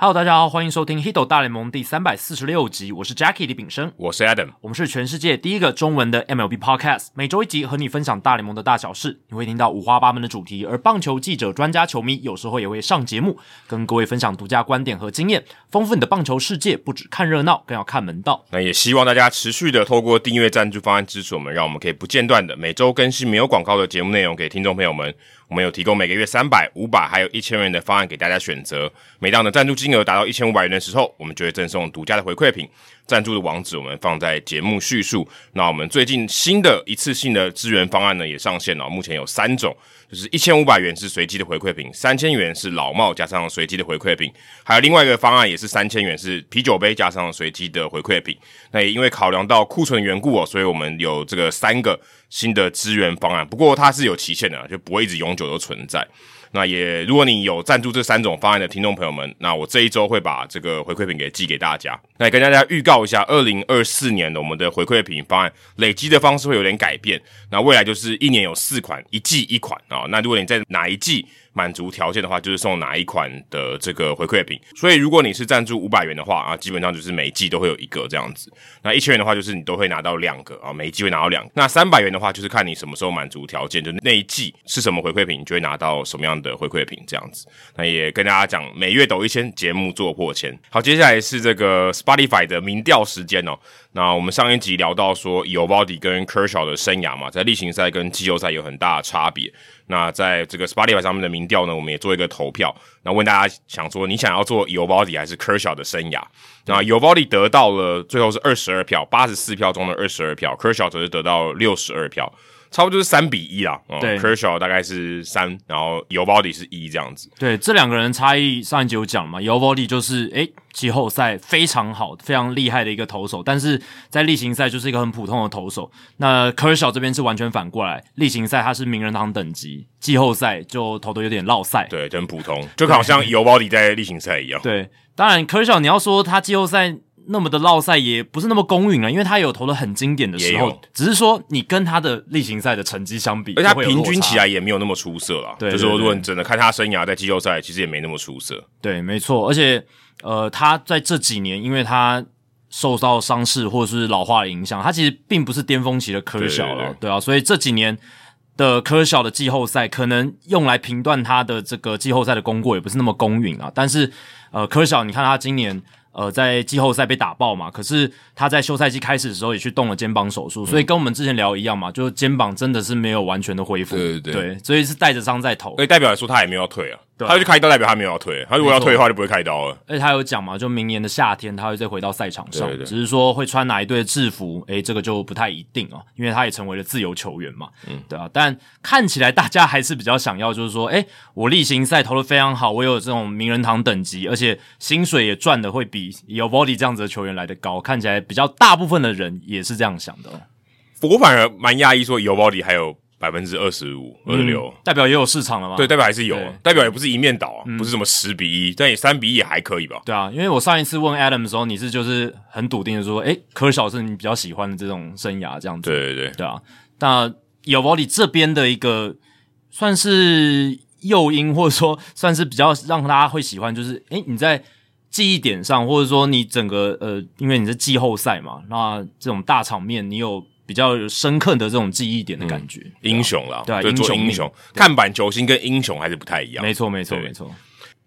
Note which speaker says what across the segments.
Speaker 1: Hello，大家好，欢迎收听《h i d o 大联盟》第三百四十六集，我是 Jackie 李炳生，
Speaker 2: 我是 Adam。
Speaker 1: 我们是全世界第一个中文的 MLB Podcast，每周一集和你分享大联盟的大小事，你会听到五花八门的主题，而棒球记者、专家、球迷有时候也会上节目，跟各位分享独家观点和经验，丰富你的棒球世界。不只看热闹，更要看门道。
Speaker 2: 那也希望大家持续的透过订阅赞助方案支持我们，让我们可以不间断的每周更新没有广告的节目内容给听众朋友们。我们有提供每个月三百、五百还有一千元的方案给大家选择。每当的赞助金额达到一千五百元的时候，我们就会赠送独家的回馈品。赞助的网址我们放在节目叙述。那我们最近新的一次性的资源方案呢也上线了，目前有三种，就是一千五百元是随机的回馈品，三千元是老帽加上随机的回馈品，还有另外一个方案也是三千元是啤酒杯加上随机的回馈品。那也因为考量到库存的缘故哦，所以我们有这个三个新的资源方案，不过它是有期限的啊，就不会一直永久的存在。那也，如果你有赞助这三种方案的听众朋友们，那我这一周会把这个回馈品给寄给大家。那也跟大家预告一下，二零二四年的我们的回馈品方案累积的方式会有点改变。那未来就是一年有四款，一季一款啊、那如果你在哪一季满足条件的话，就是送哪一款的这个回馈品。所以如果你是赞助五百元的话啊，基本上就是每季都会有一个这样子。那一千元的话，就是你都会拿到两个啊，每一季会拿到两个。那三百元的话，就是看你什么时候满足条件，就那一季是什么回馈品，你就会拿到什么样的回馈品这样子。那也跟大家讲，每月抖一千，节目做破千。好，接下来是这个 Spotify 的民调时间哦。那我们上一集聊到说 o b o d y 跟 Kershaw 的生涯嘛，在例行赛跟季后赛有很大的差别。那在这个 Spotify 上面的民调呢，我们也做一个投票，那问大家想说你想要做 o b o d y 还是 Kershaw 的生涯？那 o b o d y 得到了最后是二十二票，八十四票中的二十二票，Kershaw 则是得到六十二票，差不多就是三比一啦。哦、
Speaker 1: 对
Speaker 2: Kershaw 大概是三，然后 o b o d y 是一这样子。
Speaker 1: 对，这两个人差异上一集有讲嘛 y o v o d y 就是诶季后赛非常好、非常厉害的一个投手，但是在例行赛就是一个很普通的投手。那 Kershaw 这边是完全反过来，例行赛他是名人堂等级，季后赛就投的有点落赛。
Speaker 2: 对，就很普通，就 好像 o b o d y 在例行赛一样。
Speaker 1: 对，当然 Kershaw 你要说他季后赛那么的落赛，也不是那么公允了，啊因为他有投的很经典的时
Speaker 2: 也
Speaker 1: 候
Speaker 2: 有，
Speaker 1: 只是说你跟他的例行赛的成绩相比，
Speaker 2: 而且他
Speaker 1: 就会有
Speaker 2: 平均
Speaker 1: 落差
Speaker 2: 起来也没有那么出色啦。
Speaker 1: 对
Speaker 2: 就是说，
Speaker 1: 对对
Speaker 2: 如果你真的看他生涯在季后赛，其实也没那么出色。
Speaker 1: 对，没错，而且呃，他在这几年，因为他受到伤势或者是老化的影响，他其实并不是巅峰期的科小
Speaker 2: 对对
Speaker 1: 了
Speaker 2: 对，
Speaker 1: 对啊，所以这几年的科小的季后赛，可能用来评断他的这个季后赛的功过也不是那么公允啊。但是呃，科小，你看他今年。呃，在季后赛被打爆嘛，可是他在休赛季开始的时候也去动了肩膀手术，
Speaker 2: 嗯
Speaker 1: 所以跟我们之前聊一样嘛，就肩膀真的是没有完全的恢复，
Speaker 2: 对对对
Speaker 1: 所以是带着伤在投
Speaker 2: 而。且代表来说，他也没有要退啊。
Speaker 1: 对啊
Speaker 2: 他就去开刀，代表他没有要退。他如果要
Speaker 1: 没错
Speaker 2: 退的话，就不会开刀了。
Speaker 1: 而且他有讲嘛，就明年的夏天他会再回到赛场上，
Speaker 2: 对对
Speaker 1: 只是说会穿哪一队的制服，诶，这个就不太一定哦，因为他也成为了自由球员嘛，嗯，对啊。但看起来大家还是比较想要，就是说，诶，我例行赛投的非常好，我有这种名人堂等级，而且薪水也赚的会比有 Body 这样子的球员来的高，看起来比较大部分的人也是这样想的、哦，
Speaker 2: 我反而蛮讶异，说尤包里还有百分之二十五、二十六，
Speaker 1: 嗯代表也有市场了嘛，
Speaker 2: 哦对，代表还是有
Speaker 1: 对，
Speaker 2: 代表也不是一面倒啊，不是什么十比一，但也三比一也还可以吧。
Speaker 1: 对啊，因为我上一次问 Adam 的时候，你是就是很笃定的说，诶，科小是你比较喜欢的这种生涯这样子，
Speaker 2: 对对对，
Speaker 1: 对啊，那 y o v o l i 这边的一个算是诱因，或者说算是比较让大家会喜欢，就是诶、你在记忆点上，或者说你整个呃，因为你是季后赛嘛，那这种大场面，你有比较有深刻的这种记忆点的感觉。
Speaker 2: 英雄啦，
Speaker 1: 对啊
Speaker 2: 就做
Speaker 1: 英雄
Speaker 2: 英雄，看板球星跟英雄还是不太一样。
Speaker 1: 没错，没错，
Speaker 2: 对
Speaker 1: 没错。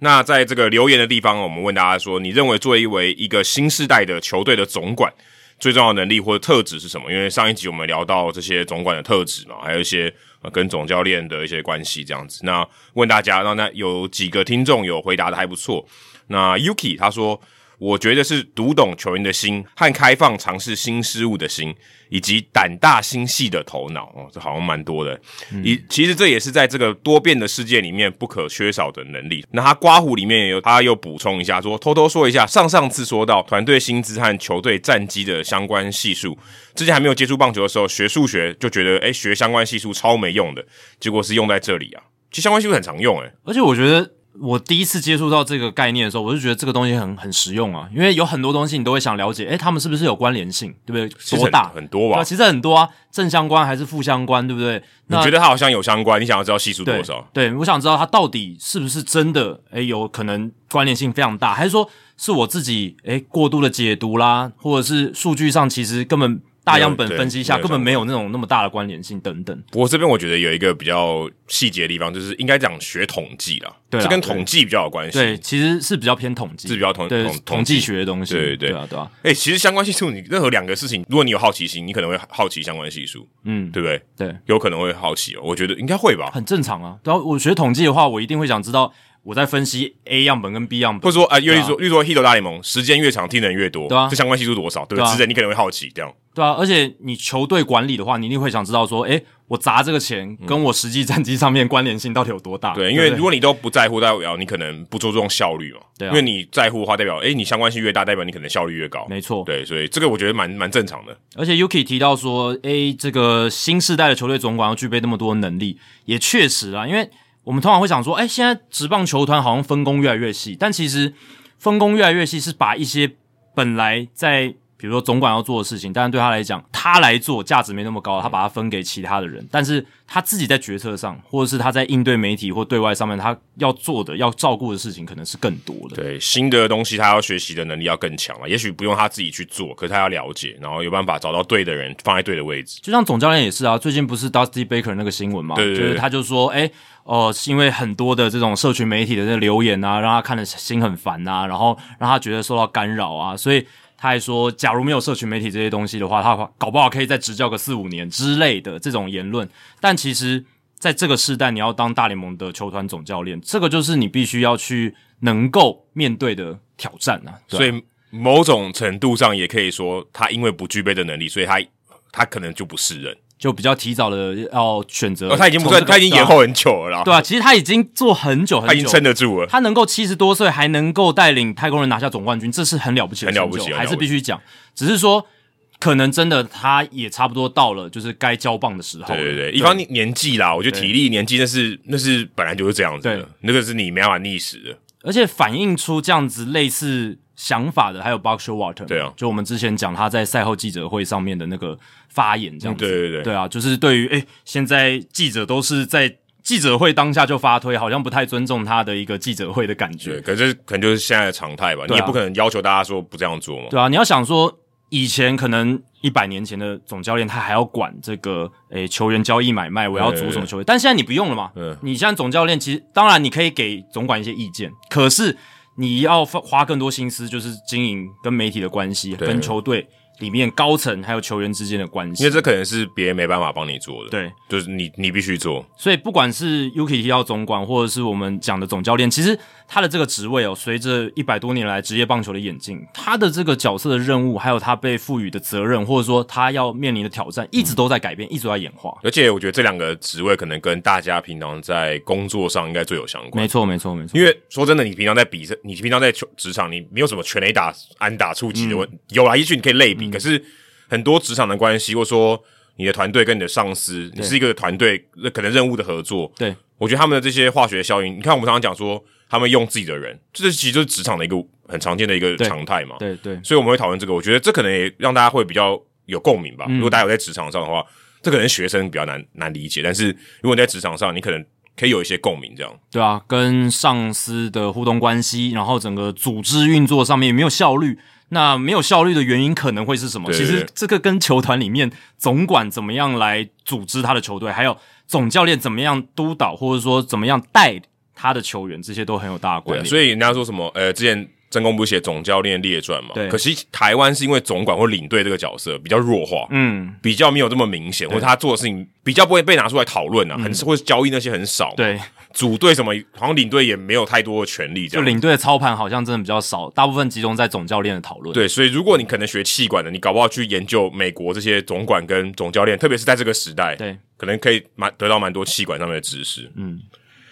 Speaker 2: 那在这个留言的地方，我们问大家说，你认为作为一个新时代的球队的总管，最重要的能力或者特质是什么？因为上一集我们聊到这些总管的特质嘛，还有一些、呃、跟总教练的一些关系这样子。那问大家，那那有几个听众有回答的还不错。那 Yuki 他说，我觉得是读懂球员的心和开放尝试新事物的心，以及胆大心细的头脑哦，这好像蛮多的。
Speaker 1: 嗯
Speaker 2: 以、其实这也是在这个多变的世界里面不可缺少的能力。那他刮胡里面也有，他又补充一下说，偷偷说一下，上上次说到团队薪资和球队战绩的相关系数，之前还没有接触棒球的时候，学数学就觉得哎、诶学相关系数超没用的，结果是用在这里啊。其实相关系数很常用哎、诶
Speaker 1: 而且我觉得我第一次接触到这个概念的时候，我就觉得这个东西很很实用啊，因为有很多东西你都会想了解，诶，他们是不是有关联性，对不对？
Speaker 2: 其实
Speaker 1: 多
Speaker 2: 很
Speaker 1: 大？
Speaker 2: 很多
Speaker 1: 对啊，
Speaker 2: 吧？
Speaker 1: 其实很多啊，正相关还是负相关，对不对？
Speaker 2: 你
Speaker 1: 那
Speaker 2: 觉得它好像有相关，你想要知道系数
Speaker 1: 对
Speaker 2: 多少？
Speaker 1: 对，我想知道它到底是不是真的，诶，有可能关联性非常大，还是说是我自己诶过度的解读啦，或者是数据上其实根本大样本
Speaker 2: 没有对
Speaker 1: 分析下
Speaker 2: 没有
Speaker 1: 根本没有那种那么大的关联性等等。
Speaker 2: 不过这边我觉得有一个比较细节的地方，就是应该讲学统计啦，
Speaker 1: 对啊
Speaker 2: 这跟
Speaker 1: 对
Speaker 2: 统计比较有关系。
Speaker 1: 对，其实是比较偏统计，
Speaker 2: 是比较统
Speaker 1: 对
Speaker 2: 统
Speaker 1: 统计学的东西，
Speaker 2: 对对对
Speaker 1: 对啊对啊，
Speaker 2: 哎、其实相关系数，你任何两个事情，如果你有好奇心，你可能会好奇相关系数，
Speaker 1: 嗯，
Speaker 2: 对不对？
Speaker 1: 对，
Speaker 2: 有可能会好奇哦，我觉得应该会吧。
Speaker 1: 很正常啊。然后我学统计的话，我一定会想知道我在分析 A 样本跟 B 样
Speaker 2: 或
Speaker 1: 本，
Speaker 2: 者说，啊、越
Speaker 1: 对啊
Speaker 2: 例如说，例如说《h i t 大联盟》，时间越长，听的人越多，
Speaker 1: 对啊
Speaker 2: 这相关系数多少，对不
Speaker 1: 对
Speaker 2: 对？
Speaker 1: 啊
Speaker 2: 职人你可能会好奇，这样
Speaker 1: 对啊。而且你球队管理的话，你一定会想知道说，诶，我砸这个钱跟我实际战绩上面关联性到底有多大？
Speaker 2: 嗯对，因为
Speaker 1: 不
Speaker 2: 如果你都不在乎，代表你可能不注重效率嘛，
Speaker 1: 对啊
Speaker 2: 因为你在乎的话，代表哎、你相关性越大，代表你可能效率越高，
Speaker 1: 没错。
Speaker 2: 对，所以这个我觉得蛮蛮正常的，
Speaker 1: 而且 Yuki 提到说，诶，这个新时代的球队总管要具备那么多能力，也确实啊，因为我们通常会想说，诶，现在职棒球团好像分工越来越细，但其实分工越来越细是把一些本来在比如说总管要做的事情，但是对他来讲，他来做价值没那么高，他把它分给其他的人，但是他自己在决策上，或者是他在应对媒体或对外上面，他要做的、要照顾的事情可能是更多的。
Speaker 2: 对，新的东西他要学习的能力要更强嘛，也许不用他自己去做，可是他要了解，然后有办法找到对的人放在对的位置，
Speaker 1: 就像总教练也是啊，最近不是 Dusty Baker 那个新闻嘛，
Speaker 2: 对对对
Speaker 1: 就是他就说，哎、哦、是因为很多的这种社群媒体的这留言啊，让他看的心很烦啊，然后让他觉得受到干扰啊，所以他还说，假如没有社群媒体这些东西的话，他搞不好可以再执教个四五年之类的这种言论。但其实，在这个时代，你要当大联盟的球团总教练，这个就是你必须要去能够面对的挑战啊。对啊
Speaker 2: 所以某种程度上也可以说，他因为不具备的能力，所以他他可能就不是人，
Speaker 1: 就比较提早的要选择、
Speaker 2: 哦，他已经不算，他已经延后很久了啦，
Speaker 1: 对啊，其实他已经做很久很久，
Speaker 2: 他已经撑得住了。
Speaker 1: 他能够七十多岁还能够带领太空人拿下总冠军，这是很了不起的
Speaker 2: 很了
Speaker 1: 成
Speaker 2: 不起
Speaker 1: 就，
Speaker 2: 很了
Speaker 1: 还是
Speaker 2: 不
Speaker 1: 必须讲。只是说，可能真的他也差不多到了就是该交棒的时候了。
Speaker 2: 对对对，一方面年纪啦，我觉得体力年纪那是那是本来就是这样子
Speaker 1: 对
Speaker 2: 的，那个是你没办法逆时的。
Speaker 1: 而且反映出这样子类似想法的，还有 b o x s h o w a t e r
Speaker 2: 对啊
Speaker 1: 就我们之前讲他在赛后记者会上面的那个发言，这样子。
Speaker 2: 嗯对对对
Speaker 1: 对啊，就是对于诶、现在记者都是在记者会当下就发推，好像不太尊重他的一个记者会的感觉
Speaker 2: 对，。可是可能就是现在的常态吧，你
Speaker 1: 对啊
Speaker 2: 也不可能要求大家说不这样做嘛。
Speaker 1: 对啊，你要想说，以前可能一百年前的总教练他还要管这个诶、球员交易买卖，我要组什么球员，但现在你不用了嘛。
Speaker 2: 嗯
Speaker 1: 你现在总教练其实当然你可以给总管一些意见，可是你要花花更多心思，就是经营跟媒体的关系，
Speaker 2: 对
Speaker 1: 跟球队里面高层还有球员之间的关
Speaker 2: 因为
Speaker 1: 系。
Speaker 2: 这可能是别人没办法帮你做的，，
Speaker 1: 对，
Speaker 2: 就是你你必须做，
Speaker 1: 所以不管是 Yuki 提到总管，或者是我们讲的总教练，其实他的这个职位哦，随着一百多年来职业棒球的演进，他的这个角色的任务，还有他被赋予的责任，或者说他要面临的挑战，一直都在改变，一直都在演化。
Speaker 2: 而且我觉得这两个职位可能跟大家平常在工作上应该最有相关
Speaker 1: 没。错，没错，没错。
Speaker 2: 因为说真的，你平常在比赛，你平常在球职场，你没有什么全垒打、安打、触及的
Speaker 1: 嗯
Speaker 2: 问，有啦，也许你可以类比，可是很多职场的关系，或者说你的团队跟你的上司，你是一个团队，那可能任务的合作，
Speaker 1: 对，
Speaker 2: 我觉得他们的这些化学效应，你看我们常常讲说，他们用自己的人，这其实就是职场的一个很常见的一个
Speaker 1: 对
Speaker 2: 常态嘛，
Speaker 1: 对对，
Speaker 2: 所以我们会讨论这个，我觉得这可能也让大家会比较有共鸣吧。
Speaker 1: 嗯
Speaker 2: 如果大家有在职场上的话，这可能学生比较难难理解，但是如果你在职场上，你可能可以有一些共鸣，这样。
Speaker 1: 对啊，跟上司的互动关系，然后整个组织运作上面也没有效率。那没有效率的原因可能会是什么？
Speaker 2: 对
Speaker 1: 其实
Speaker 2: 对
Speaker 1: 这个跟球团里面总管怎么样来组织他的球队，还有总教练怎么样督导，或者说怎么样带他的球员，这些都很有大的关
Speaker 2: 对啊，
Speaker 1: 联。
Speaker 2: 所以人家说什么呃，之前真公不是写总教练列传嘛？
Speaker 1: 对
Speaker 2: 可惜台湾是因为总管或领队这个角色比较弱化，
Speaker 1: 嗯，
Speaker 2: 比较没有这么明显，或者他做的事情比较不会被拿出来讨论啊，很或者交易那些很少。，
Speaker 1: 嗯对，
Speaker 2: 组队什么好像领队也没有太多的权利这
Speaker 1: 就
Speaker 2: 样。
Speaker 1: 领队的操盘好像真的比较少，大部分集中在总教练的讨论。
Speaker 2: 对，所以如果你可能学气管的，你搞不好去研究美国这些总管跟总教练，特别是在这个时代，
Speaker 1: 对，
Speaker 2: 可能可以蛮得到蛮多气管上面的知识。嗯，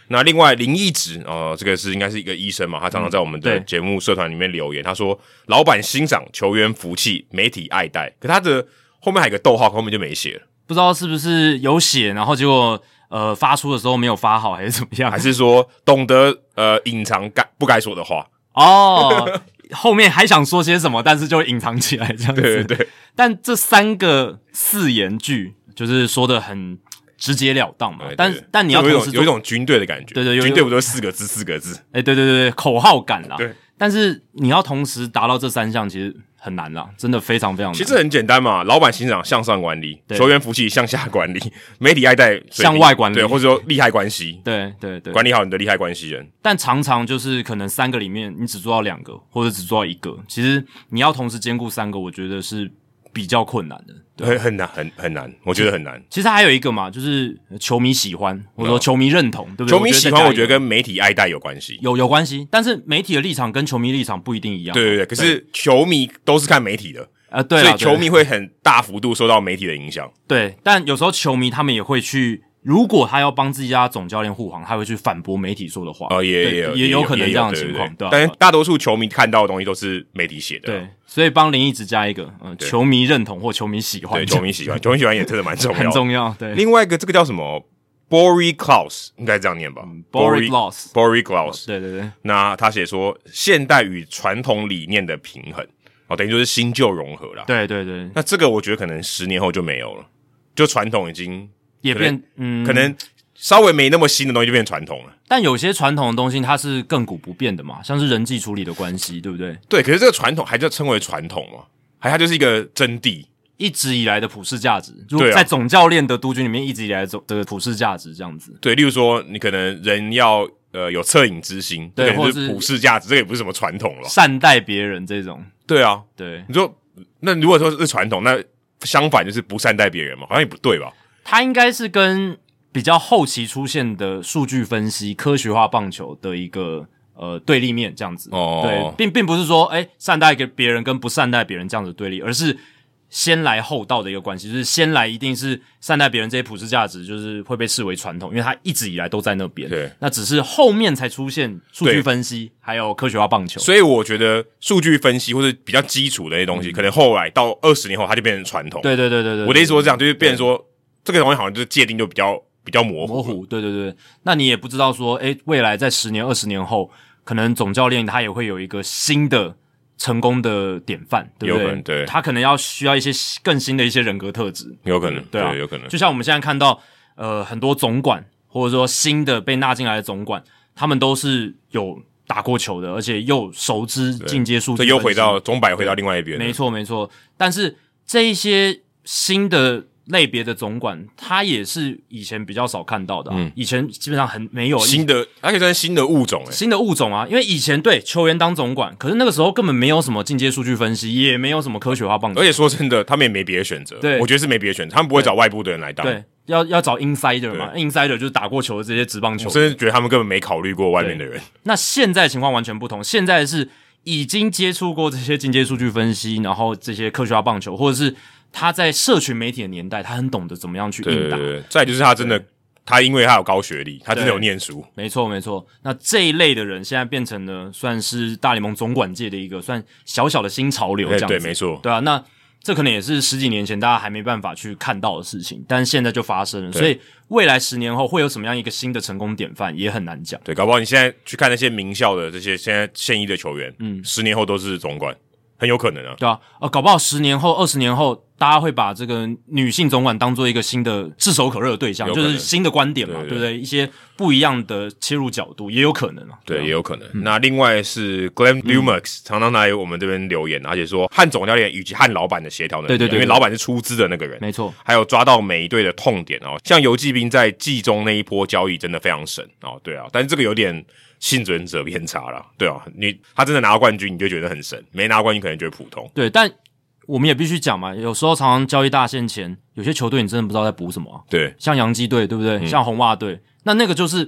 Speaker 2: 那另外林义植哦、呃这个是应该是一个医生嘛，他常常在我们的
Speaker 1: 嗯对
Speaker 2: 节目社团里面留言，他说老板欣赏球员福气，媒体爱戴，可他的后面还有个逗号，后面就没写了。
Speaker 1: 不知道是不是有写，然后结果呃发出的时候没有发好，还是怎么样？
Speaker 2: 还是说懂得呃隐藏该不该说的话？
Speaker 1: 哦，后面还想说些什么，但是就隐藏起来这样子。
Speaker 2: 对对对，
Speaker 1: 但这三个四言句就是说的很直截了当嘛
Speaker 2: 哎。对
Speaker 1: 但
Speaker 2: 对
Speaker 1: 但你要
Speaker 2: 有一
Speaker 1: 同
Speaker 2: 种
Speaker 1: 时做
Speaker 2: 有一种军队的感觉，
Speaker 1: 对对有
Speaker 2: 军队不都是四个字四个字？
Speaker 1: 哎、对对对对，口号感啦。
Speaker 2: 对，
Speaker 1: 但是你要同时达到这三项，其实很难啦，真的非常非常难。
Speaker 2: 其实很简单嘛，老板欣赏向上管理，
Speaker 1: 对
Speaker 2: 球员福气向下管理， 媒体爱戴水平
Speaker 1: 向外管理
Speaker 2: 对，或者说利害关系，
Speaker 1: 对对对，
Speaker 2: 管理好你的利害关系人。
Speaker 1: 但常常就是可能三个里面你只做到两个，或者只做到一个，其实你要同时兼顾三个，我觉得是比较困难的。
Speaker 2: 很很难，很很难，我觉得很难。
Speaker 1: 其实还有一个嘛，就是球迷喜欢或者说球迷认同，对不对？
Speaker 2: 哦球迷喜欢，我觉得跟媒体爱戴有关系。
Speaker 1: 有有关系，但是媒体的立场跟球迷立场不一定一样。
Speaker 2: 对对对，可是球迷都是看媒体的，
Speaker 1: 啊，对
Speaker 2: 所
Speaker 1: 啦
Speaker 2: 以球迷会很大幅度受到媒体的影响。
Speaker 1: 对，但有时候球迷他们也会去，如果他要帮自己家总教练护航，他会去反驳媒体说的话。
Speaker 2: 哦，也
Speaker 1: 对
Speaker 2: 也有
Speaker 1: 也有可能这样的
Speaker 2: 对
Speaker 1: 情
Speaker 2: 对
Speaker 1: 况，
Speaker 2: 对
Speaker 1: 吧
Speaker 2: 但是大多数球迷看到的东西都是媒体写的。
Speaker 1: 啊
Speaker 2: 啊
Speaker 1: 对，所以帮林毅只加一个，嗯、
Speaker 2: 对
Speaker 1: 球迷认同或球迷喜欢，
Speaker 2: 对，球迷喜欢，球迷喜欢也真的蛮重
Speaker 1: 很
Speaker 2: 要的。
Speaker 1: 重要。对
Speaker 2: 另外一个这个叫什么 b o r y Klaus，应该这样念吧
Speaker 1: b o r i loss，
Speaker 2: b o r y Klaus，
Speaker 1: 对对对，
Speaker 2: 那他写说现代与传统理念的平衡，哦，等于就是新旧融合啦。
Speaker 1: 对对对，
Speaker 2: 那这个我觉得可能十年后就没有了，就传统已经
Speaker 1: 也
Speaker 2: 可能
Speaker 1: 变嗯，
Speaker 2: 可能稍微没那么新的东西就变传统了。
Speaker 1: 但有些传统的东西它是亘古不变的嘛，像是人际处理的关系，对不对？
Speaker 2: 对，可是这个传统还叫称为传统吗？还它就是一个真谛。
Speaker 1: 一直以来的普世价值，如
Speaker 2: 对啊
Speaker 1: 在总教练的督军里面，一直以来的总的普世价值这样子。
Speaker 2: 对，例如说你可能人要呃有恻隐之心，
Speaker 1: 对
Speaker 2: 这可能
Speaker 1: 或者
Speaker 2: 是
Speaker 1: 是
Speaker 2: 普世价值，这个也不是什么传统了。
Speaker 1: 善待别人这种，
Speaker 2: 对啊，
Speaker 1: 对
Speaker 2: 你说那如果说是传统，那相反就是不善待别人嘛，好像也不对吧？
Speaker 1: 他应该是跟比较后期出现的数据分析、科学化棒球的一个呃对立面这样子。
Speaker 2: 哦
Speaker 1: 对，并并不是说哎、善待给别人跟不善待别人这样子的对立，而是先来后到的一个关系，就是先来一定是善待别人这些普世价值，就是会被视为传统，因为它一直以来都在那边。
Speaker 2: 对，
Speaker 1: 那只是后面才出现数
Speaker 2: 对
Speaker 1: 据分析还有科学化棒球。
Speaker 2: 所以我觉得数据分析或者比较基础的一些东西，可能后来到二十年后，它就变成传统。
Speaker 1: 嗯对对对对对，
Speaker 2: 我的意思
Speaker 1: 对
Speaker 2: 说这样，就是变成说这个东西好像就是界定就比较比较模糊。
Speaker 1: 模糊，对对对。那你也不知道说，诶，未来在十年、二十年后，可能总教练他也会有一个新的成功的典范，对不对？
Speaker 2: 有可能对
Speaker 1: 他可能要需要一些更新的一些人格特质，
Speaker 2: 有可能，
Speaker 1: 对啊，
Speaker 2: 有可能。
Speaker 1: 就像我们现在看到，呃，很多总管或者说新的被纳进来的总管，他们都是有打过球的，而且又熟知进阶数据分
Speaker 2: 这
Speaker 1: 析，
Speaker 2: 又回到钟摆，回到另外一边了。
Speaker 1: 没错，没错。但是这一些新的类别的总管，他也是以前比较少看到的、啊，以前基本上很没有
Speaker 2: 嗯新的，它可以算是新的物种哎、
Speaker 1: 新的物种啊。因为以前对球员当总管，可是那个时候根本没有什么进阶数据分析，也没有什么科学化棒球
Speaker 2: 而，且说真的，他们也没别的选择。
Speaker 1: 对
Speaker 2: 我觉得是没别的选择，他们不会找外部的人来当。
Speaker 1: 对，要要找 insider 嘛，insider 就是打过球的这些职棒球
Speaker 2: 我
Speaker 1: 员
Speaker 2: 甚至觉得他们根本没考虑过外面的人。
Speaker 1: 那现在情况完全不同，现在是已经接触过这些进阶数据分析，然后这些科学化棒球，或者是他在社群媒体的年代，他很懂得怎么样去
Speaker 2: 对对
Speaker 1: 应答。
Speaker 2: 对，再就是他真的，他因为他有高学历，他真的有念书，
Speaker 1: 没错，没错。那这一类的人现在变成了算是大联盟总管界的一个算小小的新潮流这
Speaker 2: 哎
Speaker 1: 样子，
Speaker 2: 对，没错，
Speaker 1: 对啊，那这可能也是十几年前大家还没办法去看到的事情，但现在就发生了，所以未来十年后会有什么样一个新的成功典范也很难讲。
Speaker 2: 对，搞不好你现在去看那些名校的这些现在现役的球员，嗯，十年后都是总管，很有可能啊。
Speaker 1: 对啊，呃，搞不好十年后、二十年后，大家会把这个女性总管当做一个新的炙手可热的对象，
Speaker 2: 有可
Speaker 1: 就
Speaker 2: 能
Speaker 1: 是新的观点嘛，
Speaker 2: 对对
Speaker 1: 对不对？一些不一样的切入角度也有可能啊。嗯
Speaker 2: 对，
Speaker 1: 啊
Speaker 2: 也有可能。那另外是 Glenn Lumax、常常来我们这边留言，而且说和总教练以及和老板的协调能力
Speaker 1: 对
Speaker 2: 啊，
Speaker 1: 对对
Speaker 2: 因为
Speaker 1: 对
Speaker 2: 老板是出资的那个人，
Speaker 1: 没错，
Speaker 2: 还有抓到每一队的痛点哦。像游击兵在季中那一波交易真的非常神哦，对啊，但是这个有点幸存者偏差了，对啊，你他真的拿到冠军，你就觉得很神；没拿到冠军，可能觉得普通。
Speaker 1: 对，但我们也必须讲嘛，有时候常常交易大限前，有些球队你真的不知道在补什么啊、
Speaker 2: 对，
Speaker 1: 像洋基队，对不对？
Speaker 2: 嗯
Speaker 1: 像红袜队，那那个就是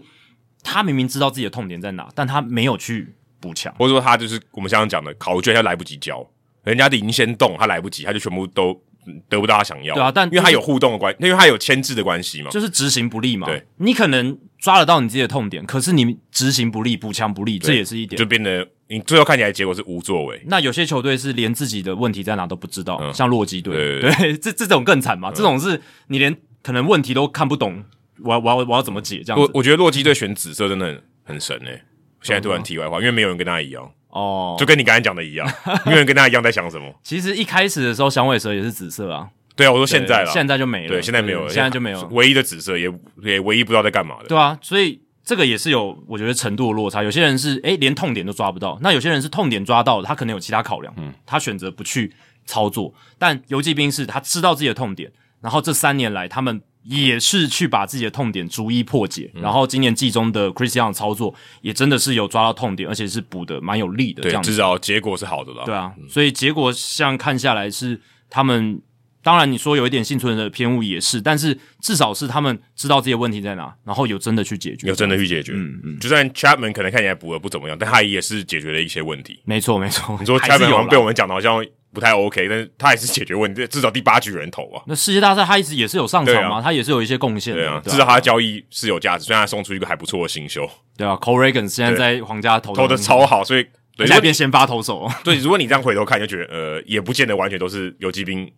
Speaker 1: 他明明知道自己的痛点在哪，但他没有去补强。
Speaker 2: 或者说他就是我们刚刚讲的考卷，他来不及交，人家领先动，他来不及，他就全部都嗯得不到他想要。
Speaker 1: 对啊但
Speaker 2: 因为他
Speaker 1: 就是
Speaker 2: 有互动的关，因为他有牵制的关系嘛。
Speaker 1: 就是执行不力嘛。
Speaker 2: 对，
Speaker 1: 你可能抓得到你自己的痛点，可是你执行不力、补强不力，这也是一点
Speaker 2: 就。变得你最后看起来结果是无作为。
Speaker 1: 那有些球队是连自己的问题在哪都不知道，
Speaker 2: 嗯
Speaker 1: 像洛基队，
Speaker 2: 对 嗯
Speaker 1: 对，这这种更惨嘛，这种是你连可能问题都看不懂。我要我要我要怎么解这样
Speaker 2: 我
Speaker 1: 子？
Speaker 2: 我觉得洛基队选紫色真的很很神诶、现在突然题外话，因为没有人跟他一样，
Speaker 1: 哦，
Speaker 2: 就跟你刚才讲的 一样，没有人跟他一样在想什么。
Speaker 1: 其实一开始的时候，响尾蛇也是紫色啊，
Speaker 2: 对啊，我说现
Speaker 1: 对
Speaker 2: 在了，
Speaker 1: 现在就没了，
Speaker 2: 对现在没有了，
Speaker 1: 现在就没有了，
Speaker 2: 唯一的紫色也也唯一不知道在干嘛的。
Speaker 1: 对啊，所以这个也是有我觉得程度的落差。有些人是诶连痛点都抓不到，那有些人是痛点抓到了，他可能有其他考量，
Speaker 2: 嗯
Speaker 1: 他选择不去操作。但游击兵是他知道自己的痛点，然后这三年来他们。也是去把自己的痛点逐一破解，
Speaker 2: 嗯
Speaker 1: 然后今年季中的 Chris Young 操作也真的是有抓到痛点，而且是补的蛮有力的这
Speaker 2: 对，
Speaker 1: 样子
Speaker 2: 至。少结果是好的啦。
Speaker 1: 对啊，所以结果像看下来是他们，当然你说有一点幸存者的偏误也是，但是至少是他们知道自己的问题在哪，然后有真的去解决。
Speaker 2: 有真的去解决。嗯嗯，就算 Chapman 可能看起来补的不怎么样，但他也是解决了一些问题。
Speaker 1: 没错没错，
Speaker 2: 你说
Speaker 1: 还是
Speaker 2: Chapman 好
Speaker 1: 有
Speaker 2: 像被
Speaker 1: 啦
Speaker 2: 我们讲的好像不太 OK，但是他还是解决问题，至少第八局有人投啊。
Speaker 1: 那世界大赛他一直也是有上场嘛，
Speaker 2: 对啊
Speaker 1: 他也是有一些贡献的，
Speaker 2: 对啊，
Speaker 1: 嗯对
Speaker 2: 至少他的交易是有价值，虽然他送出一个还不错的新秀，
Speaker 1: 对啊，Cole Reagan 现在在皇家投
Speaker 2: 投的
Speaker 1: 的，
Speaker 2: 超好，所以
Speaker 1: 而且
Speaker 2: 对，如果
Speaker 1: 还
Speaker 2: 你
Speaker 1: 变先发投手，
Speaker 2: 对，如果你这样回头看，就觉得呃，也不见得完全都是游击兵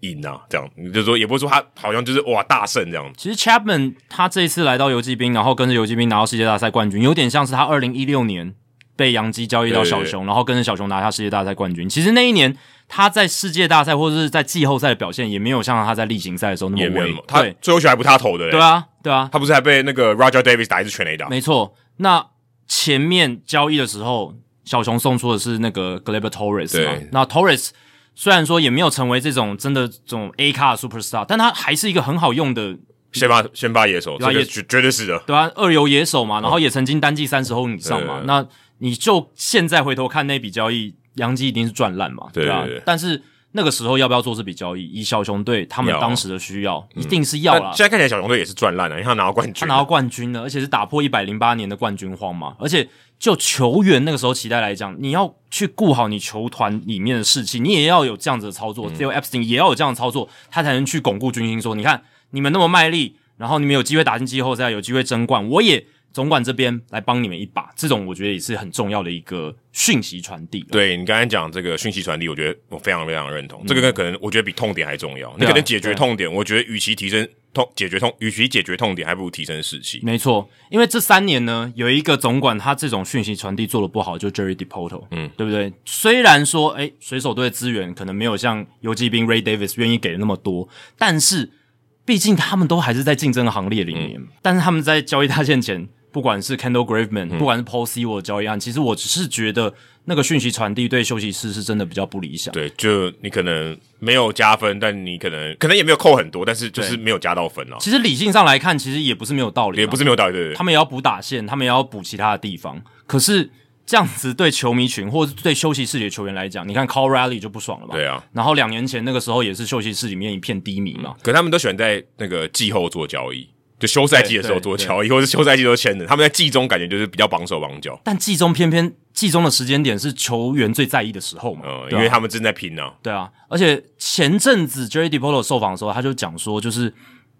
Speaker 2: 赢啊，这样你就说也不会说他好像就是哇大胜这样。
Speaker 1: 其实 Chapman 他这一次来到游击兵，然后跟着游击兵拿到世界大赛冠军，有点像是他二零一六年被洋基交易到小熊，
Speaker 2: 对
Speaker 1: 然后跟着小熊拿下世界大赛冠军。其实那一年他在世界大赛或者是在季后赛的表现，也没有像他在例行赛的时候那
Speaker 2: 也
Speaker 1: 么
Speaker 2: 没有
Speaker 1: 威
Speaker 2: 什么，。他
Speaker 1: 对
Speaker 2: 最后球还不是他投的、嘞
Speaker 1: 对啊，对啊，
Speaker 2: 他不是还被那个 Roger Davis 打一支全垒打？
Speaker 1: 没错。那前面交易的时候，小熊送出的是那个 Gleyber Torres 嘛
Speaker 2: 对？
Speaker 1: 那 Torres 虽然说也没有成为这种真的这种 A 卡的 superstar，但他还是一个很好用的
Speaker 2: 先发先发野手，
Speaker 1: 对啊
Speaker 2: 这个
Speaker 1: 也
Speaker 2: 绝绝对是的。
Speaker 1: 对啊，二游野手嘛，然后也曾经单季三十轰以上嘛。
Speaker 2: 对
Speaker 1: 那你就现在回头看那笔交易，杨基一定是赚烂嘛，
Speaker 2: 对
Speaker 1: 吧、
Speaker 2: 对对
Speaker 1: 但是那个时候要不要做这笔交易，以小熊队他们
Speaker 2: 要啊嗯
Speaker 1: 当时的需要，一定是要
Speaker 2: 但
Speaker 1: 啦
Speaker 2: 现。在看起来小熊队也是赚烂了，因为他拿到冠军，
Speaker 1: 他拿到冠军了，而且是打破一百零八年的冠军荒嘛。而且就球员那个时候期待来讲，你要去顾好你球团里面的士气，你也要有这样子的操
Speaker 2: 嗯
Speaker 1: 作。只有 Epstein 也要有这样的操作，他才能去巩固军心。说，你看你们那么卖力，然后你们有机会打进季后赛，有机会争冠，我也总管这边来帮你们一把。这种我觉得也是很重要的一个讯息传递。
Speaker 2: 对你刚才讲这个讯息传递，我觉得我非常非常认同。这个可能我觉得比痛点还重要。
Speaker 1: 嗯
Speaker 2: 你
Speaker 1: 对啊
Speaker 2: 可能解决
Speaker 1: 对啊
Speaker 2: 痛点，我觉得与其提升痛解决痛，与其解决痛点，还不如提升士气。
Speaker 1: 没错，因为这三年呢，有一个总管他这种讯息传递做的不好，就 Jerry Depoto，嗯，对不对？虽然说，哎，水手队的资源可能没有像游击兵 Ray Davis 愿意给的那么多，但是毕竟他们都还是在竞争的行列里面。
Speaker 2: 嗯
Speaker 1: 但是他们在交易大限前，不管是 Kendall Graveman，、不
Speaker 2: 嗯
Speaker 1: 管是 Paul Sewell 的交易案，其实我只是觉得那个讯息传递对休息室是真的比较不理想。
Speaker 2: 对，就你可能没有加分，但你可能可能也没有扣很多，但是就是
Speaker 1: 对
Speaker 2: 没有加到分啊，
Speaker 1: 其实理性上来看，其实也不是没有道理啊，
Speaker 2: 也不是没有道理。对对对
Speaker 1: 他们也要补打线，他们也要补其他的地方。可是这样子对球迷群或者对休息室里的球员来讲，你看 Call Rally 就不爽了嘛。
Speaker 2: 对啊，
Speaker 1: 然后两年前那个时候也是休息室里面一片低迷嘛。
Speaker 2: 可他们都喜欢在那个季后做交易，就休赛季的时候
Speaker 1: 对对
Speaker 2: 做交易，或者是休赛季都签的。他们在季中感觉就是比较绑手绑脚，
Speaker 1: 但季中偏偏季中的时间点是球员最在意的时候嘛，
Speaker 2: 嗯，
Speaker 1: 对
Speaker 2: 因
Speaker 1: 啊
Speaker 2: 为他们正在拼啊。
Speaker 1: 对啊，而且前阵子 Jerry Depolo 受访的时候，他就讲说，就是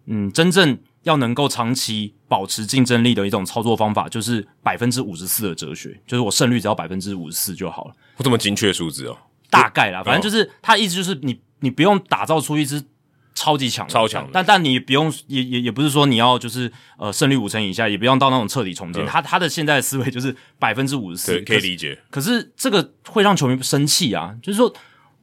Speaker 1: 嗯，真正要能够长期保持竞争力的一种操作方法，就是百分之五十四的哲学，就是我胜率只要百分之五十四就好了。
Speaker 2: 这么精确的数字哦，
Speaker 1: 大概啦，反正就是他意思就是你你不用打造出一支超级强的
Speaker 2: 超强的
Speaker 1: 但但你也不用也也也不是说你要就是呃胜率五成以下，也不用到那种彻底重建。他他的现在的思维就是百分之五十四
Speaker 2: 对，，可以理解。
Speaker 1: 可是。可是这个会让球迷生气啊，就是说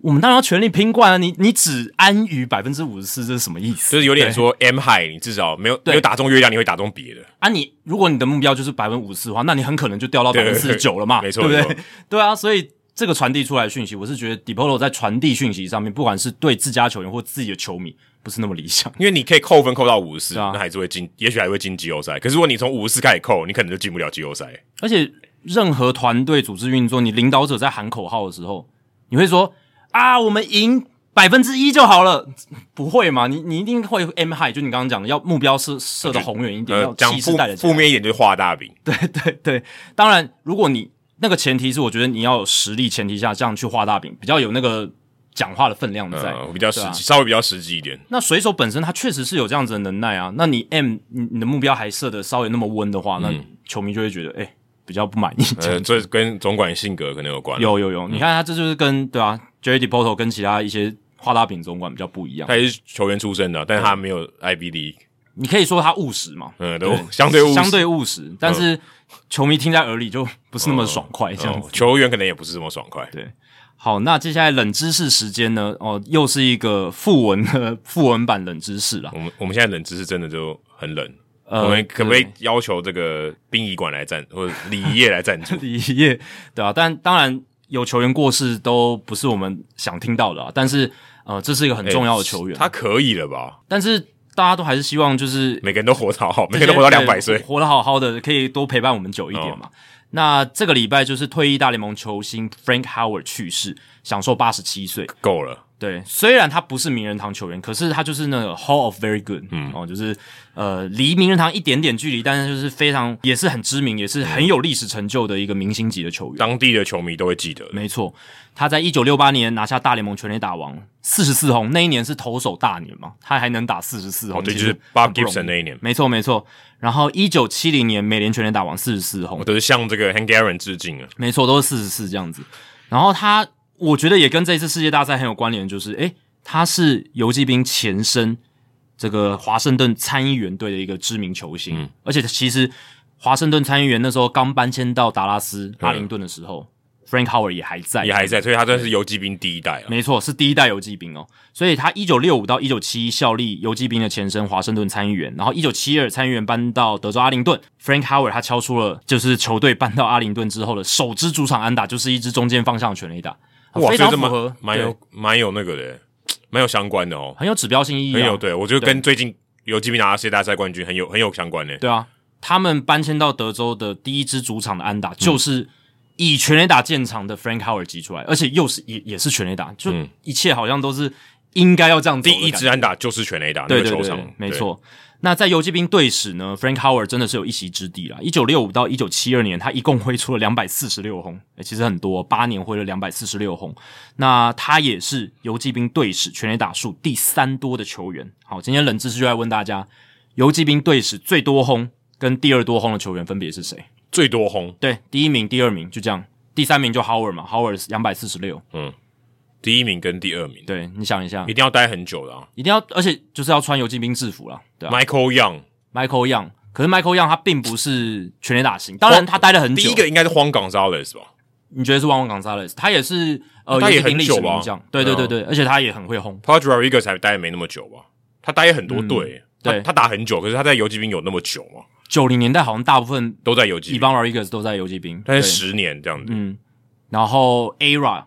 Speaker 1: 我们当然要全力拼冠啊，你你只安于百分之五十四，这是什么意思？
Speaker 2: 就是有点说 M high，你至少没有没有打中月亮，你会打中别的。
Speaker 1: 啊你，如果你的目标就是百分之五十的话，那你很可能就掉到百
Speaker 2: 对
Speaker 1: 分之四十九了嘛，
Speaker 2: 没错
Speaker 1: 对不
Speaker 2: 没
Speaker 1: 对？ 对啊，所以这个传递出来的讯息，我是觉得 Depolo 在传递讯息上面，不管是对自家球员或自己的球迷，不是那么理想。
Speaker 2: 因为你可以扣分扣到五十、
Speaker 1: 啊
Speaker 2: 那还是会进，也许还会进季后赛。可是如果你从五十四开始扣，你可能就进不了季后赛。
Speaker 1: 而且任何团队组织运作，你领导者在喊口号的时候，你会说啊，我们赢百分之一就好了， 不会嘛？你你一定会 M high，就你刚刚讲的，要目标是设的宏远一点，
Speaker 2: 呃
Speaker 1: 要，
Speaker 2: 讲
Speaker 1: 气势
Speaker 2: 负
Speaker 1: 带得起来
Speaker 2: 负面一点就是画大饼，
Speaker 1: 对 对，当然，如果你那个前提是，我觉得你要有实力前提下，这样去画大饼，比较有那个讲话的分量在。
Speaker 2: 呃，比较实
Speaker 1: 对啊
Speaker 2: 际，稍微比较实际一点。
Speaker 1: 那水手本身他确实是有这样子的能耐啊，那你 M 你你的目标还设的稍微那么温的话，那球迷就会觉得哎、比较不满意。这样
Speaker 2: 嗯呃， 嗯这跟总管性格可能有关。，
Speaker 1: 有有有，你看他这就是跟对啊 j d Poto 跟其他一些画大饼总管比较不一样。
Speaker 2: 他也是球员出身的，但是他没有 IBD，
Speaker 1: 你可以说他务实嘛，
Speaker 2: 嗯，都相对务实嗯
Speaker 1: 相对务实，但是球迷听在耳里就不是那么爽快，这样
Speaker 2: 嗯
Speaker 1: 子。
Speaker 2: 球员可能也不是这么爽快。
Speaker 1: 对，好，那接下来冷知识时间呢？哦，又是一个副文 的副文版冷知识啦。
Speaker 2: 我们我们现在冷知识真的就很冷，
Speaker 1: 呃
Speaker 2: 我们可不可以
Speaker 1: 对？
Speaker 2: 要求这个殡仪馆来赞，或者礼仪业来赞助
Speaker 1: 第一页，对啊，但当然有球员过世都不是我们想听到的啊，但是呃，这是一个很重要的球员，
Speaker 2: 哎他可以了吧？
Speaker 1: 但是大家都还是希望就是
Speaker 2: 每个人都活得好好，每个人都活到
Speaker 1: 这些
Speaker 2: 两百岁哦
Speaker 1: 对。活得好好的，可以多陪伴我们久一点嘛。那这个礼拜就是退役大联盟球星 Frank Howard 去世，享受八十七岁。
Speaker 2: 够了，
Speaker 1: 对，虽然他不是名人堂球员，可是他就是那个 Hall of Very Good，嗯，哦，就是呃离名人堂一点点距离，但是就是非常也是很知名，也是很有历史成就的一个明星级的球员。
Speaker 2: 当地的球迷都会记得的。
Speaker 1: 没错，他在一九六八年拿下大联盟全垒打王，四十四轰，那一年是投手大年嘛，他还能打四十四
Speaker 2: 哦，
Speaker 1: 轰，
Speaker 2: 对，
Speaker 1: 其
Speaker 2: 就
Speaker 1: 实
Speaker 2: 是 Bob
Speaker 1: 很不容易
Speaker 2: Gibson 那一年，
Speaker 1: 没错没错。然后一九七零年美联全垒打王四十四
Speaker 2: 我
Speaker 1: 轰，
Speaker 2: 都是向这个 Hank Aaron 致敬啊。
Speaker 1: 没错，都是四十四这样子。然后他，我觉得也跟这一次世界大赛很有关联，就是诶，他是游击兵前身这个华盛顿参议员队的一个知名球星，而且其实华盛顿参议员那时候刚搬迁到达拉斯阿灵顿的时候、f r a n k Howard 也还在，
Speaker 2: 也还在，所以他算是游击兵第一代了。
Speaker 1: 哎
Speaker 2: 啊
Speaker 1: 没错，是第一代游击兵哦。所以他一九六五到一九七一效力游击兵的前身华盛顿参议员，然后一九七二参议员搬到德州阿灵顿。Frank Howard 他敲出了就是球队搬到阿灵顿之后的首支主场安打，就是一支中间方向的全垒打，
Speaker 2: 哇，
Speaker 1: 非
Speaker 2: 所以
Speaker 1: 常
Speaker 2: 这
Speaker 1: 符
Speaker 2: 蛮
Speaker 1: 合，
Speaker 2: 蛮
Speaker 1: 对
Speaker 2: 有蛮有那个的，蛮有相关的哦，
Speaker 1: 很有指标性意义、啊，
Speaker 2: 很有对我觉得跟最近游击兵拿到世界大赛冠军很有很有相关的。
Speaker 1: 对啊，他们搬迁到德州的第一支主场的安
Speaker 2: 嗯
Speaker 1: 打，就是以全垒打建场的 Frank Howard 击出来，而且又是也也是全垒打，就一切好像都是应该要这样走
Speaker 2: 嗯第
Speaker 1: 的
Speaker 2: 一
Speaker 1: 感觉
Speaker 2: 支安打就是全垒打那
Speaker 1: 对
Speaker 2: 个
Speaker 1: 对
Speaker 2: 球
Speaker 1: 对，
Speaker 2: 场
Speaker 1: 对，没错。那在游击兵队史呢，Frank Howard 真的是有一席之地啦。一九六五到一九七二年，他一共挥出了两百四十六轰，诶其实很多，八年挥了两百四十六轰。那他也是游击兵队史全垒打数第三多的球员。好，今天冷知识就来问大家，游击兵队史最多轰跟第二多轰的球员分别是谁？
Speaker 2: 对，最多轰，
Speaker 1: 对，第一名、第二名就这样，第三名就 Howard 嘛，Howard 两百四十六。
Speaker 2: 第一名跟第二名，
Speaker 1: 对，你想一下
Speaker 2: 一，定要待很久的啊。
Speaker 1: 一定要，而且就是要穿游击兵制服啦，对啊。
Speaker 2: Michael Young
Speaker 1: Michael Young，可是 Michael Young 他并不是全垒打型，当然他待了很久。
Speaker 2: 哦第一个应该是荒冈 Gonzalez 吧？
Speaker 1: 你觉得是 Juan Gonzalez，他也是呃，
Speaker 2: 哦他也
Speaker 1: 游击兵历史
Speaker 2: 很久吧
Speaker 1: 名将，对对
Speaker 2: 对
Speaker 1: 对
Speaker 2: 啊
Speaker 1: 对，而且他也很会轰，
Speaker 2: 他 Rodriguez 才待没那么久吧？他待很多队，
Speaker 1: 嗯
Speaker 2: 他
Speaker 1: 对
Speaker 2: 他打很久，可是他在游击兵有那么久吗？
Speaker 1: 九零年代好像大部分
Speaker 2: 都在游击
Speaker 1: e
Speaker 2: 兵，
Speaker 1: v a n Rodriguez 都在游击兵，
Speaker 2: 但
Speaker 1: 对
Speaker 2: 是十年这样子。
Speaker 1: 嗯，然后 Era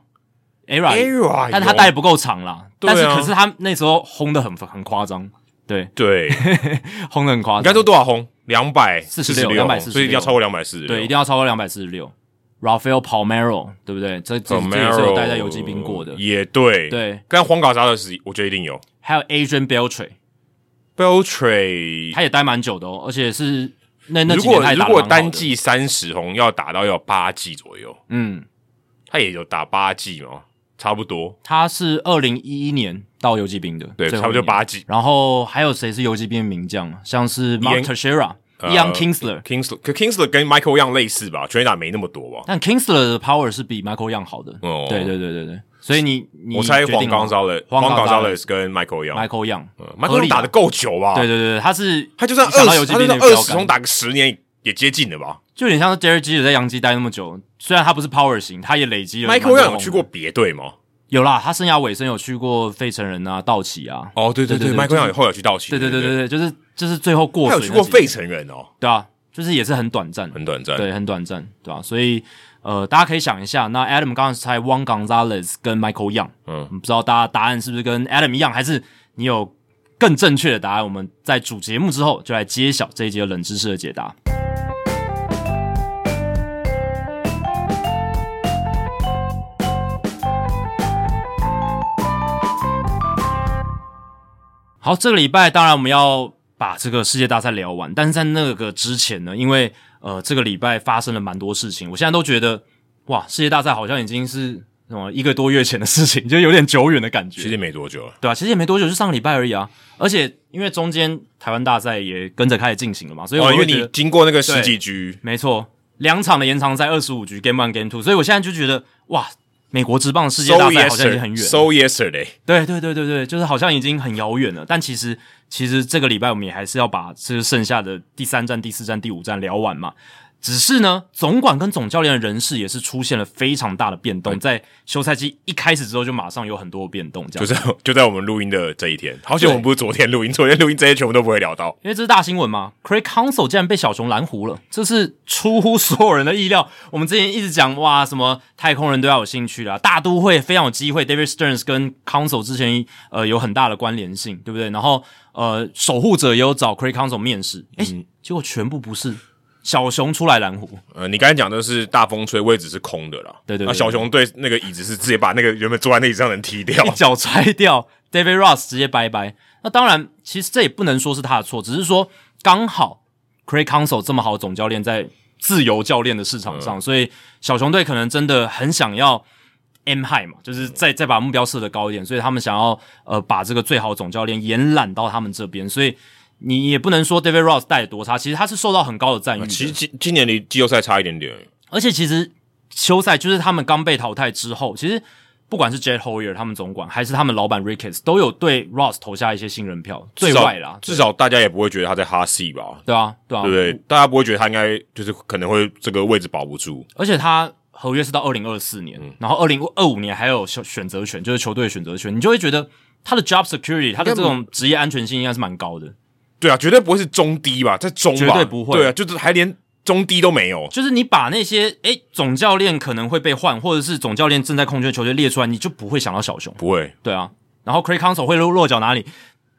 Speaker 1: Era，
Speaker 2: Era，
Speaker 1: 但他待得不够长啦，
Speaker 2: 对啊
Speaker 1: 但是可是他那时候轰的很很夸张，对，
Speaker 2: 对，你
Speaker 1: 轰的很夸
Speaker 2: 刚
Speaker 1: 张
Speaker 2: 说，多少轰？两百
Speaker 1: 46
Speaker 2: 246
Speaker 1: 246
Speaker 2: 所以一定要超过两百四十。
Speaker 1: 对，一定要超过两百四十六。Rafael Palmero 对不对？这这这也是有待在游击兵过的，
Speaker 2: Oh，也对。
Speaker 1: 对。
Speaker 2: 跟荒冈沙的是，我觉得一定有。
Speaker 1: 还有 Adrian Beltre，
Speaker 2: Beltray，
Speaker 1: 他也待蛮久的哦，而且是那那
Speaker 2: 如
Speaker 1: 几年
Speaker 2: 果
Speaker 1: 他也打
Speaker 2: 如
Speaker 1: 得
Speaker 2: 果
Speaker 1: 蛮好的
Speaker 2: 单，季三十红要打到要八季左右，
Speaker 1: 嗯，
Speaker 2: 他也有打八季嘛，差不多。
Speaker 1: 他是二零一一年到游击兵的，
Speaker 2: 对，
Speaker 1: 最
Speaker 2: 差
Speaker 1: 后
Speaker 2: 不
Speaker 1: 一
Speaker 2: 多
Speaker 1: 年。
Speaker 2: 就八季。
Speaker 1: 然后还有谁是游击兵的名将？啊像是 Mark
Speaker 2: Ian-
Speaker 1: Teixeira、
Speaker 2: 呃
Speaker 1: Ian Kinsler，
Speaker 2: Kingsler，可 Kingsler 跟 Michael Young 类似吧，全垒打没那么多吧。
Speaker 1: 但 Kinsler 的 power 是比 Michael Young 好的。
Speaker 2: 哦
Speaker 1: 对对对对对，所以你你
Speaker 2: 我猜
Speaker 1: 决定
Speaker 2: 黄冈
Speaker 1: 了
Speaker 2: 沙的，
Speaker 1: 黄冈
Speaker 2: 冈
Speaker 1: 沙
Speaker 2: 沙
Speaker 1: 勒
Speaker 2: 的跟 Michael Young，
Speaker 1: Michael Young，
Speaker 2: 嗯
Speaker 1: 合
Speaker 2: Michael
Speaker 1: 理啊
Speaker 2: Young 打的够久吧？
Speaker 1: 对对对，对他是
Speaker 2: 他就算
Speaker 1: 你
Speaker 2: 二
Speaker 1: 想到游
Speaker 2: 十，
Speaker 1: 击
Speaker 2: 他就
Speaker 1: 兵的
Speaker 2: 算
Speaker 1: 标
Speaker 2: 二
Speaker 1: 杆
Speaker 2: 十红打个十年也接近了吧。
Speaker 1: 就有点像是 Jerry G 在洋基待那么久，虽然他不是 power 型，他也累积了蛮
Speaker 2: Michael
Speaker 1: 多
Speaker 2: Young 有
Speaker 1: 红
Speaker 2: 去
Speaker 1: 的
Speaker 2: 过别队吗？
Speaker 1: 有啦，他生涯尾声有去过费城人啊、道奇啊，
Speaker 2: 哦，对
Speaker 1: 对对对
Speaker 2: m i c h a e l Young 有后来有去道奇，
Speaker 1: 对对对对对，就是就是最后过
Speaker 2: 他
Speaker 1: 水
Speaker 2: 有
Speaker 1: 那
Speaker 2: 去
Speaker 1: 几
Speaker 2: 过
Speaker 1: 年，
Speaker 2: 费城人哦，
Speaker 1: 对啊，就是也是很短暂，
Speaker 2: 很短暂。
Speaker 1: 对，很短暂，对吧、啊所以呃，大家可以想一下，那 Adam 刚才 Juan Gonzalez 跟 Michael Young，
Speaker 2: 嗯，
Speaker 1: 不知道大家答案是不是跟 Adam 一样，还是你有更正确的答案？我们在主节目之后就来揭晓这一节冷知识的解答。好，这个礼拜当然我们要把这个世界大赛聊完，但是在那个之前呢，因为呃这个礼拜发生了蛮多事情，我现在都觉得哇，世界大赛好像已经是什么一个多月前的事情，就 有点久远的感觉
Speaker 2: 其。实没多久了，
Speaker 1: 对啊，其实也没多久，就上个礼拜而已啊。而且因为中间台湾大赛也跟着开始进行了嘛，所以我
Speaker 2: 哦，
Speaker 1: 会
Speaker 2: 因为
Speaker 1: 觉
Speaker 2: 你
Speaker 1: 得
Speaker 2: 经过那个十几局，
Speaker 1: 没错，两场的延长赛二十五局 Game One Game Two，所以我现在就觉得哇，美国职棒世界
Speaker 2: So
Speaker 1: 大赛好像已经很
Speaker 2: yesterday,
Speaker 1: 远了
Speaker 2: so yesterday，
Speaker 1: 对对对对对，就是好像已经很遥远了。但其实其实这个礼拜我们也还是要把这剩下的第三站、第四站、第五站聊完嘛。只是呢，总管跟总教练的人事也是出现了非常大的变动，在休赛期一开始之后就马上有很多变动，这样
Speaker 2: 就在 就在我们录音的这一天。好险
Speaker 1: 对
Speaker 2: 我们不是昨天录音，昨天录音这些全部都不会聊到。
Speaker 1: 因为这是大新闻嘛，Craig Council 竟然被小熊蓝湖了，这是出乎所有人的意料。我们之前一直讲哇，什么太空人都要有兴趣啦，大都会非常有机会。David Stearns 跟 Council 之前呃有很大的关联性，对不对？然后呃，守护者也有找 Craig Council 面试，诶、结果全部不是，小熊出来蓝湖，
Speaker 2: 呃，你刚才讲的是大风吹，位置是空的啦。
Speaker 1: 对对对
Speaker 2: 那小熊对那个椅子是直接把那个原本坐在那椅子上的人踢掉
Speaker 1: 一。脚踹掉 David Ross 直接拜拜。那当然，其实这也不能说是他的错，只是说刚好 Craig Council 这么好的总教练在自由教练的市场上，所以小熊队可能真的很想要 M high 嘛，就是再再把目标设得高一点，所以他们想要呃把这个最好的总教练延揽到他们这边，所以你也不能说 David Ross 带得多差，其实他是受到很高的赞誉的。
Speaker 2: 呃其实今今年离季后赛差一点点，
Speaker 1: 而且其实休赛就是他们刚被淘汰之后，其实不管是 Jed Hoyer 他们总管，还是他们老板 Ricketts，都有对 Ross 投下一些信任票，最
Speaker 2: 至少
Speaker 1: 外啦，
Speaker 2: 至少大家也不会觉得他在哈戏吧，
Speaker 1: 对啊，对啊，
Speaker 2: 对不对？大家不会觉得他应该就是可能会这个位置保不住。
Speaker 1: 而且他合约是到二零二四年，
Speaker 2: 嗯
Speaker 1: 然后二零二五年还有选选择权，就是球队的选择权，你就会觉得他的 job security，他的这种职业安全性应该是蛮高的。
Speaker 2: 对啊，绝对不会是中低吧，在中吧，
Speaker 1: 绝对不会
Speaker 2: 对啊，就是还连中低都没有。
Speaker 1: 就是你把那些诶、总教练可能会被换，或者是总教练正在控制的球队列出来，你就不会想到小熊。
Speaker 2: 不会，
Speaker 1: 对啊，然后 Craig Council 会落落脚哪里？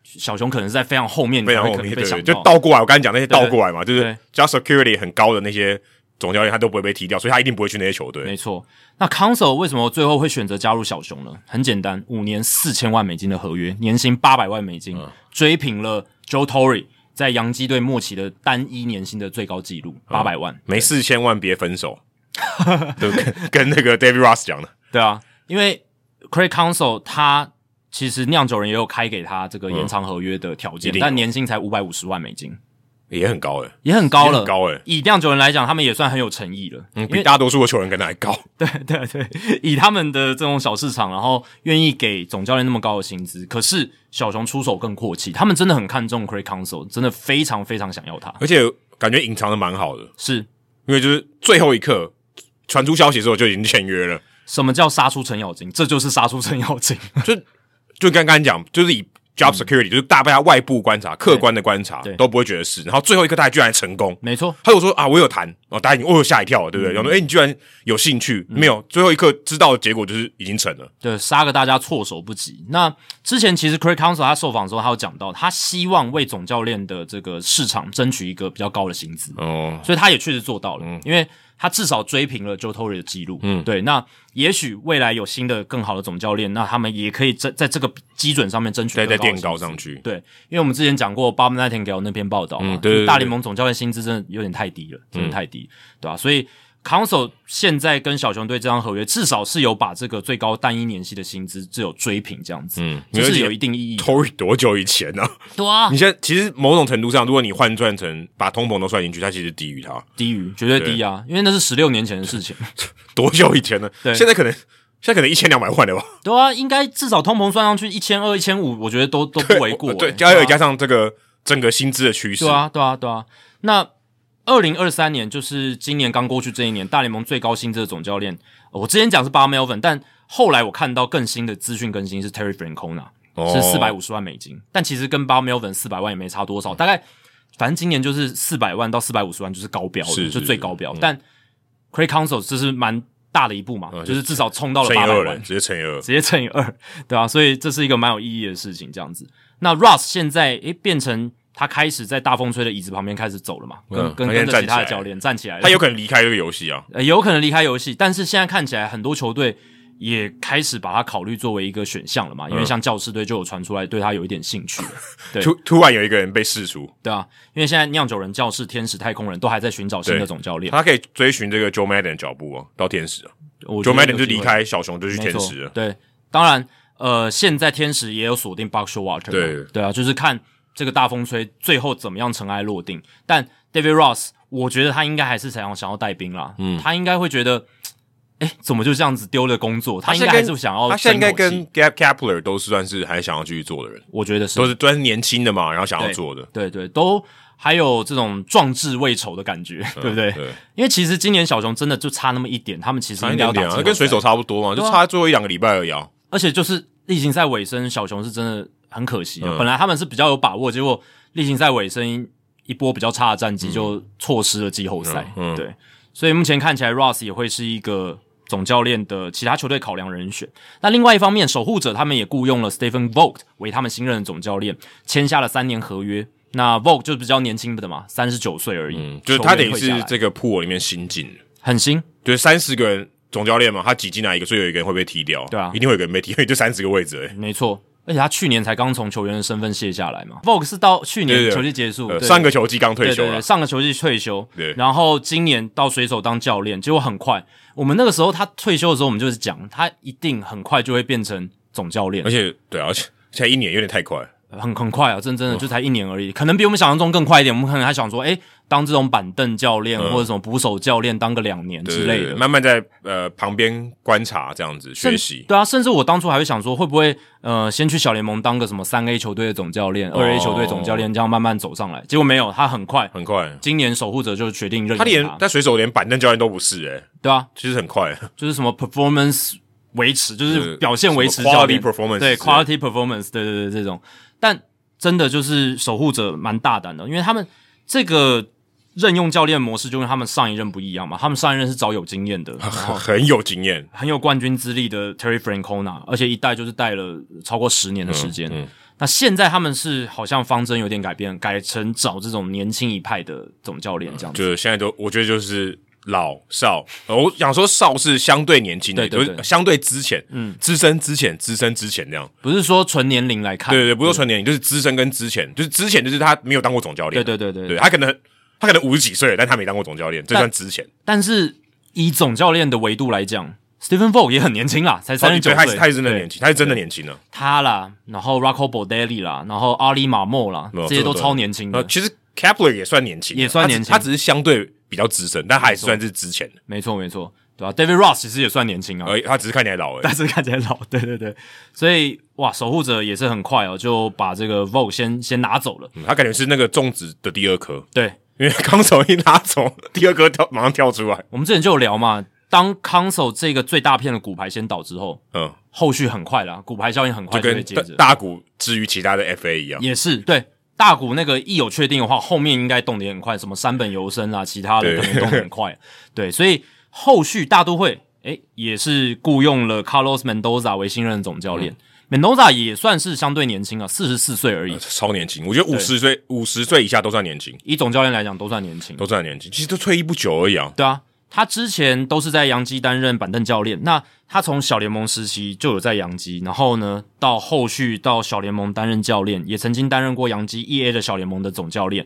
Speaker 1: 小熊可能是在非常后面，
Speaker 2: 非常
Speaker 1: 你才会
Speaker 2: 后
Speaker 1: 可
Speaker 2: 面，
Speaker 1: 能
Speaker 2: 对
Speaker 1: 被
Speaker 2: 对，
Speaker 1: 想
Speaker 2: 就倒过来。我刚才讲那些倒过来嘛，就是
Speaker 1: 对
Speaker 2: 只要 security 很高的那些总教练，他都不会被踢掉，所以他一定不会去那些球队。
Speaker 1: 没错。那 Council 为什么最后会选择加入小熊呢？很简单，五年四千万美金的合约，年薪八百万美金，
Speaker 2: 嗯
Speaker 1: 追平了 Joe Torre 在洋基队末期的单一年薪的最高纪
Speaker 2: 嗯
Speaker 1: 录八百万。
Speaker 2: 没事，千万别 分手。对，跟跟那个 David Ross 讲的，
Speaker 1: 对啊，因为 Craig Council 他其实酿酒人也有开给他这个延长合约的条
Speaker 2: 嗯一
Speaker 1: 件，
Speaker 2: 定有
Speaker 1: 但年薪才五百五十万美金，
Speaker 2: 也很高诶、
Speaker 1: 也很高
Speaker 2: 也
Speaker 1: 了。
Speaker 2: 很高诶、欸
Speaker 1: 以酿酒人来讲，他们也算很有诚意了，因
Speaker 2: 嗯，
Speaker 1: 为
Speaker 2: 比大多数的球员跟他还高。
Speaker 1: 对对，以他们的这种小市场，然后愿意给总教练那么高的薪资，可是小熊出手更阔气，他们真的很看重 Craig Council，真的非常非常想要他。
Speaker 2: 而且感觉隐藏的蛮好的，
Speaker 1: 是
Speaker 2: 因为就是最后一刻传出消息之后就已经签约了。
Speaker 1: 什么叫杀出程咬金？这就是杀出程咬金。
Speaker 2: 就刚刚讲，就是以 job security，、就是大家外部观察、客观的观察
Speaker 1: 嗯对
Speaker 2: 都不会觉得是，然后最后一刻他还居然成功。
Speaker 1: 没错，
Speaker 2: 他有说啊，我有谈，哦，大家已经哦吓一跳了，
Speaker 1: 嗯
Speaker 2: 对不对？然后说，哎、你居然有兴趣？没有，最后一刻知道的结果就是已经成了。
Speaker 1: 对，杀个大家措手不及。那之前其实 Craig Council 他受访的时候，他有讲到，他希望为总教练的这个市场争取一个比较高的薪资。
Speaker 2: 哦，
Speaker 1: 所以他也确实做到
Speaker 2: 嗯
Speaker 1: 了，因为他至少追平了 Joe Torre 的记录。嗯，对。那也许未来有新的更好的总教练，那他们也可以在在这个基准上面争取
Speaker 2: 再
Speaker 1: 更
Speaker 2: 再
Speaker 1: 的
Speaker 2: 垫
Speaker 1: 薪
Speaker 2: 高
Speaker 1: 资
Speaker 2: 上。去，
Speaker 1: 对，因为我们之前讲过 Bob Nightingale 那篇报道嘛，
Speaker 2: 嗯对对
Speaker 1: 就是大
Speaker 2: 对嗯
Speaker 1: 联盟总教练薪资真的有点太低了，真的太低，对啊吧、所以 Council 现在跟小熊队这张合约，至少是有把这个最高单一年薪的薪资只有追平这样子，嗯，这
Speaker 2: 而
Speaker 1: 是
Speaker 2: 且
Speaker 1: 有一定意义的。
Speaker 2: Tory 多久以前呢、啊？
Speaker 1: 对啊
Speaker 2: 你，现在其实某种程度上，如果你换算成把通膨都算进去，它其实低于它
Speaker 1: 低于绝对低啊，因为那是十六年前的事情。
Speaker 2: 多久以前呢？
Speaker 1: 对
Speaker 2: 现在可能现在可能一千两百万了吧？
Speaker 1: 对啊，应该至少通膨算上去一千二、一千五，我觉得 都都不为过、欸
Speaker 2: 对，加
Speaker 1: 啊
Speaker 2: 加上这个整个薪资的趋势，
Speaker 1: 对啊，对啊，对啊。那二零二三年就是今年刚过去这一年，大联盟最高薪资的总教练，呃我之前讲是巴 Melvin，但后来我看到更新的资讯更新是 Terry Francona，、
Speaker 2: 哦
Speaker 1: 是四百五十万美金，但其实跟巴 Melvin 四百万也没差多
Speaker 2: 嗯
Speaker 1: 少，大概反正今年就是四百万到四百五十万就是高标了，
Speaker 2: 是是嗯
Speaker 1: 就最高标。但 Craig Council 这是蛮大的一步嘛，就是至少冲到了
Speaker 2: 哦乘以
Speaker 1: 八百
Speaker 2: 二
Speaker 1: 万
Speaker 2: 了，，直接乘以二。
Speaker 1: 直接乘以二，对啊，所以这是一个蛮有意义的事情，这样子。那 Russ 现在诶变成他开始在大风吹的椅子旁边开始走了嘛，跟、
Speaker 2: 嗯
Speaker 1: 跟
Speaker 2: 他
Speaker 1: 跟
Speaker 2: 现在
Speaker 1: 着其他
Speaker 2: 站
Speaker 1: 的
Speaker 2: 起来
Speaker 1: 教练站起来了，
Speaker 2: 他有可能离开这个游戏啊，
Speaker 1: 呃有可能离开游戏，但是现在看起来很多球队也开始把他考虑作为一个选项了嘛，因
Speaker 2: 嗯
Speaker 1: 为像教士队就有传出来对他有一点兴趣了，对
Speaker 2: 突突然有一个人被释出，
Speaker 1: 对啊，因为现在酿酒人、教士、天使、太空人都还在寻找新的
Speaker 2: 对
Speaker 1: 总教练，
Speaker 2: 他可以追寻这个 Joe Madden 的脚步啊，到天使啊。
Speaker 1: 我觉
Speaker 2: Joe
Speaker 1: 得
Speaker 2: Madden
Speaker 1: 有
Speaker 2: 就
Speaker 1: 机
Speaker 2: 离
Speaker 1: 会
Speaker 2: 开小熊，就去
Speaker 1: 没
Speaker 2: 天
Speaker 1: 错，
Speaker 2: 使了。
Speaker 1: 对，当然，呃，现在天使也有锁定 Buck Showalter，嘛
Speaker 2: 对
Speaker 1: 对啊，就是看这个大风吹最后怎么样尘埃落定。但 David Ross，我觉得他应该还是想要想要带兵啦，嗯，他应该会觉得，哎、哎，怎么就这样子丢了工作？他应
Speaker 2: 现
Speaker 1: 该
Speaker 2: 在
Speaker 1: 还
Speaker 2: 跟
Speaker 1: 是想要
Speaker 2: 他现在应该
Speaker 1: 争口气
Speaker 2: 跟 Gap Kepler 都是算是还想要继续做的人，
Speaker 1: 我觉得是
Speaker 2: 都是都是年轻的嘛，然后想要做的，
Speaker 1: 对对，都还有这种壮志未酬的感觉， 对不对？
Speaker 2: 嗯对，
Speaker 1: 因为其实今年小熊真的就差那么一点，他们其实
Speaker 2: 差一
Speaker 1: 应该要打
Speaker 2: 点点
Speaker 1: 季
Speaker 2: 啊，
Speaker 1: 后
Speaker 2: 跟水
Speaker 1: 赛
Speaker 2: 手差不多嘛，就
Speaker 1: 对啊
Speaker 2: 差最后一两个礼拜而已啊。
Speaker 1: 而且就是例行赛尾声，小熊是真的很可惜、啊
Speaker 2: 嗯
Speaker 1: 本来他们是比较有把握，结果例行赛尾声一波比较差的战绩就错失了季后赛。
Speaker 2: 嗯嗯嗯
Speaker 1: 对，所以目前看起来 Ross 也会是一个总教练的其他球队考量人选。那另外一方面，守护者他们也雇佣了 Stephen Vogt 为他们新任的总教练，签下了三年合约。那 Vogt 就是比较年轻的嘛，三十九岁而已，
Speaker 2: 嗯，就是他
Speaker 1: 球
Speaker 2: 等
Speaker 1: 员
Speaker 2: 于
Speaker 1: 退下
Speaker 2: 是
Speaker 1: 来
Speaker 2: 这个 pool 里面新进的，
Speaker 1: 很新，
Speaker 2: 就是三十个人总教练嘛，他挤进来一个，所以有一个人会被踢掉，
Speaker 1: 对啊
Speaker 2: 一定会有一个人被踢， 因为就三十个位置而已。
Speaker 1: 没错。而且他去年才刚从球员的身份卸下来嘛，Vogt 是到去
Speaker 2: 对
Speaker 1: 年
Speaker 2: 对对
Speaker 1: 球季结束，
Speaker 2: 呃，
Speaker 1: 对
Speaker 2: 上个球季刚退休啊
Speaker 1: 对对
Speaker 2: 了
Speaker 1: 对，，上个球季退休，
Speaker 2: 对
Speaker 1: 然后今年到水手当教练，结果很快，我们那个时候他退休的时候，我们就是讲他一定很快就会变成总教练
Speaker 2: 而，且对啊，而且现在一年有点太快了，
Speaker 1: 很很快啊，真真的就才一年而已，可能比我们想象中更快一点，我们可能还想说，哎，当这种板凳教练或者什么捕手教练当个两年
Speaker 2: 嗯对
Speaker 1: 之
Speaker 2: 对
Speaker 1: 类
Speaker 2: 对
Speaker 1: 的。
Speaker 2: 慢慢在呃旁边观察这样子
Speaker 1: 甚
Speaker 2: 学习。
Speaker 1: 对啊，甚至我当初还会想说，会不会呃，先去小联盟当个什么三 A 球队的总教练、二
Speaker 2: 哦
Speaker 1: A 球队总教练，这样慢慢走上来。结果没有，他很快，
Speaker 2: 很快，
Speaker 1: 今年守护者就决定认
Speaker 2: 他
Speaker 1: 养
Speaker 2: 连在水手连板凳教练都不是哎、欸
Speaker 1: 对啊，
Speaker 2: 其实很快，
Speaker 1: 就是什么 performance 维持，就是表现维持
Speaker 2: 什么
Speaker 1: 教练
Speaker 2: quality
Speaker 1: 对
Speaker 2: performance 之类的
Speaker 1: quality performance，对对对这种，但真的就是守护者蛮大胆的，因为他们这个任用教练模式就跟他们上一任不一样嘛，他们上一任是找有经验的，然后
Speaker 2: 很有经验。
Speaker 1: 很有冠军资历的 Terry Francona，而且一带就是带了超过十年的时间。
Speaker 2: 嗯嗯
Speaker 1: 那现在他们是好像方针有点改变，改成找这种年轻一派的总教练这样子。
Speaker 2: 就是现在都，我觉得就是老少，呃我想说少是相对年轻的，
Speaker 1: 对对
Speaker 2: 就是
Speaker 1: 对
Speaker 2: 相对之前，嗯，资深之前，资深之前那样，
Speaker 1: 不是说纯年龄来看，
Speaker 2: 对对对，不是说纯年龄，就是资深跟之前，就是之前就是他没有当过总教练，啊
Speaker 1: 对对对对
Speaker 2: 对，他可能他可能五十几岁了，但他没当过总教练，这
Speaker 1: 但
Speaker 2: 算之前，
Speaker 1: 但是以总教练的维度来讲，Stephen Vogt 也很年轻啦，才三十九
Speaker 2: 哦对他
Speaker 1: 岁，
Speaker 2: 他是真的
Speaker 1: 对
Speaker 2: 年轻，他是真的年轻啊了，
Speaker 1: 他啦，然后 Rocco Baldelli 啦，然后阿里马莫啦，
Speaker 2: 没有
Speaker 1: 这些都
Speaker 2: 对
Speaker 1: 超年轻
Speaker 2: 呃，
Speaker 1: 的，
Speaker 2: 其实 Kepler 也算年轻，
Speaker 1: 嗯
Speaker 2: 啊
Speaker 1: 也算年轻
Speaker 2: 他只他只是相对比较资深，但他也算是之前的，
Speaker 1: 没错没错，对吧、David Ross 其实也算年轻啊，
Speaker 2: 而他只是看起来老而已
Speaker 1: 但。是看起来老，对对对，所以哇，守护者也是很快哦，就把这个 Vogt 先先拿走了，
Speaker 2: 嗯他感觉是那个种植的第二颗，
Speaker 1: 对
Speaker 2: 因为刚从一拉走，第二颗跳马上跳出来，
Speaker 1: 我们之前就有聊嘛，当 Council 这个最大片的骨牌先倒之后，
Speaker 2: 嗯，
Speaker 1: 后续很快啦，骨牌效应很快
Speaker 2: 就
Speaker 1: 就会
Speaker 2: 跟
Speaker 1: 接
Speaker 2: 大
Speaker 1: 着。
Speaker 2: 大股之于其他的 FA 一样，
Speaker 1: 也是对大股那个一有确定的话，后面应该动得也很快，什么山本由生啊，其他的
Speaker 2: 对
Speaker 1: 可能动得很快。对，所以后续大都会诶也是雇佣了 Carlos Mendoza 为新任总教练。Mendoza
Speaker 2: 嗯
Speaker 1: 也算是相对年轻啊，四十四岁而已，
Speaker 2: 超年轻。我觉得五十岁、五十岁以下都算年轻，
Speaker 1: 以总教练来讲都算年轻。
Speaker 2: 都算年轻。其实都退役不久而已啊。
Speaker 1: 对啊，他之前都是在洋基担任板凳教练。那他从小联盟时期就有在洋基，然后呢，到后续到小联盟担任教练，也曾经担任过洋基 E A 的小联盟的总教练，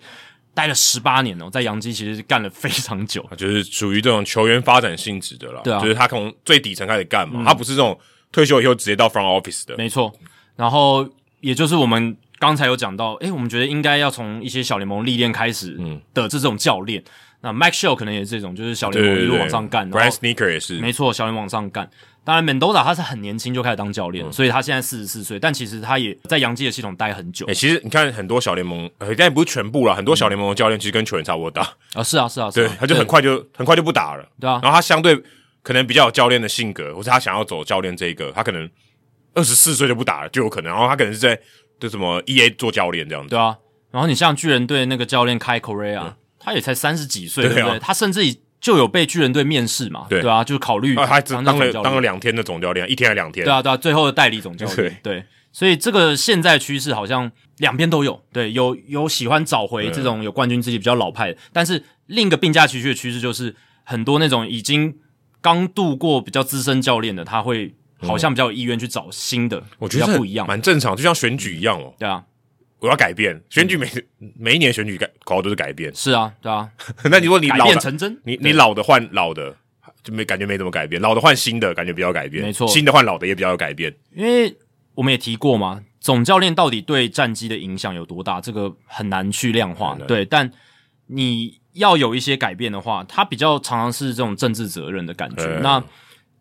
Speaker 1: 待了十八年哦，在洋基其实干了非常久。
Speaker 2: 啊就是属于这种球员发展性质的啦。
Speaker 1: 对啊嗯
Speaker 2: 就是他从最底层开始干嘛，他不是这种退休以后直接到 front office 的。
Speaker 1: 没错，然后也就是我们刚才有讲到，诶，我们觉得应该要从一些小联盟历练开始
Speaker 2: 嗯
Speaker 1: 的这种教练。那 Max Shaw 可能也是这种，就是小
Speaker 2: 对
Speaker 1: 联盟
Speaker 2: 对对
Speaker 1: 一路
Speaker 2: 对
Speaker 1: 往上干，然
Speaker 2: ，Brian
Speaker 1: 后
Speaker 2: Sneaker 也是，
Speaker 1: 没错，小联盟往上干。当然，Mendoza 他是很年轻就开始当教练，
Speaker 2: 嗯
Speaker 1: 所以他现在四十四岁，但其实他也在洋基的系统待很久
Speaker 2: 哎、其实你看很多小联盟，呃，但也不是全部啦，很多小联盟的教练其实跟球员差不多大，
Speaker 1: 啊。是啊，是啊，是
Speaker 2: 对
Speaker 1: 啊，，
Speaker 2: 他就很快就很快就不打了。
Speaker 1: 对啊
Speaker 2: 然后他相对可能比较有教练的性格，或是他想要走教练这一个，他可能二十四岁就不打了，就有可能。然后他可能是在就什么 E A 做教练这样子，
Speaker 1: 对啊。然后你像巨人队那个教练 Kai Correa，、他也才三十几岁，
Speaker 2: 对啊
Speaker 1: 不对？他甚至已就有被巨人队面试嘛，
Speaker 2: 对
Speaker 1: 啊，就考虑
Speaker 2: 啊，他只
Speaker 1: 当
Speaker 2: 当
Speaker 1: 总
Speaker 2: 了
Speaker 1: 教
Speaker 2: 当了
Speaker 1: 练，
Speaker 2: 两天的总教练，一天还两天，
Speaker 1: 对啊，对啊，最后的代理总教练，对。所以这个现在趋势好像两边都有，对，有有喜欢找
Speaker 2: 啊
Speaker 1: 回这种有冠军自己比较老派的，但是另一个并驾齐驱的趋势就是很多那种已经刚度过比较资深教练的，他会好像比较有意愿去找新的，
Speaker 2: 嗯我觉得
Speaker 1: 比
Speaker 2: 这
Speaker 1: 较不一样，
Speaker 2: 蛮正常，就像选举一样哦。
Speaker 1: 对啊，
Speaker 2: 我要改变选举每，每一年选举改搞的都是改变。
Speaker 1: 是啊，对啊，
Speaker 2: 那如果你
Speaker 1: 改
Speaker 2: 老
Speaker 1: 变
Speaker 2: 的，
Speaker 1: 成真，
Speaker 2: 你你老的换老的，就没感觉没怎么改变；老的换新的，感觉比较改变。
Speaker 1: 没错
Speaker 2: 新的换老的也比较有改变。
Speaker 1: 因为我们也提过嘛，总教练到底对战绩的影响有多大，这个很难去量化
Speaker 2: 很。难
Speaker 1: 对，但你要有一些改变的话，他比较常常是这种政治责任的感觉。
Speaker 2: 嗯
Speaker 1: 那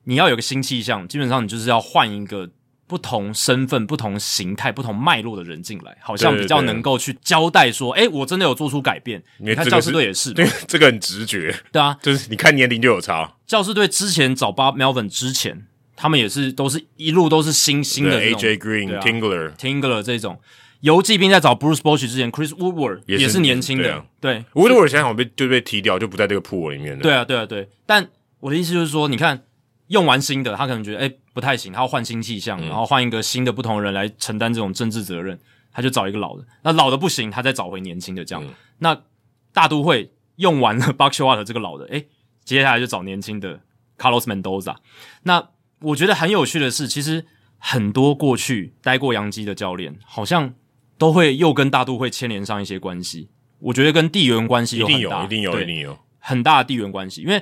Speaker 1: 你要有个新气象，基本上你就是要换一个不同身份、不同形态、不同脉络的人进来，好像
Speaker 2: 对对
Speaker 1: 比较
Speaker 2: 对
Speaker 1: 能够去交代说，哎、我真的有做出改变。
Speaker 2: 因为
Speaker 1: 你看
Speaker 2: 这个
Speaker 1: 教士
Speaker 2: 是
Speaker 1: 队也是嘛，
Speaker 2: 对，这个很直觉，
Speaker 1: 对啊，
Speaker 2: 就是你看年龄就有差。
Speaker 1: 教士队之前找 Bob Melvin 之前，他们也是都是一路都是新新的
Speaker 2: 对
Speaker 1: 那种
Speaker 2: ，AJ Green、
Speaker 1: 对啊
Speaker 2: Tingler，
Speaker 1: Tingler 这种游击兵在找 Bruce Bosch 之前，Chris Woodward
Speaker 2: 也
Speaker 1: 也
Speaker 2: 是
Speaker 1: 年轻的，
Speaker 2: 对啊
Speaker 1: 对
Speaker 2: 我如果想想，我被就被踢掉，就不在这个 pool 里面了。
Speaker 1: 对啊，对啊，对。但我的意思就是说，你看用完新的，他可能觉得哎、诶不太行，他要换新气
Speaker 2: 嗯
Speaker 1: 象，然后换一个新的不同人来承担这种政治责任，他就找一个老的。那老的不行，他再找回年轻的这样。
Speaker 2: 嗯
Speaker 1: 那大都会用完了 b u c k s h o t 这个老的，哎、接下来就找年轻的 Carlos Mendoza。那我觉得很有趣的是，其实很多过去待过洋基的教练，好像都会又跟大都会牵连上一些关系。我觉得跟地缘关系
Speaker 2: 一定
Speaker 1: 很
Speaker 2: 有，
Speaker 1: 大，
Speaker 2: 一定有，
Speaker 1: 对
Speaker 2: 一定有。
Speaker 1: 很大的地缘关系，因为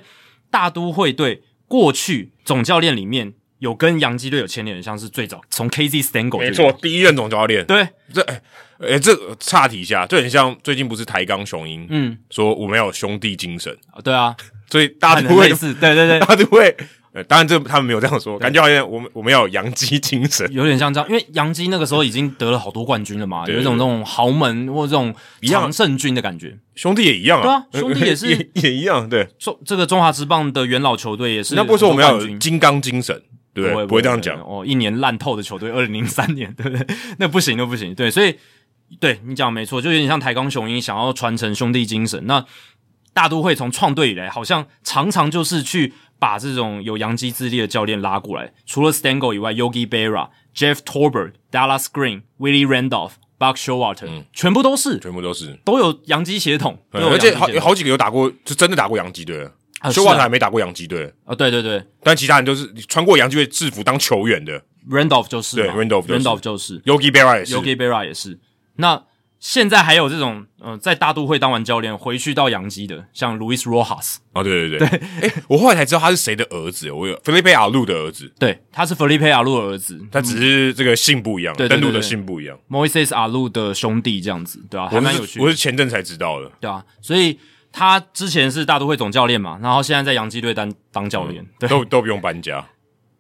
Speaker 1: 大都会队过去总教练里面有跟洋基队有牵连的，像是最早从 KZ Stango
Speaker 2: 没错，，第一任总教练，
Speaker 1: 对，
Speaker 2: 这哎、哎这个岔题一下，就很像最近不是抬杠雄鹰、
Speaker 1: 嗯，
Speaker 2: 说我们要有兄弟精神，
Speaker 1: 对啊，
Speaker 2: 所以大
Speaker 1: 很
Speaker 2: 都会
Speaker 1: 类似，对对 对，
Speaker 2: 大都会，呃，当然这他们没有这样说，感觉好像我们我们要有洋基精 神，
Speaker 1: 有点像这样，因为洋基那个时候已经得了好多冠军了嘛，
Speaker 2: 对
Speaker 1: 有一种这种豪门或这种
Speaker 2: 样
Speaker 1: 常胜军的感觉。
Speaker 2: 兄弟也一样啊，
Speaker 1: 对啊兄弟 也是
Speaker 2: 也也一样，对。
Speaker 1: 中这个中华职棒的元老球队也是，
Speaker 2: 那不会说我们要有
Speaker 1: 军。
Speaker 2: 金刚精神，对不对？不会这样讲，
Speaker 1: 哦，一年烂透的球队，二零零三 年，对不对？那不行，那不行。对，所以对你讲得没错，就有点像台钢雄鹰想要传承兄弟精神。那大都会从创队以来，好像常常就是去把这种有洋基资历的教练拉过来，除了 Stango 以外，Yogi Berra、Jeff Torbert、Dallas Green、Willie Randolph、Buck Showalter，、全部都是
Speaker 2: 嗯全部都是。呃
Speaker 1: 都有洋基血统，都有
Speaker 2: 而且
Speaker 1: 洋基
Speaker 2: 好
Speaker 1: 血
Speaker 2: 有
Speaker 1: 统
Speaker 2: 好几个有打过，就真的打过洋基队了。
Speaker 1: 啊
Speaker 2: 休
Speaker 1: 是啊
Speaker 2: 瓦特还没打过洋基队，
Speaker 1: 啊，对对对，
Speaker 2: 但其他人都是穿过洋基队制服当球员的。
Speaker 1: Randolph 就是
Speaker 2: 对
Speaker 1: 嘛
Speaker 2: Randolph 就是
Speaker 1: Randolph 就是
Speaker 2: Yogi Berra 也是，
Speaker 1: Yogi Berra 也是。那现在还有这种，呃，在大都会当完教练回去到洋基的，像 Luis Rojas，
Speaker 2: 哦，对对对，哎、我后来才知道他是谁的儿子，我有菲利佩阿路的儿子，
Speaker 1: 对，他是 Felipe 阿路的儿子
Speaker 2: 他只是这个姓不一样，
Speaker 1: 嗯对对对
Speaker 2: 登录的
Speaker 1: 对
Speaker 2: 姓不一样。
Speaker 1: ，Moises 阿路的兄弟，这样子，对吧、啊？还
Speaker 2: 我
Speaker 1: 蛮
Speaker 2: 是
Speaker 1: 有趣
Speaker 2: 我
Speaker 1: 的，
Speaker 2: 是前阵才知道的，
Speaker 1: 对啊。所以他之前是大都会总教练嘛，然后现在在洋基队当当教练，对，
Speaker 2: 都都不用搬家。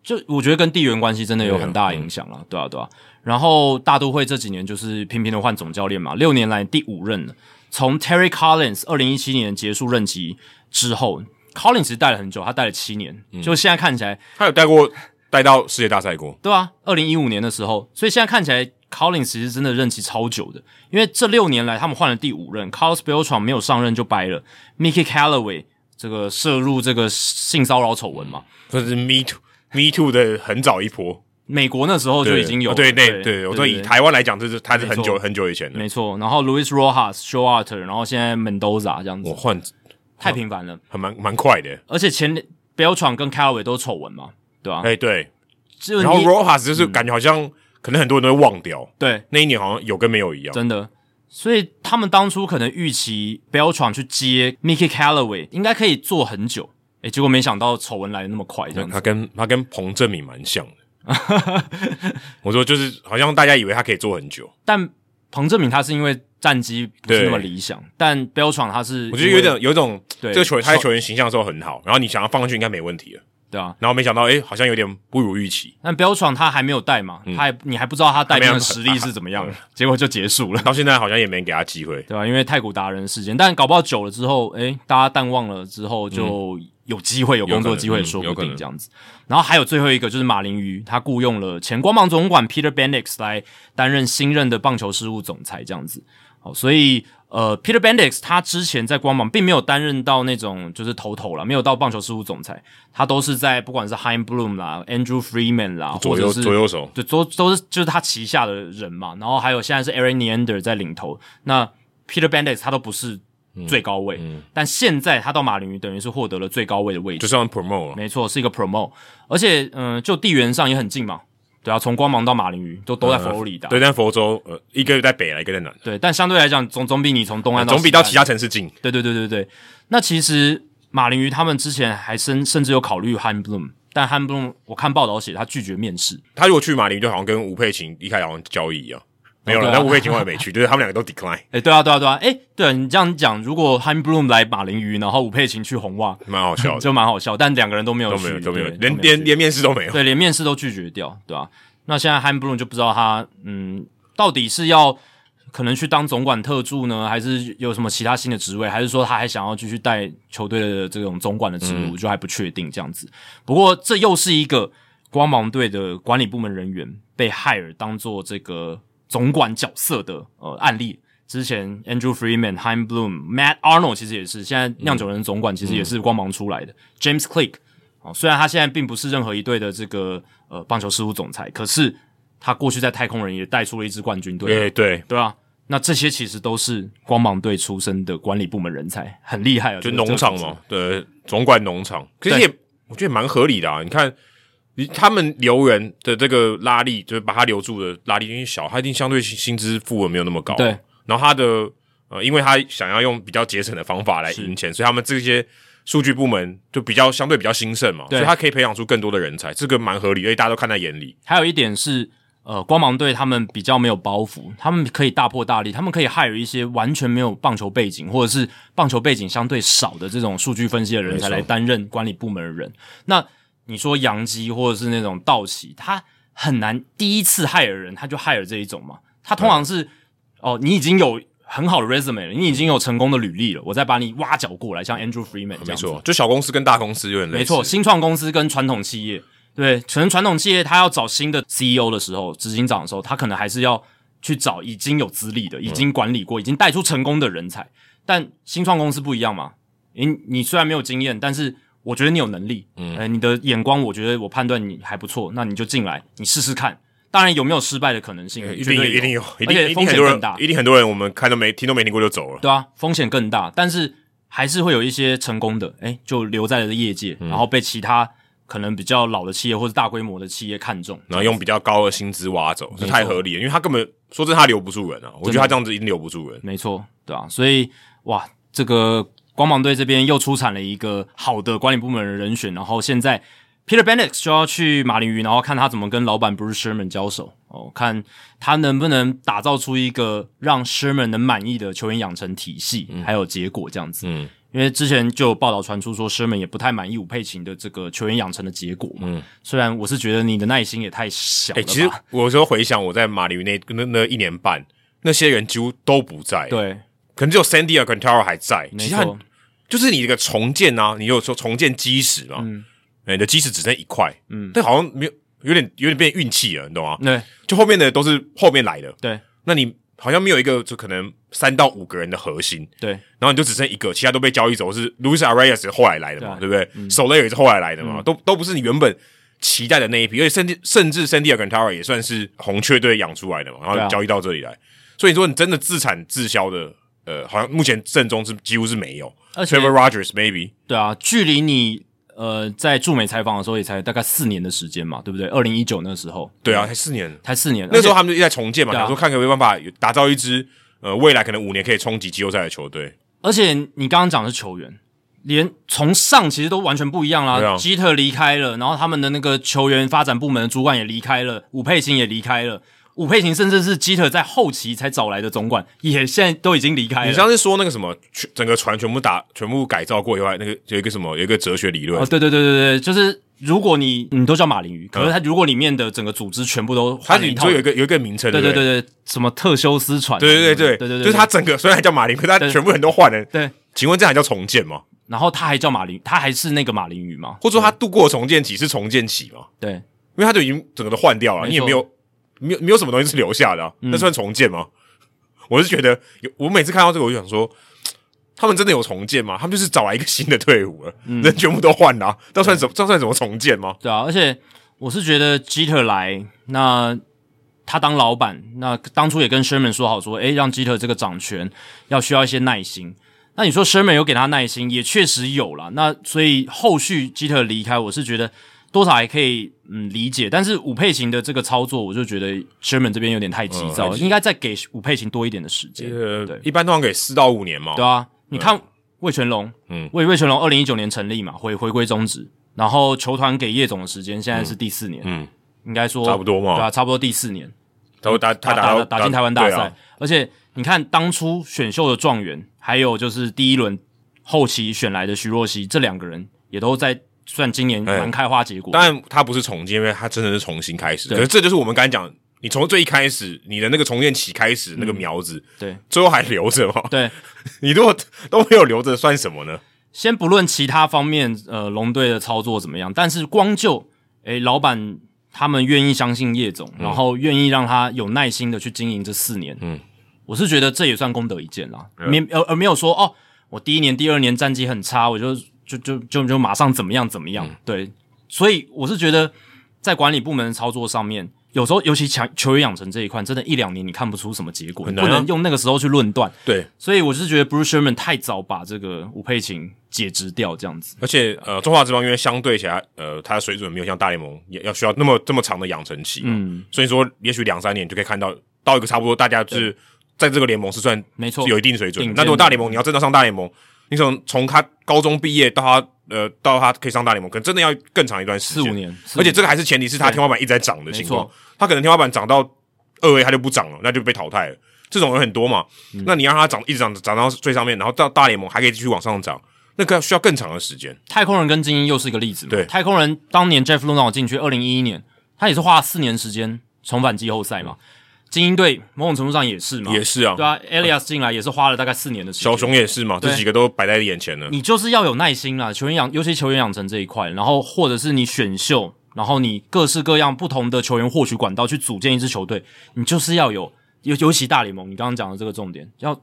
Speaker 1: 就我觉得跟地缘关系真的有很大的影响了，对啊，对啊。然后大都会这几年就是频频的换总教练嘛，六年来第五任了。从 Terry Collins 二零一七年结束任期之后，Collins 其实带了很久，他带了七年，
Speaker 2: 嗯
Speaker 1: 就现在看起来，
Speaker 2: 他有带过带到世界大赛过，
Speaker 1: 对啊，二零一五年的时候，所以现在看起来 Collins 其实真的任期超久的，因为这六年来他们换了第五任，Carlos Beltran 没有上任就掰了，Mickey Callaway 这个涉入这个性骚扰丑闻嘛，
Speaker 2: 这是 Me Too Me Too 的很早一波，
Speaker 1: 美国那时候就已经有了
Speaker 2: 对对对，我说以台湾来讲，这是他是很久
Speaker 1: 没错
Speaker 2: 很久以前的。
Speaker 1: 没错，然后 Luis Rojas、Showalter，然后现在 Mendoza 这样子，
Speaker 2: 我换
Speaker 1: 太频繁了。
Speaker 2: 很蛮蛮快的，
Speaker 1: 而且前 Beltran 跟 Callaway 都丑闻嘛，对吧、啊？
Speaker 2: 哎、对，
Speaker 1: 就
Speaker 2: 然后
Speaker 1: 你嗯
Speaker 2: Rojas 就是感觉好像、可能很多人都会忘掉
Speaker 1: 对，
Speaker 2: 那一年，好像有跟没有一样。
Speaker 1: 真的。所以他们当初可能预期 Beltran 去接 Mickey Callaway 应该可以做很久，诶，结果没想到丑闻来的那么快，这样子。
Speaker 2: 他跟他跟彭正明蛮像的，我说就是好像大家以为他可以做很久，
Speaker 1: 但彭正明他是因为战绩不是
Speaker 2: 对
Speaker 1: 那么理想，但 Beltran 他是
Speaker 2: 我觉得有点有一种
Speaker 1: 对
Speaker 2: 这个球员他的
Speaker 1: 手
Speaker 2: 球员形象时候很好，然后你想要放上去应该没问题了，
Speaker 1: 对啊，
Speaker 2: 然后没想到哎、好像有点不如预期，
Speaker 1: 但 Beltran 他还没有带嘛，他还你还不知道他带
Speaker 2: 嗯还没
Speaker 1: 兵
Speaker 2: 有
Speaker 1: 的实力是怎么样，结果就结束了。
Speaker 2: 到现在好像也没给他机会。
Speaker 1: 对吧、因为太古达人事件，但搞不好久了之后，诶，大家淡忘了之后，就有机会、有工作机会，说
Speaker 2: 嗯有
Speaker 1: 不
Speaker 2: 可能
Speaker 1: 定这样子。然后还有最后一个就是马林鱼，他雇佣了前光芒总管 Peter Bendix 来担任新任的棒球事务总裁，这样子。好，所以呃，Peter Bendix 他之前在光芒并没有担任到那种就是头头啦，没有到棒球事务总裁，他都是在不管是 Hein Bloom 啦、Andrew Freeman 啦，
Speaker 2: 左
Speaker 1: 或
Speaker 2: 右
Speaker 1: 者是
Speaker 2: 左右手，
Speaker 1: 对，都都是就是他旗下的人嘛，然后还有现在是 Aaron Neander 在领头，那 Peter Bendix 他都不是
Speaker 2: 嗯
Speaker 1: 最高位，但现在他到马林鱼等于是获得了最高位的位
Speaker 2: 就
Speaker 1: 置，
Speaker 2: 算 promote 了，
Speaker 1: 没错，是一个 promo，而且嗯、呃就地缘上也很近嘛，对啊，从光芒到马林鱼都都在佛罗里达，
Speaker 2: 嗯对，但佛州呃，一个在北来，一个在南，
Speaker 1: 对，但相对来讲总总比你从东岸到
Speaker 2: 总比到
Speaker 1: 西岸
Speaker 2: 其他城市近。
Speaker 1: 对对对对对。那其实马林鱼他们之前还甚甚至有考虑 Han Bloom，但 Han Bloom 我看报道写他拒绝面试，
Speaker 2: 他如果去马林，就好像跟吴佩琴一开始好像交易一样，没有了，
Speaker 1: 哦对啊
Speaker 2: 但吴佩琴后来没去，就是他们两个都 decline，
Speaker 1: 哎、对啊，对啊，对啊，哎、对、啊、你这样讲，如果 h a m Bloom 来马林鱼，然后吴佩琴去红袜，
Speaker 2: 蛮好笑的，
Speaker 1: 就蛮好笑，但两个人 都没有
Speaker 2: 都
Speaker 1: 去，
Speaker 2: 没有都没有，
Speaker 1: 对
Speaker 2: 连
Speaker 1: 都没有去
Speaker 2: 连连面试都没有。
Speaker 1: 对连面试都拒绝掉，对吧、啊那现在 h a m Bloom 就不知道他嗯到底是要可能去当总管特助呢，还是有什么其他新的职位，还是说他还想要继续带球队的这种总管的职务，
Speaker 2: 嗯
Speaker 1: 我就还不确定这样子。不过这又是一个光芒队的管理部门人员被海尔当做这个总管角色的呃案例。之前 Andrew Freeman、Heim Bloom、Matt Arnold 其实也是，现在酿酒人总
Speaker 2: 嗯
Speaker 1: 管其实也是光芒出来的、James Click 哦，虽然他现在并不是任何一队的这个呃棒球事务总裁，可是他过去在太空人也带出了一支冠军队，
Speaker 2: 对对，
Speaker 1: 对啊，那这些其实都是光芒队出身的管理部门人才，很厉害啊，
Speaker 2: 就
Speaker 1: 这个
Speaker 2: 农场。嘛，对，总管农场，可是
Speaker 1: 对
Speaker 2: 也我觉得蛮合理的啊。你看，你他们留人的这个拉力，就是把他留住的拉力，因为小，他一定相对薪薪资付的没有那么高。啊
Speaker 1: 对，
Speaker 2: 然后他的呃，因为他想要用比较节省的方法来赢钱，所以他们这些数据部门就比较相对比较兴盛嘛，
Speaker 1: 对
Speaker 2: 所以他可以培养出更多的人才，这个蛮合理，而且大家都看在眼里。
Speaker 1: 还有一点是，呃，光芒队他们比较没有包袱，他们可以大破大立，他们可以害有一些完全没有棒球背景或者是棒球背景相对少的这种数据分析的人才
Speaker 2: 没错
Speaker 1: 来担任管理部门的人。那你说杨基或者是那种道奇，他很难第一次害尔人，他就害尔这一种嘛，他通常是哦，你已经有。很好的 resume 了，你已经有成功的履历了，我再把你挖角过来，像 Andrew Freeman 这
Speaker 2: 没
Speaker 1: 样子
Speaker 2: 错，就小公司跟大公司有点类似。
Speaker 1: 没错，新创公司跟传统企业，对，可能传统企业他要找新的 CEO 的时候，执行长的时候，他可能还是要去找已经有资历的、
Speaker 2: 嗯
Speaker 1: 已经管理过、已经带出成功的人才。但新创公司不一样嘛，你你虽然没有经验，但是我觉得你有能力，嗯、你的眼光，我觉得我判断你还不错，那你就进来，你试试看。当然有没有失败的可能性，
Speaker 2: 一
Speaker 1: 绝
Speaker 2: 定
Speaker 1: 对
Speaker 2: 一定有，一定
Speaker 1: 而且
Speaker 2: 一定
Speaker 1: 风
Speaker 2: 很
Speaker 1: 险
Speaker 2: 多
Speaker 1: 更
Speaker 2: 人
Speaker 1: 大，，
Speaker 2: 一定很多人我们看都没听都没听过就走了。
Speaker 1: 对啊，风险更大，但是还是会有一些成功的，哎，就留在了业界，然后被其他可能比较老的企业或者大规模的企业看中。
Speaker 2: 然后用比较高的薪资挖走，这太合理了，因为他根本说真的，他留不住人啊。我觉得他这样子一定留不住人。
Speaker 1: 没错，对啊，所以哇，这个光芒队这边又出产了一个好的管理部门的人选，然后现在 Peter Bennett 就要去马林鱼，然后看他怎么跟老板 Bruce Sherman 交手哦，看他能不能打造出一个让 Sherman 能满意的球员养成体系，还有结果这样子。
Speaker 2: 嗯，
Speaker 1: 因为之前就有报道传出说 Sherman 也不太满意武佩琴的这个球员养成的结果嘛。
Speaker 2: 嗯
Speaker 1: 虽然我是觉得你的耐心也太小
Speaker 2: 哎、
Speaker 1: 了吧，
Speaker 2: 其实我有时候回想我在马里那那那一年半，那些人几乎都不在，，
Speaker 1: 对，
Speaker 2: 可能只有 Sandy 和 Cantaro 还在，
Speaker 1: 没
Speaker 2: 其他
Speaker 1: 错，
Speaker 2: 就是你这个重建啊，你有说重建基石嘛，
Speaker 1: 嗯
Speaker 2: 哎你的基石只剩一块，
Speaker 1: 嗯
Speaker 2: 但好像没有，有点有点变运气了，你懂吗？
Speaker 1: 对
Speaker 2: 就后面的都是后面来的，
Speaker 1: 对
Speaker 2: 那你好像没有一个就可能三到五个人的核心，
Speaker 1: 对，
Speaker 2: 然后你就只剩一个，其他都被交易走，是 Luis Arias 后来来的嘛，
Speaker 1: 对啊嗯
Speaker 2: 对不对？Soler 也是后来来的嘛，都都不是你原本期待的那一批，而且甚至甚至 Sandy Alcantara 也算是红雀队养出来的嘛，然
Speaker 1: 对
Speaker 2: 后
Speaker 1: 啊
Speaker 2: 交易到这里来，所以说你真的自产自销的，呃，好像目前阵中是几乎是没有
Speaker 1: 而且
Speaker 2: ，Trevor Rogers maybe
Speaker 1: 对啊，距离你呃在驻美采访的时候也才大概四年的时间嘛，对不对？二零一九那时候，
Speaker 2: 对啊，才四年，
Speaker 1: 才四年，
Speaker 2: 那
Speaker 1: 嗯而
Speaker 2: 时候
Speaker 1: 且
Speaker 2: 他们就一直在重建嘛，
Speaker 1: 对啊
Speaker 2: 想说看有没有办法有打造一支呃未来可能五年可以冲击季后赛的球队，
Speaker 1: 而且你刚刚讲的是球员。连从上其实都完全不一样
Speaker 2: 对
Speaker 1: 啦，
Speaker 2: 啊
Speaker 1: 基特离开了，然后他们的那个球员发展部门的主管也离开了，武佩琴也离开了，武佩琴甚至是基特在后期才找来的总管，也现在都已经离开了。
Speaker 2: 你上次说那个什么，全整个船全部打全部改造过以外，那个有一个什么有一个哲学理论
Speaker 1: 哦，，对对对对对，就是如果你你都叫马林鱼，可是它如果里面的整个组织全部都
Speaker 2: 它
Speaker 1: 换了一
Speaker 2: 嗯你
Speaker 1: 套
Speaker 2: 就，有一个有一个名称，
Speaker 1: 对
Speaker 2: 对
Speaker 1: 对
Speaker 2: 不对
Speaker 1: 对对，什么特修斯船啊，
Speaker 2: 对对
Speaker 1: 对
Speaker 2: 对
Speaker 1: 对对，
Speaker 2: 就是它整个虽然叫马林，可它
Speaker 1: 对
Speaker 2: 全部人都换了。
Speaker 1: 对，
Speaker 2: 请问这还叫重建吗？
Speaker 1: 然后他还叫马林，他还是那个马林鱼嘛？
Speaker 2: 或者说它度过重建期是重建期吗？
Speaker 1: 对，
Speaker 2: 因为它就已经整个都换掉了，
Speaker 1: 没错嗯
Speaker 2: 你也没有没有没有什么东西是留下的啊，那算重建吗？我是觉得有，我每次看到这个，我就想说。他们真的有重建吗？他们就是找来一个新的队伍了，
Speaker 1: 嗯
Speaker 2: 人全部都换了啊、这算什么？这算什么重建吗？
Speaker 1: 对啊，而且我是觉得基特来，那他当老板，那当初也跟 Sherman 说好说，诶，让基特这个掌权要需要一些耐心。那你说 Sherman 有给他耐心，也确实有啦。那所以后续基特离开，我是觉得多少还可以嗯理解，但是武佩琴的这个操作，我就觉得 Sherman 这边有点太急
Speaker 2: 哦
Speaker 1: 躁了，应该再给武佩琴多一点的时间。
Speaker 2: 呃
Speaker 1: 对，
Speaker 2: 一般通常给四到五年嘛。
Speaker 1: 对啊，你看魏全龙，嗯
Speaker 2: 哦嗯，
Speaker 1: 魏魏全龙二零一九年成立嘛，回回归中职，然后球团给叶总的时间现在是第四年，
Speaker 2: 嗯，
Speaker 1: 应该说
Speaker 2: 差不多嘛
Speaker 1: 对啊，差不多第四年。
Speaker 2: 都打他
Speaker 1: 打
Speaker 2: 到
Speaker 1: 打进台湾大
Speaker 2: 对
Speaker 1: 赛
Speaker 2: 啊，
Speaker 1: 而且你看当初选秀的状元，还有就是第一轮后期选来的徐若曦，这两个人也都在算今年
Speaker 2: 哎
Speaker 1: 蛮开花结果的。
Speaker 2: 当然他不是重建，因为他真的是重新开始。
Speaker 1: 对
Speaker 2: 可是这就是我们刚才讲，你从最一开始你的那个重建起开始那个苗子，
Speaker 1: 嗯对
Speaker 2: 最后还留着嘛？
Speaker 1: 对，
Speaker 2: 你如果都没有留着，算什么呢？
Speaker 1: 先不论其他方面，呃，龙队的操作怎么样，但是光就诶，老板他们愿意相信叶总，然后愿意让他有耐心的去经营这四年，
Speaker 2: 嗯，
Speaker 1: 我是觉得这也算功德一件啦，没呃而没有说哦，我第一年、第二年战绩很差，我就就就就就马上怎么样怎么样，
Speaker 2: 嗯
Speaker 1: 对，所以我是觉得在管理部门的操作上面。有时候，尤其强球员养成这一块，真的，一两年你看不出什么结果，
Speaker 2: 很
Speaker 1: 你
Speaker 2: 难
Speaker 1: 不
Speaker 2: 啊
Speaker 1: 能用那个时候去论断。
Speaker 2: 对，
Speaker 1: 所以我是觉得 Bruce Sherman 太早把这个吴佩琴解职掉，这样子。
Speaker 2: 而且呃，中华职棒因为相对起来，呃，它的水准没有像大联盟也要需要那么这么长的养成期，
Speaker 1: 嗯，
Speaker 2: 所以说也许两三年就可以看到到一个差不多，大家就是在这个联盟是算
Speaker 1: 没错
Speaker 2: 有一定水准
Speaker 1: 顶
Speaker 2: 的。
Speaker 1: 尖的
Speaker 2: 那如果大联盟你要真的上大联盟，你从从他高中毕业到他呃到他可以上大联盟，可能真的要更长一段时
Speaker 1: 四
Speaker 2: 间，
Speaker 1: 五年，
Speaker 2: 而且这
Speaker 1: 个
Speaker 2: 个还是前提是他天花板一直在涨的情
Speaker 1: 没
Speaker 2: 况
Speaker 1: 错，
Speaker 2: 他可能天花板涨到二 A 他就不涨了，那就被淘汰了。这种人很多嘛，
Speaker 1: 嗯
Speaker 2: 那你让他涨一直涨涨到最上面，然后到大联盟还可以继续往上涨，那个需要更长的时间。
Speaker 1: 太空人跟精英又是一个例子嘛。
Speaker 2: 对
Speaker 1: 太空人当年 Jeff l u n a 进去，二零一一年，他也是花了四年时间重返季后赛嘛。精英队某种程度上也是嘛，
Speaker 2: 也是啊
Speaker 1: 对，啊，Elias 进来也是花了大概四年的时间。
Speaker 2: 小熊也是嘛，
Speaker 1: 对
Speaker 2: 这几个都摆在眼前了。
Speaker 1: 你就是要有耐心啦，球员养，尤其球员养成这一块，然后或者是你选秀，然后你各式各样不同的球员获取管道去组建一支球队，你就是要有，尤尤其大联盟，你刚刚讲的这个重点，要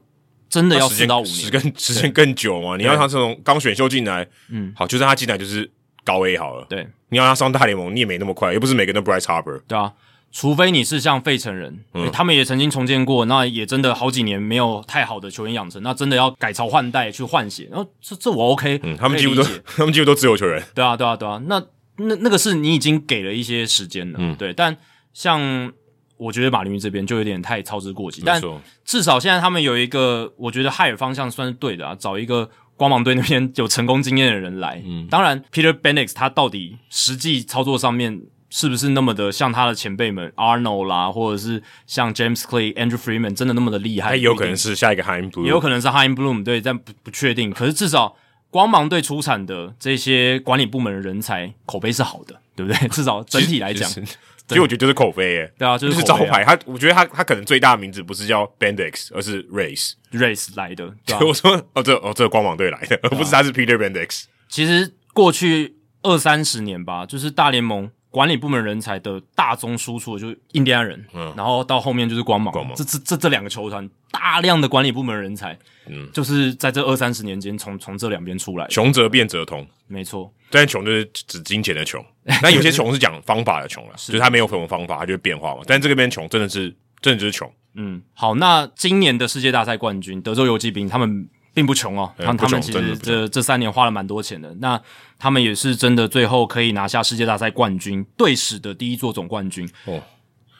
Speaker 1: 真的要
Speaker 2: 时
Speaker 1: 四
Speaker 2: 间
Speaker 1: 到五
Speaker 2: 时
Speaker 1: 年，
Speaker 2: 间时间更久嘛。你要他这种刚选秀进来，
Speaker 1: 嗯，
Speaker 2: 好，就算他进来就是高 A 好了。
Speaker 1: 对
Speaker 2: 你要他上大联盟，你也没那么快，又不是每个人都 Bryce Harper。
Speaker 1: 对啊，除非你是像费城人、诶
Speaker 2: 嗯
Speaker 1: 他们也曾经重建过，那也真的好几年没有太好的球员养成，那真的要改朝换代去换血，然后这这我 OK，、
Speaker 2: 嗯，他
Speaker 1: 可
Speaker 2: 们
Speaker 1: 以
Speaker 2: 几乎
Speaker 1: 理
Speaker 2: 都
Speaker 1: 解
Speaker 2: 他们几乎都自由球员。
Speaker 1: 对啊，对啊，对啊，那那那个是你已经给了一些时间了，
Speaker 2: 嗯
Speaker 1: 对。但像我觉得马林鱼这边就有点太操之过急，
Speaker 2: 没
Speaker 1: 但
Speaker 2: 错，
Speaker 1: 至少现在他们有一个，我觉得海尔方向算是对的啊，找一个光芒队那边有成功经验的人来。嗯，当然，Peter Benix 他到底实际操作上面是不是那么的像他的前辈们 Arnold 啦，或者是像 James Clay、Andrew Freeman 真的那么的厉害？
Speaker 2: 他哎也有可
Speaker 1: 不一定
Speaker 2: 能是下一个 Haim Blue，
Speaker 1: 也有可能是 Hein Bloom 对，但不不确定。可是至少光芒队出产的这些管理部门的人才口碑是好的，对不对？ 至少整体来讲，
Speaker 2: 其实其实我觉得就是口碑耶，
Speaker 1: 对啊，就
Speaker 2: 就是是
Speaker 1: 口
Speaker 2: 招
Speaker 1: 碑啊
Speaker 2: 牌。他我觉得他他可能最大的名字不是叫 Bendix，而是 Race。
Speaker 1: Race 来的， 对吧、啊
Speaker 2: 我说哦，这哦这个光芒队来的，而不是他是 Peter Bendix。
Speaker 1: 其实过去二三十年吧，就是大联盟管理部门人才的大宗输出就是印第安人，嗯，然后到后面就是光芒，
Speaker 2: 光芒
Speaker 1: 这这这这两个球团大量的管理部门人才，嗯，就是在这二三十年间从从这两边出来的，
Speaker 2: 穷则变则通，
Speaker 1: 没错，
Speaker 2: 但穷就是指金钱的 穷。那有些穷是讲方法的穷了，就是他没有什么方法，他就会变化嘛。但这个边穷真的是真的就是穷。
Speaker 1: 嗯，好，那今年的世界大赛冠军德州游骑兵他们并不穷哦，
Speaker 2: 嗯
Speaker 1: 他们
Speaker 2: 不
Speaker 1: 他
Speaker 2: 穷
Speaker 1: 们其
Speaker 2: 真的
Speaker 1: 实
Speaker 2: 不
Speaker 1: 这这三年花了蛮多钱的，那他们也是真的最后可以拿下世界大赛冠军，队史的第一座总冠军，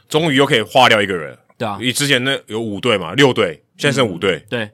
Speaker 2: 终于又可以化掉一个人，
Speaker 1: 对哦啊，
Speaker 2: 你之前那有五队嘛，六队，现在剩五队，
Speaker 1: 对。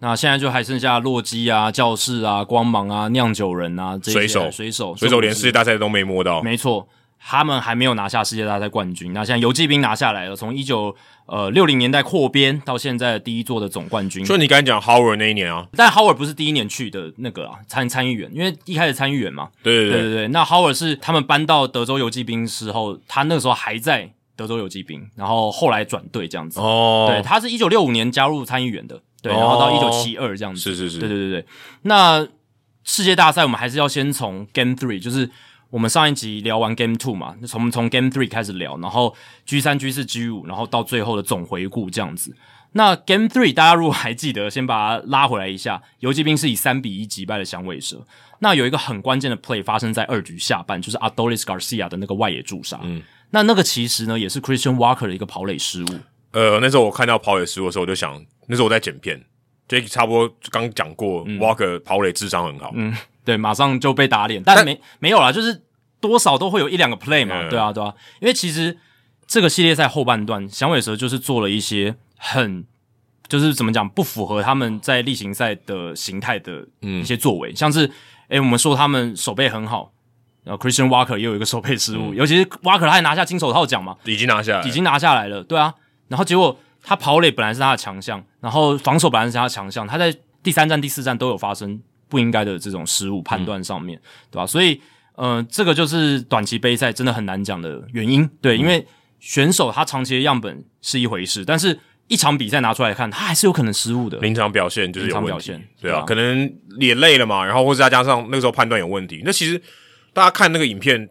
Speaker 1: 那现在就还剩下洛基啊、教室啊、光芒啊、酿酒人啊这些
Speaker 2: 水手
Speaker 1: 水手、
Speaker 2: 所以说连世界
Speaker 1: 是
Speaker 2: 大赛都没摸到。
Speaker 1: 没错，他们还没有拿下世界大赛冠军。那现在游骑兵拿下来了，从一九呃六零年代扩编到现在的第一座的总冠军。
Speaker 2: 所以你刚才讲 Howard 那一年啊，
Speaker 1: 但 Howard 不是第一年去的那个啊参参议员，因为一开始参议员嘛，对
Speaker 2: 对对
Speaker 1: 对
Speaker 2: 对，
Speaker 1: 对，那 Howard 是他们搬到德州游骑兵时候，他那个时候还在德州游骑兵，然后后来转队这样子。对，
Speaker 2: 哦，
Speaker 1: 他是一九六五年加入参议员的，对，
Speaker 2: 哦
Speaker 1: 然后到一九七二这样子。
Speaker 2: 是是
Speaker 1: 对
Speaker 2: 是，
Speaker 1: 对对对。那世界大赛我们还是要先从 Game Three，就是我们上一集聊完 Game Two 嘛，那从从 Game Three 开始聊，然后 G 三、G 四、G 五，然后到最后的总回顾这样子。那 Game Three 大家如果还记得，先把它拉回来一下，游击兵是以三比一击败了响尾蛇。那有一个很关键的 play 发生在二局下半，就是 Adolis Garcia 的那个外野驻杀。嗯，那那个其实呢也是 Christian Walker 的一个跑垒失误。
Speaker 2: 呃，那时候我看到跑垒失误的时候，我就想，那时候我在剪片，就差不多刚讲过，Walker 跑垒智商很好，
Speaker 1: 嗯，对，马上就被打脸，但
Speaker 2: 但
Speaker 1: 没没有啦，就是多少都会有一两个 play 嘛，
Speaker 2: 嗯
Speaker 1: 对啊，对啊，因为其实这个系列赛后半段，响尾蛇就是做了一些很就是怎么讲不符合他们在例行赛的形态的一些作为，像是诶、我们说他们手背很好，然后 Christian Walker 也有一个手背失误，尤其是 Walker 他还拿下金手套奖嘛，
Speaker 2: 已经拿下来了，
Speaker 1: 已经拿下来了，对啊。然后结果他跑垒本来是他的强项，然后防守本来是他的强项，他在第三站、第四站都有发生不应该的这种失误判断上
Speaker 2: 嗯
Speaker 1: 面，对吧？所以，呃，这个就是短期杯赛真的很难讲的原因，对，因为选手他长期的样本是一回事，但是一场比赛拿出来看，他还是有可能失误的。
Speaker 2: 临场表现就是有问
Speaker 1: 临场表
Speaker 2: 题
Speaker 1: 现，
Speaker 2: 对
Speaker 1: 对
Speaker 2: 啊
Speaker 1: 啊，
Speaker 2: 可能也累了嘛，然后或者再加上那个时候判断有问题。那其实大家看那个影片，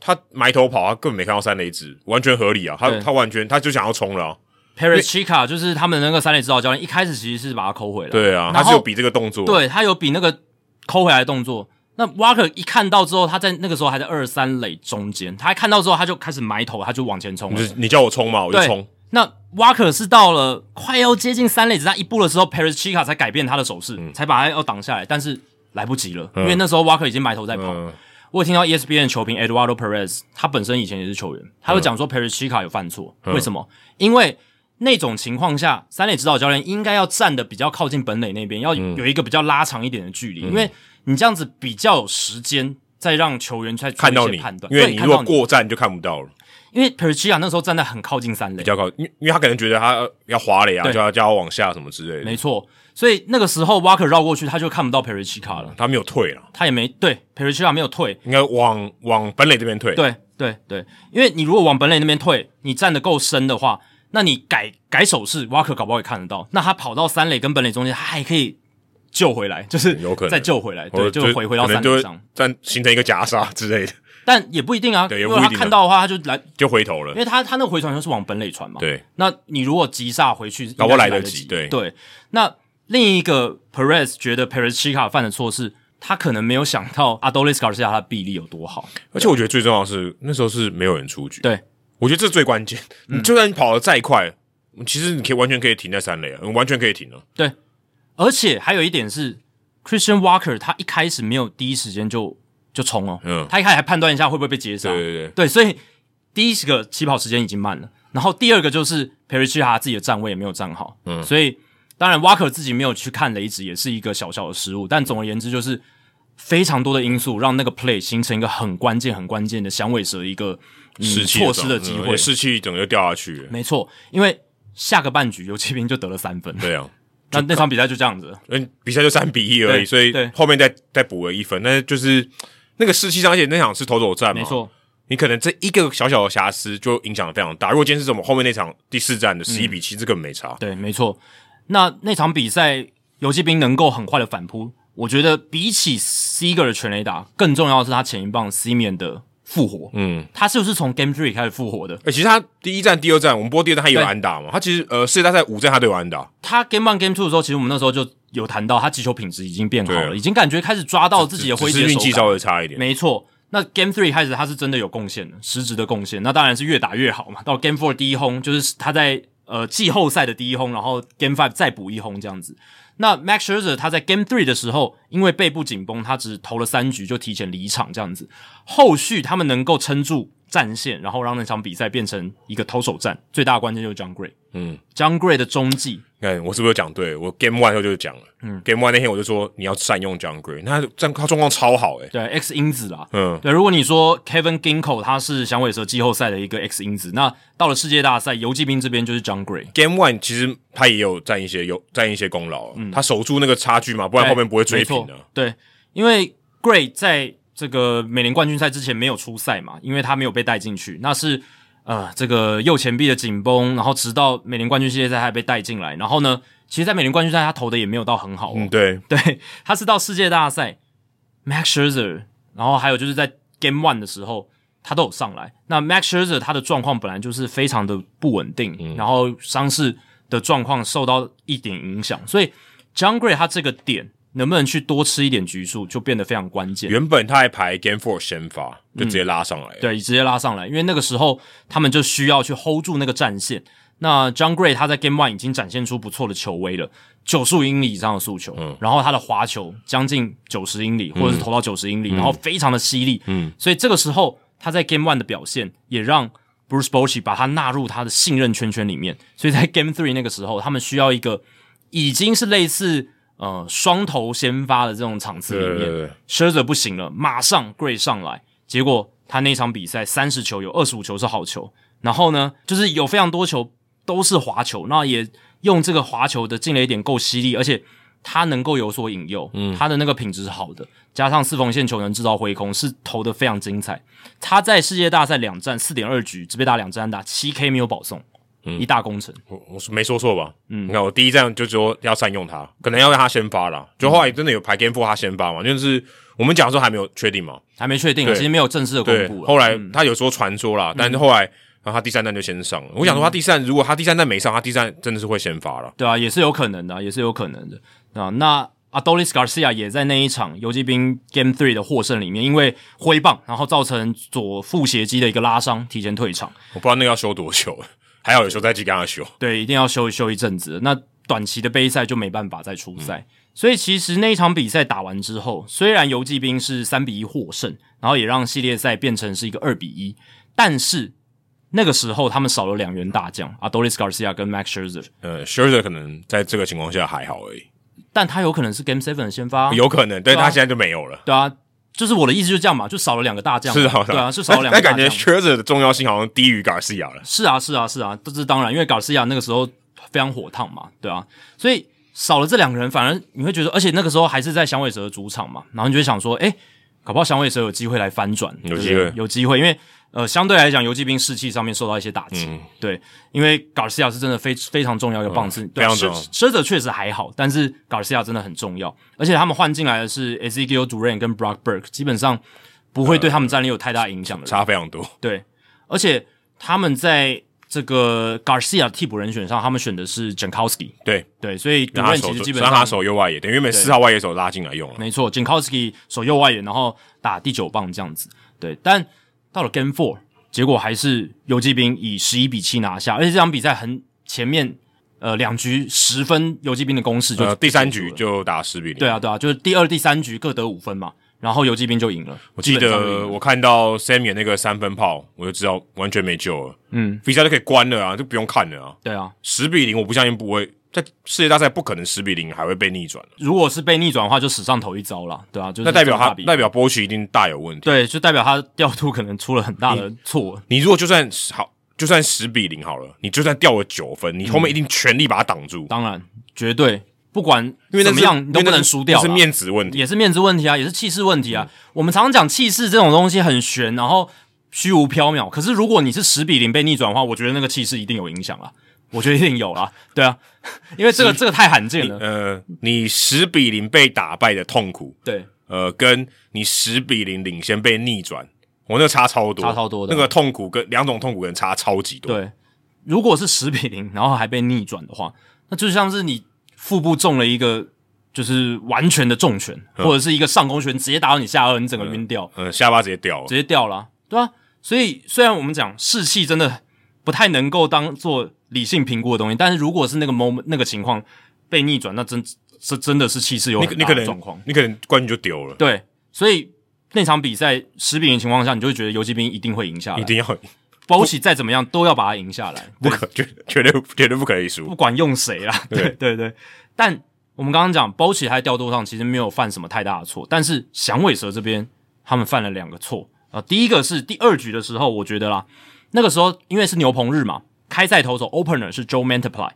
Speaker 2: 他埋头跑，他根本没看到三雷子，完全合理啊。他
Speaker 1: 对
Speaker 2: 他完全他就想要冲了啊、
Speaker 1: Paris Chica 就是他们的那个三垒指导教练，一开始其实是把他抠回来，
Speaker 2: 对啊，
Speaker 1: 然
Speaker 2: 他
Speaker 1: 后
Speaker 2: 是有比这个动作，
Speaker 1: 对他有比那个抠回来的动作。那 Walker 一看到之后，他在那个时候还在二三垒中间，他一看到之后他就开始埋头，他就往前冲
Speaker 2: 你
Speaker 1: 了。
Speaker 2: 就你叫我冲嘛，我就
Speaker 1: 对
Speaker 2: 冲。
Speaker 1: 那 Walker 是到了快要接近三垒只差一步的时候，Paris Chica 才改变他的手势，
Speaker 2: 嗯
Speaker 1: 才把他要挡下来，但是来不及了，因为那时候 Walker 已经埋头在跑。
Speaker 2: 嗯，
Speaker 1: 我有听到 E ESPN 球评 Eduardo Perez，他本身以前也是球员，他就
Speaker 2: 嗯
Speaker 1: 讲说 Perez Chica 有犯错，为什么？因为那种情况下，三垒指导教练应该要站的比较靠近本垒那边，要
Speaker 2: 嗯
Speaker 1: 有一个比较拉长一点的距离，因为你这样子比较有时间再让球员再做
Speaker 2: 看
Speaker 1: 一
Speaker 2: 到
Speaker 1: 些
Speaker 2: 你
Speaker 1: 判断，，
Speaker 2: 因为
Speaker 1: 对
Speaker 2: 你
Speaker 1: 看
Speaker 2: 如
Speaker 1: 到
Speaker 2: 果过站就看不到了，
Speaker 1: 因为 Perez Chica 那时候站在很靠近三垒
Speaker 2: 比，较高，因因为他可能觉得他要滑垒啊，
Speaker 1: 对
Speaker 2: 就要叫他往下什么之类的
Speaker 1: 没，错，所以那个时候 Walker 绕过去，他就看不到 Perez Chica 了，
Speaker 2: 他没有退了，
Speaker 1: 他也没对 Perez Chica 没有退，
Speaker 2: 应该往往本垒这边退。
Speaker 1: 对对对，因为你如果往本垒那边退，你站得够深的话，那你改改手势，挖克搞不好也看得到。那他跑到三垒跟本垒中间，他还可以救回来，就是
Speaker 2: 有可能
Speaker 1: 再救回来，
Speaker 2: 或者
Speaker 1: 对，就回回到
Speaker 2: 可能
Speaker 1: 三
Speaker 2: 就
Speaker 1: 垒
Speaker 2: 会
Speaker 1: 上。
Speaker 2: 站形成一个夹杀之类的，
Speaker 1: 但也不一定啊，
Speaker 2: 对也
Speaker 1: 如
Speaker 2: 不
Speaker 1: 果
Speaker 2: 一
Speaker 1: 他
Speaker 2: 定啊
Speaker 1: 看到的话，他就来，
Speaker 2: 就回头
Speaker 1: 因
Speaker 2: 了。
Speaker 1: 为他他那个回传球是往本垒传嘛。，
Speaker 2: 对，
Speaker 1: 那你如果急刹回去，
Speaker 2: 搞
Speaker 1: 应
Speaker 2: 不好
Speaker 1: 该
Speaker 2: 来
Speaker 1: 是
Speaker 2: 得
Speaker 1: 来
Speaker 2: 及
Speaker 1: 及。
Speaker 2: 对
Speaker 1: 对，那另一个 Perez 觉得 Perez Chica 犯的错是，他可能没有想到 Adolis Garcia 他的臂力有多好。
Speaker 2: 而且我觉得最重要的是那时候是没有人出局，
Speaker 1: 对，嗯
Speaker 2: 我觉得这最关键。你就算你跑得再快，其实你可以完全可以停在三垒啊，完全可以停了。
Speaker 1: 而且还有一点是，Christian Walker 他一开始没有第一时间就就冲哦，
Speaker 2: 嗯
Speaker 1: 他一开始还判断一下会不会被截杀，
Speaker 2: 对对对，
Speaker 1: 对所以第一个起跑时间已经慢了，然后第二个就是 Perry c h i 他自己的站位也没有站好，嗯，所以当然 Walker 自己没有去看雷子也是一个小小的失误，但总而言之就是非常多的因素让那个 play 形成一个很关键、很关键的响尾蛇一个、嗯、
Speaker 2: 士气
Speaker 1: 错失的机
Speaker 2: 嗯
Speaker 1: 会，
Speaker 2: 士气整个就掉下去了。
Speaker 1: 没错，因为下个半局游骑兵就得了三分，
Speaker 2: 对啊，
Speaker 1: 那那场比赛就这样子了，
Speaker 2: 嗯，比赛就三比一而已，
Speaker 1: 对
Speaker 2: 所以
Speaker 1: 对
Speaker 2: 后面再再补了一分，但是就是那个士气上，而且那场是投手战嘛，
Speaker 1: 没错。
Speaker 2: 你可能这一个小小的瑕疵就影响的非常大。如果今天是什么后面那场第四战的十一比七，这根本没差。
Speaker 1: 对，没错。那那场比赛，游击兵能够很快的反扑，我觉得比起 C 个的全垒打，更重要的是他前一棒 C 面的复活。
Speaker 2: 嗯，
Speaker 1: 他是不是从 Game Three 开始复活的？
Speaker 2: 哎、其实他第一站、第二站，我们播第二站他也有
Speaker 1: 对
Speaker 2: 安打嘛，他其实呃世界大赛五战他都有安打，
Speaker 1: 他 Game One、Game Two 的时候，其实我们那时候就有谈到，他击球品质已经变好
Speaker 2: 对
Speaker 1: 了，已经感觉开始抓到自己的挥
Speaker 2: 只是
Speaker 1: 击的
Speaker 2: 运
Speaker 1: 手
Speaker 2: 气
Speaker 1: 感。
Speaker 2: 稍微差一点。
Speaker 1: 没错。那 Game Three 开始，他是真的有贡献的，实质的贡献。那当然是越打越好嘛。到 Game Four 第一轰，就是他在呃季后赛的第一轰，然后 Game Five 再补一轰这样子。那 Max Scherzer 他在 Game Three 的时候，因为背部紧绷，他只投了三局就提前离场这样子。后续他们能够撑住战线，然后让那场比赛变成一个投手战，最大的关键就是 John Gray。
Speaker 2: 嗯
Speaker 1: ，John Gray 的中继，
Speaker 2: 你看我是不是有讲对？我 Game One 的时候就讲了，嗯，Game One 那天我就说你要善用 John Gray，那他这样他状况超好诶、欸
Speaker 1: 对 X 因子啦，
Speaker 2: 嗯，
Speaker 1: 对，如果你说 Kevin Ginko 他是响尾蛇季后赛的一个 X 因子，那到了世界大赛，游击兵这边就是 John Gray。
Speaker 2: Game One 其实他也有占一些有占一些功劳，他守住那个差距嘛，不然后面不会追平
Speaker 1: 没
Speaker 2: 的、
Speaker 1: 错对，因为 Gray 在这个美联冠军赛之前没有出赛嘛，因为他没有被带进去，那是呃这个右前臂的紧绷，然后直到美联冠军系列赛他被带进来，然后呢，其实，在美联冠军赛他投的也没有到很好、哦，
Speaker 2: 嗯，对，
Speaker 1: 对，他是到世界大赛，Max Scherzer，然后还有就是在 Game One 的时候，他都有上来。那 Max Scherzer 他的状况本来就是非常的不稳定，然后伤势的状况受到一点影响，所以 John Gray 他这个点能不能去多吃一点局数，就变得非常关键。
Speaker 2: 原本他还排 Game Four 先发，就直接拉上来了。
Speaker 1: 对，直接拉上来，因为那个时候他们就需要去 hold 住那个战线。那 John Gray 他在 Game One 已经展现出不错的球威了，九十五英里以上的速球，然后他的滑球将近九十英里，或者是投到九十英里，然后非常的犀利，嗯，所以这个时候他在 Game One 的表现也让 Bruce Bochy 把他纳入他的信任圈圈里面，所以在 Game Three 那个时候，他们需要一个已经是类似呃双头先发的这种场次里面，
Speaker 2: 对对对
Speaker 1: Scherzer 不行了，马上 Gray 上来，结果他那场比赛三十球有二十五球是好球，然后呢，就是有非常多球都是滑球，那也用这个滑球的进垒点够犀利，而且他能够有所引诱，嗯，他的那个品质是好的，加上四缝线球能制造回空，是投的非常精彩。他在世界大赛两战四点二局只被打两支安打，七 K 没有保送，一大功臣。
Speaker 2: 我我没说错吧？嗯，你看我第一站就说要善用他，可能要让他先发啦。就后来真的有排 game four 他先发嘛，就是我们讲说还没有确定嘛，
Speaker 1: 还没确定，啊
Speaker 2: 对
Speaker 1: 其实没有正式的公
Speaker 2: 对
Speaker 1: 布。，啊嗯
Speaker 2: 后来他有说传说啦，但是后来然后他第三站就先上了。我
Speaker 1: 嗯
Speaker 2: 想说他第三，如果他第三站没上，他第三真的是会先发了。
Speaker 1: 对啊，也是有可能的啊、也是有可能的啊。那 Adolis Garcia 也在那一场游击兵 Game Three 的获胜里面，因为挥棒，然后造成左腹斜肌的一个拉伤，提前退场。
Speaker 2: 我不知道那个要修多久， 还好有休赛季跟他修。
Speaker 1: 对，一定要休休一阵子。那短期的杯赛就没办法再出赛，所以其实那一场比赛打完之后，虽然游击兵是三比一获胜，然后也让系列赛变成是一个二比一，但是那个时候他们少了两员大将 Adolis Garcia 跟 Max Scherzer，
Speaker 2: 呃 s h i r z e r 可能在这个情况下还好而已，
Speaker 1: 但他有可能是 Game Seven 的先发啊、
Speaker 2: 有可能，但
Speaker 1: 对
Speaker 2: 是
Speaker 1: 啊
Speaker 2: 他现在就没有了。
Speaker 1: 对啊，就是我的意思就是这样嘛，就少了两个大将嘛，
Speaker 2: 是好
Speaker 1: 对啊，就少了两个
Speaker 2: 但
Speaker 1: 大
Speaker 2: 感
Speaker 1: 将。
Speaker 2: 觉 s h i r z e r 的重要性好像低于 Garcia 了。
Speaker 1: 是啊，是啊，是啊，这是当然，因为 Garcia 那个时候非常火烫嘛，对啊，所以少了这两个人，反而你会觉得，而且那个时候还是在响尾蛇的主场嘛，然后你就会想说，哎、搞不好响尾蛇有机会来翻转，
Speaker 2: 有
Speaker 1: 对不
Speaker 2: 机
Speaker 1: 对
Speaker 2: 会
Speaker 1: 有机会，因为呃，相对来讲，游击兵士气上面受到一些打击，
Speaker 2: 嗯
Speaker 1: 对，因为 Garcia 是真的非非常重要一个棒次，对啊，
Speaker 2: 嗯非常重要
Speaker 1: 奢者确实还好，但是 Garcia 真的很重要，而且他们换进来的是 Ezekiel Duran 跟 Brock Burke，基本上不
Speaker 2: 呃
Speaker 1: 会对他们战力有太大影响的人。
Speaker 2: 差非常多。
Speaker 1: 对，而且他们在这个 Garcia 替补人选上，他们选的是 Jankowski，
Speaker 2: 对，
Speaker 1: 对，所以主
Speaker 2: 让他
Speaker 1: 任
Speaker 2: 守
Speaker 1: 其实基本
Speaker 2: 让他
Speaker 1: 上
Speaker 2: 守右外野，等于原本四号外野手拉进来用了。
Speaker 1: 没错，Jankowski 守右外野，然后打第九棒这样子，对，但到了 Game Four，结果还是游击兵以十一比七拿下，而且这场比赛很前面呃两局十分游击兵的攻势就、
Speaker 2: 呃，第三局
Speaker 1: 就结束了
Speaker 2: 就打十比零。
Speaker 1: 对啊对啊，就是第二第三局各得五分嘛，然后游击兵就赢了，
Speaker 2: 我记
Speaker 1: 基本上就赢
Speaker 2: 得
Speaker 1: 了
Speaker 2: 我看到 Sam 演那个三分炮，我就知道完全没救了。
Speaker 1: 嗯，
Speaker 2: 比赛就可以关了啊，就不用看了啊。
Speaker 1: 对啊，
Speaker 2: 十比零，我不相信不会在世界大赛不可能十比零还会被逆转的，
Speaker 1: 如果是被逆转的话，就史上头一遭了，对啊，就是
Speaker 2: 那代表
Speaker 1: 这么
Speaker 2: 他
Speaker 1: 大比分
Speaker 2: 代表波奇一定大有问题。
Speaker 1: 对，就代表他调度可能出了很大的错。
Speaker 2: 你如果就算好，就算十比零好了，你就算掉了九分，你后面一定全力把它挡住，
Speaker 1: 当然，绝对不管
Speaker 2: 因为
Speaker 1: 嗯
Speaker 2: 那
Speaker 1: 怎么
Speaker 2: 是
Speaker 1: 样，你都
Speaker 2: 因为
Speaker 1: 不
Speaker 2: 那
Speaker 1: 能
Speaker 2: 是
Speaker 1: 输掉啦。
Speaker 2: 那是面嗯子问题。
Speaker 1: 也是面子问题啊，也是气势问题啊。我们常常讲气势这种东西很悬，然后虚无缥缈。可是如果你是十比零被逆转的话，我觉得那个气势一定有影响啊，我觉得一定有啦。对啊， 因为这个这个太罕见了。
Speaker 2: 呃，你十比零被打败的痛苦，
Speaker 1: 对，
Speaker 2: 呃，跟你十比零领先被逆转，我那个差超多，
Speaker 1: 差超多的
Speaker 2: 那个痛苦跟两种痛苦跟差超级多。
Speaker 1: 对，如果是十比零，然后还被逆转的话，那就像是你腹部中了一个就是完全的重拳，
Speaker 2: 嗯
Speaker 1: 或者是一个上勾拳直接打到你下颚，你整个晕掉，
Speaker 2: 呃，下巴直接掉了
Speaker 1: 直。接掉了啊、对啊。所以虽然我们讲士气真的不太能够当做理性评估的东西，但是如果是那个 moment 那个情况被逆转，那真这真的是气势有
Speaker 2: 你
Speaker 1: 很
Speaker 2: 你
Speaker 1: 大
Speaker 2: 可
Speaker 1: 的状况
Speaker 2: 能。你可能冠军就丢了，
Speaker 1: 对，所以那场比赛十比零情况下，你就会觉得游击兵一定会赢下来，
Speaker 2: 一定要
Speaker 1: 包起再怎么样都要把它赢下来。
Speaker 2: 不可 绝绝对绝对不可以输
Speaker 1: 不。管用谁 啦，对
Speaker 2: 对
Speaker 1: 对对。但我们刚刚讲，包起他在调度上其实没有犯什么太大的错，但是响尾蛇这边他们犯了两个错啊、呃第一个是第二局的时候，我觉得啦，那个时候因为是牛棚日嘛，开赛投手 opener 是 Joe Mantiply，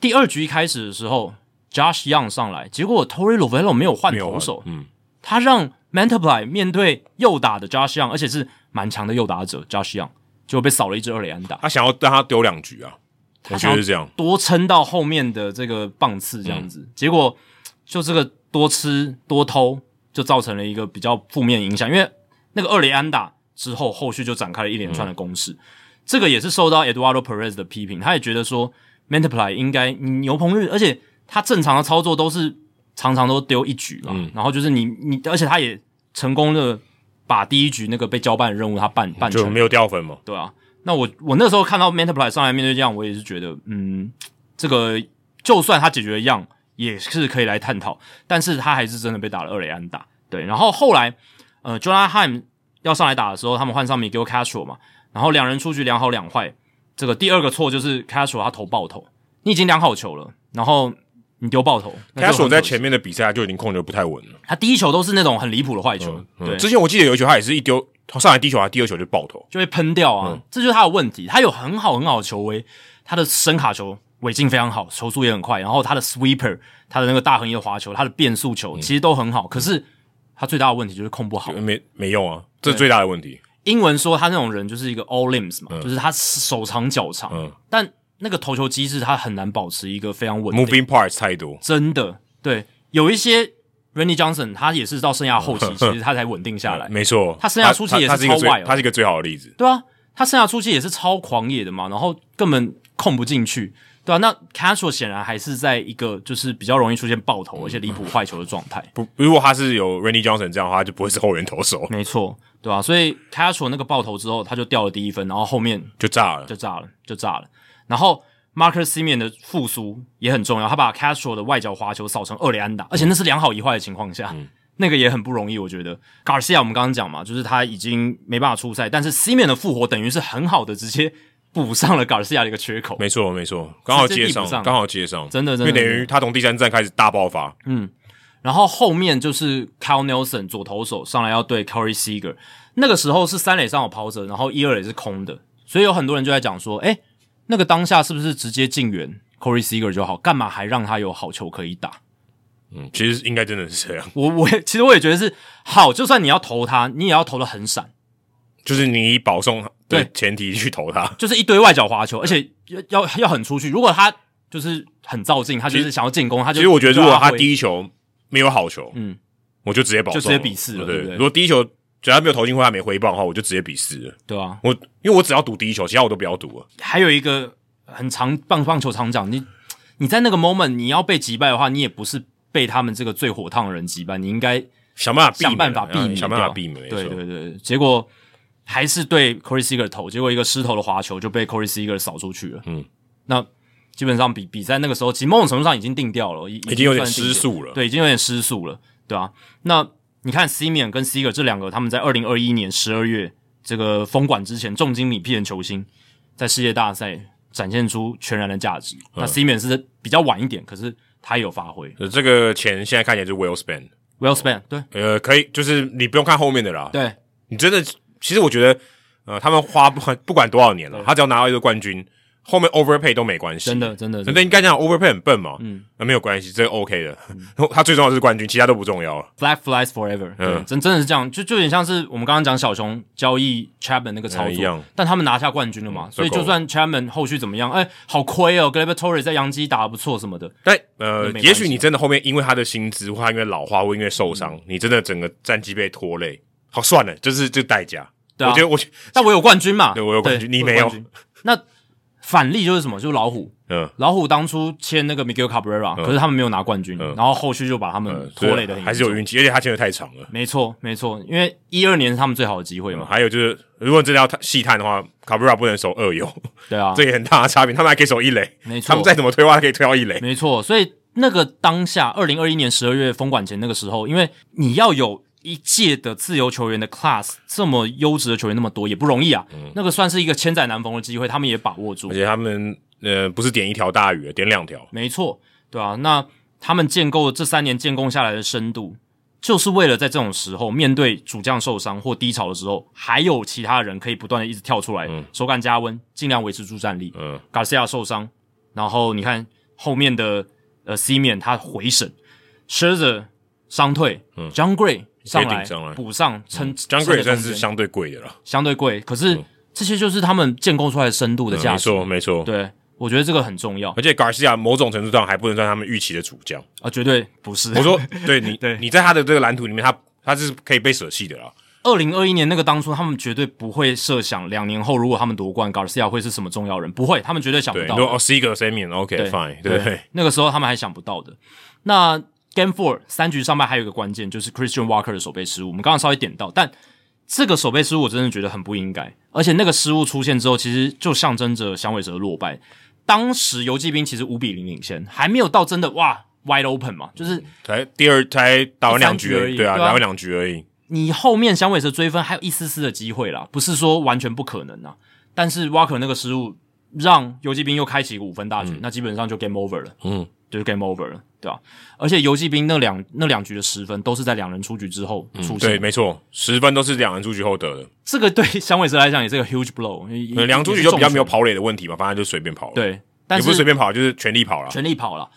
Speaker 1: 第二局一开始的时候，Josh Young 上来，结果 Torrey Lovello 没有换
Speaker 2: 没有
Speaker 1: 投手，
Speaker 2: 嗯，
Speaker 1: 他让 Mantiply 面对右打的 Josh Young，而且是蛮强的右打者 Josh Young，结果被扫了一支二垒安打。
Speaker 2: 他想要让他丢两局啊，我
Speaker 1: 想
Speaker 2: 觉
Speaker 1: 要
Speaker 2: 得是这样。
Speaker 1: 多撑到后面的这个棒次这样子，结果就这个多吃多偷，就造成了一个比较负面影响。因为那个二雷安打之后，后续就展开了一连串的攻势，这个也是受到 Eduardo Perez 的批评，他也觉得说 Mantiply 应该你牛棚日，而且他正常的操作都是常常都丢一局啦，然后就是你你，而且他也成功的把第一局那个被交办的任务他办办成
Speaker 2: 就
Speaker 1: 了
Speaker 2: 没有掉分嘛，
Speaker 1: 对啊，那我我那时候看到 Mantiply 上来面对这样，我也是觉得，嗯，这个就算他解决样也是可以来探讨，但是他还是真的被打了二垒安打。对，然后后来呃 j o n a h a m 要上来打的时候，他们换上 Miguel Castro 嘛，然后两人出局两好两坏。这个第二个错就是 Castro 他投爆头，你已经两好球了，然后你丢爆头，那就
Speaker 2: 他
Speaker 1: 很
Speaker 2: 所在
Speaker 1: 可惜
Speaker 2: 前面的比赛就已经控球不太稳了。
Speaker 1: 他第一球都是那种很离谱的坏球，
Speaker 2: 嗯
Speaker 1: 对，
Speaker 2: 之前我记得有一球他也是一丢他上来第一球，他第二球就爆头，
Speaker 1: 就会喷掉啊，这就是他的问题。他有很好很好的球威，他的深卡球尾劲非常好，球速也很快，然后他的 sweeper，他的那个大横移的滑球，他的变速球其实都很好，可是他最大的问题就是控不好。
Speaker 2: 没没用啊，这是最大的问题。
Speaker 1: 英文说他那种人就是一个 all limbs 嘛，就是他手长脚长，
Speaker 2: 嗯
Speaker 1: 但那个投球机制他很难保持一个非常稳定。
Speaker 2: Moving parts 太多，
Speaker 1: 真的，对，有一些 Randy Johnson 他也是到生涯后期，其实他才稳定下来。
Speaker 2: 没错，
Speaker 1: 他生涯初期也是
Speaker 2: 他他是一个
Speaker 1: 超外
Speaker 2: 最
Speaker 1: 哦
Speaker 2: 他是一个最好的例子。
Speaker 1: 对啊，他生涯初期也是超狂野的嘛，然后根本控不进去，对啊，那 Castro 显然还是在一个就是比较容易出现爆头而且离谱坏球的状态。
Speaker 2: 不，如果他是有 Randy Johnson 这样的话，他就不会是后援投手，
Speaker 1: 没错，对吧、所以 Castro 那个爆头之后，他就掉了第一分，然后后面
Speaker 2: 就炸了
Speaker 1: 就。炸了，就炸了。然后 Marcus Simeon 的复苏也很重要，他把 Castro 的外角滑球扫成二垒安打，而且那是两好一坏的情况下，那个也很不容易。我觉得 Garcia 我们刚刚讲嘛，就是他已经没办法出赛，但是 Simeon 的复活等于是很好的直接补上了 Garcia 的一个缺口。
Speaker 2: 没错，没错，刚好接
Speaker 1: 直接递补上
Speaker 2: 刚好接上，
Speaker 1: 真的
Speaker 2: 因为
Speaker 1: 真的
Speaker 2: 等于他从第三站开始大爆发，
Speaker 1: 然后后面就是 Cal Nelson 左投手上来要对 Corey Seager，那个时候是三垒上有跑者，然后一二垒是空的，所以有很多人就在讲说，哎，那个当下是不是直接进援 Corey Seager 就好？干嘛还让他有好球可以打？
Speaker 2: 嗯，其实应该真的是这样，
Speaker 1: 我我也其实我也觉得是好，就算你要投他，你也要投的很闪，
Speaker 2: 就是你以 保送的
Speaker 1: 对
Speaker 2: 前提去投他，
Speaker 1: 就是一堆外角滑球，而且要要要很出去。如果他就是很照进，他就是想要进攻，他就
Speaker 2: 其实我觉得，如果他
Speaker 1: 一
Speaker 2: 第一球没有好球，
Speaker 1: 嗯
Speaker 2: 嗯，我就直接保送，
Speaker 1: 就直接比四了对不
Speaker 2: 对
Speaker 1: 对
Speaker 2: 如果第一球只要没有投进或他没挥棒的话，我就直接比四了。
Speaker 1: 对啊，
Speaker 2: 我因为我只要赌第一球，其他我都不要赌了。
Speaker 1: 还有一个很长棒棒球常讲，你你在那个 moment 你要被击败的话，你也不是被他们这个最火烫的人击败，你应该
Speaker 2: 想办法避免，
Speaker 1: 想办法避免
Speaker 2: 嗯
Speaker 1: 掉，
Speaker 2: 想办法避免。没错
Speaker 1: 对对对，结果还是对 Corey Seager 投，结果一个失头的滑球就被 Corey Seager 扫出去了。
Speaker 2: 嗯，
Speaker 1: 那基本上比比赛那个时候，其实某种程度上已经定掉了，已
Speaker 2: 已
Speaker 1: 已
Speaker 2: 经有点
Speaker 1: 算定
Speaker 2: 失
Speaker 1: 掉
Speaker 2: 速了
Speaker 1: 对，已经有点失速了，对啊。那你看 c m i a n 跟 Seager 这两个，他们在二零二一年十二月这个封馆之前，重金礼聘的球星，在世界大赛展现出全然的价值。
Speaker 2: 嗯
Speaker 1: 那 c m i a n 是比较晚一点，可是他也有发挥。
Speaker 2: 呃这个钱现在看起来是 well spent，
Speaker 1: Well spent，对
Speaker 2: 呃，可以，就是你不用看后面的啦。
Speaker 1: 对，
Speaker 2: 你真的，其实我觉得，呃，他们花不不管多少年了，他只要拿到一个冠军，后面 overpay 都没关系。
Speaker 1: 真的真的
Speaker 2: 那那应该讲 overpay 很笨嘛，嗯，那没有关系，这个 OK 的。
Speaker 1: 嗯
Speaker 2: 他最重要的是冠军，其他都不重要了。
Speaker 1: Flag flies forever，对，
Speaker 2: 嗯
Speaker 1: 真真的是这样，就就有点像是我们刚刚讲小熊交易 Chapman 那个操作，
Speaker 2: 嗯一样
Speaker 1: 但他们拿下冠军了嘛，所以
Speaker 2: 够了
Speaker 1: 就算 Chapman 后续怎么样，哎、好亏哦 g l a b e r t o r r 在洋基打得不错什么的，
Speaker 2: 但呃
Speaker 1: 没，关系
Speaker 2: 也许你真的后面因为他的薪资，或他因为老化，或因为受
Speaker 1: 嗯
Speaker 2: 伤，你真的整个战绩被拖累。好，算了，这是这个代价。
Speaker 1: 对啊
Speaker 2: 我觉得我
Speaker 1: 但我有冠军嘛，
Speaker 2: 对我有冠军你
Speaker 1: 我
Speaker 2: 没有
Speaker 1: 冠军那反例就是什么？就是老虎，
Speaker 2: 嗯，
Speaker 1: 老虎当初签那个 Miguel Cabrera，、可是他们没有拿冠军，然后后续就把他们拖累的很、
Speaker 2: 嗯呃还是有，运气，而且他签的太长了。嗯
Speaker 1: 没错没错，因为一二年是他们最好的机会嘛，
Speaker 2: 还有就是，如果你真的要探细探的话，卡布拉不能守二游，
Speaker 1: 对啊，
Speaker 2: 这也很大的差别。他们还可以守一垒，
Speaker 1: 没错
Speaker 2: 他们再怎么推的话，可以推到一垒。
Speaker 1: 没错，所以那个当下，二零二一年十二月封管前那个时候，因为你要有一届的自由球员的 class 这么优质的球员那么多也不容易啊，
Speaker 2: 嗯
Speaker 1: 那个算是一个千载难逢的机会，他们也把握住
Speaker 2: 而。且他们呃不是点一条大鱼，点两条。
Speaker 1: 没错，对啊，那他们建构这三年建构下来的深度，就是为了在这种时候面对主将受伤或低潮的时候，还有其他人可以不断的一直跳出来，手感加温，尽量维持住战力。
Speaker 2: 嗯，
Speaker 1: Garcia 受伤，然后你看后面的呃 C 面他回审 s h i r z e r 伤退、j o h n Gray 上来
Speaker 2: 嗯顶上来
Speaker 1: 补上撑，
Speaker 2: 张
Speaker 1: 撑着
Speaker 2: 贵也算
Speaker 1: 中
Speaker 2: 是
Speaker 1: 间
Speaker 2: 相对贵的了。
Speaker 1: 相对贵，可是、这些就是他们建构出来的深度的
Speaker 2: 嗯没
Speaker 1: 价值。
Speaker 2: 错，没错。
Speaker 1: 对，我觉得这个很重要啊、
Speaker 2: 而且 Garcia 某种程度上还不能算他们预期的主将。
Speaker 1: 绝对不是。
Speaker 2: 我说，对你，
Speaker 1: 对
Speaker 2: 你在他的这个蓝图里面，他他是可以被舍弃的啦。
Speaker 1: 二零二一年那个当初，他们绝对不会设想两年后如果他们夺冠，Garcia 会是什么重要人，不会，他们绝对想不
Speaker 2: 对，你
Speaker 1: 到。
Speaker 2: 说哦，是一个 Sammy，OK
Speaker 1: 对
Speaker 2: fine，对不对？
Speaker 1: 那个时候他们还想不到的。那 Game Four 三局上半还有一个关键就是 Christian Walker 的守备失误，我们刚刚稍微点到，但这个守备失误我真的觉得很不应该，而且那个失误出现之后，其实就象征着响尾蛇的落败。当时游击兵其实五比零领先，还没有到真的哇 wide open 嘛，就是
Speaker 2: 才第二才打完两局而
Speaker 1: 第三局而已
Speaker 2: 已，对啊，
Speaker 1: 对啊
Speaker 2: 打完两局而已。
Speaker 1: 你后面响尾蛇追分还有一丝丝的机会啦，不是说完全不可能啊。但是 Walker 那个失误让游击兵又开启一个五分大局，那基本上就 game over 了。
Speaker 2: 嗯，
Speaker 1: 就是 game over 了，对吧、而且游击兵那两那两局的十分都是在两人出局之后出现
Speaker 2: 嗯对，
Speaker 1: 的，
Speaker 2: 没错，十分都是两人出局后得的，
Speaker 1: 这个对响尾蛇来讲也是个 huge blow，因为
Speaker 2: 两人出
Speaker 1: 也
Speaker 2: 局
Speaker 1: 是
Speaker 2: 就比较没有
Speaker 1: 重
Speaker 2: 跑垒的问题嘛，反正就随便跑了，
Speaker 1: 拳，对，但
Speaker 2: 也
Speaker 1: 是
Speaker 2: 不是随便跑，就是全力跑了。
Speaker 1: 全力跑了，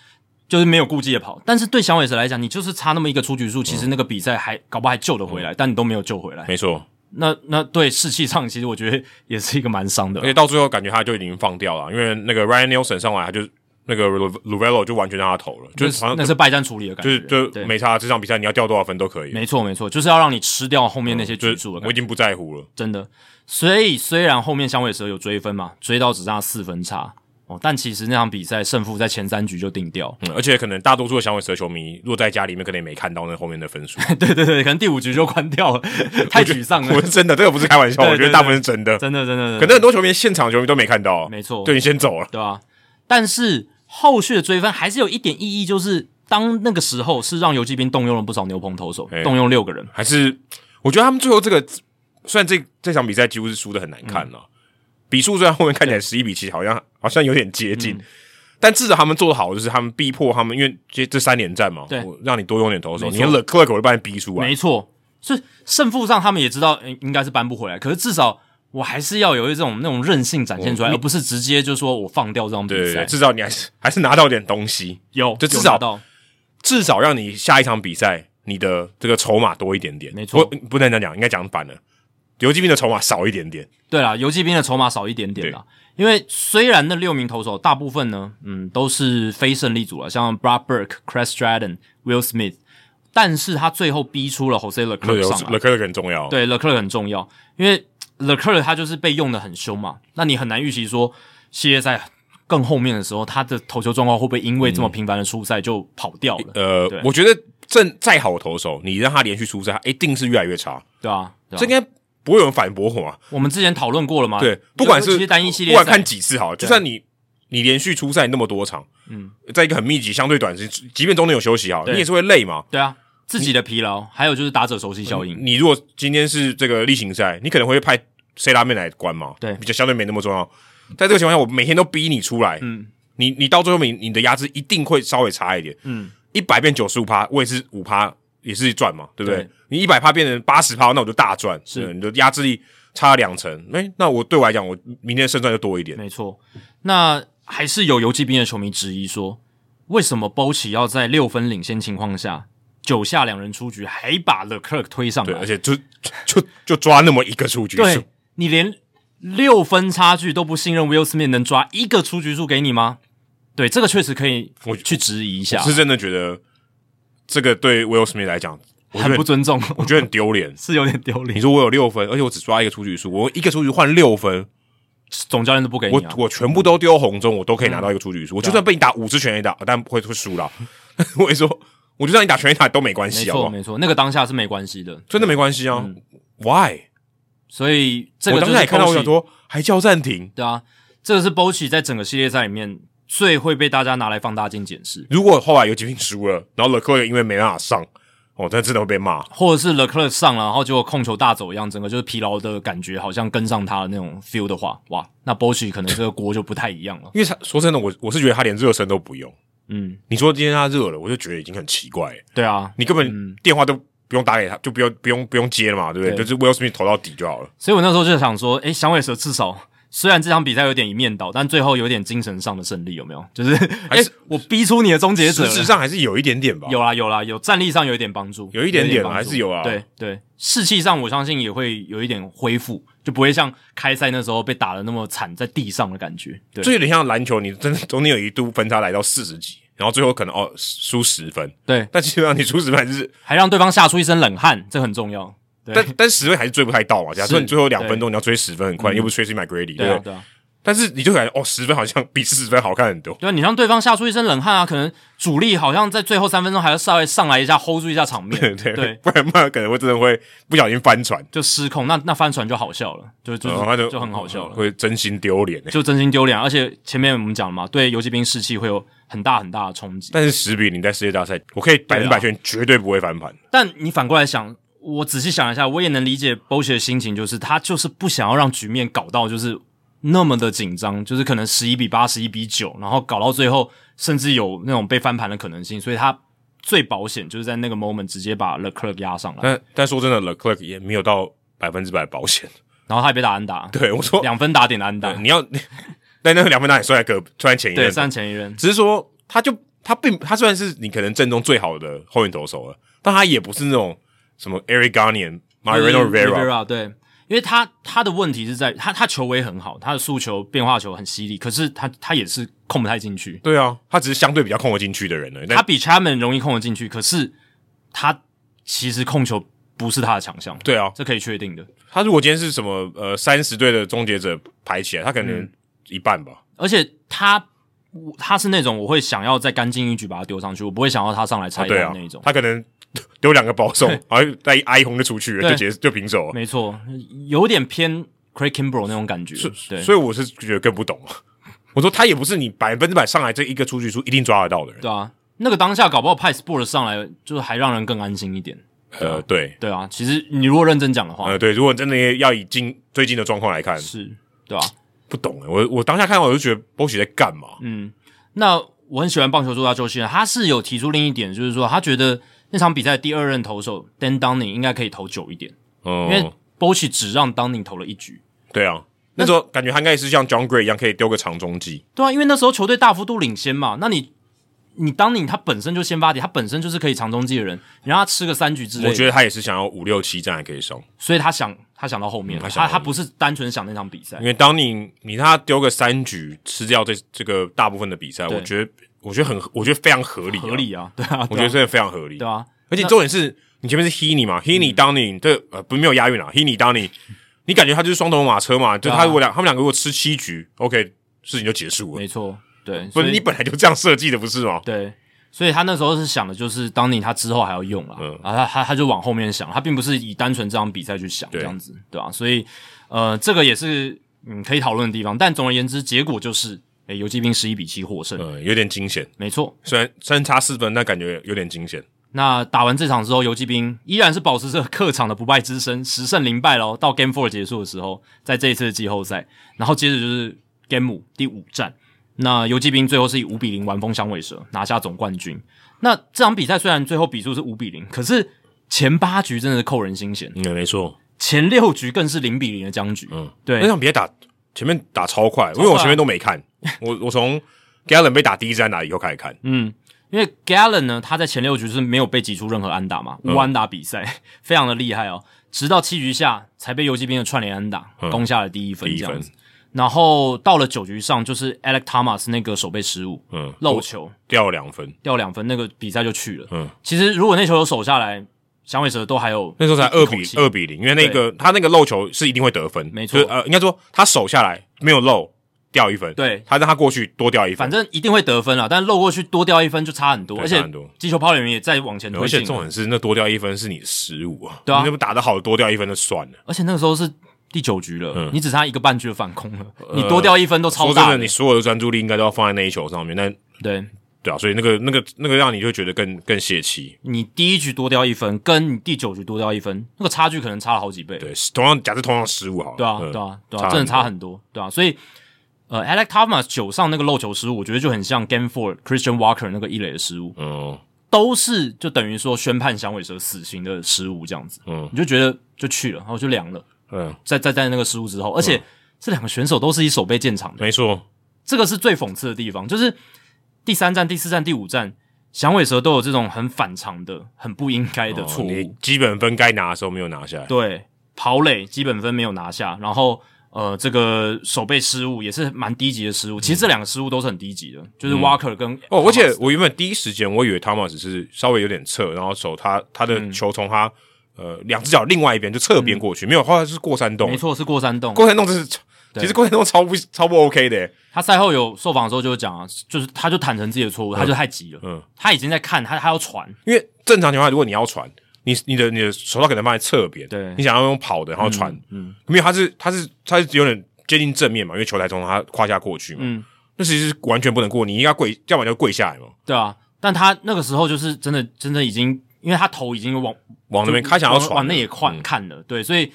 Speaker 1: 就是没有顾忌的跑。但是对响尾蛇来讲，你就是差那么一个出局数，其实那个比赛还搞不好还救得回
Speaker 2: 嗯
Speaker 1: 来，但你都没有救回来。
Speaker 2: 没错，
Speaker 1: 那那对士气上，其实我觉得也是一个蛮伤的
Speaker 2: 而。且到最后感觉他就已经放掉了，因为那个 Ryan Nelson 上来，他就那个 Luvello 就完全让他投了，就
Speaker 1: 就是
Speaker 2: 好像
Speaker 1: 那是败战处理的感
Speaker 2: 就
Speaker 1: 觉，
Speaker 2: 是就
Speaker 1: 对
Speaker 2: 没差，这场比赛你要掉多少分都可以，
Speaker 1: 没错没错，就是要让你吃掉后面那些
Speaker 2: 就
Speaker 1: 局
Speaker 2: 是
Speaker 1: 数的感
Speaker 2: 我
Speaker 1: 觉
Speaker 2: 已经不在乎了。
Speaker 1: 真的。所以虽然后面响尾蛇有追分嘛，追到只剩下四分差哦，但其实那场比赛胜负在前三局就定掉，
Speaker 2: 嗯，而且可能大多数的响尾蛇球迷，若在家里面，可能也没看到那后面的分 数。
Speaker 1: 对对对，可能第五局就关掉了，太沮丧
Speaker 2: 我
Speaker 1: 了，
Speaker 2: 是真的，这个不是开玩笑，
Speaker 1: 对
Speaker 2: 我觉得
Speaker 1: 对
Speaker 2: 大部分是真的。
Speaker 1: 真的真的，
Speaker 2: 可能很多球迷现场球迷都没看到，
Speaker 1: 没错，
Speaker 2: 对你先走了。
Speaker 1: 对啊，但是后续的追分还是有一点意义，就是当那个时候是让游击兵动用了不少牛棚投手，
Speaker 2: 哎
Speaker 1: 动用六个人，
Speaker 2: 还是我觉得他们最后这个，虽然这这场比赛几乎是输的很难
Speaker 1: 嗯
Speaker 2: 看了、比数虽然后面看起来十一比七，好像好像有点接近，
Speaker 1: 嗯
Speaker 2: 但至少他们做的好，就是他们逼迫他们，因为这这三连战嘛，
Speaker 1: 对
Speaker 2: 我让你多用点投手，
Speaker 1: 没错
Speaker 2: 你连 Leclerc 我都把你逼出来，
Speaker 1: 没错，所以胜负上他们也知道呃应该是扳不回来，可是至少我还是要有一种那种韧性展现出来，而不是直接就说我放掉这场比
Speaker 2: 对对
Speaker 1: 赛
Speaker 2: 对，。至少你还是还是拿到点东西，
Speaker 1: 有，
Speaker 2: 就至
Speaker 1: 有
Speaker 2: 少
Speaker 1: 拿到
Speaker 2: 至少让你下一场比赛你的这个筹码多一点点，
Speaker 1: 没错
Speaker 2: 不不能这样讲，应该讲反了，游击兵的筹码少一点点，
Speaker 1: 对啦，游击兵的筹码少一点点啦。因为虽然那六名投手大部分呢，嗯，都是非胜利组了，像 Brad Burke、Chris Stratton、Will Smith，但是他最后逼出了 Jose
Speaker 2: 对
Speaker 1: Leclerc 上来，
Speaker 2: ，Leclerc 很重要，
Speaker 1: 对 Leclerc 很重要，因为 Leclerc 他就是被用的很凶嘛，那你很难预期说系列赛更后面的时候，他的投球状况会不会因为这么频繁的出赛就跑掉了，
Speaker 2: 嗯呃
Speaker 1: 对，
Speaker 2: 我觉得正再好的投手，你让他连续出赛，他一定是越来越差。
Speaker 1: 对啊，
Speaker 2: 这
Speaker 1: 这
Speaker 2: 应该不会有人反驳我啊。
Speaker 1: 我们之前讨论过了嘛，
Speaker 2: 对，不管
Speaker 1: 尤
Speaker 2: 是
Speaker 1: 其单一系
Speaker 2: 不
Speaker 1: 列
Speaker 2: 管
Speaker 1: 赛
Speaker 2: 看，几次好了，就算你你连续出赛那么多场，嗯，在一个很密集、相对短时间，即便中间有休息好了，
Speaker 1: 对
Speaker 2: 你也是会累嘛。
Speaker 1: 对啊，自己的疲劳，还有就是打者熟悉效应，
Speaker 2: 你如果今天是这个例行赛，你可能会派 C 拉面来关嘛，
Speaker 1: 对
Speaker 2: 比较相对没那么重要。在这个情况下，我每天都逼你出来，
Speaker 1: 嗯，
Speaker 2: 你你到最后你你的压制一定会稍微差一点，
Speaker 1: 嗯，
Speaker 2: 一百变九十五趴，我也是五趴，也是赚嘛，对不对？
Speaker 1: 对
Speaker 2: 你一百趴变成八十趴，那我就大赚，
Speaker 1: 是
Speaker 2: 对你的压制力差两成，哎、那我对我来讲，我明天胜算就多一点。
Speaker 1: 没错，那还是有游击兵的球迷质疑说，为什么波奇要在六分领先情况下？九下两人出局，还把 Leclerc 推上
Speaker 2: 对，
Speaker 1: 来
Speaker 2: 而，且就就就抓那么一个出局数
Speaker 1: 对，啊你连六分差距都不信任 Will Smith 能抓一个出局数给你吗？对，这个确实可以
Speaker 2: 我
Speaker 1: 去质疑一下，
Speaker 2: 是真的觉得这个对 Will Smith 来讲，我觉
Speaker 1: 很
Speaker 2: 得
Speaker 1: 不尊重，
Speaker 2: 我觉得很丢脸。
Speaker 1: 是有点丢
Speaker 2: 你
Speaker 1: 脸。
Speaker 2: 说我有六分，而且我只抓一个出局数，我一个出局换六分，
Speaker 1: 总教练都不给
Speaker 2: 我
Speaker 1: 你啊，
Speaker 2: 我全部都丢红中，我都可以拿到一个出局数。我就算被你打五支全垒打，但会会输了。 我跟你说，我就算你打全垒打都没关
Speaker 1: 没
Speaker 2: 系，好不啊
Speaker 1: 错
Speaker 2: 好？
Speaker 1: 没错，那个当下是没关系的。
Speaker 2: 真的没关系啊。Why？
Speaker 1: 所以这个
Speaker 2: 我
Speaker 1: 就
Speaker 2: 当下
Speaker 1: 是
Speaker 2: 也看到，我
Speaker 1: Bochy-
Speaker 2: 想说，还叫暂停？
Speaker 1: 对啊，这个是 b o c h 在整个系列赛里面最会被大家拿来放大镜检视，
Speaker 2: 如果后来游击兵输了，然后 l e c l e 因为没办法上，哦，那真的会被骂。
Speaker 1: 或者是 Leclerc 上了，然后结果控球大走一样，整个就是疲劳的感觉，好像跟上他的那种 feel 的话，哇，那 b o c h 可能这个锅就不太一样了。
Speaker 2: 因为他说真的，我我是觉得他连热身都不用。
Speaker 1: 嗯，
Speaker 2: 你说今天他热了，我就觉得已经很奇怪了。
Speaker 1: 对啊，
Speaker 2: 你根本电话都不用打给他，就不用不用不用接了嘛，对不对？
Speaker 1: 对
Speaker 2: 就是 Will Smith 投到底就好了。
Speaker 1: 所以我那时候就想说，诶，响尾蛇至少虽然这场比赛有点一面倒，但最后有点精神上的胜利，有没有？就是，诶，
Speaker 2: 是
Speaker 1: 我逼出你的终结者
Speaker 2: 实
Speaker 1: 了，
Speaker 2: 质上还是有一点点吧。
Speaker 1: 有啦有啦，有战力上有一点帮助，
Speaker 2: 有一点点
Speaker 1: 帮助
Speaker 2: 还是有啊
Speaker 1: 对对，士气上我相信也会有一点恢复，就不会像开赛那时候被打的那么惨，在地上的感觉。对，
Speaker 2: 这有点像篮球，你真的中间有一度分差来到四十几，然后最后可能哦输十分，
Speaker 1: 对，
Speaker 2: 但基本上你输十分还是，
Speaker 1: 还让对方吓出一身冷汗，这很重要。对
Speaker 2: 但但十分还是追不太到嘛。假设
Speaker 1: 是嗯
Speaker 2: 你最后两分钟你要追十分很快，又不是 Tracy
Speaker 1: 对
Speaker 2: McGrady，对
Speaker 1: 啊
Speaker 2: 不对？
Speaker 1: 对啊，
Speaker 2: 但是你就感觉哦十分好像比四十分好看很多，
Speaker 1: 对啊，你让对方吓出一身冷汗啊，可能主力好像在最后三分钟还要稍微上来一下，hold 住一下场面。
Speaker 2: 对
Speaker 1: 对
Speaker 2: 对， 不然嘛可能会真的会不小心翻船，
Speaker 1: 就失控，那那翻船就好笑了，就就
Speaker 2: 然后他
Speaker 1: 就就很好笑了，
Speaker 2: 嗯会真心丢脸欸。
Speaker 1: 就真心丢脸。而且前面我们讲了嘛，对游击兵士气会有很大很大的冲击。
Speaker 2: 但是十比零在世界大赛，我可以百分之百
Speaker 1: 啊
Speaker 2: 确定绝对不会翻盘。
Speaker 1: 但你反过来想，我仔细想一下，我也能理解 b o s h 的心情，就是他就是不想要让局面搞到就是那么的紧张，就是可能十一比八、十一比九，然后搞到最后甚至有那种被翻盘的可能性，所以他最保险就是在那个 moment 直接把 l e c l e r 压上来，
Speaker 2: 但但说真的 l e c l e r 也没有到百分之百保险。
Speaker 1: 然后他也被打安打，
Speaker 2: 对我说，
Speaker 1: 两分打点的安打
Speaker 2: 对，你要， 但那个两分打也算在隔，算在前一
Speaker 1: 对，
Speaker 2: 任，
Speaker 1: 算前一任，
Speaker 2: 只是说他就他并他虽然是你可能阵中最好的后援投手了，但他也不是那种什么 Eric Garnier、Mariano 啊 Rivera，
Speaker 1: 嗯 Rivera 对，因为他他的问题是在于他他球威很好，他的速球、变化球很犀利，可是他他也是控不太进去。
Speaker 2: 对啊，他只是相对比较控得进去的人了。
Speaker 1: 他
Speaker 2: 但
Speaker 1: 比 Chapman 容易控得进去，可是他其实控球不是他的强项，
Speaker 2: 对啊，
Speaker 1: 这可以确定的。
Speaker 2: 他如果今天是什么呃三十队的终结者排起来，他可
Speaker 1: 嗯
Speaker 2: 能一半吧。
Speaker 1: 而且他我他是那种我会想要再干净一局把他丢上去，我不会想要他上来拆
Speaker 2: 对
Speaker 1: 掉
Speaker 2: 啊
Speaker 1: 那一种。，
Speaker 2: 他可能丢两个保送，然后再挨一轰就出去了，
Speaker 1: 对
Speaker 2: 就结就平手了。
Speaker 1: 没错，有点偏 Craig Kimbrel 那种感觉。对，
Speaker 2: 所以我是觉得更不懂了。啊 我说他也不是你百分之百上来这一个出局数一定抓得到的人。
Speaker 1: 对啊，那个当下搞不好派 Sport 上来，就是还让人更安心一点。
Speaker 2: 呃，对，
Speaker 1: 对啊，其实你如果认真讲的话，
Speaker 2: 呃，对，如果真的要以近最近的状况来看，
Speaker 1: 是，对吧、
Speaker 2: 不懂哎，我我当下看到我就觉得波奇在干嘛？
Speaker 1: 嗯那我很喜欢棒球作家周希仁，他是有提出另一点，就是说他觉得那场比赛第二任投手 Dan Downing 应该可以投久一点，因为
Speaker 2: 嗯，
Speaker 1: Bochi 只让 Downing 投了一局。
Speaker 2: 对啊，那时候感觉他应该是像 John Gray 一样可以丢个长中计，
Speaker 1: 对啊，因为那时候球队大幅度领先嘛，那你你 Downing 他本身就先发底，他本身就是可以长中继的人，你让他吃个三局之类的，
Speaker 2: 我觉得他也是想要五六七战还可以上，
Speaker 1: 所以他想他想到后面，
Speaker 2: 嗯他
Speaker 1: 他
Speaker 2: 想到后面
Speaker 1: 他不是单纯想那场比赛
Speaker 2: 因，为当你你让他丢个三局吃掉这这个大部分的比赛，
Speaker 1: 对
Speaker 2: 我觉得我觉得很我觉得非常合理、
Speaker 1: 合，理啊，对啊，
Speaker 2: 我觉得
Speaker 1: 对啊
Speaker 2: 真的非常合理
Speaker 1: 对。啊，嗯
Speaker 2: 而且重点是你前面是 Heaney 嘛，Heaney 当你这呃不没有押韵啦，Heaney 当你你感觉他就是双头马车嘛，就
Speaker 1: 啊
Speaker 2: 他如果两他们两个如果吃七局，OK 事情就结束了
Speaker 1: 没。错，对，
Speaker 2: 不
Speaker 1: 所
Speaker 2: 是
Speaker 1: 以
Speaker 2: 你本来就这样设计的，不是吗？
Speaker 1: 对，所以他那时候是想的就是当你他之后还要用
Speaker 2: 嗯
Speaker 1: 了，然后他他他就往后面想，他并不是以单纯这场比赛去想这
Speaker 2: 对
Speaker 1: 样子，对吧、所以呃，这个也是嗯可以讨论的地方。但总而言之，结果就是诶，游击兵十一比七获胜，
Speaker 2: 嗯，有点惊险，
Speaker 1: 没错。
Speaker 2: 虽然虽然差四分，但感觉有点惊险。
Speaker 1: 那打完这场之后，游击兵依然是保持着客场的不败之身，十胜零败喽。到 Game Four 结束的时候，在这一次的季后赛，然后接着就是 Game 五第五战，那游击兵最后是以五比零完封响尾蛇，拿下总冠军。那这场比赛虽然最后比数是五比零，可是前八局真的是扣人心弦，
Speaker 2: 嗯，没错，
Speaker 1: 前六局更是零比零的僵局。
Speaker 2: 嗯，
Speaker 1: 对
Speaker 2: 那场比赛打前面打超快，因为我前面都没看，我我从 Galen 被打第一站打以后开始看，
Speaker 1: 嗯，因为 Gallon 呢，他在前六局是没有被挤出任何安打嘛，
Speaker 2: 嗯
Speaker 1: 无安打比赛，非常的厉害哦。直到七局下才被游击兵的串联安打攻下了第一分，
Speaker 2: 嗯第一
Speaker 1: 这样
Speaker 2: 分
Speaker 1: 子。然后到了九局上，就是 Alex Thomas 那个手背失误，
Speaker 2: 嗯，
Speaker 1: 漏球
Speaker 2: 掉了两分，
Speaker 1: 掉两分，那个比赛就去了。
Speaker 2: 嗯，
Speaker 1: 其实如果那球有守下来，响尾蛇都还有
Speaker 2: 那时候才
Speaker 1: 一
Speaker 2: 二
Speaker 1: 口
Speaker 2: 比
Speaker 1: 气
Speaker 2: 二比零，因为那个他那个漏球是一定会得分，
Speaker 1: 没错
Speaker 2: 就是呃，应该说他手下来没有漏掉一分，
Speaker 1: 对
Speaker 2: 他让他过去多掉一分，
Speaker 1: 反正一定会得分了，但漏过去多掉一分就差很多，
Speaker 2: 对
Speaker 1: 而且
Speaker 2: 差很多
Speaker 1: 击球抛垒员也在往前推
Speaker 2: 而且
Speaker 1: 进，
Speaker 2: 重点是那多掉一分是你的失误啊，
Speaker 1: 对啊
Speaker 2: 你那不打得好多掉一分就算了，
Speaker 1: 而且那个时候是第九局了，你只差一个半局的反空了，你多掉一分都超
Speaker 2: 嗯呃说
Speaker 1: 大
Speaker 2: 真的，你所有的专注力应该都要放在那一球上面，但
Speaker 1: 对
Speaker 2: 对啊，所以那个那个那个让你就觉得更更泄气，
Speaker 1: 你第一局多掉一分，跟你第九局多掉一分，那个差距可能差了好几倍。
Speaker 2: 对，同样假设同样失误好了，
Speaker 1: 对啊，
Speaker 2: 嗯
Speaker 1: 对啊，对
Speaker 2: 差
Speaker 1: 啊，
Speaker 2: 很
Speaker 1: 真的差
Speaker 2: 多
Speaker 1: 很多，对啊，所以呃，Alex Thomas 九上那个漏球失误，我觉得就很像 Game Four Christian Walker 那个一垒的失误，
Speaker 2: 嗯
Speaker 1: 都是就等于说宣判响尾蛇死刑的失误这样子，
Speaker 2: 嗯
Speaker 1: 你就觉得就去了，然后就凉了，
Speaker 2: 嗯，
Speaker 1: 在在在那个失误之后，而且这两个选手都是以手背建场的，
Speaker 2: 没错，
Speaker 1: 这个是最讽刺的地方，就是第三站、第四站、第五站，响尾蛇都有这种很反常的、很不应该的错误。
Speaker 2: 哦你基本分该拿的时候没有拿下来，
Speaker 1: 对，跑垒基本分没有拿下，然后呃，这个手背失误也是蛮低级的失误。其实这两个失误都是很低级的，就是 Walker 跟、
Speaker 2: 哦，而且我原本第一时间我以为 Thomas 只是稍微有点侧，然后手他他
Speaker 1: 嗯
Speaker 2: 的球从他、呃两只脚另外一边就侧边过去，没有，后来是过山洞
Speaker 1: 没，错是过山洞。
Speaker 2: 过山洞这是其实过山洞超不超不 OK 的，欸
Speaker 1: 他赛后有受访的时候就讲啊，就是他就坦诚自己的错误，他就太急了，
Speaker 2: 嗯
Speaker 1: 他已经在看他他要传，
Speaker 2: 因为正常情况下如果你要传，你你的你的手套可能放在侧边，
Speaker 1: 对
Speaker 2: 你想要用跑的然后传，嗯，因为他是他是他是有点接近正面嘛，因为球台从他胯下过去嘛，
Speaker 1: 嗯，
Speaker 2: 那其实是完全不能过，你应该跪，要不然就跪下来嘛，
Speaker 1: 对啊，但他那个时候就是真的真的已经，因为他头已经往
Speaker 2: 往那边
Speaker 1: 就哦
Speaker 2: 他想要
Speaker 1: 往
Speaker 2: 传了，嗯
Speaker 1: 往那也看看了，对，所以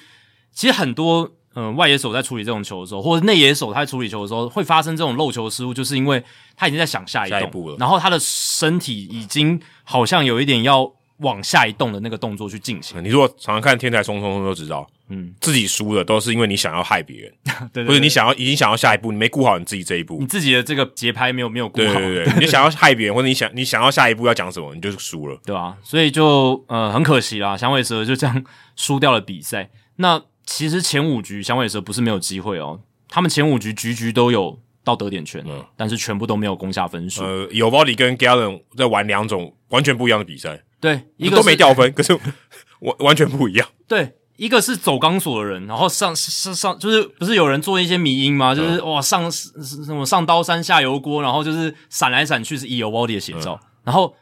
Speaker 1: 其实很多嗯、外野手在处理这种球的时候，或者内野手他在处理球的时候，会发生这种漏球失误，就是因为他已经在想下一动
Speaker 2: 下一步了
Speaker 1: 然后他的身体已经好像有一点要往下一动的那个动作去进 行。
Speaker 2: 你如果常常看《天才冲冲冲》都知道，
Speaker 1: 嗯，
Speaker 2: 自己输了都是因为你想要害别人，
Speaker 1: 对对对，
Speaker 2: 或者你想要已经想要下一步，你没顾好你自己这一步
Speaker 1: 你。自己的这个节拍没有没有顾
Speaker 2: 对
Speaker 1: 好，
Speaker 2: 对对对，你想要害别人，或者你想你想要下一步要讲什么，你就输了。
Speaker 1: 对啊，所以就呃很可惜啦，响尾蛇就这样输掉了比赛。那其实前五局响尾蛇不是没有机会哦，他们前五局局局都有到得点圈，
Speaker 2: 嗯
Speaker 1: 但是全部都没有攻下分数。
Speaker 2: 呃，有 v o d y 跟 Galen 在玩两种完全不一样的比赛，
Speaker 1: 对，一个
Speaker 2: 都
Speaker 1: 是
Speaker 2: 没掉分， 可是完完全不一样。
Speaker 1: 对，一个是走钢索的人，然后上上上就是不是有人做一些迷音
Speaker 2: 啊
Speaker 1: 吗？就是、哇上是是什么上刀山下油锅，然后就是闪来闪去是 E O Body 的写照，
Speaker 2: 嗯
Speaker 1: 然后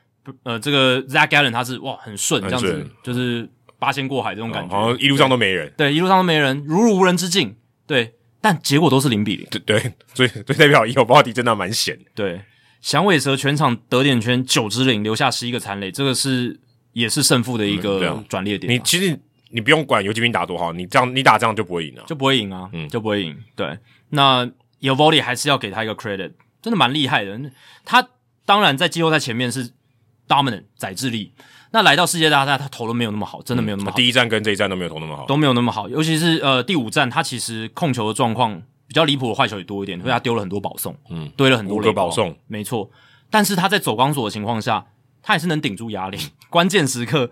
Speaker 1: 呃这个 Zach Allen 他是哇很顺这样子
Speaker 2: 顺，
Speaker 1: 就是八仙过海这种感觉，
Speaker 2: 哦好像一路上都没人。
Speaker 1: 对，一路上都没人，如入无人之境，对，但结果都是零比零，
Speaker 2: 对对，所以所以代表有 v o d y 真的蛮险的。
Speaker 1: 对，响尾蛇全场得点圈九支零，留下十一个残垒，这个是也是胜负的一
Speaker 2: 嗯对
Speaker 1: 个
Speaker 2: 啊
Speaker 1: 转捩点、
Speaker 2: 你其实你不用管游击兵打多好，你这样你打这样就不会赢了、
Speaker 1: 就不会赢啊，
Speaker 2: 嗯
Speaker 1: 就不会赢。对，那 y o v o l i 还是要给他一个 credit，真的蛮厉害的。他当然在季后赛前面是 dominant 宰智力，那来到世界大赛他投的没有那么好，真的没有那么好，
Speaker 2: 第一站跟这一站都没有投那么好。
Speaker 1: 都没有那么好。尤其是呃第五站，他其实控球的状况比较离谱，的坏球也多一点，所以他丢了很多保送，嗯
Speaker 2: 嗯，
Speaker 1: 堆了很多
Speaker 2: 五
Speaker 1: 雷
Speaker 2: 个
Speaker 1: 包
Speaker 2: 保送，
Speaker 1: 没错。但是他在走钢索的情况下，他也是能顶住压力， 关键时刻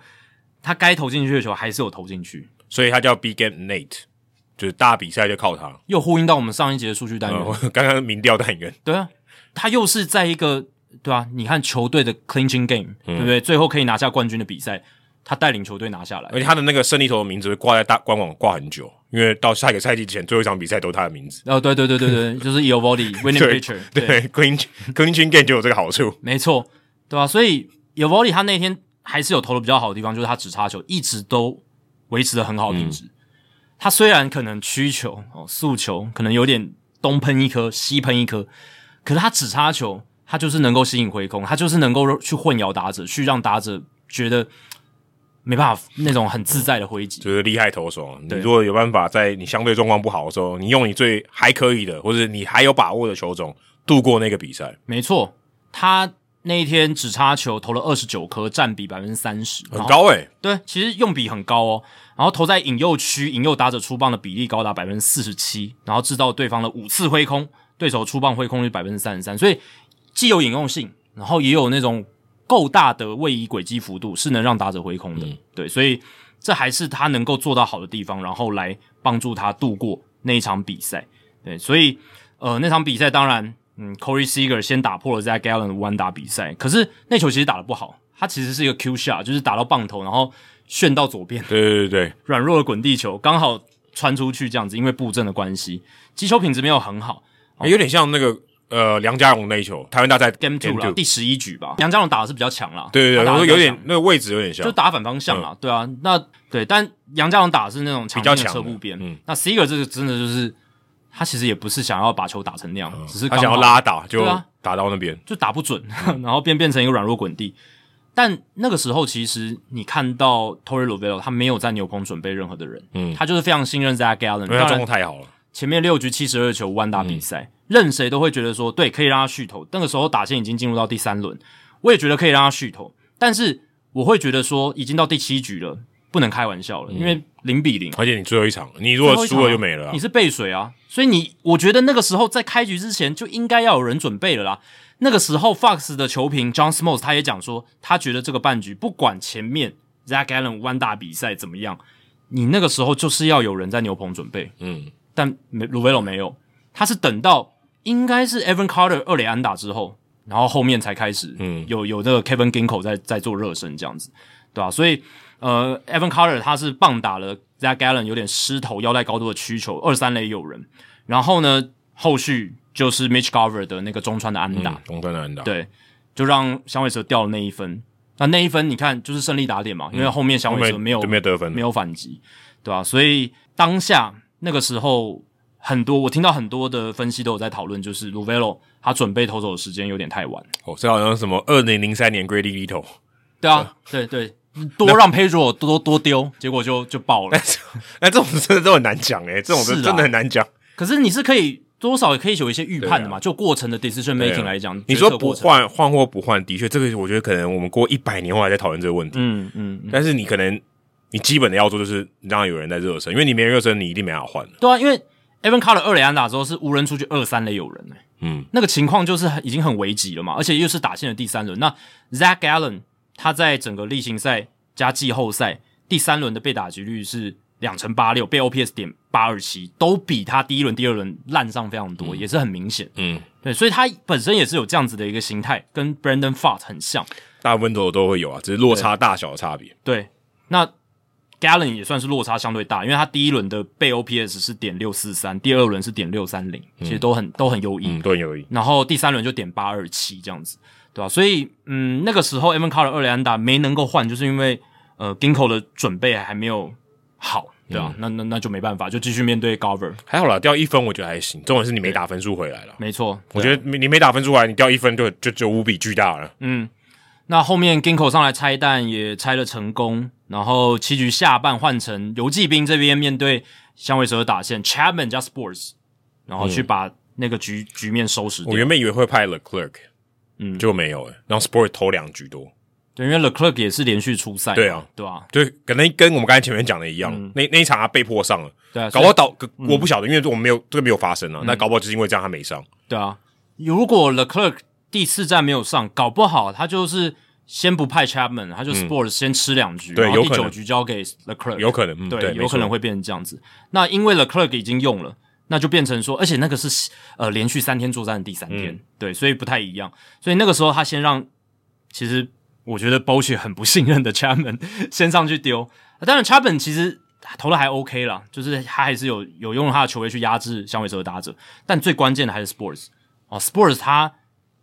Speaker 1: 他该投进去的球还是有投进去。
Speaker 2: 所以他叫 Big Game Nate，就是大比赛就靠他。
Speaker 1: 又呼应到我们上一节的数据单元，
Speaker 2: 嗯，我刚刚民调单元，
Speaker 1: 对啊，他又是在一个对啊，你看球队的 clinching game，、对不
Speaker 2: 嗯
Speaker 1: 对？最后可以拿下冠军的比赛，他带领球队拿下来
Speaker 2: 而。且他的那个胜利头的名字会挂在大官网挂很久，因为到下一个赛季前最后一场比赛都是他的名字。
Speaker 1: 哦，对对对对对，就是 e o v o d y winning
Speaker 2: 对
Speaker 1: pitcher，
Speaker 2: 对 g r e e n g r e e n Game 就有这个好处。
Speaker 1: 没错，对吧、所以 e o v o d y 他那天还是有投的比较好的地方，就是他直插球一直都维持的很好的品质。
Speaker 2: 嗯
Speaker 1: 他虽然可能曲球哦速球可能有点东喷一颗西喷一颗，可是他直插球，他就是能够吸引回空，他就是能够去混淆打者，去让打者觉得嘖没办法那种很自在的挥击。
Speaker 2: 就是厉害投手，你
Speaker 1: 对
Speaker 2: 如果有办法在你相对状况不好的时候，你用你最还可以的，或者你还有把握的球种度过那个比赛，
Speaker 1: 没错，他那一天直插球投了二十九颗，占比百分之三十，
Speaker 2: 很高欸诶、
Speaker 1: 对，其实用比很高哦。然后投在引诱区，引诱打者出棒的比例高达百分之四十七，然后制造对方的五次挥空，对手出棒挥空率百分之三十三，所以既有引用性，然后也有那种够大的位移轨迹幅度，是能让打者挥空的。对，所以这还是他能够做到好的地方，然后来帮助他度过那一场比赛。对，所以呃，那场比赛当然，嗯，Corey Seager 先打破了在 Gallon 的弯打比赛，可是那球其实打得不好，他其实是一个 Q shot，就是打到棒头，然后旋到左边，
Speaker 2: 对对对对，
Speaker 1: 软弱的滚地球刚好传出去这样子，因为布阵的关系，击球品质没有很好。
Speaker 2: 欸有点像那个呃梁家荣那一球，台湾大赛
Speaker 1: Game Two 啦，第十一局吧，杨家龙打的是比较强啦，
Speaker 2: 对对
Speaker 1: 他
Speaker 2: 对，
Speaker 1: 打
Speaker 2: 我
Speaker 1: 得
Speaker 2: 说
Speaker 1: 比较
Speaker 2: 有点
Speaker 1: 强
Speaker 2: 那个位置有点像
Speaker 1: 就，打反方向啦，对啊，那对，但杨家龙打的是那种强
Speaker 2: 比较
Speaker 1: 劲的
Speaker 2: 强
Speaker 1: 侧
Speaker 2: 的
Speaker 1: 步边，
Speaker 2: 嗯
Speaker 1: 那 Seager 这个真的就是他其实也不是想要把球打成那样，只是
Speaker 2: 嗯他
Speaker 1: 刚
Speaker 2: 想要
Speaker 1: 好
Speaker 2: 拉打就
Speaker 1: 对啊
Speaker 2: 打到那边，
Speaker 1: 就打不准，
Speaker 2: 嗯
Speaker 1: 然后变变成一个软弱滚地。但那个时候，其实你看到 Torrey Lovell，他没有在牛棚准备任何的人，
Speaker 2: 嗯
Speaker 1: 他就是非常信任 Zach Gallen。
Speaker 2: 因为他
Speaker 1: 当
Speaker 2: 嗯状
Speaker 1: 然
Speaker 2: 况，太好了，
Speaker 1: 前面六局七十二球弯打比赛，任谁都会觉得说，对，可以让他续投。那个时候打线已经进入到第三轮，我也觉得可以让他续投，但是我会觉得说，已经到第七局了，不能开玩笑
Speaker 2: 嗯
Speaker 1: 了，因为零比零。
Speaker 2: 而且你最后一场，你如果输了就没了啊、
Speaker 1: 你是背水啊，所以你我觉得那个时候在开局之前就应该要有人准备了啦。那个时候 Fox 的球评 John Smoltz 他也讲说，他觉得这个半局不管前面 Zach Allen 弯打比赛怎么样，你那个时候就是要有人在牛棚准备，
Speaker 2: 嗯，
Speaker 1: 但没鲁维罗没有，他是等到应该是 Evan Carter 二垒安打之后，然后后面才开始，
Speaker 2: 嗯
Speaker 1: 有有这个 Kevin Ginko 在在做热身这样子，对吧、所以呃，Evan Carter 他是棒打了 Zach Gallen 有点失头腰带高度的曲球，二三垒有人，然后呢，后续就是 Mitch Garver 的那个中川的安打，
Speaker 2: 嗯，东川南打，
Speaker 1: 对，就让响尾蛇掉了那一分。那那一分你看就是胜利打点嘛，因为后面响
Speaker 2: 后
Speaker 1: 尾
Speaker 2: 面
Speaker 1: 蛇没有
Speaker 2: 就没有得分
Speaker 1: 没，有反击，对吧、所以当下那个时候，很多我听到很多的分析都有在讨论，就是 l u v e l o 他准备投手的时间有点太晚。
Speaker 2: 哦，这好像什么二零零三年 Grady Little，
Speaker 1: 对啊，对对，多让 Pedro 多多丢，结果就就爆
Speaker 2: 哎
Speaker 1: 了。
Speaker 2: 那这种真的都很难讲哎、这种
Speaker 1: 是
Speaker 2: 真
Speaker 1: 啊
Speaker 2: 真的很难讲。
Speaker 1: 可是你是可以多少也可以有一些预判的嘛，
Speaker 2: 对
Speaker 1: 就过程的 decision
Speaker 2: 对啊
Speaker 1: making 来讲，
Speaker 2: 你说
Speaker 1: 决策
Speaker 2: 不
Speaker 1: 过程，
Speaker 2: 换换或不换，的确，这个我觉得可能我们过一百年后还在讨论这个问题。
Speaker 1: 嗯嗯，嗯
Speaker 2: 但是你可能你基本的要做就是让有人在热身，因为你没热身，你一定没办法换了。
Speaker 1: 对啊，因为 Evan Carter 二垒安打之后是无人出去二三垒有人、欸，
Speaker 2: 嗯，
Speaker 1: 那个情况就是很已经很危急了嘛，而且又是打线的第三轮。那 Zach Allen 他在整个例行赛加季后赛第三轮的被打击率是两成八六，被 OPS 点八二七，都比他第一轮、第二轮烂上非常多，也是很明显。
Speaker 2: 嗯，
Speaker 1: 对，所以他本身也是有这样子的一个形态，跟 Brandon f a t 很像。
Speaker 2: 大部分都都会有啊，只是落差大小的差别。
Speaker 1: 对，那 Gallon 也算是落差相对大，因为他第一轮的被 OPS 是点六四三，第二轮是点六三零，其实都很、都很优异。
Speaker 2: 嗯，都很有意。
Speaker 1: 然后第三轮就点八二七这样子，对吧、所以嗯，那个时候 Evan Carter 二连安打没能够换，就是因为呃 Ginko 的准备还没有好，对
Speaker 2: 嗯
Speaker 1: 吧、那那那就没办法，就继续面对 Gover。
Speaker 2: 还好啦，掉一分我觉得还行，重点是你没打分数回来了。
Speaker 1: 没错，
Speaker 2: 我觉得你你没打分数回来，你掉一分就就就无比巨大
Speaker 1: 嗯
Speaker 2: 了。
Speaker 1: 那后面 Ginko 上来拆弹也拆了成功，然后七局下半换成游骑兵这边面对响尾蛇的打线 Chapman 加 Sports，然后去把那个局局面收拾
Speaker 2: 嗯我
Speaker 1: 掉。
Speaker 2: 原本以为会派 The Clerk，
Speaker 1: 嗯
Speaker 2: 就没有哎、欸，让 Sport 投两局多，
Speaker 1: 对，因为 The Clerk 也是连续出赛嘛，
Speaker 2: 对啊
Speaker 1: 对吧、
Speaker 2: 就可能跟我们刚才前面讲的一样，
Speaker 1: 嗯
Speaker 2: 那那一场他被迫上了，
Speaker 1: 对啊，
Speaker 2: 搞不好导、我不晓得，因为我们没有这个没有发生
Speaker 1: 嗯
Speaker 2: 啊，那搞不好就是因为这样他没上，
Speaker 1: 对啊，如果 The Clerk 第四站没有上，搞不好他就是先不派 Chapman，他就 Sports 先吃两局，
Speaker 2: 嗯对
Speaker 1: 然后第
Speaker 2: 有可能
Speaker 1: 九局交给 The Clerk，
Speaker 2: 有可能，嗯、
Speaker 1: 对，
Speaker 2: 对，
Speaker 1: 有可能
Speaker 2: 会，
Speaker 1: 会变成这样子。那因为 The Clerk 已经用了，那就变成说，而且那个是呃连续三天作战的第三天，
Speaker 2: 嗯
Speaker 1: 对，所以不太一样。所以那个时候他先让，其实我觉得 b o 很不信任的 Chapman 先上去丢，啊当然 Chapman 其实。投的还 OK 啦，就是他还是有有用他的球威去压制响尾蛇的打者，但最关键的还是 Sports 哦，Sports 他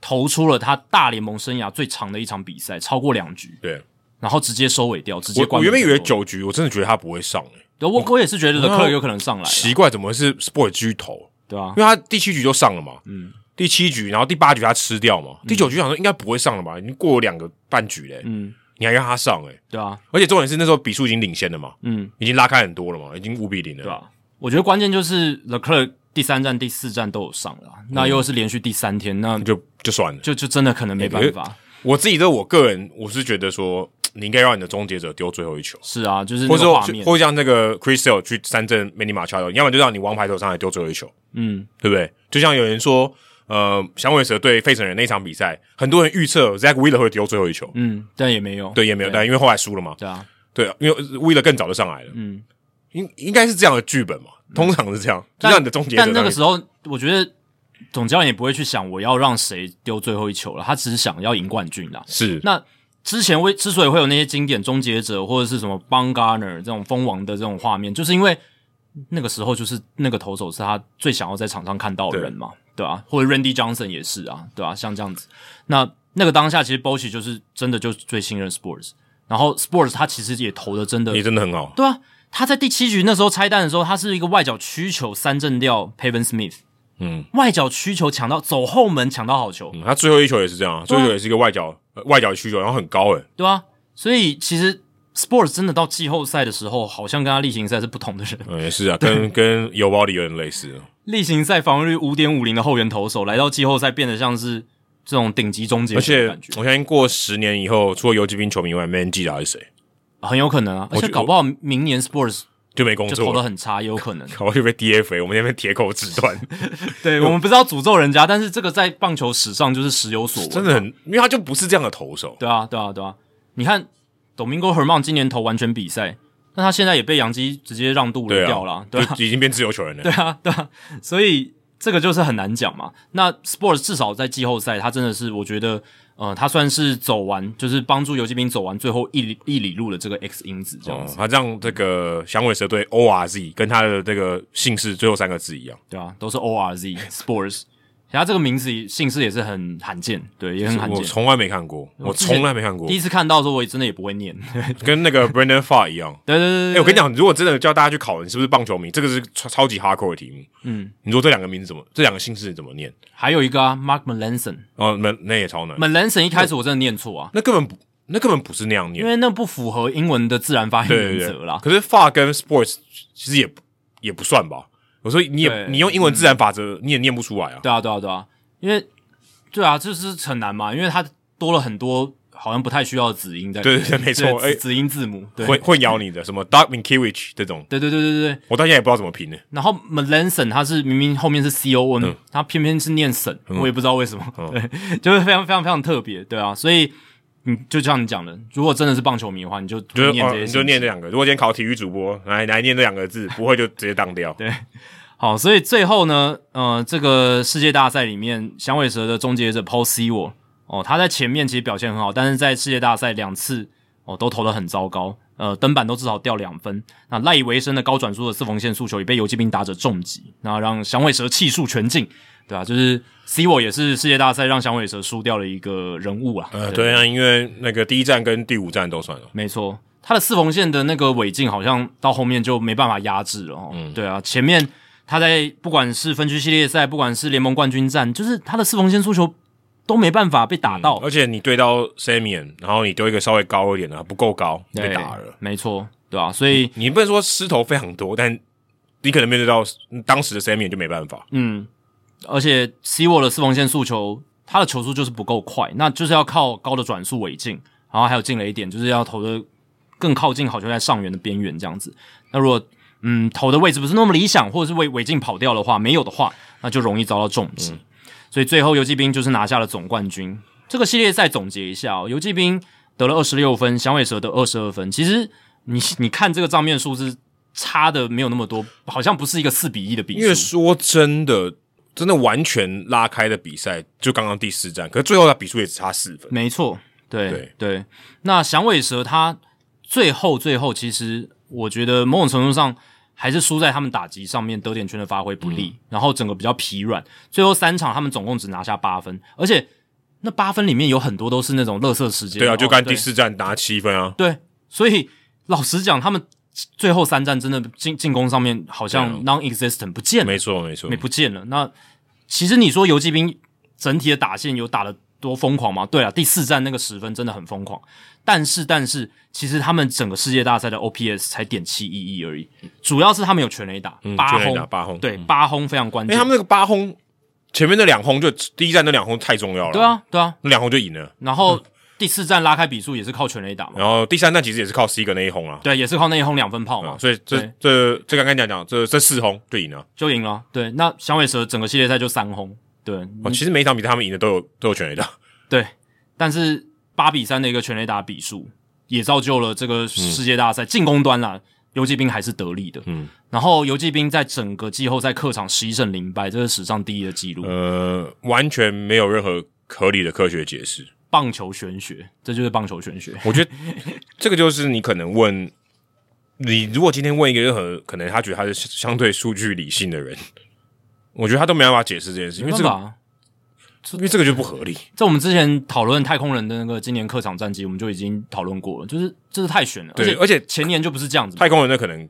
Speaker 1: 投出了他大联盟生涯最长的一场比赛，超过两局，
Speaker 2: 对
Speaker 1: 然后直接收尾掉，直接
Speaker 2: 我
Speaker 1: 关
Speaker 2: 我
Speaker 1: 门哎
Speaker 2: 原本以为
Speaker 1: 收尾，
Speaker 2: 九局，我真的觉得他不会上、欸，
Speaker 1: 对啊我我也是觉得 The Clerk 有可能上来啦，
Speaker 2: 奇怪，怎么会是 Sport 继续投？
Speaker 1: 对啊
Speaker 2: 因，为他第七局就上了嘛，嗯，第七局，然后第八局他吃掉嘛，第九局想说应该不会上了吧，已经过了两个半局嘞、
Speaker 1: 嗯，
Speaker 2: 你还让他上哎、欸
Speaker 1: 对啊，
Speaker 2: 而且重点是那时候比数已经领先了嘛，
Speaker 1: 嗯，
Speaker 2: 已经拉开很多了嘛，已经五比零了，
Speaker 1: 对啊。我觉得关键就是 The Clerk 第三站、第四站都有上了啊，
Speaker 2: 嗯
Speaker 1: 那又是连续第三天，那
Speaker 2: 就就算了。
Speaker 1: 就就真的可能没办法。
Speaker 2: 我自己的我个人，我是觉得说，你应该让你的终结者丢最后一球，
Speaker 1: 是啊，就是
Speaker 2: 或
Speaker 1: 那
Speaker 2: 者
Speaker 1: 个
Speaker 2: 说
Speaker 1: 画面，
Speaker 2: 或者像那个 Chris Sale 去三振 Manny m a c h a d o 要么就让你王牌手上来丢最后一球，
Speaker 1: 嗯，
Speaker 2: 对不对？就像有人说，呃，响尾蛇对费城人那场比赛，很多人预测 Zach Wheeler 会丢最后一球，
Speaker 1: 嗯，但也没有，
Speaker 2: 对，也没有，但因为后来输了嘛，
Speaker 1: 对啊，
Speaker 2: 对，因为 Wheeler 更早就上来了，
Speaker 1: 嗯，
Speaker 2: 应应该是这样的剧本嘛，通常是这样，就让你的终结者
Speaker 1: 但那个时
Speaker 2: 候
Speaker 1: 候，我觉得总教练也不会去想我要让谁丢最后一球了，他只是想要赢冠军啦。
Speaker 2: 是
Speaker 1: 那之前为之所以会有那些经典终结者或者是什么 b o n g a r n e r 这种封王的这种画面，就是因为那个时候就是那个投手是他最想要在场上看到的人嘛，对啊，或者 Randy Johnson 也是啊，对啊，像这样子。那那个当下其实 b o c h 就是真的就是最信任 Sports，然后 Sports 他其实也投的真的
Speaker 2: 也真的很好，
Speaker 1: 对啊，他在第七局那时候拆弹的时候，他是一个外角曲球三振掉 Paven Smith，
Speaker 2: 嗯，
Speaker 1: 外角曲球抢到走后门抢到好球，
Speaker 2: 嗯，他最后一球也是这样啊，最后一球也是一个外角、呃外角需求，然后很高诶、
Speaker 1: 对啊，所以其实 Sports 真的到季后赛的时候，好像跟他例行赛是不同的人。
Speaker 2: 嗯，也是啊，跟跟尤包里有点类似。
Speaker 1: 例行赛防御率五点五零的后援投手，来到季后赛变得像是这种顶级终结
Speaker 2: 而
Speaker 1: 者的
Speaker 2: 且
Speaker 1: 感觉，
Speaker 2: 我相信过十年以后，除了游击兵球迷以外，没人记得他是谁，
Speaker 1: 很有可能啊。而
Speaker 2: 我觉
Speaker 1: 且搞不好明年 Sports
Speaker 2: 就没工
Speaker 1: 就投
Speaker 2: 作
Speaker 1: 的
Speaker 2: 了，
Speaker 1: 很差，也有可能。
Speaker 2: 我就被 DFA，我们那边铁口直 断，
Speaker 1: 对我们不是要诅咒人家，但是这个在棒球史上就是时有所闻。
Speaker 2: 真的很，因为他就不是这样的投手。
Speaker 1: 对啊，对啊，对啊！你看，Domingo Herman 今年投完全比赛，那他现在也被杨基直接让渡
Speaker 2: 对
Speaker 1: 了
Speaker 2: 啊，
Speaker 1: 掉了啊，对啊，
Speaker 2: 就已经变自由球员了。
Speaker 1: 对啊， 对啊，所以这个就是很难讲嘛。那 Sports 至少在季后赛，他真的是我觉得，呃，他算是走完，就是帮助游击兵走完最后一里一里路的这个 X 因子这样
Speaker 2: 哦
Speaker 1: 子，，
Speaker 2: 他让这个响尾蛇队 ORZ 跟他的这个姓氏最后三个字一样，
Speaker 1: 对啊，都是 ORZ Sports，他这个名字姓氏也是很罕见，对，也很罕
Speaker 2: 我
Speaker 1: 见。
Speaker 2: 从来没看过，我
Speaker 1: 之前
Speaker 2: 从来没看过
Speaker 1: 第，一次看到的时候，我也真的也不会念。
Speaker 2: 跟那个 Brandon Far 一样。
Speaker 1: 对对对对
Speaker 2: 哎、
Speaker 1: 对
Speaker 2: 我跟你讲，如果真的叫大家去考你是不是棒球迷，这个是超超级 hardcore 的题目。
Speaker 1: 嗯，
Speaker 2: 你说这两个名字怎么，这两个姓氏怎么念？
Speaker 1: 还有一个啊，Mark Melanson，Melanson
Speaker 2: 哦，那那也超难，
Speaker 1: 一开始我真的念错啊，
Speaker 2: 那根本不，那根本不是那样念
Speaker 1: 因。为那不符合英文的自然发音
Speaker 2: 对
Speaker 1: 原
Speaker 2: 对
Speaker 1: 则
Speaker 2: 对
Speaker 1: 啦，。
Speaker 2: 可是法跟 sports 其实也不也不算吧。我说你也
Speaker 1: 对
Speaker 2: 你用英文自然法则你也念不出来啊。
Speaker 1: 对啊，对啊，对啊，因为对啊，这是很难嘛，因为它多了很多好像不太需要的子音在里面，
Speaker 2: 对对对没错
Speaker 1: 子
Speaker 2: 哎
Speaker 1: 子音字母，对，
Speaker 2: 混混淆你的什么 Doug Minkiewicz 这种，
Speaker 1: 对对对对对。
Speaker 2: 我到现在也不知道怎么拼呢。
Speaker 1: 然后 Melanson 他是明明后面是 C O N，、他
Speaker 2: 嗯
Speaker 1: 偏偏是念省，我也不知道为什么， 对，就是非常非常非常特别，对啊，所以你就像你讲的，如果真的是棒球迷的话，你就
Speaker 2: 就是
Speaker 1: 念
Speaker 2: 哦
Speaker 1: 这些、
Speaker 2: 你就念这。两个。如果今天考体育主播，来来念这两个 字，不会就直接当掉。对，
Speaker 1: 好，所以最后呢，呃，这个世界大赛里面，响尾蛇的终结者 Paul Sewell 哦，他在前面其实表现很好，但是在世界大赛两次哦都投的很糟糕，呃，登板都至少掉两分。那赖以为生的高转速的四缝线速球也被游击兵打者重击，然后让响尾蛇气数全尽，对吧、就是 Sewell 也是世界大赛让响尾蛇输掉了一个人物啊。
Speaker 2: 呃，对啊，因为那个第一站跟第五站都算了。
Speaker 1: 没错，他的四缝线的那个尾劲好像到后面就没办法压制了哦。对啊，前面他在不管是分区系列赛，不管是联盟冠军战，就是他的四缝线出球都没办法被打到，
Speaker 2: 而且你对到 Samian，然后你丢一个稍微高一点的，不够高，你
Speaker 1: 对
Speaker 2: 被打了。
Speaker 1: 没错，对啊，所以
Speaker 2: 你不能说失头非常多，但你可能面对到当时的 Samian 就没办法。
Speaker 1: 嗯，而且 C 沃的四缝线速球，他的球速就是不够快，那就是要靠高的转速尾进，然后还有进了一点，就是要投的更靠近好球在上缘的边缘这样子。那如果嗯投的位置不是那么理想，或者是为尾进跑掉的话，没有的话，那就容易遭到重击。所以最后游击兵就是拿下了总冠军。这个系列赛总结一下哦，游击兵得了二十六分，响尾蛇得二十二分。其实你你看这个账面数字差的没有那么多，好像不是一个四比一的比数。
Speaker 2: 因为说真的，真的完全拉开的比赛，就刚刚第四站，可是最后的比数也只差四分。
Speaker 1: 没错，对
Speaker 2: 对
Speaker 1: 那响尾蛇它最后最后，其实我觉得某种程度上还是输在他们打击上面得点圈的发挥不利，
Speaker 2: 嗯
Speaker 1: 然后整个比较疲软。最后三场他们总共只拿下八分，而且那八分里面有很多都是那种垃圾时间。
Speaker 2: 对啊，
Speaker 1: 然后
Speaker 2: 就刚刚第四站拿七分啊，
Speaker 1: 对，对所以老实讲，他们最后三战真的进进攻上面好像
Speaker 2: 啊
Speaker 1: non-existent 不见了。
Speaker 2: 嗯没错没错
Speaker 1: 没。不见了。那其实你说游击兵整体的打线有打得多疯狂吗？对啊，第四战那个十分真的很疯狂，但是但是其实他们整个世界大赛的 OPS 才点七一一而已，主要是他们有全垒打
Speaker 2: 嗯，
Speaker 1: 八
Speaker 2: 全垒
Speaker 1: 轰、
Speaker 2: 打八轰
Speaker 1: 对
Speaker 2: 嗯
Speaker 1: 八轰非常关
Speaker 2: 因为
Speaker 1: 键。
Speaker 2: 他们那个八轰，前面那两轰就第一站那两轰太重要了，嗯
Speaker 1: 对，啊对啊，
Speaker 2: 那两轰就赢了。
Speaker 1: 然后第四战拉开比数也是靠全垒打嘛，
Speaker 2: 然后第三站其实也是靠 C 个那一轰啊，
Speaker 1: 对，也是靠那一轰两分炮嘛，
Speaker 2: 啊，所以这
Speaker 1: 对
Speaker 2: 这这刚刚讲讲这这四轰就赢了。哦
Speaker 1: 就赢了。对，那响尾蛇整个系列赛就三轰，对，
Speaker 2: 哦，其实每一场比赛他们赢的都有都有全垒打，
Speaker 1: 对，但是八比三的一个全垒打比数，也造就了这个世界大赛、进攻端啦，游击兵还是得力的。
Speaker 2: 嗯，
Speaker 1: 然后游击兵在整个季后赛客场十一胜零败，这是史上第一的记录。
Speaker 2: 呃，完全没有任何合理的科学解释。
Speaker 1: 棒球玄学，这就是棒球玄学。
Speaker 2: 我觉得这个就是你可能问，你如果今天问一个任何可能他觉得他是相对数据理性的人，我觉得他都没办法解释这件事，因为
Speaker 1: 没
Speaker 2: 这
Speaker 1: 办法
Speaker 2: 个
Speaker 1: 啊，
Speaker 2: 因为这个就不合理。
Speaker 1: 在我们之前讨论太空人的那个今年客场战绩，我们就已经讨论过了，就是这是太悬了，而
Speaker 2: 对
Speaker 1: 且
Speaker 2: 而且
Speaker 1: 前年就不是这样子嘛，
Speaker 2: 太空人那可能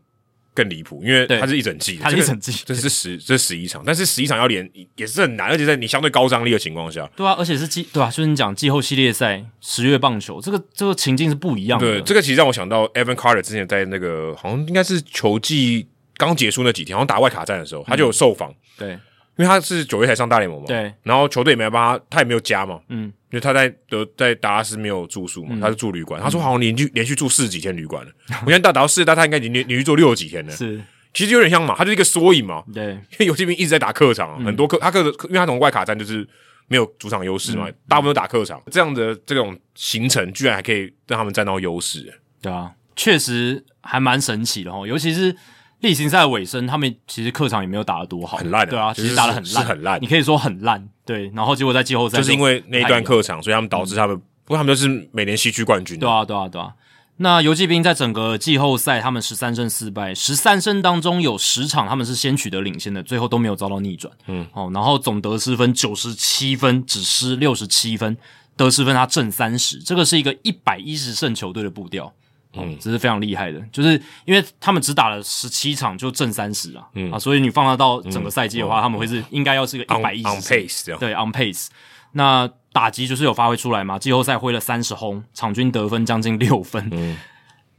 Speaker 2: 更离谱，因为
Speaker 1: 对
Speaker 2: 他是一整季，
Speaker 1: 他是
Speaker 2: 这
Speaker 1: 一
Speaker 2: 个
Speaker 1: 整季，
Speaker 2: 这是十这是十一场，但是十一场要连也是很难，而且在你相对高张力的情况下，
Speaker 1: 对啊，而且是季对啊，就是你讲季后系列赛十月棒球，这个这个情境是不一样的，
Speaker 2: 对，这个其实让我想到 Evan Carter 之前在那个好像应该是球季刚结束那几天，好像打外卡战的时候，他就有受访，
Speaker 1: 对
Speaker 2: 因为他是九月才上大联盟嘛，，
Speaker 1: 对，
Speaker 2: 然后球队也没帮他，他也没有家嘛，
Speaker 1: 嗯，
Speaker 2: 因为他在德在达拉斯没有住宿嘛，他是住旅馆，
Speaker 1: 嗯
Speaker 2: 他说好像连续连续住四十几天旅馆了，我现在到达到世界大他应该已经连连续住六十几天了，
Speaker 1: 是
Speaker 2: 其实有点像嘛，他就是一个缩影嘛，
Speaker 1: 对。
Speaker 2: 因为游击兵一直在打客场啊、
Speaker 1: 嗯
Speaker 2: 很多客他客因为他从外卡战就是没有主场优
Speaker 1: 嗯
Speaker 2: 势嘛，大部分都打客场，这样的这种行程居然还可以让他们占到优势。
Speaker 1: 对啊，确实还蛮神奇的哦，尤其是例行赛的尾声，他们其实客场也没有打得多好，
Speaker 2: 很烂啊
Speaker 1: 对啊，其
Speaker 2: 就是
Speaker 1: 实打得很
Speaker 2: 是
Speaker 1: 烂，
Speaker 2: 是很烂
Speaker 1: 你可以说很烂，对。然后结果在季后赛
Speaker 2: 就是因为那一段
Speaker 1: 不太嗯
Speaker 2: 客场，所以他们导致他们，不过他们就是每年西区冠军。
Speaker 1: 对啊，对啊，对啊。那游击兵在整个季后赛，他们十三胜四败，十三胜当中有十场他们是先取得领先的，最后都没有遭到逆转。嗯，哦，然后总得失分九十七分，只失六十七分，得失分他正三十，这个是一个一百一十胜球队的步调。嗯，这是非常厉害的，就是因为他们只打了十七场就正三十
Speaker 2: 嗯
Speaker 1: 啊，啊，所以你放大到整个赛季的话，他们会是应该要是个一
Speaker 2: on
Speaker 1: 百一
Speaker 2: 嗯 on
Speaker 1: 十
Speaker 2: pace 这样，
Speaker 1: 对，on pace。那打击就是有发挥出来嘛，季后赛挥了三十轰，场均得分将近六分，
Speaker 2: 嗯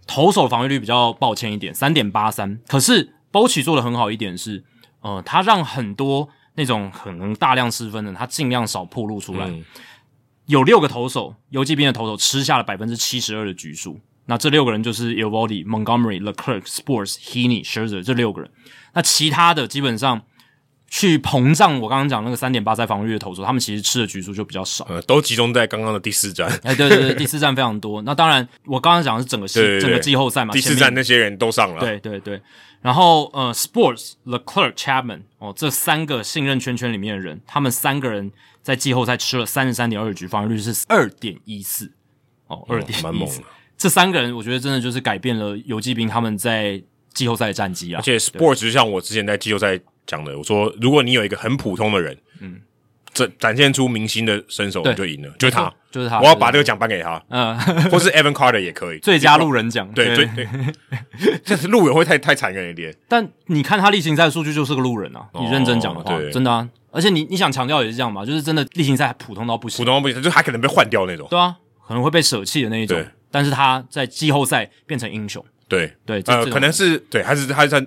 Speaker 1: 投手防御率比较抱歉一点，三点八三。可是 b o c h 做的很好一点是，呃，他让很多那种可能大量失分的，他尽量少暴露出来。
Speaker 3: 嗯
Speaker 1: 有六个投手，游击兵的投手吃下了百分之七十二的局数。那这六个人就是 Evody、Montgomery、Leclerc、Sports、Heaney、Scherzer 这六个人。那其他的基本上去膨胀我刚刚讲那个三点八塞防御率的投手，他们其实吃的局数就比较少。
Speaker 2: 呃，都集中在刚刚的第四站，
Speaker 1: 哎，对 对对，第四站非常多。那当然，我刚刚讲的是整个系
Speaker 2: 对对对
Speaker 1: 整个季后赛嘛，
Speaker 2: 第四
Speaker 1: 前面
Speaker 2: 站那些人都上了，，
Speaker 1: 对对对，然后呃，Sports、Leclerc、Chapman 哦，这三个信任圈圈里面的人，他们三个人在季后赛吃了三十三点二局，防御率是二点一四哦，二点
Speaker 2: 蛮
Speaker 1: 一
Speaker 2: 猛
Speaker 1: 四
Speaker 2: 的。。
Speaker 1: 这三个人，我觉得真的就是改变了游击兵他们在季后赛的战绩啊
Speaker 2: 而。且 sports 就像我之前在季后赛讲的，我说如果你有一个很普通的人，嗯，展展现出明星的身手，
Speaker 1: 对
Speaker 2: 你就赢了，就是他，
Speaker 1: 就是他
Speaker 2: 我要把这个奖颁给他，
Speaker 1: 呃，
Speaker 2: 或是 Evan Carter 也可以，
Speaker 1: 最佳路人奖
Speaker 2: 对对对， 这样子路人会太太残忍一点，
Speaker 1: 但你看他例行赛的数据就是个路人啊，你认真讲的话，
Speaker 2: 哦对
Speaker 1: 真的啊。而且你你想强调也是这样嘛，就是真的例行赛普通到不行
Speaker 2: 普，通不行，就是他可能被换掉那种，
Speaker 1: 对啊，可能会被舍弃的那一种
Speaker 2: 对。
Speaker 1: 但是他在季后赛变成英雄，
Speaker 2: 对
Speaker 1: 对这
Speaker 2: 呃，
Speaker 1: 这种
Speaker 2: 可能是对，他是他是他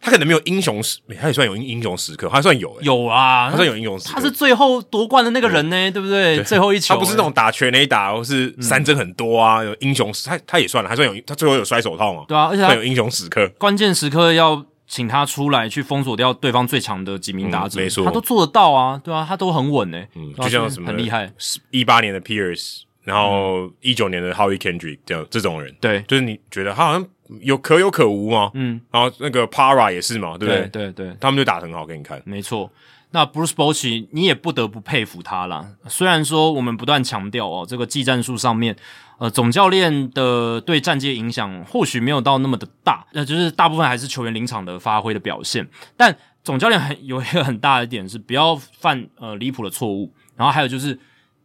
Speaker 2: 他可能没有英雄时，他也算有英英雄时刻，他算有、欸，
Speaker 1: 有啊，
Speaker 2: 他算有英雄时刻，
Speaker 1: 他是最后夺冠的那个人呢，对不对？最后一球，嗯
Speaker 2: 他不是那种打全垒打或是三振很多啊，有英雄时他他也算了，他算有他最后有摔手套嘛，
Speaker 1: 对啊，而且
Speaker 2: 他
Speaker 1: 他
Speaker 2: 有英雄时刻，
Speaker 1: 关键时刻要请他出来去封锁掉对方最强的几名打者，
Speaker 2: 嗯没错
Speaker 1: 他都做得到啊，对啊，他都很稳呢，嗯
Speaker 2: 就像什么
Speaker 1: 很厉害，
Speaker 2: 一八年的 Pierce，然
Speaker 1: 嗯
Speaker 2: 后一九年的 Howie Kendrick 这样这种人，
Speaker 1: 对
Speaker 2: 就是你觉得他好像有可有可无嘛，
Speaker 1: 嗯，
Speaker 2: 然后那个 Para 也是嘛，对不
Speaker 1: 对对对，
Speaker 2: 他们就打得很好给你看，
Speaker 1: 没错。那 Bruce b o c h 你也不得不佩服他啦。虽然说我们不断强调哦，这个技战术上面，呃，总教练的对战绩的影响或许没有到那么的大，那、就是大部分还是球员临场的发挥的表现。但总教练很有一个很大的点是，不要犯呃离谱的错误。然后还有就是。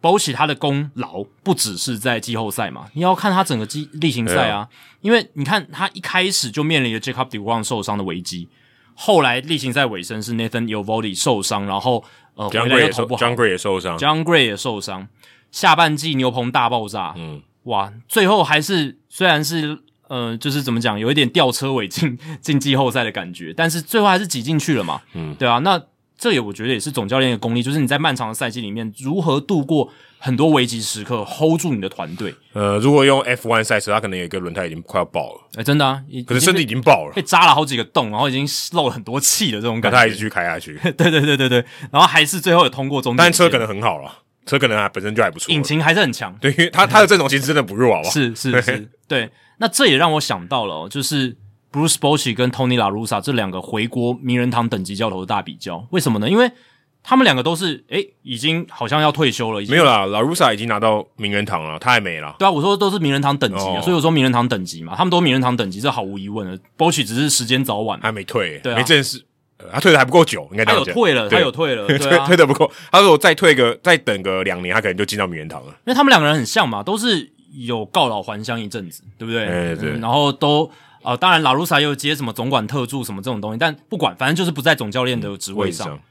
Speaker 1: b o c h 他的功劳不只是在季后赛嘛，你要看他整个季例行赛
Speaker 2: 对
Speaker 1: 啊，因为你看他一开始就面临了 Jacob Degrom 受伤的危机，后来例行赛尾声是 Nathan e o v o d y 受伤，然后呃回
Speaker 2: John
Speaker 1: 来又
Speaker 2: Gray 也
Speaker 1: 投
Speaker 2: 受
Speaker 1: 不好
Speaker 2: John Gray 也受伤，
Speaker 1: ，John Gray 也受伤，下半季牛棚大爆炸，
Speaker 2: 嗯，
Speaker 1: 哇，最后还是虽然是呃就是怎么讲，有一点吊车尾进 进季后赛的感觉，但是最后还是挤进去了嘛，嗯，对啊，那这也我觉得也是总教练的功力，就是你在漫长的赛季里面如何度过很多危急时刻，hold 住你的团队，
Speaker 2: 呃，如果用 F1 赛车，他可能有一个轮胎已经快要爆了，
Speaker 1: 哎、真的啊，已
Speaker 2: 可能
Speaker 1: 已经
Speaker 2: 甚至已经爆了
Speaker 1: 被，扎了好几个洞，然后已经漏了很多气的这种
Speaker 2: 可
Speaker 1: 感
Speaker 2: 他还是
Speaker 1: 觉。
Speaker 2: 继续开下 去，
Speaker 1: 对对对对对，然后还是最后有通过终点线，
Speaker 2: 但车可能很好了，车可能还本身就还不错了，
Speaker 1: 引擎还是很强，
Speaker 2: 对，因为他他的阵容其实真的不弱，好不好？
Speaker 1: 是是是，对。那这也让我想到了、哦，就是 Bruce Bochy 跟 Tony La Russa 这两个回国名人堂等级教头的大比较，为什么呢？因为他们两个都是诶，已经好像要退休了，已经
Speaker 2: 没有啦，拉鲁萨已经拿到名人堂了，他还没啦。
Speaker 1: 对啊，我说都是名人堂等级、啊，
Speaker 2: 哦
Speaker 1: 所以我说名人堂等级嘛，他们都名人堂等级，这毫无疑问的。Bochy 只是时间早晚嘛，
Speaker 2: 还没退、
Speaker 1: 对啊
Speaker 2: 没正式，呃他退的还不够久，应该
Speaker 1: 他
Speaker 2: 这样
Speaker 1: 有
Speaker 2: 讲。
Speaker 1: 退了，
Speaker 2: 对
Speaker 1: 他有退了，对啊
Speaker 2: 退，退的不够，他说我再退个，再等个两年，他可能就进到名人堂了。
Speaker 1: 因为他们两个人很像嘛，都是有告老还乡一阵子，对不对？嗯
Speaker 2: 哎对
Speaker 1: 然后都呃，当然拉鲁萨又接什么总管特助什么这种东西，但不管，反正就是不在总教练的职位上。
Speaker 2: 嗯位置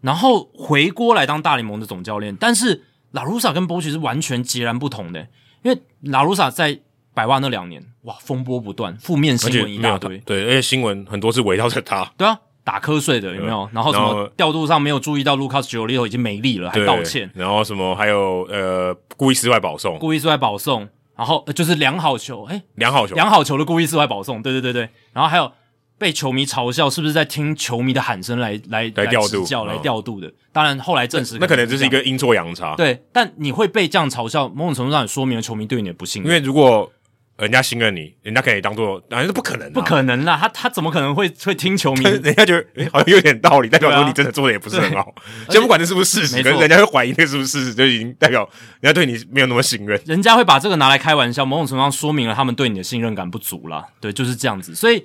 Speaker 1: 然后回锅来当大联盟的总教练，但是拉鲁萨跟波奇是完全截然不同的，因为拉鲁萨在百万那两年，哇，风波不断，负面
Speaker 2: 而
Speaker 1: 新
Speaker 2: 且
Speaker 1: 闻一
Speaker 2: 没有
Speaker 1: 大
Speaker 2: 他
Speaker 1: 堆，
Speaker 2: 对，而且新闻很多是围绕着他，
Speaker 1: 对啊。打瞌睡的有没有？然后什
Speaker 2: 然后
Speaker 1: 么调度上没有注意到 Lucas Giolito 已经没力了，还
Speaker 2: 对
Speaker 1: 道歉，，
Speaker 2: 然后什么还有呃故意室外保送，
Speaker 1: 故意出来保送，然后呃就是良好球，哎、
Speaker 2: 良好球，
Speaker 1: 良好球的故意室外保送，对对对对，然后还有被球迷嘲笑是不是在听球迷的喊声来来
Speaker 2: 来调度
Speaker 1: 指教、
Speaker 2: 嗯
Speaker 1: 来调度的，当然后来证实
Speaker 2: 那可能
Speaker 1: 这
Speaker 2: 就是一
Speaker 1: 样
Speaker 2: 个阴错阳差。，
Speaker 1: 对，但你会被这样嘲笑，某种程度上也说明了球迷对你的不信
Speaker 2: 因
Speaker 1: 任。
Speaker 2: 为如果人家信任你，人家可以当做，啊，这不可能、啊，
Speaker 1: 不可能啦，他他怎么可能会会听球迷？
Speaker 2: 人家觉得、诶好像有点道理，代表
Speaker 1: 对
Speaker 2: 说
Speaker 1: 啊
Speaker 2: 你真的做的也不是很好。 先不管这是不是事实，
Speaker 1: 没
Speaker 2: 可
Speaker 1: 错
Speaker 2: 是人家会怀疑那是不是事实，就已经代表人家对你没有那么信任。
Speaker 1: 人家会把这个拿来开玩笑，某种程度上说明了他们对你的信任感不足啦。对，就是这样子。所以，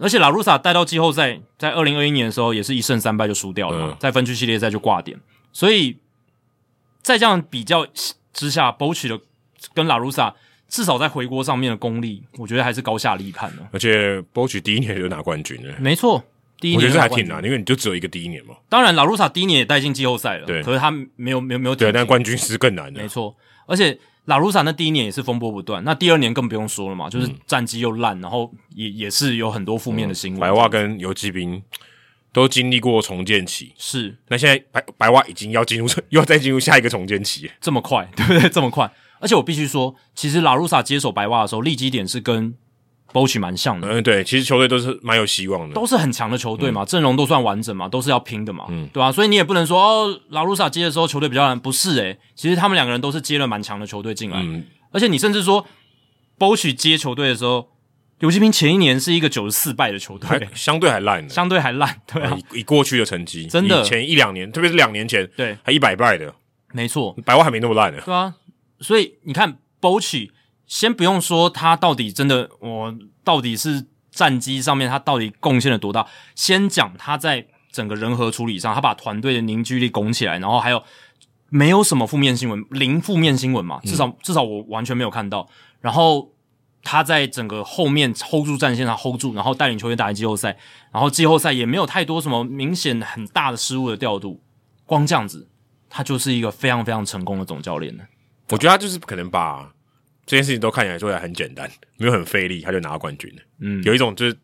Speaker 1: 而且拉鲁萨带到季后赛，在二零二一年的时候也是一胜三败就输掉了嘛，
Speaker 2: 嗯
Speaker 1: 在分区系列赛就挂点。所以，在这样比较之下 b o c h 的跟拉鲁萨至少在回锅上面的功力，我觉得还是高下立判的。
Speaker 2: 而且 b o c h 第一年就拿冠军了，
Speaker 1: 没错，第一
Speaker 2: 我觉
Speaker 1: 年
Speaker 2: 得这还
Speaker 1: 拿冠
Speaker 2: 挺
Speaker 1: 军
Speaker 2: 难，的，因为你就只有一个第一年嘛。
Speaker 1: 当然，老卢萨第一年也带进季后赛了，
Speaker 2: 对
Speaker 1: 可是他没有没有没有
Speaker 2: 对，
Speaker 1: 挺
Speaker 2: 但
Speaker 1: 进
Speaker 2: 冠军是更难的
Speaker 1: 没。错，而且拉鲁萨那第一年也是风波不断，那第二年更不用说了嘛，
Speaker 2: 嗯
Speaker 1: 就是战绩又烂，然后也也是有很多负面的新闻。
Speaker 2: 白袜跟游骑兵都经历过重建期，
Speaker 1: 是
Speaker 2: 那现在白白袜已经要进入又要再进入下一个重建期。
Speaker 1: 这么快， 对不对？这么快，而且我必须说，其实拉鲁萨接手白袜的时候，立基点是跟 Boch 蛮像的。
Speaker 2: 嗯，对，其实球队都是蛮有希望的。
Speaker 1: 都是很强的球队嘛，阵容都算完整嘛，都是要拼的嘛，
Speaker 2: 嗯
Speaker 1: 对吧、所以你也不能说哦，拉鲁萨接的时候球队比较难，不是诶、其实他们两个人都是接了蛮强的球队进来，
Speaker 2: 嗯，
Speaker 1: 而且你甚至说 Boch 接球队的时候，游击兵前一年是一个九十四败的球队
Speaker 2: 还，相对还烂呢。
Speaker 1: 相对还烂，对啊，
Speaker 2: 以以过去的成绩，
Speaker 1: 真的
Speaker 2: 以前一两年，特别是两年前，
Speaker 1: 对
Speaker 2: 还一百败的，
Speaker 1: 没错，
Speaker 2: 白袜还没那么烂呢。
Speaker 1: 对啊，所以你看 Bochi，先不用说他到底真的，我到底是战绩上面他到底贡献了多大，先讲他在整个人和处理上，他把团队的凝聚力拱起来，然后还有没有什么负面新闻，零负面新闻嘛，至少、至少我完全没有看到，然后。他在整个后面 hold 住战线上 hold 住，然后带领球队打进季后赛，然后季后赛也没有太多什么明显很大的失误的调度，光这样子，他就是一个非常非常成功的总教练了。
Speaker 2: 我觉得他就是可能把这件事情都看起来做来很简单，没有很费力，他就拿到冠军了。
Speaker 1: 嗯
Speaker 2: 有一种就是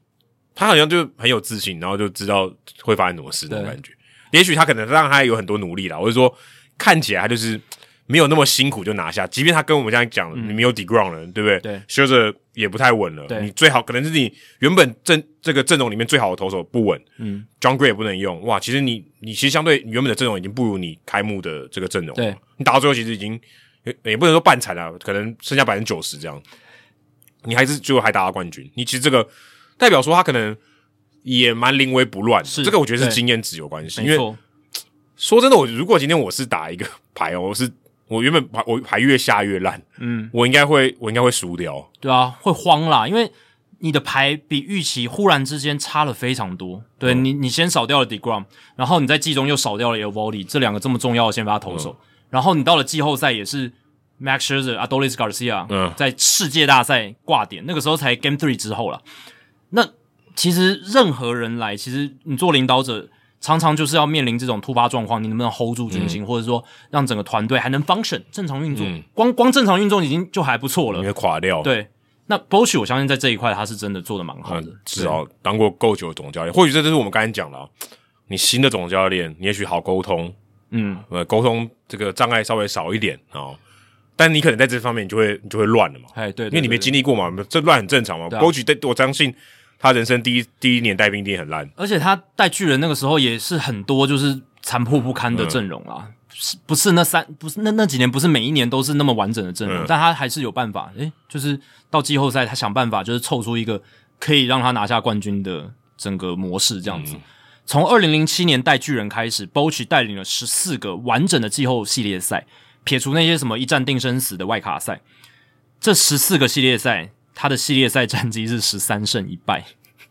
Speaker 2: 他好像就很有自信，然后就知道会发生什么事那种
Speaker 1: 对
Speaker 2: 感觉。也许他可能让他有很多努力啦，或者说看起来他就是没有那么辛苦就拿下。即便他跟我们这样讲，你没有 d e g r o u n 了，对不对？
Speaker 1: 嗯对
Speaker 2: 修着也不太稳了。
Speaker 1: 对
Speaker 2: 你最好可能是你原本阵这个阵容里面最好的投手不稳，
Speaker 1: 嗯，
Speaker 2: John Gray 也不能用，哇，其实你你其实相对你原本的阵容已经不如你开幕的这个阵容，
Speaker 1: 对，
Speaker 2: 你打到最后其实已经也也不能说半残啊，可能剩下百分之九十这样，你还是最后还打到冠军，你其实这个代表说他可能也蛮临危不乱的，
Speaker 1: 是
Speaker 2: 这个我觉得是
Speaker 1: 对
Speaker 2: 经验值有关系，因
Speaker 1: 没
Speaker 2: 为
Speaker 1: 错，
Speaker 2: 说真的，我如果今天我是打一个牌哦，我是我原本牌我牌越下越烂，
Speaker 1: 嗯，
Speaker 2: 我应该会我应该会输掉，
Speaker 1: 对啊，会慌啦，因为你的牌比预期忽然之间差了非常多。对、你，你先少掉了 Degrom，然后你在季中又少掉了 e v o l i 这两个这么重要的先发投手，然后你到了季后赛也是 Max Scherzer、Adolis Garcia，
Speaker 2: 嗯
Speaker 1: 在世界大赛挂点，那个时候才 Game Three 之后啦。那其实任何人来，其实你做领导者，常常就是要面临这种突发状况，你能不能 hold 住军心，或者说让整个团队还能 function 正常运作？光光正常运作已经就还不错
Speaker 2: 我
Speaker 1: 了
Speaker 2: 应。该垮掉，，
Speaker 1: 呃对，那 Boch 我相信在这一块他是真的做的蛮好的
Speaker 2: 嗯，，至少当过够久的总教练，或许这就是我们刚才讲的、啊，你新的总教练，你也许好沟通，
Speaker 1: 嗯，
Speaker 2: 呃，沟通这个障碍稍微少一点哦，但你可能在这方面你就会你就会乱了嘛，
Speaker 1: 哎对，
Speaker 2: 因为你没
Speaker 1: 没
Speaker 2: 经历过嘛，这乱很正常嘛。
Speaker 1: 对啊
Speaker 2: Boch 对我相信他人生第一第一年带兵一定很烂，
Speaker 1: 而且他带巨人那个时候也是很多就是残破不堪的阵容啦，
Speaker 2: 嗯
Speaker 1: 是不是那三不是那那几年不是每一年都是那么完整的阵容，
Speaker 2: 嗯
Speaker 1: 但他还是有办法，诶、就是到季后赛他想办法就是凑出一个可以让他拿下冠军的整个模式这
Speaker 2: 嗯
Speaker 1: 样子。从二零零七年带巨人开始，Boch 带领了十四个完整的季后系列赛，撇除那些什么一战定生死的外卡赛，这十四个系列赛，他的系列赛战绩是十三胜一败。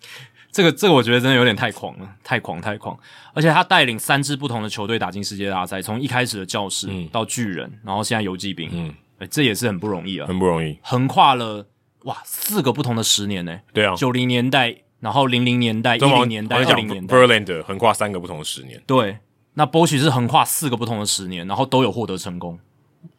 Speaker 1: 这个这个我觉得真的有点太狂了，太狂太狂！而且他带领三支不同的球队打进世界大赛，从一开始的教室到巨人，然后现在游击兵，
Speaker 2: 嗯
Speaker 1: 嗯，这也是很不容易啊，
Speaker 2: 很不容易。
Speaker 1: 横跨了哇四个不同的十年呢、
Speaker 2: 对啊，
Speaker 1: 九零年代，然后零零年代、一
Speaker 2: 这么
Speaker 1: 零年代、
Speaker 2: 好
Speaker 1: 二
Speaker 2: 像
Speaker 1: 零
Speaker 2: 讲
Speaker 1: 年代，
Speaker 2: Verlander 横跨三个不同的十年，
Speaker 1: 对，那波奇是横跨四个不同的十年，然后都有获得成功，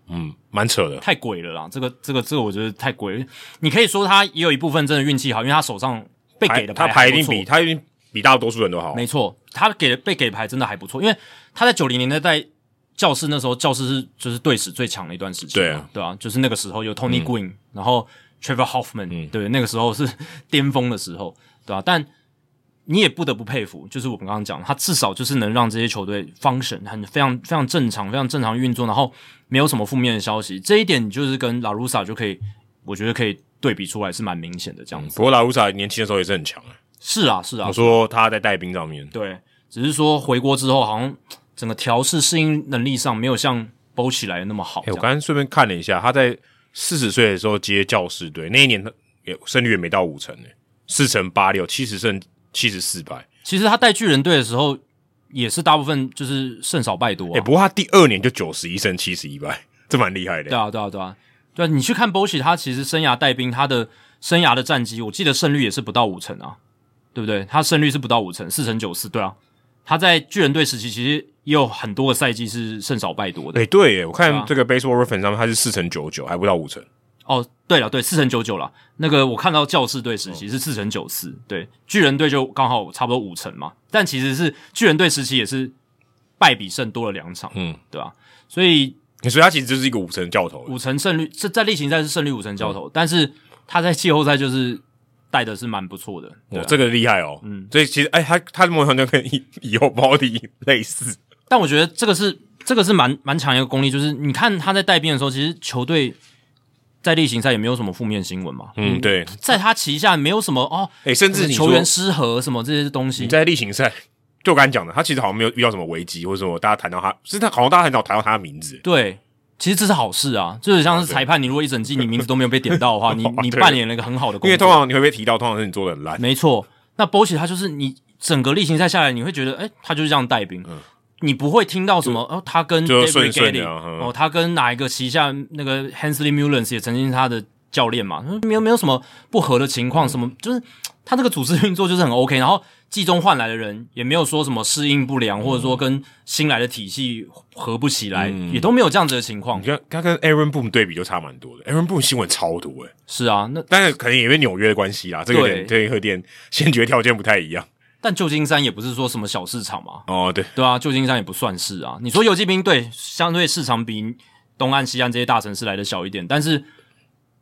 Speaker 2: 嗯，蛮扯的。
Speaker 1: 太鬼了啦！这个这个这个我觉得太鬼了。你可以说他也有一部分真的运气好，因为他手上被给的
Speaker 2: 他
Speaker 1: 还
Speaker 2: 牌一
Speaker 1: 不
Speaker 2: 定
Speaker 1: 错
Speaker 2: 比他一定比大多数人都好，
Speaker 1: 没错，他给的被给的牌真的还不错，因为他在九零年代在教室那时候，教室是就是队史最强的一段时期嘛，
Speaker 2: 对啊
Speaker 1: 对啊，就是那个时候有 Tony Green，、然后 Trevor Hoffman，、
Speaker 2: 嗯
Speaker 1: 对，那个时候是巅峰的时候，对啊，但你也不得不佩服，就是我们刚刚讲，他至少就是能让这些球队 function 很非常非常正常、非常正常运作，然后没有什么负面的消息，这一点你就是跟拉鲁萨就可以，我觉得可以对比出来是蛮明显的这样子。
Speaker 2: 不过拉乌萨年轻的时候也是很强啊。
Speaker 1: 是啊，是啊
Speaker 2: 我，说他在带兵上面，
Speaker 1: 对，只是说回国之后，好像整个调试适应能力上没有像包起来的那么好。
Speaker 2: 哎、我
Speaker 1: 这样
Speaker 2: 刚刚顺便看了一下，他在四十岁的时候接教士队，那一年他也胜率也没到五成呢、四成八六，七十胜七十四败。
Speaker 1: 其实他带巨人队的时候，也是大部分就是胜少败多、啊
Speaker 2: 哎、不过他第二年就九十一胜七十一败， 这蛮厉害的、
Speaker 1: 对啊，对啊，对啊，对啊！你去看 b o c h 他其实生涯带兵，他的生涯的战绩，我记得胜率也是不到五成啊，对不对？他胜率是不到五成，四成九四，对啊。他在巨人队时期其实也有很多个赛季是胜少败多的。
Speaker 2: 哎、对耶，我
Speaker 1: 对
Speaker 2: 看
Speaker 1: 啊
Speaker 2: 这个 Baseball Reference 上面它是四乘九九，还不到五成。
Speaker 1: 哦，对了，对，四乘九九了。那个我看到教士队时
Speaker 2: 哦
Speaker 1: 期是四乘九四，对，巨人队就刚好差不多五成嘛。但其实是巨人队时期也是败比胜多了两场，
Speaker 2: 嗯
Speaker 1: 嗯，对吧、所以
Speaker 2: 欸所以它其实就是一个五成教头。
Speaker 1: 五成胜率是在例行赛是胜率五成交
Speaker 2: 嗯
Speaker 1: 头，但是他在季后赛就是带的是蛮不错的。对
Speaker 2: 哇，
Speaker 1: 啊
Speaker 2: 这个厉害哦！嗯，所以其实哎，他他的梦想就跟以以后包里 类似，
Speaker 1: 但我觉得这个是这个是蛮蛮强一个功力，就是你看他在带兵的时候，其实球队在例行赛也没有什么负面新闻嘛，
Speaker 2: 嗯，对，
Speaker 1: 在他旗下没有什么哦，
Speaker 2: 哎，甚至你说
Speaker 1: 球员失和什么这些东西
Speaker 2: 你，在例行赛，就我刚才讲的，他其实好像没有遇到什么危机，或者什么大家谈到他，是他好像大家很少谈到他的名字，
Speaker 1: 对。其实这是好事啊，就是像是裁判，你如果一整季你名字都没有被点到的 话，你你
Speaker 2: 哦对
Speaker 1: 扮演了一个很好的工作。
Speaker 2: 因为通常你会被提到，通常是你做的很烂，
Speaker 1: 没错，那 b o s 他就是你整个例行赛下来，你会觉得，哎、他就是这样带兵，你不会听到什么哦，他跟
Speaker 2: 嗯就
Speaker 1: David
Speaker 2: 顺顺的
Speaker 1: Getty，
Speaker 2: 嗯
Speaker 1: 哦，他跟哪一个旗下那个 Hansley Mullins 也曾经是他的教练嘛，没有没有什么不合的情况，什么就是他这个组织运作就是很 OK，然后季中换来的人也没有说什么适应不良，或者
Speaker 2: 嗯
Speaker 1: 说跟新来的体系合不起来，也都没有这样子的情况
Speaker 2: 你。看他跟 Aaron Boom 对比就差蛮多的，Aaron Boom 新闻超多哎，
Speaker 1: 是啊，那
Speaker 2: 但是可能也因为纽约的关系啦，这个有点这
Speaker 1: 对
Speaker 2: 个有点先决条件不太一样
Speaker 1: 但旧金山也不是说什么小市场嘛，
Speaker 2: 哦，对，
Speaker 1: 对啊，旧金山也不算是啊。你说游击兵队相对市场比东岸、西岸这些大城市来的小一点，但是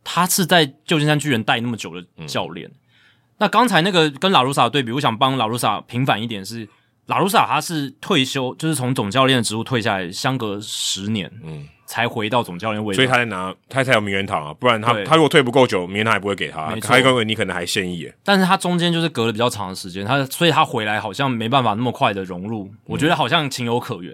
Speaker 1: 他是在旧金山巨人待那么久
Speaker 2: 嗯
Speaker 1: 的教练。那刚才那个跟拉鲁萨的对比，我想帮拉鲁萨平反一点是，拉鲁萨他是退休，就是从总教练的职务退下来，相隔十年，
Speaker 2: 嗯
Speaker 1: 嗯，才回到总教练位置。
Speaker 2: 所以他才拿他才有名人堂啊，不然他
Speaker 1: 对
Speaker 2: 他如果退不够久，名人堂也不会给他，
Speaker 1: 没错
Speaker 2: 他根本你可能还现役耶，
Speaker 1: 但是他中间就是隔了比较长的时间，他所以他回来好像没办法那么快的融入，我觉得好像情有可原。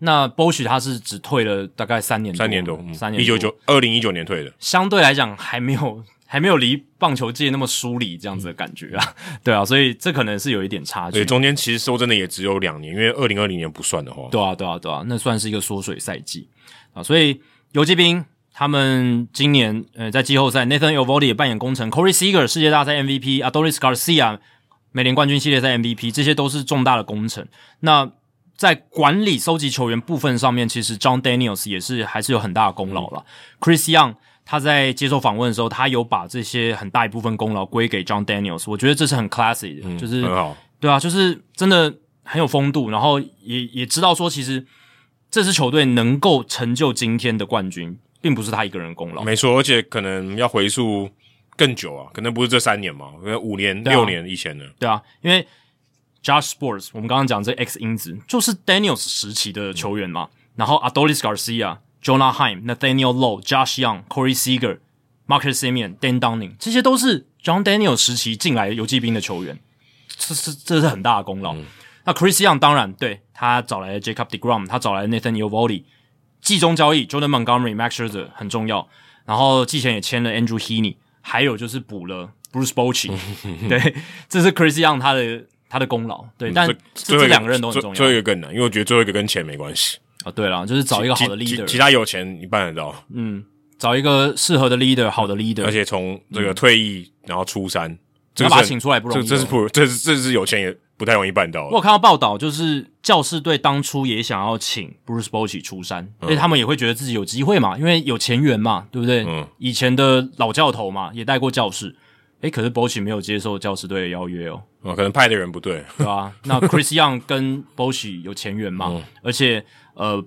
Speaker 1: 那 Bosch 他是只退了大概三年，
Speaker 2: 三年多，
Speaker 1: 哦
Speaker 2: 嗯
Speaker 1: 三年
Speaker 2: 一
Speaker 1: 多
Speaker 2: 九九二零一九年退的，
Speaker 1: 相对来讲还没有还没有离棒球界那么疏离这样子的感觉啊， 对啊，所以这可能是有一点差
Speaker 2: 对，
Speaker 1: 距。
Speaker 2: 中间其实说真的也只有两年，因为二零二零年不算的话，
Speaker 1: 对啊，对啊，对啊，那算是一个缩水赛季啊。所以游击兵他们今年呃在季后赛，Nathan e o v o d i 也扮演功臣，Corey Seager 世界大赛 MVP，a d o r i s Garcia 美联冠军系列赛 MVP，这些都是重大的功臣。那在管理收集球员部分上面，其实 John Daniels 也是还是有很大的功劳了。Chris Young 他在接受访问的时候，他有把这些很大一部分功劳归给 John Daniels，我觉得这是很 classy 的，
Speaker 2: 嗯
Speaker 1: 就是
Speaker 2: 很好，
Speaker 1: 对啊，就是真的很有风度，然后也也知道说，其实这支球队能够成就今天的冠军，并不是他一个人的功劳。
Speaker 2: 没错，而且可能要回溯更久啊，可能不是这三年嘛，可能五年、
Speaker 1: 对啊
Speaker 2: 六年以前的，
Speaker 1: 对啊，因为 Josh Sports，我们刚刚讲这 X 因子就是 Daniels 时期的球员嘛，然后 Adolis Garcia、Jonah Heim、Nathaniel Low、Josh Young、Corey Seager、Marcus Simeon、Dan Downing，这些都是 John Daniels 时期进来游击兵的球员，这是这是很大的功
Speaker 2: 嗯
Speaker 1: 劳。那 Chris Young 当然对他找来了 Jacob Degrom，他找来了 Nathan Eovaldi，季中交易 Jordan Montgomery、Max Scherzer 很重要，然后季前也签了 Andrew Heaney，还有就是补了 Bruce Bochy，对，这是 Chris Young 他的他的功劳，对，但
Speaker 2: 这
Speaker 1: 这
Speaker 2: 嗯最后
Speaker 1: 这
Speaker 2: 一
Speaker 1: 两个人都很重
Speaker 2: 最最后一
Speaker 1: 要
Speaker 2: 个更难，因为我觉得最后一个跟钱没关系，
Speaker 1: 啊。对了，就是找一个好的
Speaker 2: 其其
Speaker 1: leader，
Speaker 2: 其他有钱你办得到，
Speaker 1: 嗯，找一个适合的 leader，好的 leader，
Speaker 2: 而且从这个退役然后出山，这
Speaker 1: 要嗯
Speaker 2: 个
Speaker 1: 把他
Speaker 2: 是
Speaker 1: 请出来不容易
Speaker 2: 这
Speaker 1: 哦。
Speaker 2: 这是不这是这是有钱也不太容易办到
Speaker 1: 我
Speaker 2: 的，
Speaker 1: 有看到报道，就是教士队当初也想要请 Bruce Bochy 出山，因为他们也会觉得自己有机会嘛，因为有前缘嘛，对不对？
Speaker 2: 嗯
Speaker 1: 以前的老教头嘛，也带过教士。诶，可是 Bochy 没有接受教士队的邀约哦，
Speaker 2: 啊，可能派的人不对，
Speaker 1: 对吧、那 Chris Young 跟 Bochy 有前缘嘛，而且呃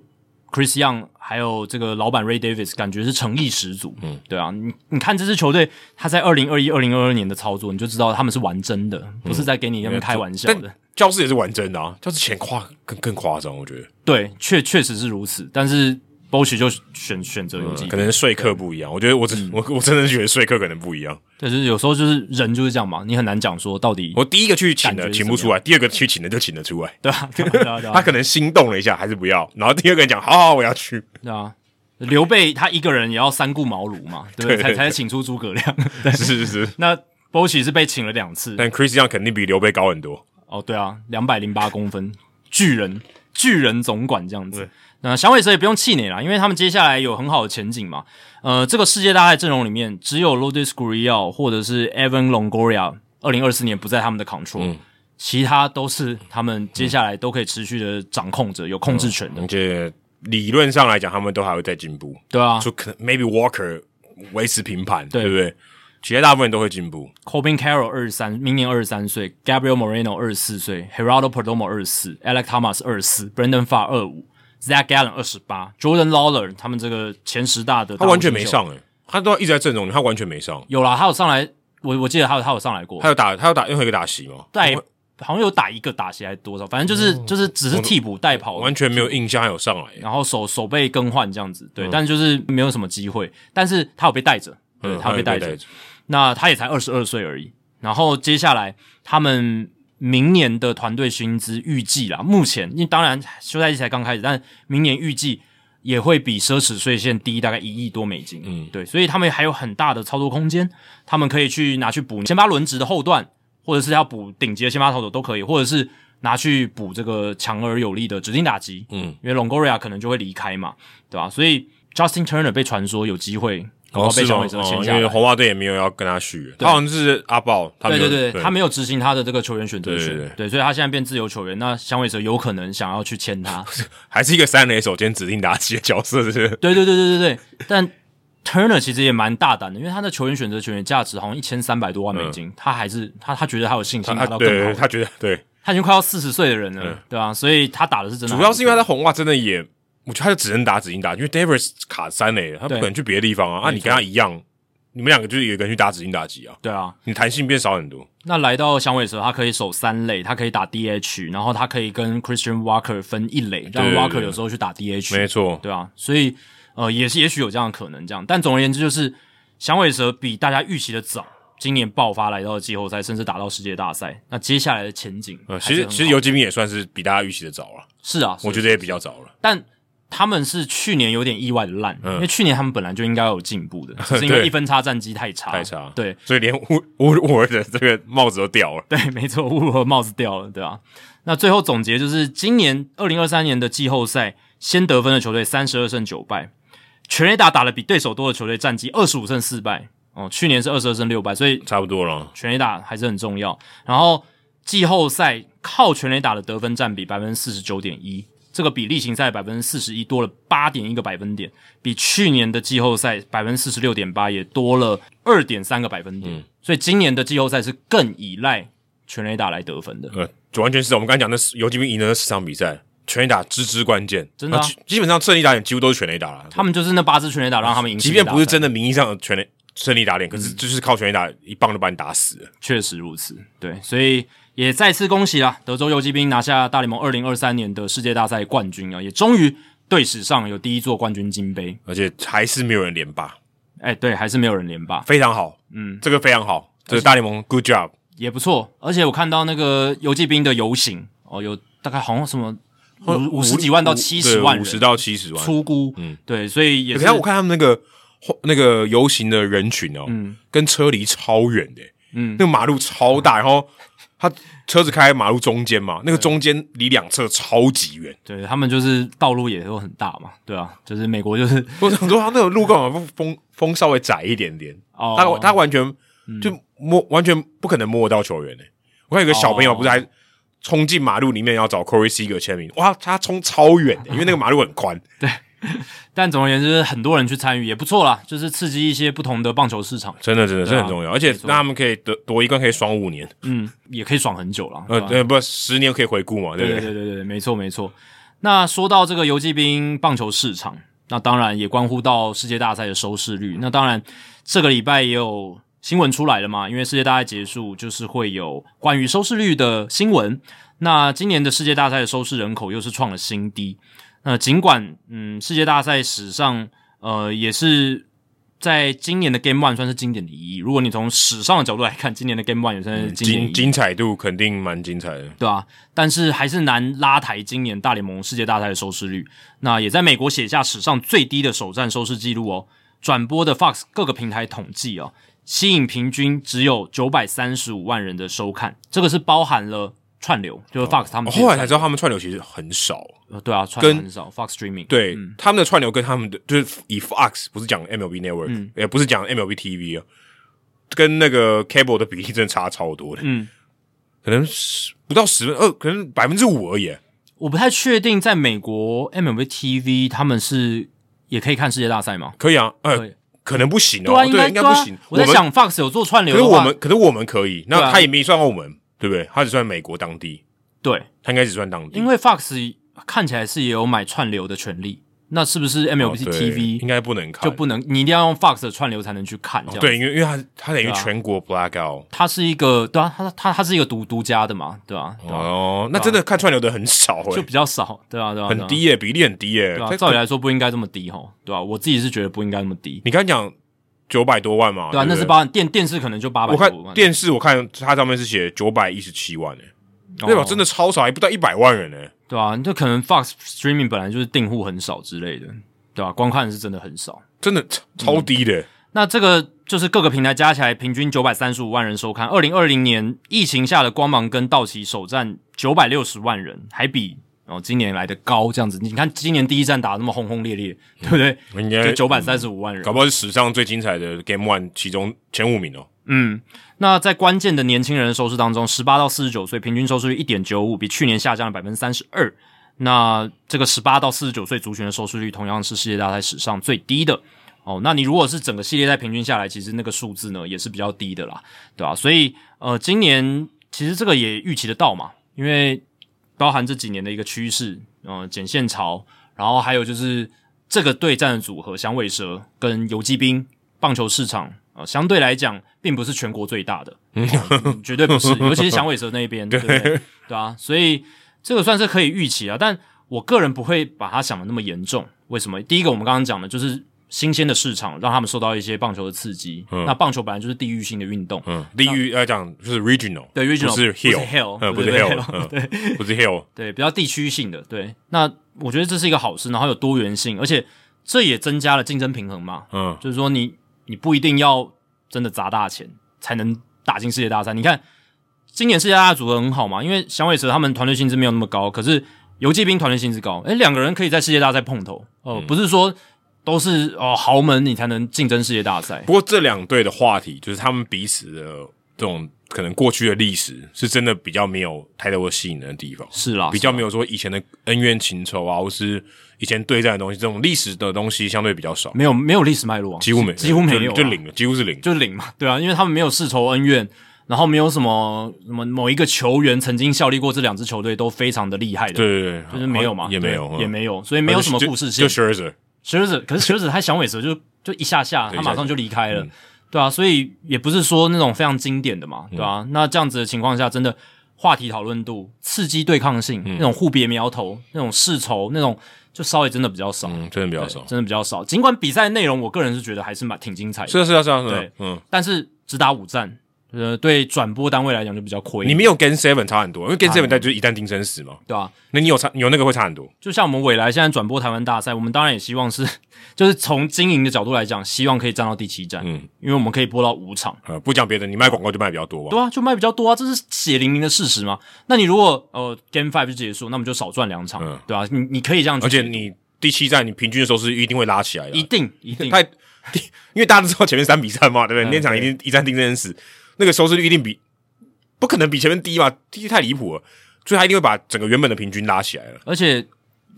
Speaker 1: ，Chris Young 还有这个老板 Ray Davis 感觉是诚意十足，嗯，对啊，你你看这支球队他在二零二一、二零二二年的操作，你就知道他们是玩真的，不是在给你那边开玩笑的
Speaker 2: 但。教室也是玩真的啊，教室钱夸更更夸张，我觉得、
Speaker 1: 对，确确实是如此。但是 Bosch 就选选择游击
Speaker 2: 嗯，可能说客不一样，我觉得我
Speaker 1: 嗯
Speaker 2: 真、我我真的觉得说客可能不一样，
Speaker 1: 对，就是有时候就是人就是这样嘛，你很难讲说到底
Speaker 2: 我第一个去请
Speaker 1: 感
Speaker 2: 的
Speaker 1: 觉是
Speaker 2: 请不
Speaker 1: 怎
Speaker 2: 出来，第二个去请的就请得出来。
Speaker 1: 对啊，对啊，对啊，对
Speaker 2: 他
Speaker 1: 啊
Speaker 2: 可能心动了一下，还是不要。然后第二个人讲，好好，我要去。
Speaker 1: 对啊。刘备他一个人也要三顾茅庐嘛，对不对？
Speaker 2: 对
Speaker 1: 才才请出诸葛亮。 对，
Speaker 2: 是是是，
Speaker 1: 那 Bosch 是被请了两次。
Speaker 2: 但 Chris Young 肯定比刘备高很多。
Speaker 1: 哦，对啊，两百零八公分，巨人巨人总管这样子。那响尾蛇也不用气馁啦，因为他们接下来有很好的前景嘛。呃，这个世界大赛阵容里面，只有 Lodis g u r i a l 或者是 Evan Longoria 二零二四年不在他们的 control，、其他都是他们接下来都可以持续的掌控着，有控制权的，
Speaker 2: 而且理论上来讲，他们都还会再进步，
Speaker 1: 对啊
Speaker 2: 就可能 maybe Walker 维持平盘，
Speaker 1: 对
Speaker 2: 对不对？其他大部分都会进步，
Speaker 1: Cobin Carroll 二十三，明年二十三岁；Gabriel Moreno 二十四岁；Geraldo Perdomo 二十四；Alex Thomas 二十四；Brandon Far 二五；Zach Gallen 二十八；Jordan Lawler 他们这个前十大的，
Speaker 2: 他完全没。上诶、他都一直在阵容里，他完全没上。
Speaker 1: 有啦，他有上来，我我记得他有他有上来过
Speaker 2: 他，有打，他有打任何一个打席吗？
Speaker 1: 带好像有打一个打席还是多少，反正就是、就是只是替补带跑，
Speaker 2: 完全没有印象，他有上来。啊
Speaker 1: 然后手手被更换这样子，
Speaker 2: 嗯
Speaker 1: 对，但就是没有什么机会，但是他有被带着，对，
Speaker 2: 嗯
Speaker 1: 他有被带着
Speaker 2: 着，，
Speaker 1: 那他也才二十二岁而已。然后接下来他们明年的团队薪资预计啦，目前因为当然休赛季才刚开始，但明年预计也会比奢侈税线低大概一亿多美金。嗯，对，所以他们还有很大的操作空间，他们可以去拿去补先发轮值的后段，或者是要补顶级的先发投手都可以，或者是拿去补这个强而有力的指定打击。嗯，因为 Longoria 可能就会离开嘛，对吧、所以 Justin Turner 被传说有机会。搞不
Speaker 2: 哦，
Speaker 1: 好被
Speaker 2: 是
Speaker 1: 响
Speaker 2: 吗？
Speaker 1: 尾蛇签
Speaker 2: 哦
Speaker 1: 下
Speaker 2: 因
Speaker 1: 来，
Speaker 2: 为红袜队也没有要跟他续约，他好像是阿豹，他没
Speaker 1: 对
Speaker 2: 有
Speaker 1: 对对，他没有执行他的这个球员选择权，
Speaker 2: 对对对
Speaker 1: 所以他现在变自由球员。那响尾蛇有可能想要去签 他，
Speaker 2: 还是一个三垒手兼指定打击的角色，是不是？
Speaker 1: 对对对对对对。但 Turner 其实也蛮大胆的，因为他的球员选择权的价值好像一千三百多万美金，他还是他他觉得他有信心拿
Speaker 2: 嗯他
Speaker 1: 到更
Speaker 2: 对
Speaker 1: 好，
Speaker 2: 他觉得对，
Speaker 1: 他已经快要四十岁的人了，对吧、所以他打的是真的，
Speaker 2: 主要是因为他在红袜真的也，我觉得他就只能打指定打，因为 Davis 卡三垒，他不
Speaker 1: 对
Speaker 2: 可能去别的地方啊。啊，你跟他一样，你们两个就是有一个人去打指定打击啊，
Speaker 1: 对啊。
Speaker 2: 你弹性变少很多。
Speaker 1: 那来到响尾蛇，他可以守三垒，他可以打 DH，然后他可以跟 Christian Walker 分一垒，让
Speaker 2: 对对
Speaker 1: Walker
Speaker 2: 对
Speaker 1: 有时候去打 DH，
Speaker 2: 没错，
Speaker 1: 对啊，所以呃，也是也许有这样的可能，这样。但总而言之，就是响尾蛇比大家预期的早，今年爆发来到了季后赛，甚至打到世界大赛。那接下来的前景
Speaker 2: 呃，
Speaker 1: 还
Speaker 2: 其
Speaker 1: 是很
Speaker 2: 实
Speaker 1: 好，
Speaker 2: 其实游击兵也算是比大家预期的早了，
Speaker 1: 是啊，
Speaker 2: 我觉
Speaker 1: 得，
Speaker 2: 得也比较早了。
Speaker 1: 但他们是去年有点意外的烂，因为去年他们本来就应该有进步 的，只是因为
Speaker 2: 嗯对
Speaker 1: 一分差战绩太差，
Speaker 2: 太差
Speaker 1: 啊对
Speaker 2: 所以连乌乌乌尔的这个帽子都掉 了。
Speaker 1: 对，没错，乌尔帽子掉了，对吧、啊那最后总结就是，今年二零二三年的季后赛，先得分的球队三十二胜九败，全垒打打的比对手多的球队战绩二十五胜四败。哦，去年是二十二胜六败，所以
Speaker 2: 差不多了，
Speaker 1: 全垒打还是很重要。然后季后赛靠全垒打的得分占比百分之四十九点一，这个比例行赛百分之四十一多了八点一个百分点，比去年的季后赛百分之四十六点八也多了二点三个百分
Speaker 2: 嗯
Speaker 1: 点。所以今年的季后赛是更依赖全垒打来得分的。
Speaker 2: 呃，就完全是我们刚才讲的游击兵赢了那十场比赛，全垒打支支关键，
Speaker 1: 真的啊
Speaker 2: 然后基基本上胜利打点几乎都是全垒打了。
Speaker 1: 他们就是那八支全垒打让他们赢世
Speaker 2: 即
Speaker 1: 界
Speaker 2: 便
Speaker 1: 大赛，嗯
Speaker 2: 不是真的名义上的全垒胜利打点，可是就是靠全垒打一棒就把你打死了。
Speaker 1: 确实如此，对，所以也再次恭喜啦，德州游击兵拿下大联盟二零二三年的世界大赛冠军啊，也终于队史上有第一座冠军金杯。
Speaker 2: 而且还是没有人连霸，
Speaker 1: 哎，对，还是没有人连霸，
Speaker 2: 非常好，
Speaker 1: 嗯，
Speaker 2: 这个非常好，这个大联盟 good job，
Speaker 1: 也不错。而且我看到那个游击兵的游行哦，有大概好像什么五五十几万到七十万
Speaker 2: 呃
Speaker 1: 人
Speaker 2: 五十到七十万。
Speaker 1: 出估，嗯，对，所以也
Speaker 2: 可
Speaker 1: 是
Speaker 2: 是我看他们那个 那个游行的人群哦，跟车离超远的，
Speaker 1: 嗯
Speaker 2: 嗯，那个马路超大，然后他车子开在马路中间嘛，那个中间离两侧超级 远，
Speaker 1: 对他们就是道路也都很大嘛，对啊，就是美国就是
Speaker 2: 我想说他那个路干嘛不风风稍微窄一点点？
Speaker 1: 哦，
Speaker 2: 他他完全就摸完全不可能摸得到球员呢、欸我看有个小朋友
Speaker 1: 哦
Speaker 2: 不是还冲进马路里面要找 Corey Seager 签名，哇，他冲超远的、因为那个马路很宽。
Speaker 1: 但总而言之，很多人去参与也不错啦，就是刺激一些不同的棒球市场，
Speaker 2: 真的，真的
Speaker 1: 对
Speaker 2: 是
Speaker 1: 啊
Speaker 2: 很重要，而且让他们可以得夺一冠，可以爽五年，
Speaker 1: 嗯，也可以爽很久啦。
Speaker 2: 呃
Speaker 1: 对吧，
Speaker 2: 呃，不，十年可以回顾嘛，对不
Speaker 1: 对对对对对，没错没错。那说到这个游击兵棒球市场，那当然也关乎到世界大赛的收视率。那当然，这个礼拜也有新闻出来了嘛，因为世界大赛结束，就是会有关于收视率的新闻。那今年的世界大赛的收视人口又是创了新低。那尽管嗯，世界大赛史上呃也是在今年的 Game One 算是经典的一役。如果你从史上的角度来看，今年的 Game One 也算是经典的一
Speaker 2: 精
Speaker 1: 役
Speaker 2: 嗯精彩度肯定蛮精彩的。
Speaker 1: 对啊，但是还是难拉抬今年大联盟世界大赛的收视率。那也在美国写下史上最低的首战收视记录哦。转播的 Fox 各个平台统计哦，吸引平均只有九百三十五万人的收看，这个是包含了串流，就是 Fox 他
Speaker 2: 我
Speaker 1: 们、
Speaker 2: 哦后来才知道他们串流其实很少，
Speaker 1: 道，对啊，串流
Speaker 2: 跟
Speaker 1: 很少 Fox Streaming
Speaker 2: 对，他们的串
Speaker 1: 嗯
Speaker 2: 流跟他们的就是以 Fox 不是讲 MLB Network，也不是讲 MLB TV 啊，跟那个 Cable 的比例真的差超多的，
Speaker 1: 嗯，
Speaker 2: 可能十不到十分二，可能百分之五而已。
Speaker 1: 我不太确定在美国 MLB TV 他们是也可以看世界大赛吗？
Speaker 2: 可以啊，哎、
Speaker 1: 可以
Speaker 2: 可能不行哦、
Speaker 1: 对啊，
Speaker 2: 对，
Speaker 1: 应
Speaker 2: 应该
Speaker 1: 对啊
Speaker 2: 不行。
Speaker 1: 我在
Speaker 2: 们
Speaker 1: 想 Fox 有做串流
Speaker 4: 可
Speaker 1: 的
Speaker 4: 是
Speaker 1: 话，
Speaker 4: 我
Speaker 2: 我们可是我们可以，
Speaker 1: 对
Speaker 2: 那
Speaker 1: 啊
Speaker 2: 他也没算澳门，对不对？他只算美国当地，
Speaker 1: 对，
Speaker 2: 他应该只算当地，
Speaker 1: 因为 Fox 看起来是也有买串流的权利，那是不是
Speaker 2: 哦
Speaker 1: MLB
Speaker 2: 对
Speaker 1: TV、
Speaker 2: 应该不能看，
Speaker 1: 就不能？你一定要用 Fox 的串流才能去看，这样、
Speaker 2: 对，，因为因为他他等于
Speaker 1: 对啊
Speaker 2: 全国 blackout。
Speaker 1: 它是一个对啊，它它它是一个独独家的嘛，对吧、对啊
Speaker 2: 哦，那真的看串流的很少、欸，
Speaker 1: 就比较少，对啊，对啊，对啊
Speaker 2: 很低耶、比例很低耶、
Speaker 1: 对啊
Speaker 2: 他，
Speaker 1: 照理来说不应该这么低吼，对吧、我自己是觉得不应该那么低，
Speaker 2: 你刚才讲九百多万嘛？
Speaker 1: 对啊，
Speaker 2: 不
Speaker 1: 那是八电电视可能就八百
Speaker 2: 我
Speaker 1: 多
Speaker 2: 看
Speaker 1: 万，
Speaker 2: 电视，我看它上面是写九百一十七万诶、
Speaker 1: 哦
Speaker 2: 代表真的超少，还不到一百万人欸呢、
Speaker 1: 对啊，就可能 Fox Streaming 本来就是订户很少之类的，对吧、观看是真的很少。
Speaker 2: 真的
Speaker 1: 嗯
Speaker 2: 超超低的、
Speaker 1: 那这个就是各个平台加起来平均九百三十五万人收看。二零二零年疫情下的光芒跟道奇首战九百六十万人，还比哦今年来的高。这样子，你看今年第一战打得那么轰轰烈烈，对不对？
Speaker 2: 应该
Speaker 1: 就九百三十五万人
Speaker 2: 搞。不好是史上最精彩的 Game One 其中前五名哦、
Speaker 1: 嗯，那在关键的年轻人的收视当中，十八到四十九岁平均收视率一点九五，比去年下降了百分之三十二。那这个十八到四十九岁族群的收视率同样是世界大赛史上最低的哦。那你如果是整个系列赛平均下来，其实那个数字呢也是比较低的啦，对吧、所以呃，今年其实这个也预期得到嘛，因为包含这几年的一个趋势，嗯、呃，剪线潮，然后还有就是这个对战的组合，响尾蛇跟游击兵，棒球市场呃，相对来讲并不是全国最大的，哦绝对不是，尤其是响尾蛇那边，对不对？对啊，所以这个算是可以预期啊，但我个人不会把它想的那么严重。为什么？第一个，我们刚刚讲的就是新鲜的市场，让他们受到一些棒球的刺激。那棒球本来就是地域性的运动，
Speaker 2: 嗯，地域要讲就是 Regional，
Speaker 1: 对 regional，
Speaker 2: 不是
Speaker 1: 不是
Speaker 2: Hill，
Speaker 1: Hill，
Speaker 2: 嗯，不是
Speaker 1: 对对
Speaker 2: Hill，嗯对，不是 Hill，
Speaker 1: 对，比较地区性的，对。那我觉得这是一个好事，然后有多元性，而且这也增加了竞争平衡嘛。
Speaker 2: 嗯，
Speaker 1: 就是说你你不一定要真的砸大钱才能打进世界大赛。你看今年世界大赛组合很好嘛，因为响尾蛇他们团队薪资没有那么高，可是游击兵团队薪资高，诶，两个人可以在世界大赛碰头哦、
Speaker 2: 嗯
Speaker 1: 不是说都是哦豪门你才能竞争世界大赛
Speaker 2: 不。过这两队的话题就是他们彼此的这种可能过去的历史，是真的比较没有太多吸引人的地方，
Speaker 1: 是啦，
Speaker 2: 比较
Speaker 1: 啊是啦
Speaker 2: 没有说以前的恩怨情仇啊，或是以前对战的东西，这种历史的东西相对比较少，
Speaker 1: 没有没有历史脉络啊，
Speaker 2: 几乎没
Speaker 1: 几乎没有啊、
Speaker 2: 就就零了，几乎是零。
Speaker 1: 就零嘛，对啊，因为他们没有世仇恩怨，然后没有什么什么某一个球员曾经效力过这两支球队都非常的厉害的，
Speaker 2: 对，对对，
Speaker 1: 就是没有嘛，
Speaker 2: 也没有
Speaker 1: 对，
Speaker 2: 嗯
Speaker 1: 也没有，所以没有什么故事性
Speaker 2: 就。s h i r z e r
Speaker 1: 学子可是学子他响尾蛇就就一下下，
Speaker 2: 对
Speaker 1: 他马上就离开
Speaker 2: 嗯
Speaker 1: 了，对啊，所以也不是说那种非常经典的
Speaker 2: 嗯
Speaker 1: 嘛，对啊，那这样子的情况下，真的话题讨论度、刺激对抗性、
Speaker 2: 嗯
Speaker 1: 那种互别苗头、那种世仇、那种就稍微真的比较少。
Speaker 2: 嗯，真的比较
Speaker 1: 对
Speaker 2: 少。
Speaker 1: 真的比较少。尽管比赛内容，我个人是觉得还是蛮挺精彩的。
Speaker 2: 是啊，是啊，是啊，是啊
Speaker 1: 对，
Speaker 2: 嗯，
Speaker 1: 但是只打五战，呃，对转播单位来讲就比较亏，
Speaker 2: 你没有跟 Seven 差很多，因为跟 Seven 在就是一旦定生死嘛，
Speaker 1: 对吧、
Speaker 2: 那你有差，你有那个会差很多，
Speaker 1: 就像我们未来现在转播台湾大赛，我们当然也希望是， 就是从经营的角度来讲，希望可以站到第七站，
Speaker 2: 嗯，
Speaker 1: 因为我们可以播到五场，
Speaker 2: 呃，不讲别的，你卖广告就卖比较多吧，
Speaker 1: 对啊，就卖比较多啊，这是血淋淋的事实嘛。那你如果呃 Game Five 就结束，那么就少赚两场，
Speaker 2: 嗯
Speaker 1: 对啊，你你可以这样去
Speaker 2: 而且你第七站你平均的收视一定会拉起来的啊
Speaker 1: 一，定一定
Speaker 2: 太，因为大家都知道前面三比三嘛，对不
Speaker 1: 嗯
Speaker 2: 对？那场一定一战定生死，那个收视率一定比不可能比前面低嘛，低太离谱了，所以他一定会把整个原本的平均拉起来了，
Speaker 1: 而且。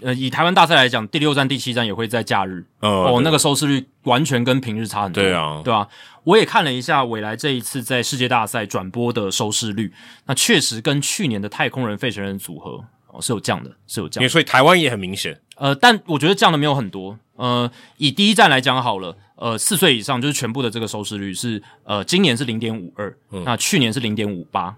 Speaker 1: 呃，以台湾大赛来讲，第六站、第七站也会在假日，
Speaker 2: 嗯
Speaker 1: 哦，
Speaker 2: 对
Speaker 1: 那个收视率完全跟平日差很多。
Speaker 2: 对啊
Speaker 1: 对啊，我也看了一下未来这一次在世界大赛转播的收视率，那确实跟去年的太空人、费城人组合哦是有降的，是有
Speaker 2: 因
Speaker 1: 降
Speaker 2: 为
Speaker 1: 的。
Speaker 2: 所以台湾也很明显，
Speaker 1: 呃，但我觉得降的没有很多。呃，以第一站来讲好了，呃，四岁以上就是全部的这个收视率是呃，今年是零点五二，那去年是零点五八。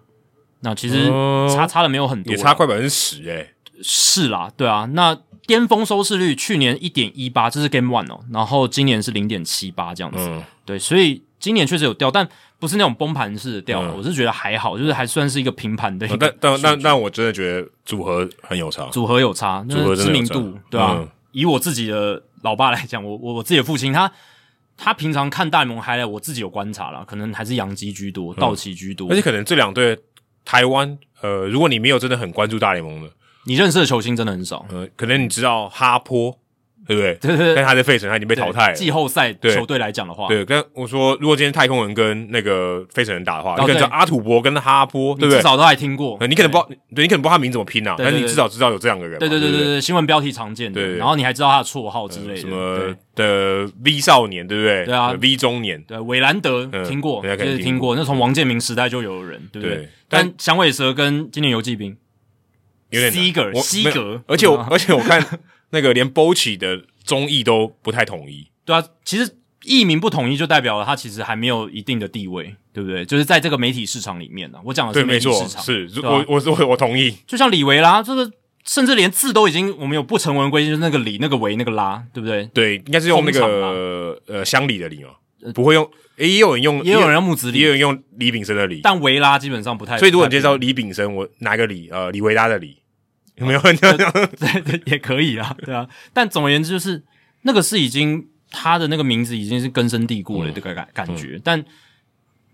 Speaker 1: 那其实
Speaker 2: 嗯哦
Speaker 1: 差差的没有很多
Speaker 2: 也
Speaker 1: 啦，
Speaker 2: 差快百分之十哎，
Speaker 1: 是啦，对啊，那巅峰收视率去年一点一八，这是 Game One 哦，然后今年是零点七八这样子，
Speaker 2: 嗯
Speaker 1: 对，所以今年确实有掉，但不是那种崩盘式的掉了，
Speaker 2: 嗯
Speaker 1: 我是觉得还好，就是还算是一个平盘的一个
Speaker 2: 但但但但我真的觉得组合很有差，
Speaker 1: 组合有差，
Speaker 2: 组合
Speaker 1: 那
Speaker 2: 真
Speaker 1: 知
Speaker 2: 的有
Speaker 1: 名
Speaker 2: 差
Speaker 1: 度，对啊，
Speaker 2: 嗯
Speaker 1: 以我自己的老爸来讲，我我我自己的父亲他。他平常看大联盟 highlight，我自己有观察啦，可能还是洋基居多，道奇居多。
Speaker 2: 嗯而且可能这两队台湾，呃，如果你没有真的很关注大联盟的，
Speaker 1: 你认识的球星真的很少，
Speaker 2: 呃，可能你知道哈坡，对不 对？
Speaker 1: 对对对
Speaker 2: 但他在费城他已经被淘汰了。
Speaker 1: 季后赛
Speaker 2: 对
Speaker 1: 球队来讲的话，
Speaker 2: 对，但我说，如果今天太空人跟那个费城人打的话，
Speaker 1: 哦
Speaker 2: 你可能
Speaker 1: 对
Speaker 2: 知道阿土伯跟哈波，
Speaker 1: 你
Speaker 2: 对不对
Speaker 1: 至？少都还听过
Speaker 2: 呃。你可能不知道，对你可能不知道他名字怎么拼啊，
Speaker 1: 对对
Speaker 2: 但是你
Speaker 1: 对
Speaker 2: 至少知道有这两个人嘛。
Speaker 1: 对对
Speaker 2: 对
Speaker 1: 对对对，新闻标题常见的
Speaker 2: 对，对
Speaker 1: 然后你还知道他的绰号之类
Speaker 2: 对，
Speaker 1: 的，
Speaker 2: 什么
Speaker 1: 对
Speaker 2: 的 V 少年，对不对？
Speaker 1: 对啊
Speaker 2: 呃，V 中年，
Speaker 1: 对，韦兰德
Speaker 2: 嗯
Speaker 1: 听过，
Speaker 2: 大家
Speaker 1: 就
Speaker 2: 可能
Speaker 1: 是
Speaker 2: 听
Speaker 1: 听过，那从王建民时代就有人，对不
Speaker 2: 对
Speaker 1: 对？
Speaker 2: 但
Speaker 1: 但响尾蛇跟今年游骑兵
Speaker 2: 有点难
Speaker 1: 西格
Speaker 2: 我
Speaker 1: 西
Speaker 2: 没有
Speaker 1: 格
Speaker 2: 而且我
Speaker 1: 不知道
Speaker 2: 而且我看那个连 Bochi 的综艺都不太统一，
Speaker 1: 对啊，其实译名不统一就代表了他其实还没有一定的地位，对不对？就是在这个媒体市场里面呢、啊我讲的
Speaker 2: 对，
Speaker 1: 哦是
Speaker 2: 没
Speaker 1: 媒体
Speaker 2: 错
Speaker 1: 市，场，
Speaker 2: 是
Speaker 1: 对
Speaker 2: 我
Speaker 1: 啊
Speaker 2: 我我我同意，
Speaker 1: 就像李维拉这个，甚至连字都已经我们有不成文规定，就是那个李、那个维、那个拉，对不对？
Speaker 2: 对，应该是用那
Speaker 1: 通常
Speaker 2: 个呃乡里的里嘛，不会用，诶也有人用，
Speaker 1: 呃也有人要木子
Speaker 2: 也有
Speaker 1: 李，
Speaker 2: 人用李炳生的李，
Speaker 1: 但维拉基本上不太。
Speaker 2: 所以如果你介
Speaker 1: 不太
Speaker 2: 绍李炳生，我拿个李，呃，李维拉的李，有没有？
Speaker 1: 啊 对对，也可以啊，对啊。但总而言之，就是那个是已经他的那个名字已经是根深蒂固
Speaker 2: 嗯
Speaker 1: 了这个感感觉。但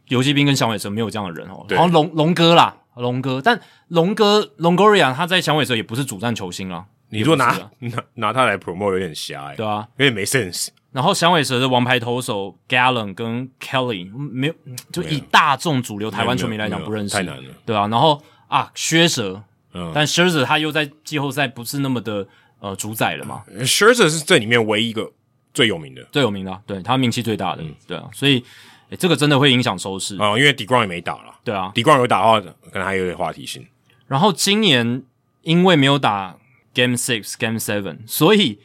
Speaker 1: 游击兵跟响尾蛇没有这样的人哦，
Speaker 2: 对
Speaker 1: 好像龙龙哥啦，龙哥。但龙哥 Longoria 他在响尾蛇也不是主战球星啊，
Speaker 2: 你如果
Speaker 1: 也不是
Speaker 2: 拿
Speaker 1: 啊
Speaker 2: 拿拿他来 promote 有点瞎哎，
Speaker 1: 对啊。
Speaker 2: 有点没 sense，
Speaker 1: 然后响尾蛇的王牌投手 Gallon 跟 Kelly 没有，就以大众主流台湾球迷来
Speaker 2: 没
Speaker 1: 讲
Speaker 2: 有
Speaker 1: 不认识，
Speaker 2: 太难了，
Speaker 1: 对啊。然后啊，靴蛇，
Speaker 2: 嗯。
Speaker 1: 但靴蛇他又在季后赛不是那么的呃主宰了嘛，
Speaker 2: s h i r t 是这里面唯一一个最有名的
Speaker 1: 最有名的啊、对他名气最大的，对啊，所以、诶这个真的会影响收视，
Speaker 2: 嗯啊、因为 d e g r o n 也没打了
Speaker 1: 对啊。
Speaker 2: d e g r o n 有打的话，可能还有点话题性。
Speaker 1: 然后今年因为没有打 Game Six、Game Seven，所以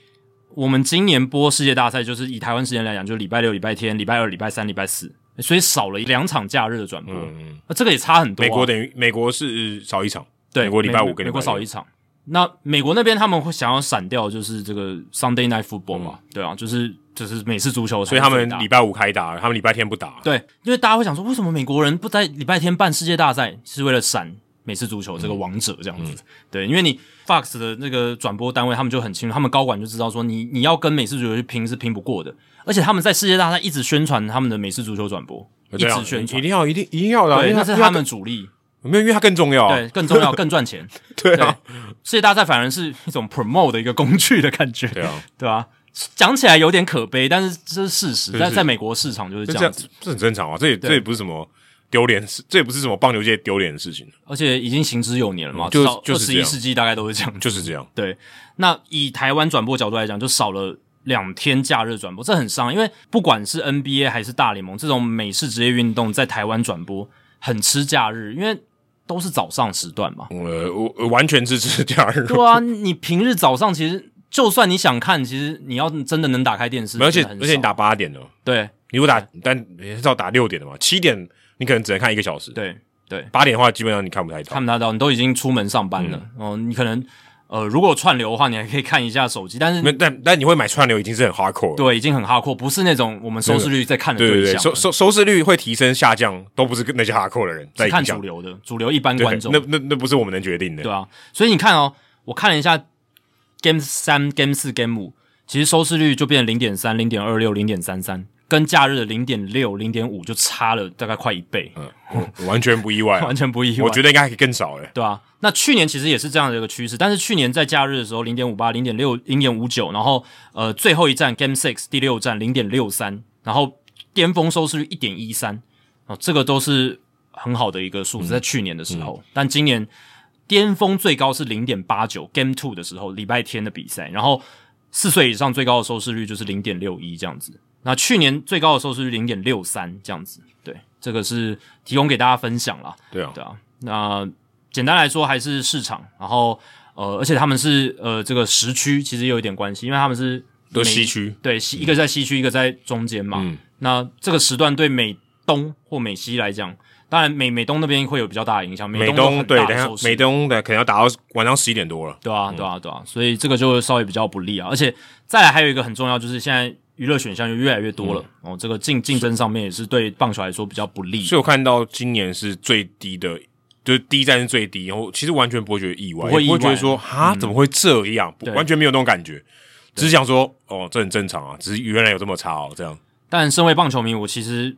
Speaker 1: 我们今年播世界大赛就是以台湾时间来讲，就是礼拜六、礼拜天、礼拜二、礼拜三、礼拜四，所以少了两场假日的转播，
Speaker 2: 嗯，
Speaker 1: 那这个也差很多、啊。
Speaker 2: 美国等于美国是少一场，
Speaker 1: 对
Speaker 2: 美国礼拜五跟
Speaker 1: 美
Speaker 2: 礼拜
Speaker 1: 国
Speaker 2: 六
Speaker 1: 少一场。那美国那边他们会想要闪掉，就是这个 Sunday Night Football 嘛，对啊，就是就是美式足球才
Speaker 2: 嗯所
Speaker 1: 是最
Speaker 2: 以他
Speaker 1: 大的，
Speaker 2: 们礼拜五开打，他们礼拜天不打。
Speaker 1: 对，因为大家会想说，为什么美国人不在礼拜天办世界大赛，是为了闪美式足球这个王者这样
Speaker 2: 嗯
Speaker 1: 子？对，因为你 Fox 的那个转播单位，他们就很清楚，他们高管就知道说你，你要跟美式足球去拼是拼不过的，而且他们在世界大赛一直宣传他们的美式足球转播，一
Speaker 2: 对啊
Speaker 1: 直宣
Speaker 2: 一
Speaker 1: 传。
Speaker 2: 定要一定一定要的啊，
Speaker 1: 对，
Speaker 2: 因为
Speaker 1: 那
Speaker 2: 他
Speaker 1: 是他们主力，
Speaker 2: 没有，因为他更重要啊。
Speaker 1: 对，更重要，更赚钱。
Speaker 2: 对
Speaker 1: 对
Speaker 2: 啊，，
Speaker 1: 世界大赛反而是一种 promote 的一个工具的感觉，
Speaker 2: 对啊，
Speaker 1: 对吧？讲起来有点可悲，但是这是事实，
Speaker 2: 是
Speaker 1: 在
Speaker 2: 是
Speaker 1: 在美国市场就是
Speaker 2: 就
Speaker 1: 这
Speaker 2: 这样
Speaker 1: 样子，
Speaker 2: 这很正常啊，这也这也不是什么丢脸的事，这也不是什么棒球界丢脸的事情，
Speaker 1: 而且已经行之有年了嘛，
Speaker 2: 嗯就
Speaker 1: 至少
Speaker 2: 就
Speaker 1: 二
Speaker 2: 是这
Speaker 1: 十一
Speaker 2: 样
Speaker 1: 世纪大概都是这样，
Speaker 2: 就是这样。。
Speaker 1: 对，那以台湾转播角度来讲，就少了两天假日转播，这很伤，因为不管是 NBA 还是大联盟这种美式职业运动，在台湾转播很吃假日，因为都是早上时段嘛
Speaker 2: 呃，我我完全支持这样。
Speaker 1: 对啊，你平日早上其实就算你想看，其实你要真的能打开电视，
Speaker 2: 而且
Speaker 1: 真的很
Speaker 2: 而且你
Speaker 1: 少
Speaker 2: 打八点哦，
Speaker 1: 对
Speaker 2: 你如果打但至少打六点的嘛，七点你可能只能看一个小时。
Speaker 1: 对对，
Speaker 2: 八点的话，基本上你看不太到
Speaker 1: 看。不太到，你都已经出门上班了，
Speaker 2: 嗯
Speaker 1: 哦、你可能呃，如果串流的话，你还可以看一下手机，但是
Speaker 2: 没，但但你会买串流已经是很 hardcore 了。
Speaker 1: 对，已经很哈阔，不是那种我们收视率在看的
Speaker 2: 对对
Speaker 1: 对
Speaker 2: 对，
Speaker 1: 象
Speaker 2: 收
Speaker 1: 了，
Speaker 2: 收收视率会提升下降，都不是跟那些 hardcore 的人在
Speaker 1: 是看
Speaker 2: 影
Speaker 1: 主
Speaker 2: 响。
Speaker 1: 流的，主流一般
Speaker 2: 对
Speaker 1: 观众
Speaker 2: 那，那那不是我们能决定的。
Speaker 1: 对啊，所以你看哦，我看了一下 Game 三、Game 四、Game 五，其实收视率就变零点三、零点二六、零点三三，跟假日的零点六、零点五就差了大概快一倍，
Speaker 2: 嗯，我完全不意外 啊、
Speaker 1: 完全不意外。
Speaker 2: 我觉得应该还可以更少哎。
Speaker 1: 对啊，那去年其实也是这样的一个趋势，但是去年在假日的时候，零点五八、零点六、零点五九，然后呃最后一站 Game Six 第六站零点六三，然后巅峰收视率一点一三，哦，这个都是很好的一个数字，在去年的时候，但今年巅峰最高是零点八九 Game Two 的时候，礼拜天的比赛，然后四岁以上最高的收视率就是零点六一这样子。那去年最高的收视率零点六三这样子，对，这个是提供给大家分享啦。
Speaker 2: 对啊，
Speaker 1: 对啊，那简单来说还是市场，然后呃，而且他们是呃这个时区其实也有一点关系，因为他们是
Speaker 2: 都是
Speaker 1: 美
Speaker 2: 西，区，
Speaker 1: 对西一个在西区，一个在中间嘛。
Speaker 2: 嗯
Speaker 1: 那这个时段对美东或美西来讲，当然美美东那边会有比较大的影响，
Speaker 2: 美
Speaker 1: 东有
Speaker 2: 东
Speaker 1: 很
Speaker 2: 对，
Speaker 1: 大
Speaker 2: 等一
Speaker 1: 的
Speaker 2: 下
Speaker 1: 收视
Speaker 2: 美东嗯的可能要打到晚上十一点多了。
Speaker 1: 对啊，对啊，对啊，所以这个就稍微比较不利啊。而且再来还有一个很重要，就是现在娱乐选项就越来越多了、
Speaker 2: 嗯
Speaker 1: 哦，这个竞竞争上面也是对棒球来说比较不利。
Speaker 2: 所以我看到今年是最低的，就是第一站是最低，然后其实完全不会觉得意外，
Speaker 1: 不会
Speaker 2: 也
Speaker 1: 意外啊嗯
Speaker 2: 不觉得说哈怎么会这样，不
Speaker 1: 对
Speaker 2: 完全没有那种感觉，只是想说哦这很正常啊，只是原来有这么差哦这样。
Speaker 1: 但身为棒球迷，我其实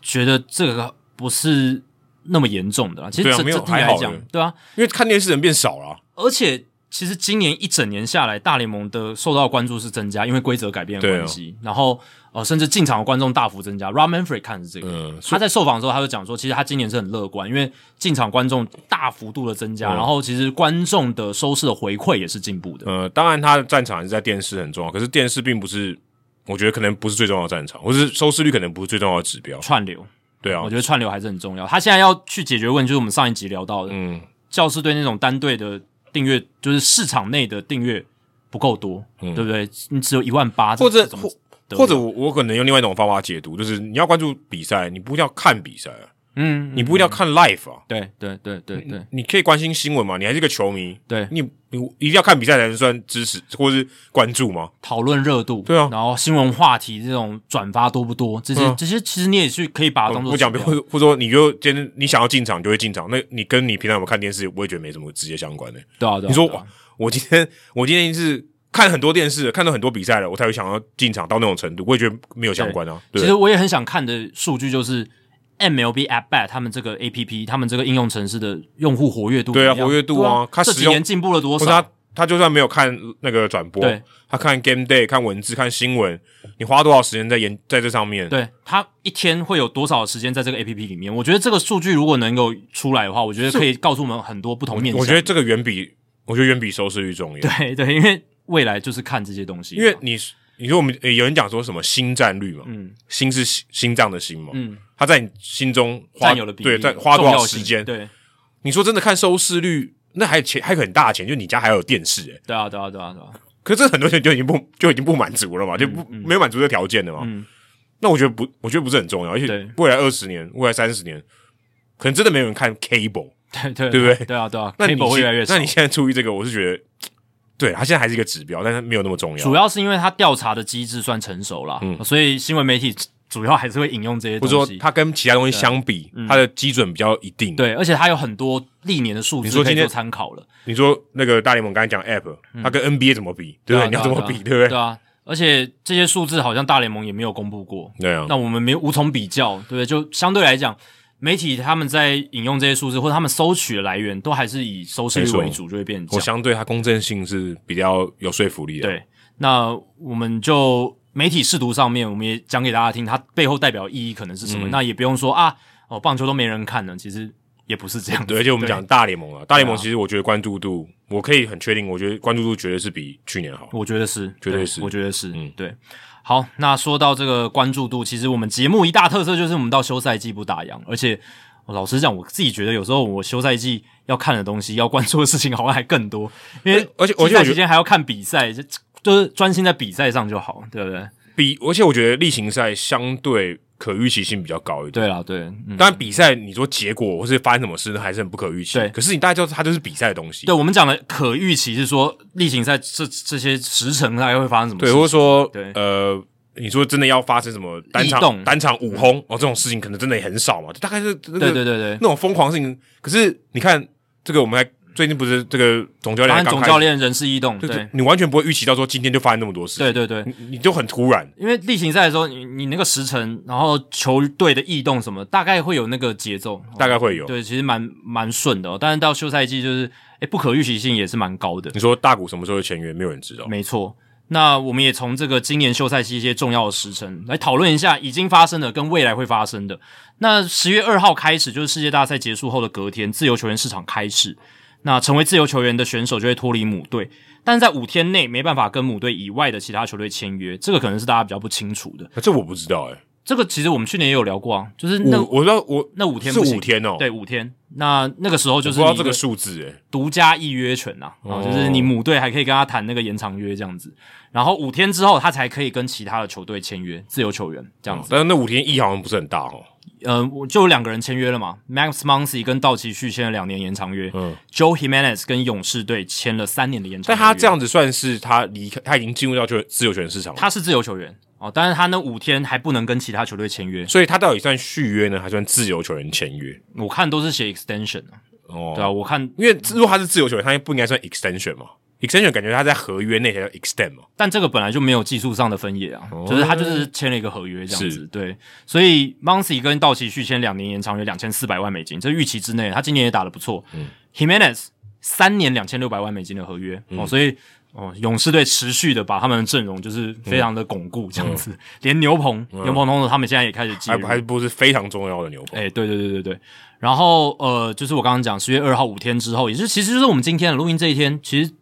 Speaker 1: 觉得这个不是那么严重的啦。其实
Speaker 2: 对啊
Speaker 1: 这、
Speaker 2: 没有
Speaker 1: 这听起
Speaker 2: 还
Speaker 1: 来
Speaker 2: 好
Speaker 1: 讲
Speaker 2: 的，
Speaker 1: 对啊，
Speaker 2: 因为看电视人变少了啊、
Speaker 1: 而且其实今年一整年下来，大联盟的受到关注是增加，因为规则改变的
Speaker 2: 对啊
Speaker 1: 关系，然后呃，甚至进场的观众大幅增加。Rob Manfred 看是这个，
Speaker 2: 嗯
Speaker 1: 他在受访的时候他就讲说，其实他今年是很乐观，因为进场观众大幅度的增加，
Speaker 2: 嗯
Speaker 1: 然后其实观众的收视的回馈也是进步的。
Speaker 2: 呃，当然他的战场还是在电视很重要，可是电视并不是，我觉得可能不是最重要的战场，或是收视率可能不是最重要的指标。
Speaker 1: 串流，
Speaker 2: 对啊
Speaker 1: 我，觉得串流还是很重要。他现在要去解决问题，就是我们上一集聊到的，
Speaker 2: 嗯，
Speaker 1: 教师队那种单队的订阅，就是市场内的订阅不够多，对不对？你只有一万八，
Speaker 2: 嗯或者
Speaker 1: 这种啊得不
Speaker 2: 或或者
Speaker 1: 了
Speaker 2: 我我可能用另外一种方法解读，就是你要关注比赛，你不一定要看比赛啊，
Speaker 1: 嗯，
Speaker 2: 你不一定要看 live 啊，
Speaker 1: 对对对对对
Speaker 2: 你可以关心新闻嘛，你还是个球迷，
Speaker 1: 对，
Speaker 2: 你你一定要看比赛才能算支持或是关注吗？
Speaker 1: 讨论热度，
Speaker 2: 对啊
Speaker 1: 然后新闻话题这种转发多不多，这些、
Speaker 2: 嗯哦
Speaker 1: 这些其实你也去可以把它当做
Speaker 2: 不讲，或者或者说你就今天你想要进场就会进场，那你跟你平常有没有看电视，我也觉得没什么直接相关的、
Speaker 1: 对啊对啊，
Speaker 2: 你说
Speaker 1: 对啊
Speaker 2: 哇，我今天我今天是看很多电视，看到很多比赛了，我才会想要进场到那种程度，我也觉得没有相关啊。对
Speaker 1: 其实我也很想看的数据就是。MLB App Bat 他们这个 A P P，他们这个应用程式的用户活跃度怎么
Speaker 2: 对啊
Speaker 1: 样，
Speaker 2: 活跃度啊它
Speaker 1: 这
Speaker 2: 使
Speaker 1: 几
Speaker 2: 用
Speaker 1: 年进步了多
Speaker 2: 或是
Speaker 1: 少
Speaker 2: 他？他就算没有看那个转播
Speaker 1: 对，
Speaker 2: 他看 game day、看文字、看新闻，你花多少时间在研在这上面？
Speaker 1: 对他一天会有多少时间在这个 A P P 里面？我觉得这个数据如果能够出来的话，我觉得可以告诉我们很多不同面向。
Speaker 2: 我觉得这个远比我觉得远比收视率重 要。
Speaker 1: 对对，因为未来就是看这些东西嘛，
Speaker 2: 因为你你说我们呃有人讲说什么心战率嘛，
Speaker 1: 嗯
Speaker 2: 心是心心脏的心嘛，
Speaker 1: 嗯，
Speaker 2: 他在你心中花
Speaker 1: 占有的比例
Speaker 2: 对，在花多
Speaker 1: 重
Speaker 2: 少
Speaker 1: 要性
Speaker 2: 时间？
Speaker 1: 对
Speaker 2: 你说真的看收视率，那还有钱还有很大的钱，就你家还有电视、欸，
Speaker 1: 对啊对啊对啊对啊，
Speaker 2: 可是这很多人就已经不就已经不满足了嘛，就不、没有满足这条件的嘛。
Speaker 1: 嗯
Speaker 2: 那我觉得不，我觉得不是很重要，而
Speaker 1: 对
Speaker 2: 且未来二十年、未来三十年，可能真的没有人看 cable。
Speaker 1: 对对
Speaker 2: 对不对
Speaker 1: 对啊对啊，
Speaker 2: 那你
Speaker 1: cable 会越来越少
Speaker 2: 那你。现在注意这个，我是觉得，对它现在还是一个指标，但是没有那么重要。
Speaker 1: 主要是因为它调查的机制算成熟了，所以新闻媒体主要还是会引用这些
Speaker 2: 或
Speaker 1: 东
Speaker 2: 者嗯说
Speaker 1: 西。嗯
Speaker 2: 它跟其他东西相比，它的基准比较一定。，
Speaker 1: 对，而且它有很多历年的数
Speaker 2: 你
Speaker 1: 字
Speaker 2: 说
Speaker 1: 可以
Speaker 2: 今天
Speaker 1: 做参考了。
Speaker 2: 你说那个大联盟刚才讲 app，它跟 NBA 怎么比？对不
Speaker 1: 啊
Speaker 2: 对？你要怎
Speaker 1: 啊
Speaker 2: 么
Speaker 1: 啊
Speaker 2: 比？对不
Speaker 1: 嗯对
Speaker 2: 对？
Speaker 1: 啊，而且这些数字好像大联盟也没有公布过，
Speaker 2: 对啊
Speaker 1: 那，我们没无从比较，对不对？就相对来讲，媒体他们在引用这些数字或者他们收取的来源，都还是以收视率
Speaker 2: 没错
Speaker 1: 为主，就会变成
Speaker 2: 我
Speaker 1: 这样。
Speaker 2: 相对它公正性是比较有说服力的。
Speaker 1: 对，那我们就媒体试读上面，我们也讲给大家听，它背后代表意义可能是什么。那也不用说啊，哦，棒球都没人看呢，其实也不是这样子。
Speaker 2: 对，而且我们
Speaker 1: 对
Speaker 2: 讲大联盟啊，大联盟
Speaker 1: 对啊
Speaker 2: 其实我觉得关注度，我可以很确定，我觉得关注度绝对是比去年好。
Speaker 1: 我觉得是，
Speaker 2: 绝对是
Speaker 1: 我觉得是，嗯
Speaker 2: 嗯，
Speaker 1: 对。好，那说到这个关注度，其实我们节目一大特色就是我们到休赛季不打烊，而且我老实讲，我自己觉得有时候我休赛季要看的东西、要关注的事情好像还更多，因为
Speaker 2: 哎而且而
Speaker 1: 休
Speaker 2: 且我觉得
Speaker 1: 赛期间还要看比赛，就就是专心在比赛上就好，对不对？
Speaker 2: 比，而且我觉得例行赛相对可预期性比较高一点。
Speaker 1: 对啦，对，嗯，
Speaker 2: 当然，比赛你说结果或是发生什么事，那还是很不可预期。
Speaker 1: 对
Speaker 2: 可是你大概知道它就是比赛的东西。
Speaker 1: 对我们讲的可预期是说例行赛这这些时程大概会发生什么事
Speaker 2: 对，
Speaker 1: 情？
Speaker 2: 或者说
Speaker 1: 对
Speaker 2: 呃，你说真的要发生什么单
Speaker 1: 异动
Speaker 2: 场单场五轰哦，这种事情可能真的也很少嘛，就大概是、那个、
Speaker 1: 对对对对
Speaker 2: 那种疯狂事情。可是你看这个，我们还最近不是这个总教
Speaker 1: 当
Speaker 2: 练
Speaker 1: 然
Speaker 2: 刚
Speaker 1: 总
Speaker 2: 开
Speaker 1: 教
Speaker 2: 始，
Speaker 1: 练人事异动，
Speaker 2: 对
Speaker 1: 对
Speaker 2: 你完全不会预期到说今天就发生那么多事，
Speaker 1: 对对对，
Speaker 2: 你你就很突然。
Speaker 1: 因为例行赛的时候，你你那个时辰，然后球队的异动什么，大概会有那个节奏，
Speaker 2: 大
Speaker 1: 概、
Speaker 2: 概会有。
Speaker 1: 对，其实蛮蛮顺的、哦。但是到休赛季，就是哎，不可预期性也是蛮高的。
Speaker 2: 你说大股什么时候签约，没有人知道。
Speaker 1: 没错，那我们也从这个今年休赛期一些重要的时辰来讨论一下已经发生的跟未来会发生的。那十月二号开始，就是世界大赛结束后的隔天，自由球员市场开始。那成为自由球员的选手就会脱离母队，但是在五天内没办法跟母队以外的其他球队签约，这个可能是大家比较不清楚的。
Speaker 2: 啊这我不知道哎、欸
Speaker 1: 这个其实我们去年也有聊过啊，就是那
Speaker 2: 我我知道我
Speaker 1: 那五天
Speaker 2: 是
Speaker 1: 不行
Speaker 2: 五天哦、
Speaker 1: 对五天，那那个时候就是
Speaker 2: 我不知道
Speaker 1: 你
Speaker 2: 这个
Speaker 1: 一
Speaker 2: 数字哎、
Speaker 1: 独家预约权呐、啊，
Speaker 2: 哦
Speaker 1: 就是你母队还可以跟他谈那个延长约这样子，然后五天之后他才可以跟其他的球队签约，自由球员这样
Speaker 2: 哦
Speaker 1: 子。
Speaker 2: 但是那五天意义好像不是很大哦、
Speaker 1: 嗯、呃，我就有两个人签约了嘛，Max Muncy 跟道奇续签了两年延长约、
Speaker 2: 嗯
Speaker 1: j o e Jimenez 跟勇士队签了三年的延长
Speaker 2: 但
Speaker 1: 约。
Speaker 2: 他这样子算是他离开，他已经进入到球自由权市场了，
Speaker 1: 他是自由球员哦，但是他那五天还不能跟其他球队签约，
Speaker 2: 所以他到底算续约呢，还算自由球员签约？
Speaker 1: 我看都是写 extension 啊，
Speaker 2: 哦，
Speaker 1: 对啊，我看
Speaker 2: 因为如果他是自由球员，他不应该算 extension 嘛？extension 感觉他在合约内才叫 extend 嘛？
Speaker 1: 但这个本来就没有技术上的分野啊，就是他就是签了一个合约这样子
Speaker 2: 哦是，
Speaker 1: 对，所以 Muncy 跟道奇续签两年延长约两千四百万美金，这预期之内，他今年也打得不错。Jimenez 三年两千六百万美金的合约、
Speaker 2: 嗯
Speaker 1: 哦，所以哦，勇士队持续的把他们的阵容就是非常的巩固，这样子，连牛棚、牛棚同时他们现在也开始介
Speaker 2: 嗯还
Speaker 1: 入，
Speaker 2: 还不是非常重要的牛棚。
Speaker 1: 哎、对对对对对。然后呃，就是我刚刚讲十月二号五天之后，也是其实就是我们今天的录音这一天，其实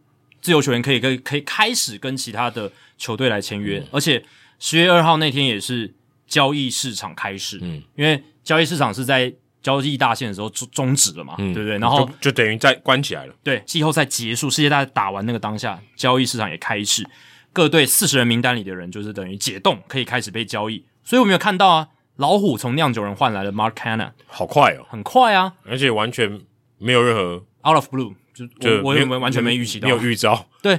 Speaker 1: 自由球员可以跟可以开始跟其他的球队来签约，而且十月二号那天也是交易市场开始，
Speaker 2: 嗯
Speaker 1: 嗯，因为交易市场是在交易大限的时候终终止了嘛，嗯对不对？然后
Speaker 2: 嗯就就等于在关起来了，
Speaker 1: 对，季后赛结束，世界大赛打完那个当下，交易市场也开始，各队四十人名单里的人就是等于解冻，可以开始被交易。所以我们有看到啊，老虎从酿酒人换来了 Mark Cannon，
Speaker 2: 好快哦，
Speaker 1: 很快啊
Speaker 2: 而且完全没有任何
Speaker 1: ，out of blue，就
Speaker 2: 就
Speaker 1: 我我
Speaker 2: 没
Speaker 1: 也
Speaker 2: 有
Speaker 1: 没完全没预期到
Speaker 2: 没。有预兆，
Speaker 1: 对，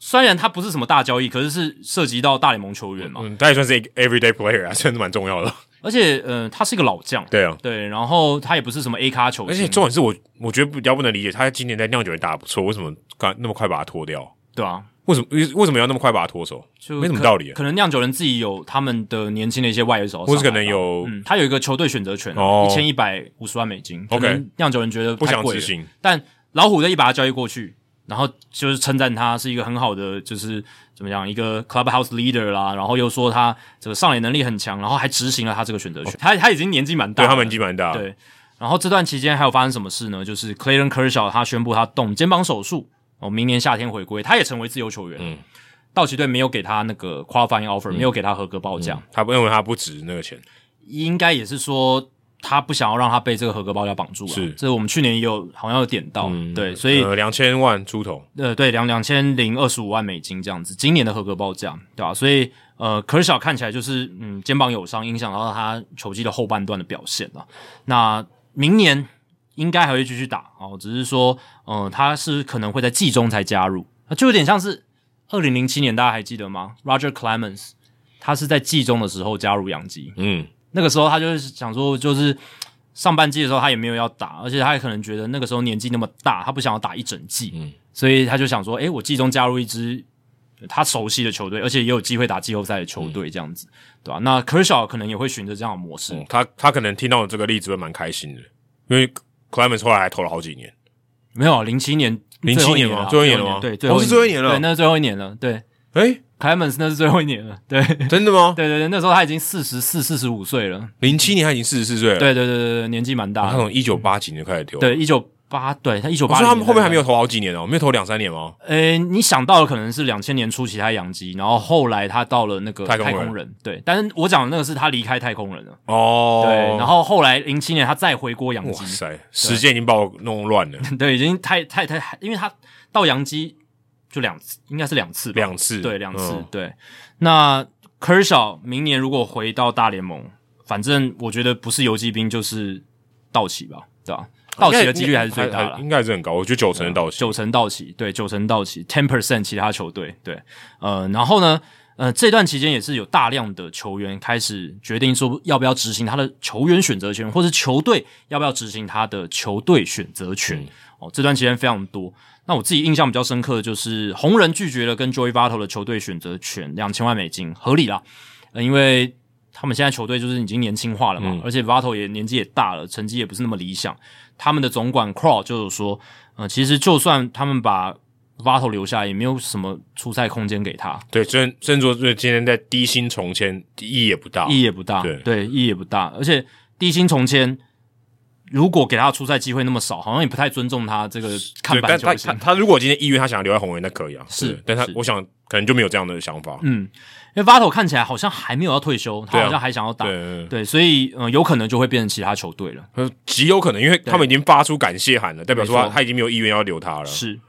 Speaker 1: 虽然它不是什么大交易，可是是涉及到大联盟球员嘛，
Speaker 2: 嗯，他也算是一个 everyday player 啊，算是蛮重 要的。
Speaker 1: 而且呃，他是一个老将，
Speaker 2: 对啊，
Speaker 1: 对，然后他也不是什么 A 咖球
Speaker 2: 而
Speaker 1: 星，
Speaker 2: 且重点是我我觉得比较不能理解，他今年在酿酒人打得不错，为什么刚那么快把他脱掉？
Speaker 1: 对啊，
Speaker 2: 为什么为为什么要那么快把他脱手？
Speaker 1: 就
Speaker 2: 没什么
Speaker 1: 可
Speaker 2: 道理啊
Speaker 1: 可能酿酒人自己有他们的年轻的一些外援手上来吧，
Speaker 2: 或是可能有
Speaker 1: 嗯，他有一个球队选择权啊，
Speaker 2: 哦
Speaker 1: 一千一百五十万美金。
Speaker 2: OK
Speaker 1: 可能酿酒人觉得
Speaker 2: 不
Speaker 1: 太
Speaker 2: 想
Speaker 1: 贵
Speaker 2: 执
Speaker 1: 了，
Speaker 2: 行，
Speaker 1: 但老虎队一把他交易过去，然后就是称赞他是一个很好的，就是怎么样一个 clubhouse leader 啦，然后又说他这个上垒能力很强，然后还执行了他这个选择权。哦他他已经年纪蛮大
Speaker 2: 对
Speaker 1: 了，
Speaker 2: 他们已经蛮大，，
Speaker 1: 对，然后这段期间还有发生什么事呢？就是 Clayton Kershaw 他宣布他动肩膀手术，哦，明年夏天回归，他也成为自由球员。
Speaker 2: 嗯，
Speaker 1: 道奇队没有给他那个 qualifying offer，、没有给他合格报价，
Speaker 2: 他认为他不值那个钱，
Speaker 1: 应该也是说他不想要让他被这个合格报价绑住了。
Speaker 2: 是
Speaker 1: 这我们去年也有好像有点到，嗯对，所以
Speaker 2: 呃两千万出头，
Speaker 1: 呃，对，两两千零二十五万美金这样子，今年的合格报价，对吧、所以呃，可是小看起来就是嗯，肩膀有伤，影响到他球季的后半段的表现了。那明年应该还会继续打哦，只是说呃，他是可能会在季中才加入，那就有点像是二零零七年，大家还记得吗？Roger Clemens。他是在季中的时候加入洋基，
Speaker 2: 嗯，
Speaker 1: 那个时候他就是想说，就是上半季的时候他也没有要打，而且他也可能觉得那个时候年纪那么大，他不想要打一整季，
Speaker 2: 嗯
Speaker 1: 所以他就想说，诶，我季中加入一支他熟悉的球队，而且也有机会打季后赛的球队，这样子，对吧、那 Kershaw 可能也会循着这样的模式，
Speaker 2: 嗯他他可能听到这个例子会蛮开心的，因为 Clemens 后来还投了好几年，
Speaker 1: 没有啊零七年，
Speaker 2: 07
Speaker 1: 最后一
Speaker 2: 年吗
Speaker 1: 了
Speaker 2: 最后
Speaker 1: 最
Speaker 2: 一年
Speaker 1: 后
Speaker 2: 了吗
Speaker 1: 对，
Speaker 2: 哦
Speaker 1: 最后
Speaker 2: 是最后一年了
Speaker 1: 对，那是最后一年了，对
Speaker 2: 哎，
Speaker 1: ，Clemens 那是最后一年了，对， 对
Speaker 2: 真的吗？
Speaker 1: 对对，那时候他已经四十四、四十五岁了，
Speaker 2: 零七年他已经四十四岁了，，
Speaker 1: 对对对对对，年纪蛮大
Speaker 2: 他
Speaker 1: 的，
Speaker 2: 从一九八几年就开始投，
Speaker 1: 对，一九八，对他一九
Speaker 2: 我
Speaker 1: 八，
Speaker 2: 哦说他们后面还没有投好几年哦，没有投两三年吗？
Speaker 1: 呃，你想到的可能是两千年初期他养鸡，然后后来他到了那个
Speaker 2: 太
Speaker 1: 太
Speaker 2: 空人
Speaker 1: 人，对。但是我讲的那个是他离开太空人了，
Speaker 2: 哦，
Speaker 1: 对。然后后来零七年他再回国养
Speaker 2: 哇
Speaker 1: 鸡，
Speaker 2: 塞，时间已经把我弄乱了
Speaker 1: 对，已经太太太，因为他到养鸡就两次，应该是两次吧，
Speaker 2: 两次，
Speaker 1: 对两次、
Speaker 2: 嗯
Speaker 1: 对。那 Kershaw 明年如果回到大联盟，反正我觉得不是游击兵就是道奇吧，对吧、道奇的几率还是最大嗯了
Speaker 2: 应，该还是很高，我觉得九成的道奇，
Speaker 1: 九成到期，对，九成到期，ten percent 其他球队，对，呃，然后呢，呃，这段期间也是有大量的球员开始决定说要不要执行他的球员选择权，或是球队要不要执行他的球队选择权。哦，这段期间非常多。那我自己印象比较深刻的就是红人拒绝了跟 Joey Votto 的球队选择权两千万美金，合理啦，呃因为他们现在球队就是已经年轻化了嘛，而且 Votto 也年纪也大了，成绩也不是那么理想。他们的总管 Craw 就有说，呃，其实就算他们把 Votto 留下来，也没有什么出赛空间给他，
Speaker 2: 对，甚甚至说就是今天在低薪重签意义也不大，
Speaker 1: 意义也不大，
Speaker 2: 对
Speaker 1: 意义也不大。而且低薪重签，如果给他出赛机会那么少，好像也不太尊重他这个看
Speaker 2: 对，
Speaker 1: 板
Speaker 2: 但
Speaker 1: 球
Speaker 2: 他
Speaker 1: 星
Speaker 2: 他。他如果今天意愿他想要留在红人，那可以啊，
Speaker 1: 是
Speaker 2: 对但他
Speaker 1: 是
Speaker 2: 我想可能就没有这样的想法，
Speaker 1: 嗯，因为 Votto 看起来好像还没有要退休，他
Speaker 2: 对啊
Speaker 1: 好像还想要打，
Speaker 2: 对，
Speaker 1: 对所以呃，有可能就会变成其他球队了。
Speaker 2: 呃极有可能，因为他们已经发出感谢函了，代表说
Speaker 1: 没
Speaker 2: 他
Speaker 1: 错
Speaker 2: 他已经没有意愿要留他了，
Speaker 1: 是。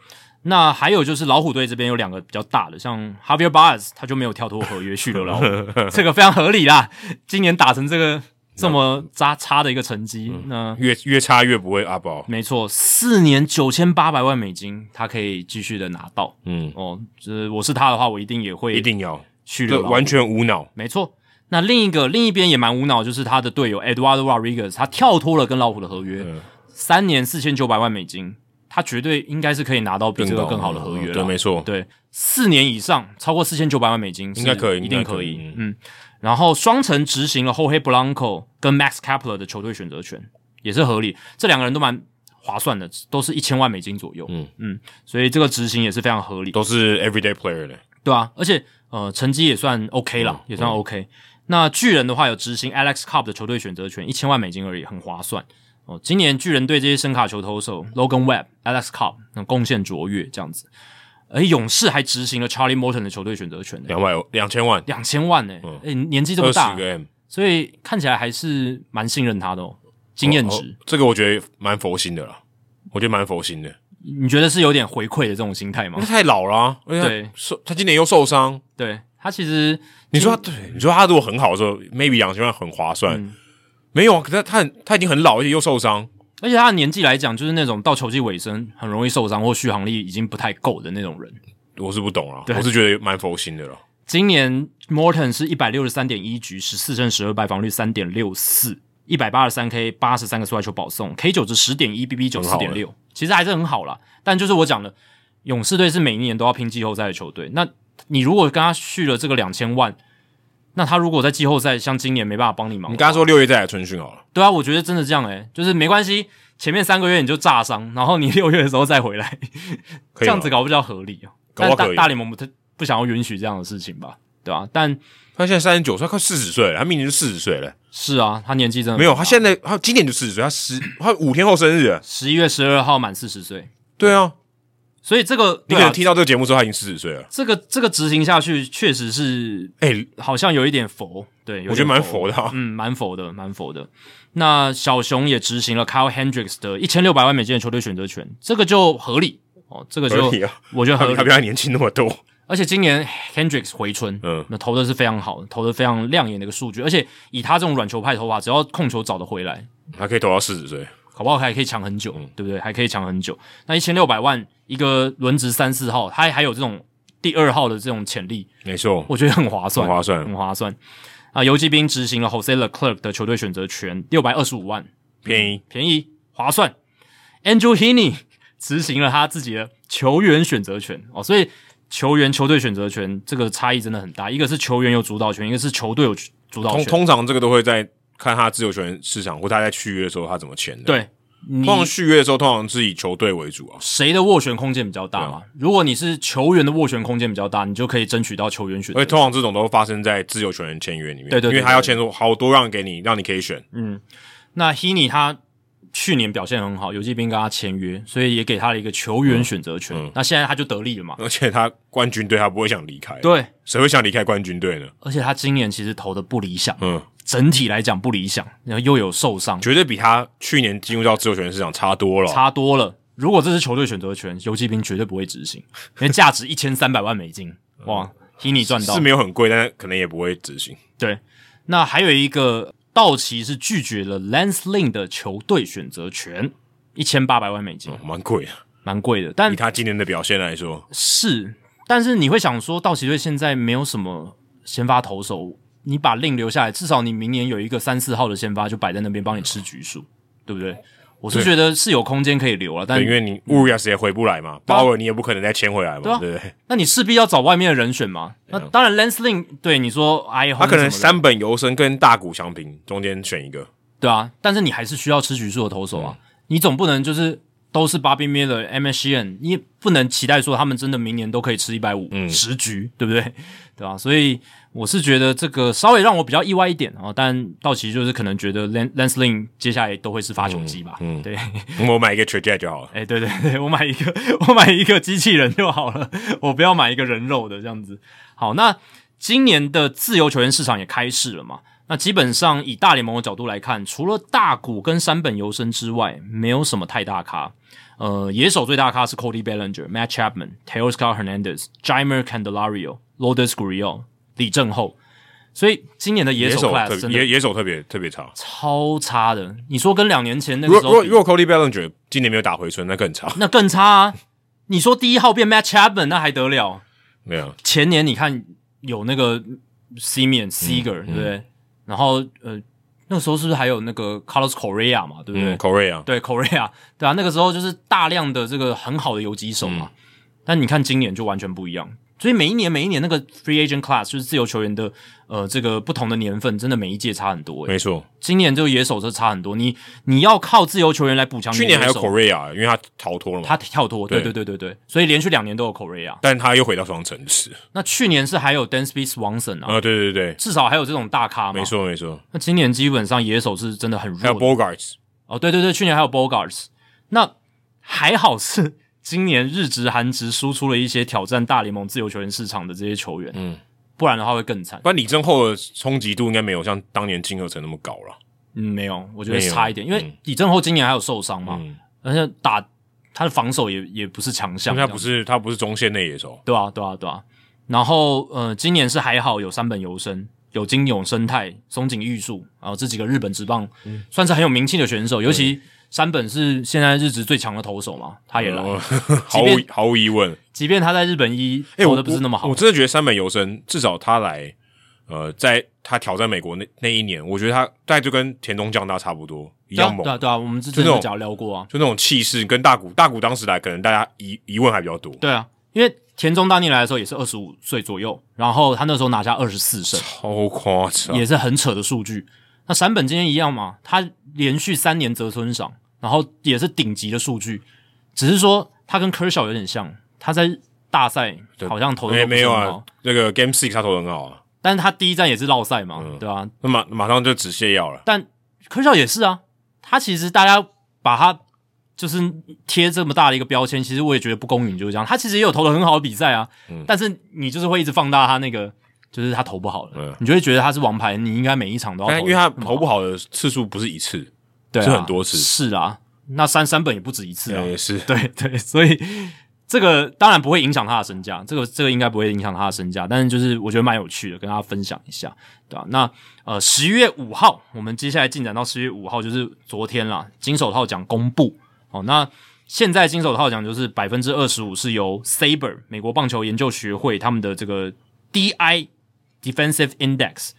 Speaker 1: 那还有就是老虎队这边有两个比较大的，像 Javier Baez 他就没有跳脱合约续留 老虎，这个非常合理啦。今年打成这个这么渣差的一个成绩，
Speaker 2: 嗯
Speaker 1: 那
Speaker 2: 越越差越不会阿宝，
Speaker 1: 没错，四年九千八百万美金，他可以继续的拿到
Speaker 2: 嗯，
Speaker 1: 哦。就是我是他的话，我一定也会
Speaker 2: 一定要，
Speaker 1: 续
Speaker 2: 对，
Speaker 1: 留老虎
Speaker 2: 完全无脑，
Speaker 1: 没错。那另一个另一边也蛮无脑，就是他的队友 Eduardo Rodriguez，他跳脱了跟老虎的合约，
Speaker 2: 嗯
Speaker 1: 三年四千九百万美金，他绝对应该是可以拿到比这个更好的合约了。
Speaker 2: 嗯对，没错，
Speaker 1: 对，四年以上超过四千九百万美金是
Speaker 2: 应该可以
Speaker 1: 一
Speaker 2: 应该
Speaker 1: 定
Speaker 2: 可
Speaker 1: 可
Speaker 2: 以
Speaker 1: 以。嗯，然后双城执行了后黑 Blanco 跟 Max Kepler 的球队选择权，也是合理。这两个人都蛮划算的，都是一千万美金左右。
Speaker 5: 嗯
Speaker 1: 嗯，所以这个执行也是非常合理。
Speaker 2: 都是 everyday player 嘞。
Speaker 1: 对啊，而且呃成绩也算 OK
Speaker 2: 嗯
Speaker 1: 啦，也算 OK。那巨人的话有执行 Alex Cobb 的球队选择权，一千万美金而已，很划算哦。今年巨人队这些声卡球投手 Logan Webb、Alex Cobb 那贡献卓越这样子，而勇士还执行了 Charlie Morton 的球队选择权、欸，
Speaker 2: 两万两千万，
Speaker 1: 两千万呢、欸，哎、年纪这么
Speaker 2: 二十
Speaker 1: 大，
Speaker 2: 个 M
Speaker 1: 所以看起来还是蛮信任他的哦，经验值。
Speaker 2: 哦这个我觉得蛮佛心的啦，我觉得蛮佛心的。
Speaker 1: 你觉得是有点回馈的这种心态吗
Speaker 2: 他？太老了、啊，而且
Speaker 1: 对
Speaker 2: 他受他今年又受伤。
Speaker 1: 对他其实
Speaker 2: 你说他对，你说他如果很好的时候，maybe 两千万很划算。
Speaker 1: 嗯
Speaker 2: 没有啊，可是他他很他已经很老，而且又受伤。
Speaker 1: 而且他的年纪来讲，就是那种到球季尾声很容易受伤或续航力已经不太够的那种人。
Speaker 2: 我是不懂啊，
Speaker 1: 对哦
Speaker 2: 我是觉得蛮佛心的了。
Speaker 1: 今年 Morton 是一百六十三点一局，十四胜十二败，防率三点六四，一百八十三 K，八十三个速外球保送，K 九值十点一，BB 九
Speaker 2: 很
Speaker 1: 四
Speaker 2: 好欸
Speaker 1: 点
Speaker 2: 了
Speaker 1: 六，其实还是很好啦。但就是我讲的，勇士队是每一年都要拼季后赛的球队。那你如果跟他续了这个两千万，那他如果在季后赛像今年没办法帮你忙
Speaker 2: 你
Speaker 1: 的话，
Speaker 2: 刚刚说六月再来春训好了，
Speaker 1: 对啊，我觉得真的这样诶、就是没关系，前面三个月你就炸伤，然后你 六月的时候再回来，
Speaker 2: 可
Speaker 1: 这
Speaker 2: 以吗
Speaker 1: 样子搞不较合理啊。
Speaker 2: 搞不好
Speaker 1: 但
Speaker 2: 可
Speaker 1: 大
Speaker 2: 以
Speaker 1: 大联盟不太不想要允许这样的事情吧？对啊，但
Speaker 2: 他现在三十九岁，他快四十岁了，他明年就四十岁了。
Speaker 1: 是啊，他年纪真的
Speaker 2: 没有，他现在他今年就四十岁，他十他五天后生日了。
Speaker 1: 十一月十二号满四十岁，
Speaker 2: 对啊，
Speaker 1: 所以这个对
Speaker 2: 你可
Speaker 1: 啊
Speaker 2: 能，听到这个节目之后，他已经四十岁了。
Speaker 1: 这个这个执行下去确实是
Speaker 2: 哎、
Speaker 1: 好像有一点佛，对，有
Speaker 2: 我觉
Speaker 1: 点
Speaker 2: 得蛮佛的、啊。
Speaker 1: 嗯，蛮佛的，蛮佛的。那小熊也执行了 Kyle Hendricks 的一千六百万美金的球队选择权，这个就合理哦，这个就
Speaker 2: 合理啊
Speaker 1: 我觉得
Speaker 2: 他
Speaker 1: 合
Speaker 2: 比
Speaker 1: 理
Speaker 2: 他。比他年轻那么多，
Speaker 1: 而且今年 Hendricks 回春，
Speaker 2: 嗯
Speaker 1: 嗯，那投的是非常好，投的非常亮眼的一个数据，而且以他这种软球派投法，只要控球找得回来，
Speaker 2: 还可以投到四十岁。
Speaker 1: 搞不好还可以抢很久，对不对？还可以抢很久。那一千六百万一个轮值三四号，他还有这种第二号的这种潜力，
Speaker 2: 没错，
Speaker 1: 我觉得很划算，
Speaker 2: 很划算
Speaker 1: 很划算。啊，游击兵执行了 Jose Leclerc 的球队选择权，六百二十五万，
Speaker 2: 便宜。
Speaker 1: 便宜划算。Andrew Heaney 执行了他自己的球员选择权哦，所以球员球队选择权这个差异真的很大，一个是球员有主导权，一个是球队有主导
Speaker 2: 通
Speaker 1: 权。
Speaker 2: 通常这个都会在看他自由球员市场或他在续约的时候他怎么签的。，
Speaker 1: 对，你
Speaker 2: 通常续约的时候通常是以球队为主啊。
Speaker 1: 谁的斡旋空间比较大嘛？如果你是球员的斡旋空间比较大，你就可以争取到球员选择
Speaker 2: 而且。通常这种都发生在自由球员签约里面，
Speaker 1: 对对对嗯
Speaker 2: 因为他要签出好多让给你，让你可以选。
Speaker 1: 那 Heaney 他去年表现很好，游击兵跟他签约，所以也给他了一个球员选择权。那现在他就得利了嘛？
Speaker 2: 而且他冠军队他不会想离开，，
Speaker 1: 对，
Speaker 2: 谁会想离开冠军队呢？
Speaker 1: 而且他今年其实投的不理想，
Speaker 2: 嗯，
Speaker 1: 整体来讲不理想，然后又有受伤，
Speaker 2: 绝对比他去年进入到自由球员市场差多了。啊
Speaker 1: 差多了。如果这是球队选择权，游击兵绝对不会执行，因为价值一千三百万美金，哇，Hini 赚到
Speaker 2: 是。没有很贵，但是可能也不会执行。
Speaker 1: 对，那还有一个道奇是拒绝了 Lance Lynn 的球队选择权，一千八百万美金，
Speaker 2: 哦蛮贵的，
Speaker 1: 蛮贵的，但
Speaker 2: 以他今年的表现来说，
Speaker 1: 嗯是，但是你会想说，道奇队现在没有什么先发投手，你把令留下来，至少你明年有一个三四号的先发就摆在那边帮你吃局数，对不对？我是
Speaker 2: 对
Speaker 1: 觉得是有空间可以留了，啊但
Speaker 2: 对因为你乌亚斯也回不来嘛，
Speaker 1: 啊
Speaker 2: 鲍尔你也不可能再签回来嘛，
Speaker 1: 对啊
Speaker 2: 对不对？
Speaker 1: 那你势必要找外面的人选嘛。那当然，Lance Lynn 对你说，哎，
Speaker 2: 啊他可能三本游生跟大谷翔平中间选一个，
Speaker 1: 对啊，但是你还是需要吃局数的投手啊，你总不能就是都是 Bobby Miller、m s g n 你也不能期待说他们真的明年都可以吃一百五十局，对 不对？对啊，所以我是觉得这个稍微让我比较意外一点啊、哦，但道奇就是可能觉得 Lan- Lance Lynn 接下来都会是发球机吧，嗯，对，
Speaker 2: 我买一个 t r a j e 就好了。
Speaker 1: 哎、对对对，我买一个，我买一个机器人就好了，我不要买一个人肉的这样子。好，那今年的自由球员市场也开市了嘛？那基本上以大联盟的角度来看，除了大谷跟山本由伸之外，没有什么太大咖。呃，野手最大咖是 Cody Bellinger、Matt Chapman、Taylor Scott Hernandez、Jimer Candelario、Lourdes Gurriel、李正厚。所以今年的野
Speaker 2: 野
Speaker 1: 手
Speaker 2: 手
Speaker 1: class
Speaker 2: 特别
Speaker 1: 真
Speaker 2: 野
Speaker 1: 的
Speaker 2: 野手特别特别差。
Speaker 1: 超差的。你说跟两年前那
Speaker 2: 如
Speaker 1: 个
Speaker 2: 果
Speaker 1: 时
Speaker 2: 如
Speaker 1: 候
Speaker 2: 果
Speaker 1: 比，
Speaker 2: 如果 Cody Bellinger 今年没有打回春，那更差。
Speaker 1: 那更差啊！你说第一号变 Matt Chapman，那还得了？
Speaker 2: 没有，
Speaker 1: 前年你看有那个 Simeon Seager，、对不
Speaker 2: 嗯
Speaker 1: 对？然后呃，那个时候是不是还有那个 Carlos Correa 嘛，对不对？
Speaker 2: 嗯，Korea
Speaker 1: 对 Correa，对啊，那个时候就是大量的这个很好的游击手嘛。但你看今年就完全不一样，所以每一年每一年那个 free agent class 就是自由球员的呃这个不同的年份，真的每一届差很多、欸。
Speaker 2: 没错，
Speaker 1: 今年就野手这差很多，你你要靠自由球员来补强你
Speaker 2: 去
Speaker 1: 的野
Speaker 2: 年
Speaker 1: 手。
Speaker 2: 还有 Korea，因为他逃脱了嘛，
Speaker 1: 他跳脱，对对
Speaker 2: 对
Speaker 1: 对对对，所以连续两年都有 Korea。
Speaker 2: 但他又回到双城市
Speaker 1: 那去年是还有 Dansby Swanson 啊，
Speaker 2: 啊，对对对，
Speaker 1: 至少还有这种大咖嘛。
Speaker 2: 没，错没错，
Speaker 1: 那今年基本上野手是真的很
Speaker 2: 还有
Speaker 1: 弱的。
Speaker 2: Bogarts，
Speaker 1: 哦，对对对，去年还有 Bogarts，那还好是今年日职、韩职输出了一些挑战大联盟自由球员市场的这些球员，
Speaker 2: 嗯，
Speaker 1: 不然的话会更惨。
Speaker 2: 不然李正厚的冲击度应该没有像当年金鹤成那么高了。
Speaker 1: 嗯，没有，我觉得
Speaker 2: 没有
Speaker 1: 差一点，因为
Speaker 2: 嗯
Speaker 1: 李正厚今年还有受伤嘛，
Speaker 2: 嗯，
Speaker 1: 而且打他的防守也也不是强项
Speaker 2: 因
Speaker 1: 这
Speaker 2: 为他
Speaker 1: 样子，
Speaker 2: 不是他不是中线内野手，
Speaker 1: 对啊，对啊，对啊。然后呃，今年是还好有三本游生，有金永生态、松井玉树，然后这几个日本职棒、
Speaker 2: 嗯
Speaker 1: 算是很有名气的选手，尤其山本是现在日职最强的投手嘛，他也来，
Speaker 2: 呃
Speaker 1: 即
Speaker 2: 毫
Speaker 1: 便
Speaker 2: 无毫无疑问，
Speaker 1: 即便他在日本一
Speaker 2: 哎、
Speaker 1: 投
Speaker 2: 我
Speaker 1: 的不是那么好，
Speaker 2: 我我真的觉得山本由生至少他来，呃，在他挑战美国那那一年，我觉得他大概就跟田中将大差不多一
Speaker 1: 对啊
Speaker 2: 样猛，
Speaker 1: 对啊，对啊，我们之
Speaker 2: 就
Speaker 1: 前
Speaker 2: 那种
Speaker 1: 有讲聊过啊，
Speaker 2: 就那种气势跟大谷大谷当时来，可能大家疑疑问还比较多，
Speaker 1: 对啊，因为田中大逆来的时候也是二十五岁左右，然后他那时候拿下二十四胜，
Speaker 2: 超夸张
Speaker 1: 也，是很扯的数据。那山本今天一样嘛，他连续三年折村赏，然后也是顶级的数据，只是说他跟 Kershaw 有点像，他在大赛
Speaker 2: 对
Speaker 1: 好像投的
Speaker 2: 没没有啊，那个 Game Six 他投得很好啊，
Speaker 1: 但是他第一站也是落赛嘛，
Speaker 2: 嗯
Speaker 1: 对吧、
Speaker 2: 那马马上就止泻药了，
Speaker 1: 但 Kershaw 也是啊，他其实大家把他就是贴这么大的一个标签，其实我也觉得不公允，就是这样。他其实也有投的很好的比赛啊，
Speaker 2: 嗯
Speaker 1: 但是你就是会一直放大他那个。就是他投不好了，
Speaker 2: 嗯
Speaker 1: 你就会觉得他是王牌，你应该每一场都要投
Speaker 2: 但
Speaker 1: 得
Speaker 2: 因为他
Speaker 1: 很哦好
Speaker 2: 投不好的次数不是一次，
Speaker 1: 对、啊，
Speaker 2: 是很多次
Speaker 1: 是啊，那三三本也不止一次啊。
Speaker 2: 也是
Speaker 1: 对对，所以这个当然不会影响他的身价，这个这个应该不会影响他的身价，但是就是我觉得蛮有趣的，跟大家分享一下，对吧、那呃，十月五号，我们接下来进展到十月五号，就是昨天啦，金手套奖公布哦。那现在金手套奖就是百分之二十五是由 Saber 美国棒球研究学会他们的这个 DI Defensive Index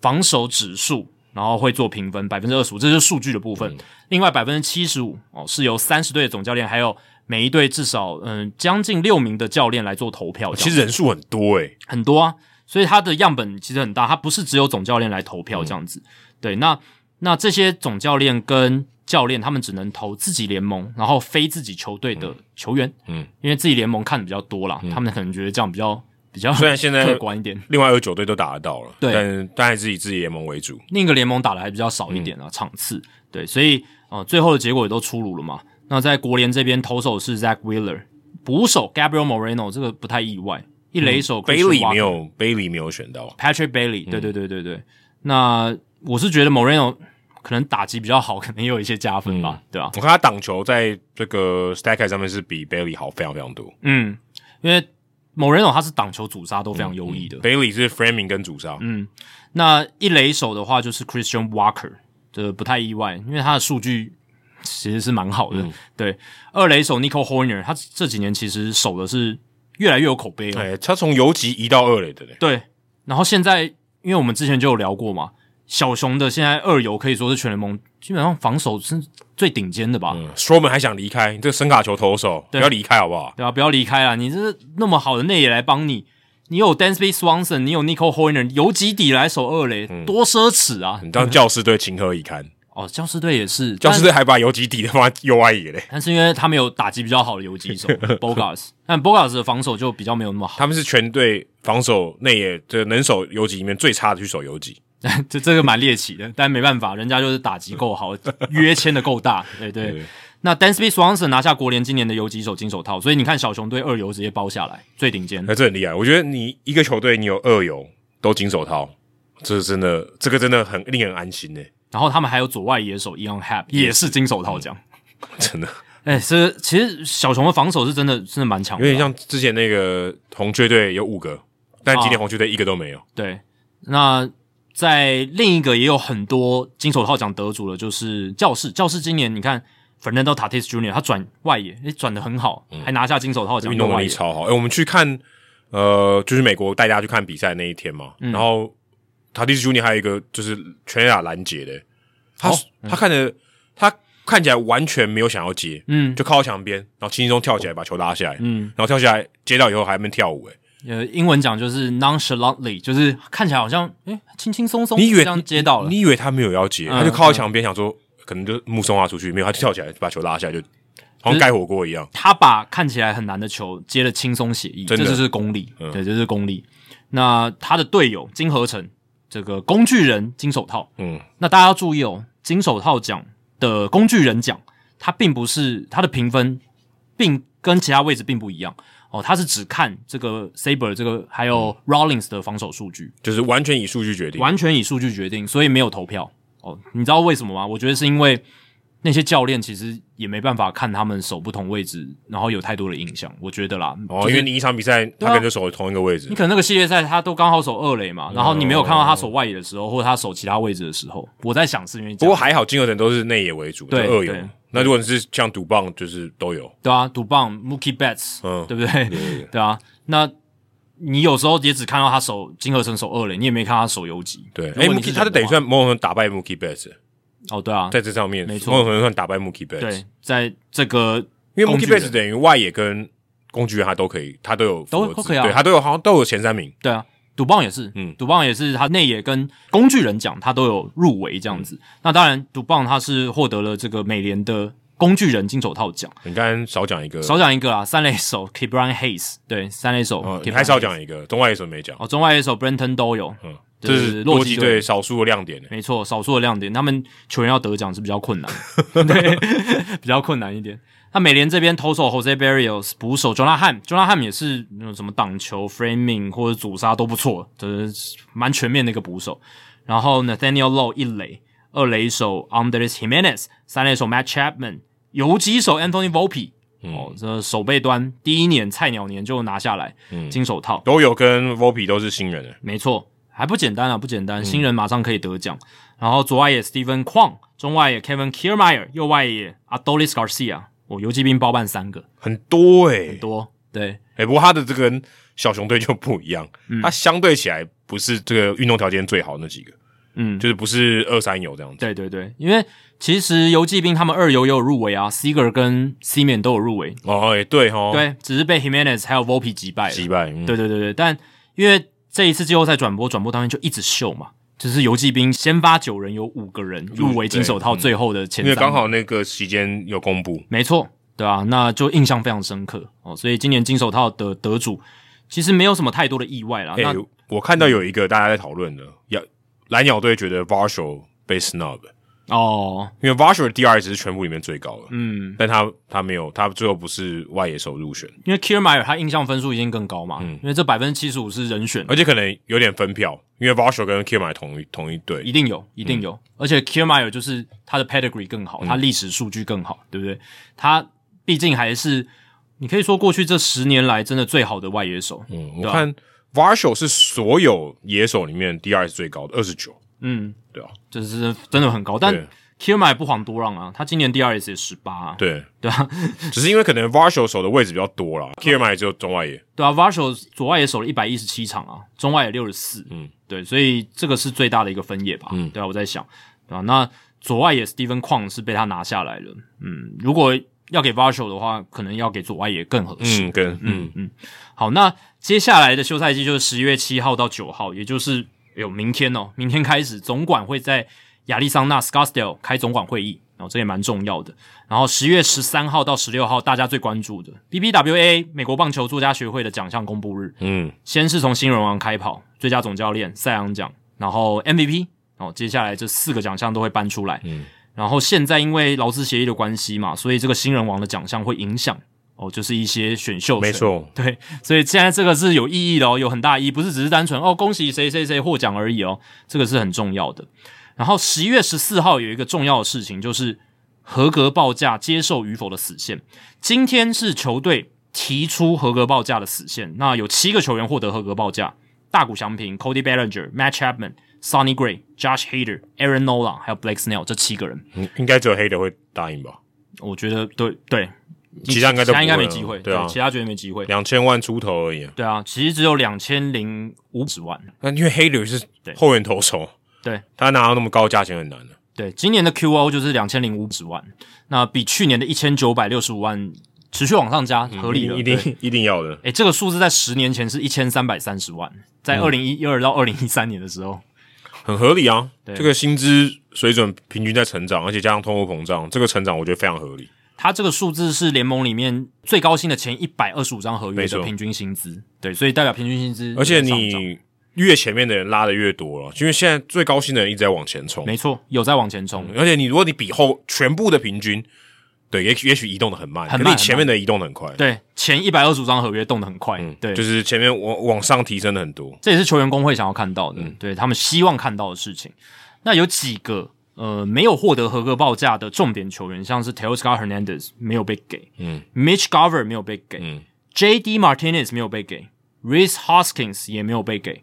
Speaker 1: 防守指数，然后会做评分，百分之二十五，这是数据的部分。另外百分之七十五哦，是由三十队的总教练，还有每一队至少嗯将近六名的教练来做投票这样。
Speaker 2: 其实人数很多欸诶、
Speaker 1: 很多啊，所以它的样本其实很大，它不是只有总教练来投
Speaker 2: 嗯
Speaker 1: 票这样子。对，那那这些总教练跟教练他们只能投自己联盟，然后非自己球队的球员，
Speaker 2: 嗯，
Speaker 1: 因为自己联盟看的比较多啦，他们可能觉得这样比较比较
Speaker 2: 虽然呃现在
Speaker 1: 客观一点，
Speaker 2: 另外有九队都打得到了，
Speaker 1: 对
Speaker 2: 但但还是以自己联盟为主，
Speaker 1: 另一个联盟打的还比较少一点啊，场次
Speaker 2: 嗯
Speaker 1: 对，所以呃，最后的结果也都出炉了嘛。那在国联这边，投手是 Zach Wheeler，捕手 Gabriel Moreno，这个不太意外，一垒手
Speaker 2: b a
Speaker 1: Christian
Speaker 2: i l e y
Speaker 1: Walker
Speaker 2: 没有 b a i l e y 没有选到，
Speaker 1: Patrick Bailey，对对对对对。那我是觉得 Moreno 可能打击比较好，可能也有一些加分吧，对吧、
Speaker 2: 我看他挡球在这个 stack 上面是比 Bailey 好非常非常多，
Speaker 1: 嗯，因为 Moreno 他是挡球主杀都非常优异的。
Speaker 2: 嗯 Bailey 是 framing 跟主杀，嗯，
Speaker 1: 那一垒手的话就是 Christian Walker，这不太意外，因为他的数据其实是蛮好的。对，二垒手 Nico Horner，他这几年其实守的是越来越有口碑了。
Speaker 2: 哎，他从游击移到二垒的嘞，
Speaker 1: 对，然后现在因为我们之前就有聊过嘛，小熊的现在二游可以说是全联盟基本上防守是最顶尖的吧。
Speaker 2: 嗯，说我们还想离开，你这个声卡球投手不
Speaker 1: 对
Speaker 2: 要离开好不好？
Speaker 1: 对啊，不要离开啦！你这是那么好的内野来帮你，你有 Dansby Swanson，你有 Nico Horner，有几底来守二垒，多奢侈啊！
Speaker 2: 你当教师队情何以堪？
Speaker 1: 哦，教师队也是，
Speaker 2: 教
Speaker 1: 但
Speaker 2: 师队还把游击底的放在右外野嘞，
Speaker 1: 但是因为他们有打击比较好的游击手 Bogarts，但 Bogarts 的防守就比较没有那么 好，
Speaker 2: 他们是全队防守内野这能守游击里面最差的去守游击，
Speaker 1: 这这个蛮猎奇的，但没办法，人家就是打击够好，约签的够大，对对。
Speaker 2: 对
Speaker 1: 那 Dansby Swanson 拿下国联今年的游击手金手套，所以你看小熊队二游直接包下来，最顶 尖。
Speaker 2: 那这很厉害。我觉得你一个球队你有二游都金手套，这是真的，这个真的很令人安心呢，
Speaker 1: 然后他们还有左外野手 Eon Hap 也是金手套奖。
Speaker 2: 真的
Speaker 1: 哎、是其实小熊的防守是真的真的蛮强的啊，
Speaker 2: 有点像之前那个红雀队有五个，但今
Speaker 1: 啊
Speaker 2: 年红雀队一个都没有。
Speaker 1: 对。那在另一个也有很多金手套奖得主的，就是教室。教室今年你看 Fernando Tatis Jr. 他转外野，哎、转的很好，还拿下金手套奖。
Speaker 2: 嗯运动能
Speaker 1: 外
Speaker 2: 力
Speaker 1: 野
Speaker 2: 超好。哎、我们去看，呃，就是美国带大家去看比赛那一天嘛，
Speaker 1: 嗯
Speaker 2: 然后塔蒂斯 Junior 还有一个就是全垒打拦截的，他、
Speaker 1: 哦
Speaker 2: 他看着他看起来完全没有想要接，
Speaker 1: 嗯
Speaker 2: 就靠到墙边，然后轻轻松跳起来把球拉下来，
Speaker 1: 嗯，
Speaker 2: 然后跳下来接到以后还在那边跳舞、哎，
Speaker 1: 呃，英文讲就是 nonchalantly，就是看起来好像诶轻轻松松，
Speaker 2: 你以
Speaker 1: 这
Speaker 2: 为
Speaker 1: 样接到了
Speaker 2: 你，以为他没有要接，
Speaker 1: 嗯
Speaker 2: 他就靠在墙边想说，可能就目送他出去，没有，他就跳起来把球拉下来，就好像盖火锅一样。
Speaker 1: 他把看起来很难的球接的轻松写意，这
Speaker 2: 真的嗯
Speaker 1: 就是功力，对，这就是功力。那他的队友金合成，这个工具人金手套，
Speaker 2: 嗯，
Speaker 1: 那大家要注意哦，金手套奖的工具人奖，它并不是它的评分，并跟其他位置并不一样哦，它是只看这个 Saber 这个还有
Speaker 2: 嗯
Speaker 1: Rollins 的防守数据，
Speaker 2: 就是完全以数据决定。
Speaker 1: 完全以数据决定，所以没有投票哦。你知道为什么吗？我觉得是因为那些教练其实也没办法看他们守不同位置，然后有太多的影响，我觉得啦。
Speaker 2: 哦，
Speaker 1: 就是
Speaker 2: 因为你一场比赛，他
Speaker 1: 啊
Speaker 2: 可能就守同一个位置
Speaker 1: 你。可能那个系列赛他都刚好守二垒嘛，然后你没有看到他守外野的时候，或者他守其他位置的时候，我在想是因为这
Speaker 2: 哦不
Speaker 1: 样
Speaker 2: 过还好，金额人都是内野为主，
Speaker 1: 对
Speaker 2: 就二游
Speaker 1: 对。
Speaker 2: 那如果你是像独棒，就是都有。
Speaker 1: 对啊，赌棒 Mookie Betts，、
Speaker 2: 嗯
Speaker 1: 对不对？ 对啊，那你有时候也只看到他守金合成守二垒，你也没看到他守游击。
Speaker 2: 对，
Speaker 1: 如
Speaker 2: 哎
Speaker 1: 果你是
Speaker 2: ，Mookie 他就等
Speaker 1: 人的
Speaker 2: 于
Speaker 1: 话
Speaker 2: 算某种程度打败 Mookie Betts，
Speaker 1: 哦，对啊，
Speaker 2: 在这上面，
Speaker 1: 没错
Speaker 2: 某种程度算打败 Mookie Betts。
Speaker 1: 对，在这个
Speaker 2: 因为 Mookie
Speaker 1: 工具人
Speaker 2: Betts 等于外野跟工具人他都可以，他都有符合
Speaker 1: 都
Speaker 2: 资
Speaker 1: 都
Speaker 2: 格
Speaker 1: 可以啊
Speaker 2: 对他都有好像都有前三名。
Speaker 1: 对啊，赌棒也是，嗯
Speaker 2: 嗯，
Speaker 1: 赌棒也是，他内野跟工具人奖他都有入围这样
Speaker 2: 嗯
Speaker 1: 子。那当然，赌棒他是获得了这个美联的工具人金手套奖，
Speaker 2: 你刚刚少讲一个，
Speaker 1: 少讲一个啦，三垒手 Kebron Hayes，对，三垒手
Speaker 2: 哦
Speaker 1: Ke'Bryan
Speaker 2: 你还少
Speaker 1: Hayes
Speaker 2: 讲一个，中外野手没讲，
Speaker 1: 哦，中外野手 Brenton 都有，
Speaker 2: 嗯，
Speaker 1: 对
Speaker 2: 这
Speaker 1: 对
Speaker 2: 是
Speaker 1: 对洛
Speaker 2: 洛
Speaker 1: 基
Speaker 2: 基
Speaker 1: 队
Speaker 2: 队少数的亮点。欸
Speaker 1: 没错，少数的亮点，他们球员要得奖是比较困难，对， 比较困难一点。那美联这边投手 Jose Barrios，捕手 j o n a h a m j o n a h a m 也是那种什么挡球、framing 或者阻杀都不错，就是蛮全面的一个捕手。然后 Nathaniel Low 一垒，二垒手 Andres Jimenez，三垒手 Matt Chapman，游击手 Anthony Volpe、哦，
Speaker 2: 嗯
Speaker 1: 这守备端第一年菜鸟年就拿下来、金手套，
Speaker 2: 都有跟 Vopi 都是新人欸了，
Speaker 1: 没错，还不简单啊，不简
Speaker 2: 嗯
Speaker 1: 单，新人马上可以得奖。然后左外野 Steven Kwang，中外野 Kevin Kiermeyer，右外野 Adolis Garcia，我游击兵包办三个，
Speaker 2: 很多哎
Speaker 1: 多对
Speaker 2: 哎，不过他的这个跟小熊队就不一样，
Speaker 1: 嗯
Speaker 2: 他相对起来不是这个运动条件最好的那几个，
Speaker 1: 嗯
Speaker 2: 就是不是二三游这样子。
Speaker 1: 对对对，因为其实游击兵他们二游也有入围啊，Seager 跟 c m a n 都有入围，
Speaker 2: 哦，哎，对哦，，
Speaker 1: 对，只是被 Jimenez 还有 Volpe 击败了。
Speaker 2: 击败，嗯
Speaker 1: 对对对对，但因为这一次季后赛转播，转播当天就一直秀嘛。就是游击兵先发九人，有五个人入围金手套最后的前
Speaker 2: 因为
Speaker 1: 三名
Speaker 2: 刚好那个期间有公布，
Speaker 1: 没错，对啊，那就印象非常深刻哦。所以今年金手套的得主其实没有什么太多的意外啦。
Speaker 2: 哎
Speaker 1: 那，
Speaker 2: 我看到有一个大家在讨论的，要蓝鸟队觉得 Varsho 被 snub，
Speaker 1: 哦，
Speaker 2: 因为 Varsho 的 DRS 是全部里面最高的，
Speaker 1: 嗯，
Speaker 2: 但他他没有，他最后不是外野手入选，
Speaker 1: 因为 Kiermaier 他印象分数已经更高嘛，
Speaker 2: 嗯
Speaker 1: 因为这百分之七十五是人选，
Speaker 2: 而且可能有点分票，因为 Varsho 跟 k i m a 同一同一
Speaker 1: 一
Speaker 2: 队，
Speaker 1: 定有，一定有。
Speaker 2: 嗯
Speaker 1: 而且 Kiermaier 就是他的 pedigree 更好，他历史数据更好，对不对？他毕竟还是你可以说过去这十年来真的最好的外野手，
Speaker 2: 嗯，
Speaker 1: 对
Speaker 2: 我
Speaker 1: 啊
Speaker 2: 看 Varsho 是所有野手里面 DRS 最高的二十九，
Speaker 1: 嗯，
Speaker 2: 对啊，
Speaker 1: 就是真的很高。但
Speaker 2: 对
Speaker 1: Kiermaier 不遑多让啊，他今年 DRS 也十八、啊，
Speaker 2: 对，
Speaker 1: 对啊，
Speaker 2: 只是因为可能 Varsho 手的位置比较多啦 k i m a 只有中外野，
Speaker 1: 对啊 v a r s h o 左外也守了一百一十七场啊，中外也六十四，嗯
Speaker 2: 嗯，
Speaker 1: 对，所以这个是最大的一个分野吧，嗯，
Speaker 2: 嗯
Speaker 1: 对啊，我在想，对啊，那左外野 Steven 矿是被他拿下来了，嗯，如果要给 v a r s h o 的话，可能要给左外野更合适。
Speaker 2: 嗯，跟嗯
Speaker 1: 好，那接下来的休赛季就是十一月七号到九号，也就是有明天哦，明天开始总管会在亚利桑那 Scottsdale 开总管会议，哦，这也蛮重要的。然后十月十三号到十六号，大家最关注的 BBWA 美国棒球作家学会的奖项公布日，
Speaker 2: 嗯，
Speaker 1: 先是从新人王开跑，最佳总教练、赛扬奖，然后 MVP，哦，接下来这四个奖项都会搬出来。
Speaker 2: 嗯，
Speaker 1: 然后现在因为劳资协议的关系嘛，所以这个新人王的奖项会影响哦，就是一些选秀，
Speaker 2: 没，错，
Speaker 1: 对，所以现在这个是有意义的哦，有很大意义，不是只是单纯哦恭喜谁谁谁获奖而已哦，这个是很重要的。然后十一月十四号有一个重要的事情，就是合格报价接受与否的死线。今天是球队提出合格报价的死线，那有七个球员获得合格报价：大谷翔平、Cody Bellinger、Matt Chapman、Sonny Gray、Josh Hader、Aaron Nola，还有 Blake Snell 这七个人。
Speaker 2: 嗯应该只有黑的会答应吧，
Speaker 1: 我觉得对对，
Speaker 2: 其他应该
Speaker 1: 其
Speaker 2: 都
Speaker 1: 他应该
Speaker 2: 不
Speaker 1: 没
Speaker 2: 会
Speaker 1: 机会，
Speaker 2: 对啊
Speaker 1: 其他绝对没机会。
Speaker 2: 两千万出头而已，
Speaker 1: 对啊，其实只有两千零五十万。
Speaker 2: 那因为黑柳是
Speaker 1: 对
Speaker 2: 后援投手，
Speaker 1: 对
Speaker 2: 他拿到那么高价钱很难的。
Speaker 1: 对，今年的 QO 就是两千零五十万，那比去年的一千九百六十五万持续往上加，合理的。
Speaker 2: 嗯一
Speaker 1: 对
Speaker 2: 定一定要的。
Speaker 1: 诶，这个数字在十年前是一千三百三十万，在
Speaker 2: 嗯
Speaker 1: 二零一二到二零一三年的时候，
Speaker 2: 很合理啊。
Speaker 1: 对
Speaker 2: 这个薪资水准平均在成长，而且加上通货膨胀，这个成长我觉得非常合理。
Speaker 1: 他这个数字是联盟里面最高薪的前一百二十五张合约
Speaker 2: 没
Speaker 1: 的
Speaker 2: 错
Speaker 1: 平均薪资。对，所以代表平均薪资有
Speaker 2: 而且
Speaker 1: 上涨，
Speaker 2: 你越前面的人拉的越多了，因为现在最高薪的人一直在往前冲。
Speaker 1: 没错，有在往前冲。
Speaker 2: 而且你如果你比后全部的平均，对，也许也许移动的很慢，
Speaker 1: 很慢
Speaker 2: 可是你前面的移动的很快。
Speaker 1: 对，前一百二十五张合约动得很快，对，
Speaker 2: 嗯就是前面往往上提升的很多。
Speaker 1: 这也是球员工会想要看到的，
Speaker 2: 嗯
Speaker 1: 对他们希望看到的事情。那有几个呃没有获得合格报价的重点球员，像是 t e o s c a Hernandez 没有被给，嗯，Mitch Garver 没有被给、
Speaker 2: 嗯
Speaker 1: j d Martinez 没有被给，Reese Hoskins 也没有被给，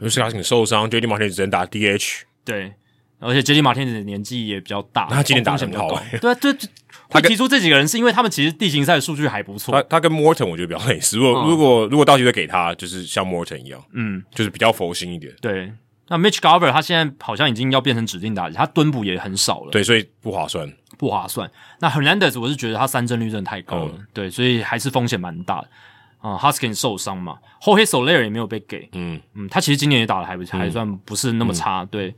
Speaker 2: 就是他你受伤，JD 马天只能打 DH，
Speaker 1: 对。而且 J.D. Martinez 的年纪也比较大，
Speaker 2: 那他今年打得
Speaker 1: 风险
Speaker 2: 很好哎
Speaker 1: 比较高对啊对，对会提出这几个人是因为他们其实地形赛的数据还不错
Speaker 2: 他，他跟 Morton 我觉得比较类似。如果、如果如果道奇队给他，就是像 Morton 一样，
Speaker 1: 哦嗯，
Speaker 2: 就是比较佛心一点。
Speaker 1: 对。那 Mitch Garver 他现在好像已经要变成指定打击，他蹲捕也很少了，
Speaker 2: 对，所以不划算。
Speaker 1: 不划算。那 Hernandez 我是觉得他三振率真的太高
Speaker 2: 哦
Speaker 1: 了，对，所以还是风险蛮大的。啊、h u s k i n 受伤嘛，后黑 Soler 也没有被给，
Speaker 2: 嗯
Speaker 1: 嗯，他其实今年也打的还不还算不是那么差，对，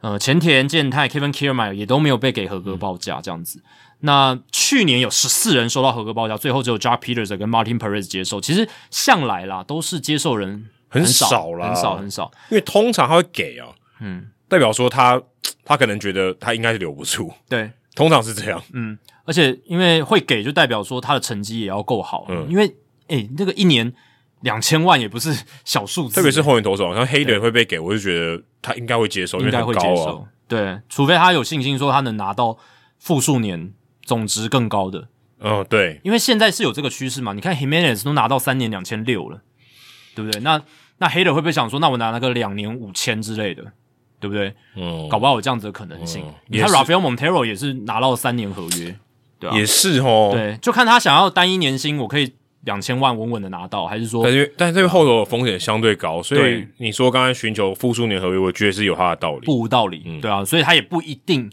Speaker 1: 呃，前田健太、Kevin Kiermaier 也都没有被给合格报价
Speaker 2: 嗯
Speaker 1: 这样子。那去年有十四人收到合格报价，最后只有 Jack Peters 跟 Martin Perez 接受。其实向来啦，都是接受人
Speaker 2: 很
Speaker 1: 少，
Speaker 2: 少啦
Speaker 1: 很少很少。
Speaker 2: 因为通常他会给啊，
Speaker 1: 嗯，
Speaker 2: 代表说他他可能觉得他应该是留不住，
Speaker 1: 对，
Speaker 2: 通常是这样。
Speaker 1: 而且因为会给，就代表说他的成绩也要够好，啊
Speaker 2: 嗯
Speaker 1: 因为诶、那个一年两千万也不是小数字，
Speaker 2: 特别是后援投手，好像黑人会被给，我就觉得他应该会接受，因
Speaker 1: 应
Speaker 2: 为
Speaker 1: 该
Speaker 2: 很
Speaker 1: 会
Speaker 2: 高
Speaker 1: 接
Speaker 2: 啊。
Speaker 1: 受，对，除非他有信心说他能拿到复数年总值更高的，
Speaker 2: 嗯，对，
Speaker 1: 因为现在是有这个趋势嘛，你看 Jimenez 都拿到三年两千六了，对不对？那那黑人会不会想说，那我拿那个两年五千之类的？对不对？
Speaker 2: 嗯，
Speaker 1: 搞不好有这样子的可能性。
Speaker 2: 嗯
Speaker 1: 你看
Speaker 2: 也是
Speaker 1: Rafael Montero 也是拿到三年合约，对啊
Speaker 2: 也是哦。
Speaker 1: 对，就看他想要单一年薪，我可以两千万稳稳的拿到，还是说
Speaker 2: 但，是但是这个后头的风险相对高，所以
Speaker 1: 对
Speaker 2: 你说刚才寻求复苏年合约，我觉得是有它的道理。
Speaker 1: 不无道理，
Speaker 2: 嗯
Speaker 1: 对啊，所以他也不一定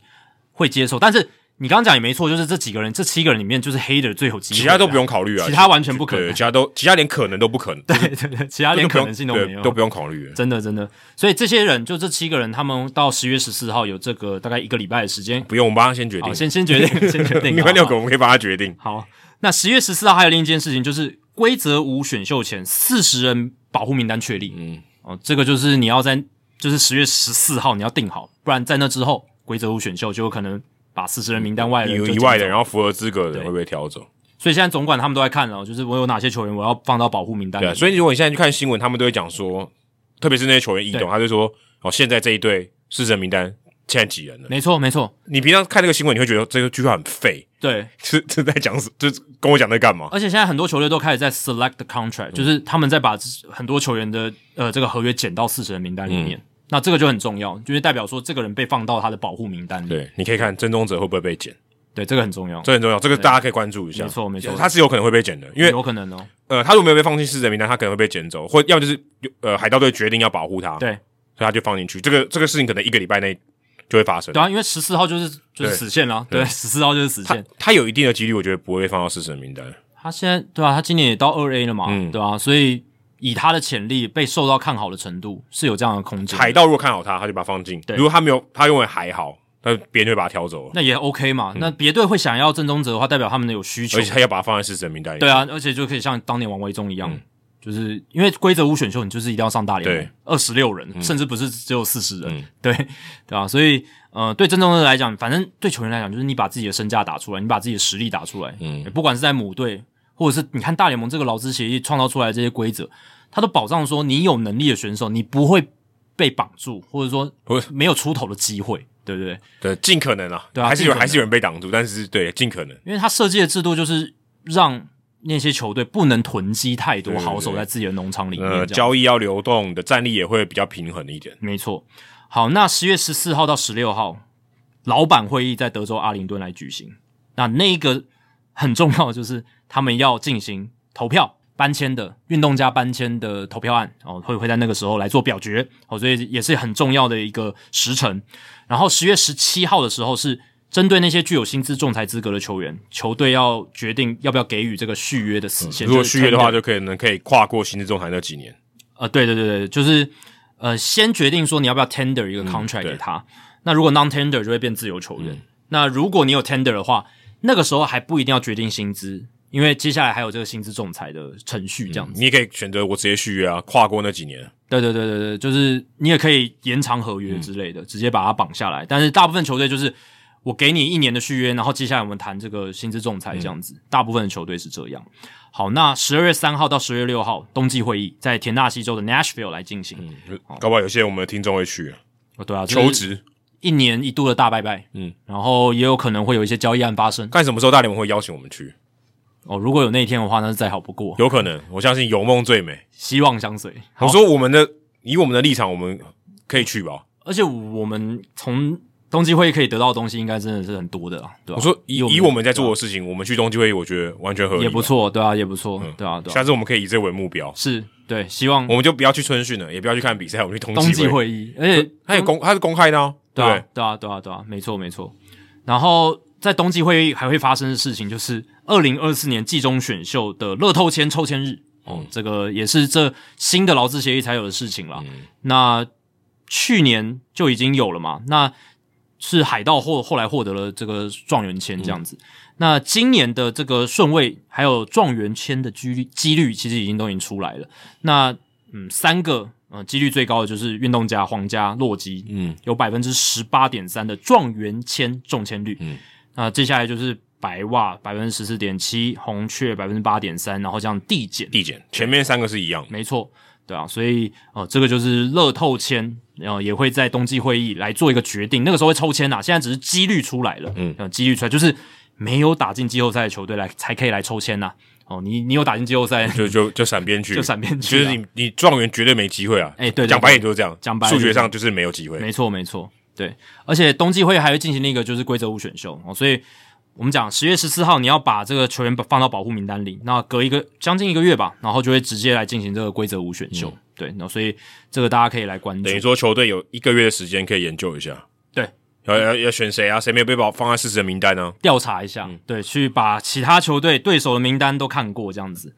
Speaker 1: 会接受。但是你刚刚讲也没错，就是这几个人，这七个人里面，就是黑的最有机会，
Speaker 2: 其他都不用，考虑啊，
Speaker 1: 其他完全不可能
Speaker 2: 对其他都其他连可能都不可能，对，
Speaker 1: 对对对，其他连可能性都没
Speaker 2: 对
Speaker 1: 有，
Speaker 2: 都不用考虑。
Speaker 1: 真的真的。所以这些人，就这七个人，他们到十月十四号有这个大概一个礼拜的时间，
Speaker 2: 不用，我们帮他先决
Speaker 1: 好，
Speaker 2: 定。
Speaker 1: 先先决定，先 决定，
Speaker 2: 另外六
Speaker 1: 好
Speaker 2: 个嗯我们可以帮他决定。
Speaker 1: 好，那十月十四号还有另一件事情，就是规则五选秀前四十人保护名单确立。嗯，哦，这个就是你要在就是十月十四号你要定好，不然在那之后规则五选秀就有可能把四十人名单外的人
Speaker 2: 有
Speaker 1: 就
Speaker 2: 以外的，
Speaker 1: 捡走
Speaker 2: 然后符合资格的
Speaker 1: 对
Speaker 2: 人会被挑走。
Speaker 1: 所以现在总管他们都在看了，就是我有哪些球员我要放到保护名单里
Speaker 2: 对啊，
Speaker 1: 面。
Speaker 2: 所以如果你现在去看新闻，他们都会讲说，特别是那些球员异
Speaker 1: 对
Speaker 2: 动，他就说哦，现在这一队四人名单现在几人了？
Speaker 1: 没错，没错，
Speaker 2: 你平常看这个新闻，你会觉得这个句话很废，
Speaker 1: 对。
Speaker 2: 这这在讲什，这跟我讲在干嘛？
Speaker 1: 而且现在很多球队都开始在 select the
Speaker 2: 嗯
Speaker 1: contract，、就是他们在把很多球员的呃这个合约减到四十人名单里面。
Speaker 2: 嗯
Speaker 1: 那这个就很重要，就是代表说这个人被放到他的保护名单里。
Speaker 2: 对，你可以看郑宗哲会不会被剪，
Speaker 1: 对，这个很重要，
Speaker 2: 这很重要，这个大家可以关注一下。
Speaker 1: 没错没错
Speaker 2: 他是有可能会被剪的，因为
Speaker 1: 有可能哦。
Speaker 2: 呃，他如果没有被放进四人名单，他可能会被捡走，或要就是呃海盗队决定要保护他，所
Speaker 1: 对
Speaker 2: 以他就放进去。这个这个事情可能一个礼拜内就会发生。
Speaker 1: 对啊，因为十四号就是就是
Speaker 2: 对
Speaker 1: 死线啦，对，十四号就是死
Speaker 2: 他
Speaker 1: 线。
Speaker 2: 他有一定的几率，我觉得不会被放到四人名单。
Speaker 1: 他现在对啊，他今年也到二 A 了嘛，
Speaker 2: 嗯
Speaker 1: 对啊，所以以他的潜力被受到看好的程度是有这样的空间，
Speaker 2: 海盗如果看好他，他就把他放进；
Speaker 1: 对
Speaker 2: 如果他没有，他认为还好，那别人就会把他挑走了，
Speaker 1: 那也 OK 嘛。那别队会想要郑宗哲的话，代表他们有需求
Speaker 2: 嗯而且，他要把他放在四人名单里。
Speaker 1: 对，啊，而且就可以像当年王维忠一样。就是因为规则五选秀，你就是一定要上大联盟
Speaker 2: 嗯对，
Speaker 1: 二十六人，甚至不是只有四十人，
Speaker 2: 嗯
Speaker 1: 对对啊，所以呃，对郑宗哲来讲，反正对球员来讲，就是你把自己的身价打出来，你把自己的实力打出来，
Speaker 2: 嗯，
Speaker 1: 不管是在母队，或者是你看大联盟这个劳资协议创造出来的这些规则，它都保障说你有能力的选手，你不会被绑住，或者说
Speaker 2: 不
Speaker 1: 没有出头的机会，对不对？
Speaker 2: 对，尽可能啊，
Speaker 1: 对啊
Speaker 2: 还是有
Speaker 1: 尽可能
Speaker 2: 还是有人被挡住，但是对，尽可能。
Speaker 1: 因为它设计的制度就是让那些球队不能囤积太多
Speaker 2: 对对
Speaker 1: 好手在自己的农场里面，
Speaker 2: 呃，
Speaker 1: 这样
Speaker 2: 交易要流动的战力也会比较平衡一点。
Speaker 1: 没错。好，那十月十四号到十六号，老板会议在德州阿灵顿来举行。那那一个很重要的就是他们要进行投票搬迁的运动家搬迁的投票案哦，会会在那个时候来做表决哦，所以也是很重要的一个时辰。然后十月十七号的时候是针对那些具有薪资仲裁资格的球员，球队要决定要不要给予这个续约的死限。
Speaker 2: 嗯如果续约的话，
Speaker 1: 就
Speaker 2: 就可以能可以跨过薪资仲裁那几年。
Speaker 1: 是 tender 呃，对对对对，就是呃，先决定说你要不要 tender 一个 contract
Speaker 2: 嗯对嗯
Speaker 1: 给他。那如果 non tender 就会变自由球员。那如果你有 tender 的话，那个时候还不一定要决定薪资，因为接下来还有这个薪资仲裁的程序这样子。
Speaker 2: 你也可以选择我直接续约啊，跨过那几年。
Speaker 1: 对对对对对，就是你也可以延长合
Speaker 2: 嗯
Speaker 1: 约之类的，直接把它绑下来。但是大部分球队就是我给你一年的续约，然后接下来我们谈这个薪资仲裁这
Speaker 2: 嗯
Speaker 1: 样子。大部分的球队是这样。好，那十二月三号到十月六号冬季会议在田纳西州的 Nashville 来进行。
Speaker 2: 搞不好有些我们的听众会去啊
Speaker 1: 哦，对啊，就是
Speaker 2: 嗯求职，
Speaker 1: 一年一度的大拜拜，
Speaker 2: 嗯
Speaker 1: 嗯，然后也有可能会有一些交易案发生。
Speaker 2: 看什么时候大联盟会邀请我们去，
Speaker 1: 哦，如果有那一天的话，那是再好不过，
Speaker 2: 有可能。我相信有梦最美。
Speaker 1: 希望相随。
Speaker 2: 我说我们的以我们的立场，我们可以去吧。
Speaker 1: 而且我们从冬季会议可以得到的东西，应该真的是很多的啊，对吧、
Speaker 2: 我说以以我
Speaker 1: 我
Speaker 2: 们在做的事情，我们去冬季会议，我觉得完全合理，
Speaker 1: 也不。错，对啊，也不错，对啊，对啊
Speaker 2: 下，次我们可以以这为目标，
Speaker 1: 是，对，希望
Speaker 2: 嗯我们就不要去春训了，也不要去看比赛，我们去冬
Speaker 1: 冬季
Speaker 2: 会。
Speaker 1: 会议，而且
Speaker 2: 它有公，它是公开的哦，
Speaker 1: 对
Speaker 2: 对不对
Speaker 1: 啊，对啊，对啊，对啊，没错，没错。然后在冬季会议还会发生的事情，就是二零二四年季中选秀的乐透签抽签日，哦、这个也是这新的劳资协议才有的事情啦。那去年就已经有了嘛，那是海盗后后来获得了这个状元签这样子。那今年的这个顺位还有状元签的几率几率，其实已经都已经出来了。那嗯，三个嗯、呃几率最高的就是运动家、皇家、洛基，
Speaker 2: 嗯
Speaker 1: 嗯，有百分之十八点三的状元签中签率，
Speaker 2: 嗯
Speaker 1: 嗯，那接下来就是白袜百分之十四点七，红雀百分之八点三，然后这样递减，
Speaker 2: 递减，前面三个是一样的。
Speaker 1: 没错，对啊，所以呃，这个就是乐透签，然、后也会在冬季会议来做一个决定，那个时候会抽签啊，现在只是几率出来了，
Speaker 2: 嗯
Speaker 1: 嗯，几率出来就是没有打进季后赛的球队来才可以来抽签呐、哦，你你有打进季后赛，
Speaker 2: 就就就闪边去，
Speaker 1: 就闪边去
Speaker 2: 就
Speaker 1: 啊
Speaker 2: 是你你状元绝对没机会啊！
Speaker 1: 哎对对
Speaker 2: 讲白也就是这样，
Speaker 1: 讲白
Speaker 2: 数学上就是没有机会。
Speaker 1: 没错，没错，对。而且冬季会还会进行那个就是规则五选秀哦，所以我们讲十月十四号你要把这个球员放到保护名单里，那隔一个将近一个月吧，然后就会直接来进行这个规则五选秀。对，那所以这个大家可以来关注
Speaker 2: 嗯等于。说球队有一个月的时间可以研究一下，
Speaker 1: 对，
Speaker 2: 要要要选谁啊？谁没有被保放在事实的名单呢、
Speaker 1: 调查一下，对，去把其他球队对手的名单都看过这样子。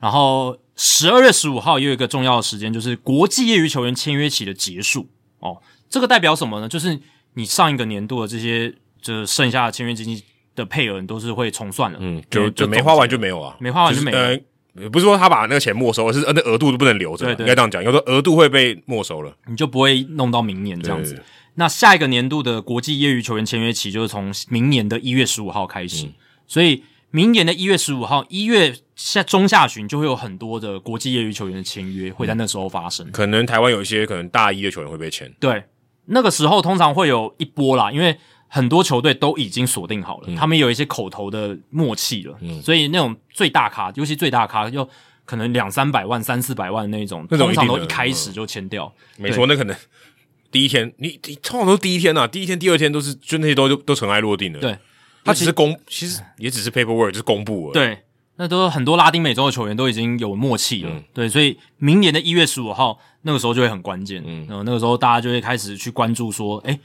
Speaker 1: 然后十二月十五号也有一个重要的时间，就是国际业余球员签约期的结束哦。这个代表什么呢？就是你上一个年度的这些，就是剩下的签约金的配额，你都是会重算了。
Speaker 2: 嗯
Speaker 1: 嗯，，
Speaker 2: 就就
Speaker 1: 就
Speaker 2: 没花完就没有啊，
Speaker 1: 没花完就没有
Speaker 2: 是呃，不是说他把那个钱没收，而是呃那额度都不能留着啊，
Speaker 1: 对对
Speaker 2: 应该这样讲，有时候额度会被没收了，
Speaker 1: 你就不会弄到明年这样
Speaker 2: 对
Speaker 1: 子。那下一个年度的国际业余球员签约期就是从明年的一月十五号开
Speaker 2: 嗯
Speaker 1: 始，所以明年的一月十五号，一月下中下旬就会有很多的国际业余球员的签约会在那时候发生。
Speaker 2: 可能台湾有一些可能大一的球员会被签，
Speaker 1: 对，那个时候通常会有一波啦，因为很多球队都已经锁定好
Speaker 2: 嗯
Speaker 1: 了，他们有一些口头的默契了，所以那种最大咖，尤其最大咖就可能两三百万、三四百万的那种，
Speaker 2: 那种一
Speaker 1: 通常
Speaker 2: 定的嗯
Speaker 1: 都一开始就签掉。
Speaker 2: 没错，那可能 第一天你你通常都是第一天啊，第一天、第二天都是就那些都都尘埃落定了，
Speaker 1: 对，
Speaker 2: 他只是公，其实也只是 paperwork，就是公布而已，
Speaker 1: 对，那都很多拉丁美洲的球员都已经有默契了。对，所以明年的一月十五号那个时候就会很关键。嗯，那个时候大家就会开始去关注说，哎，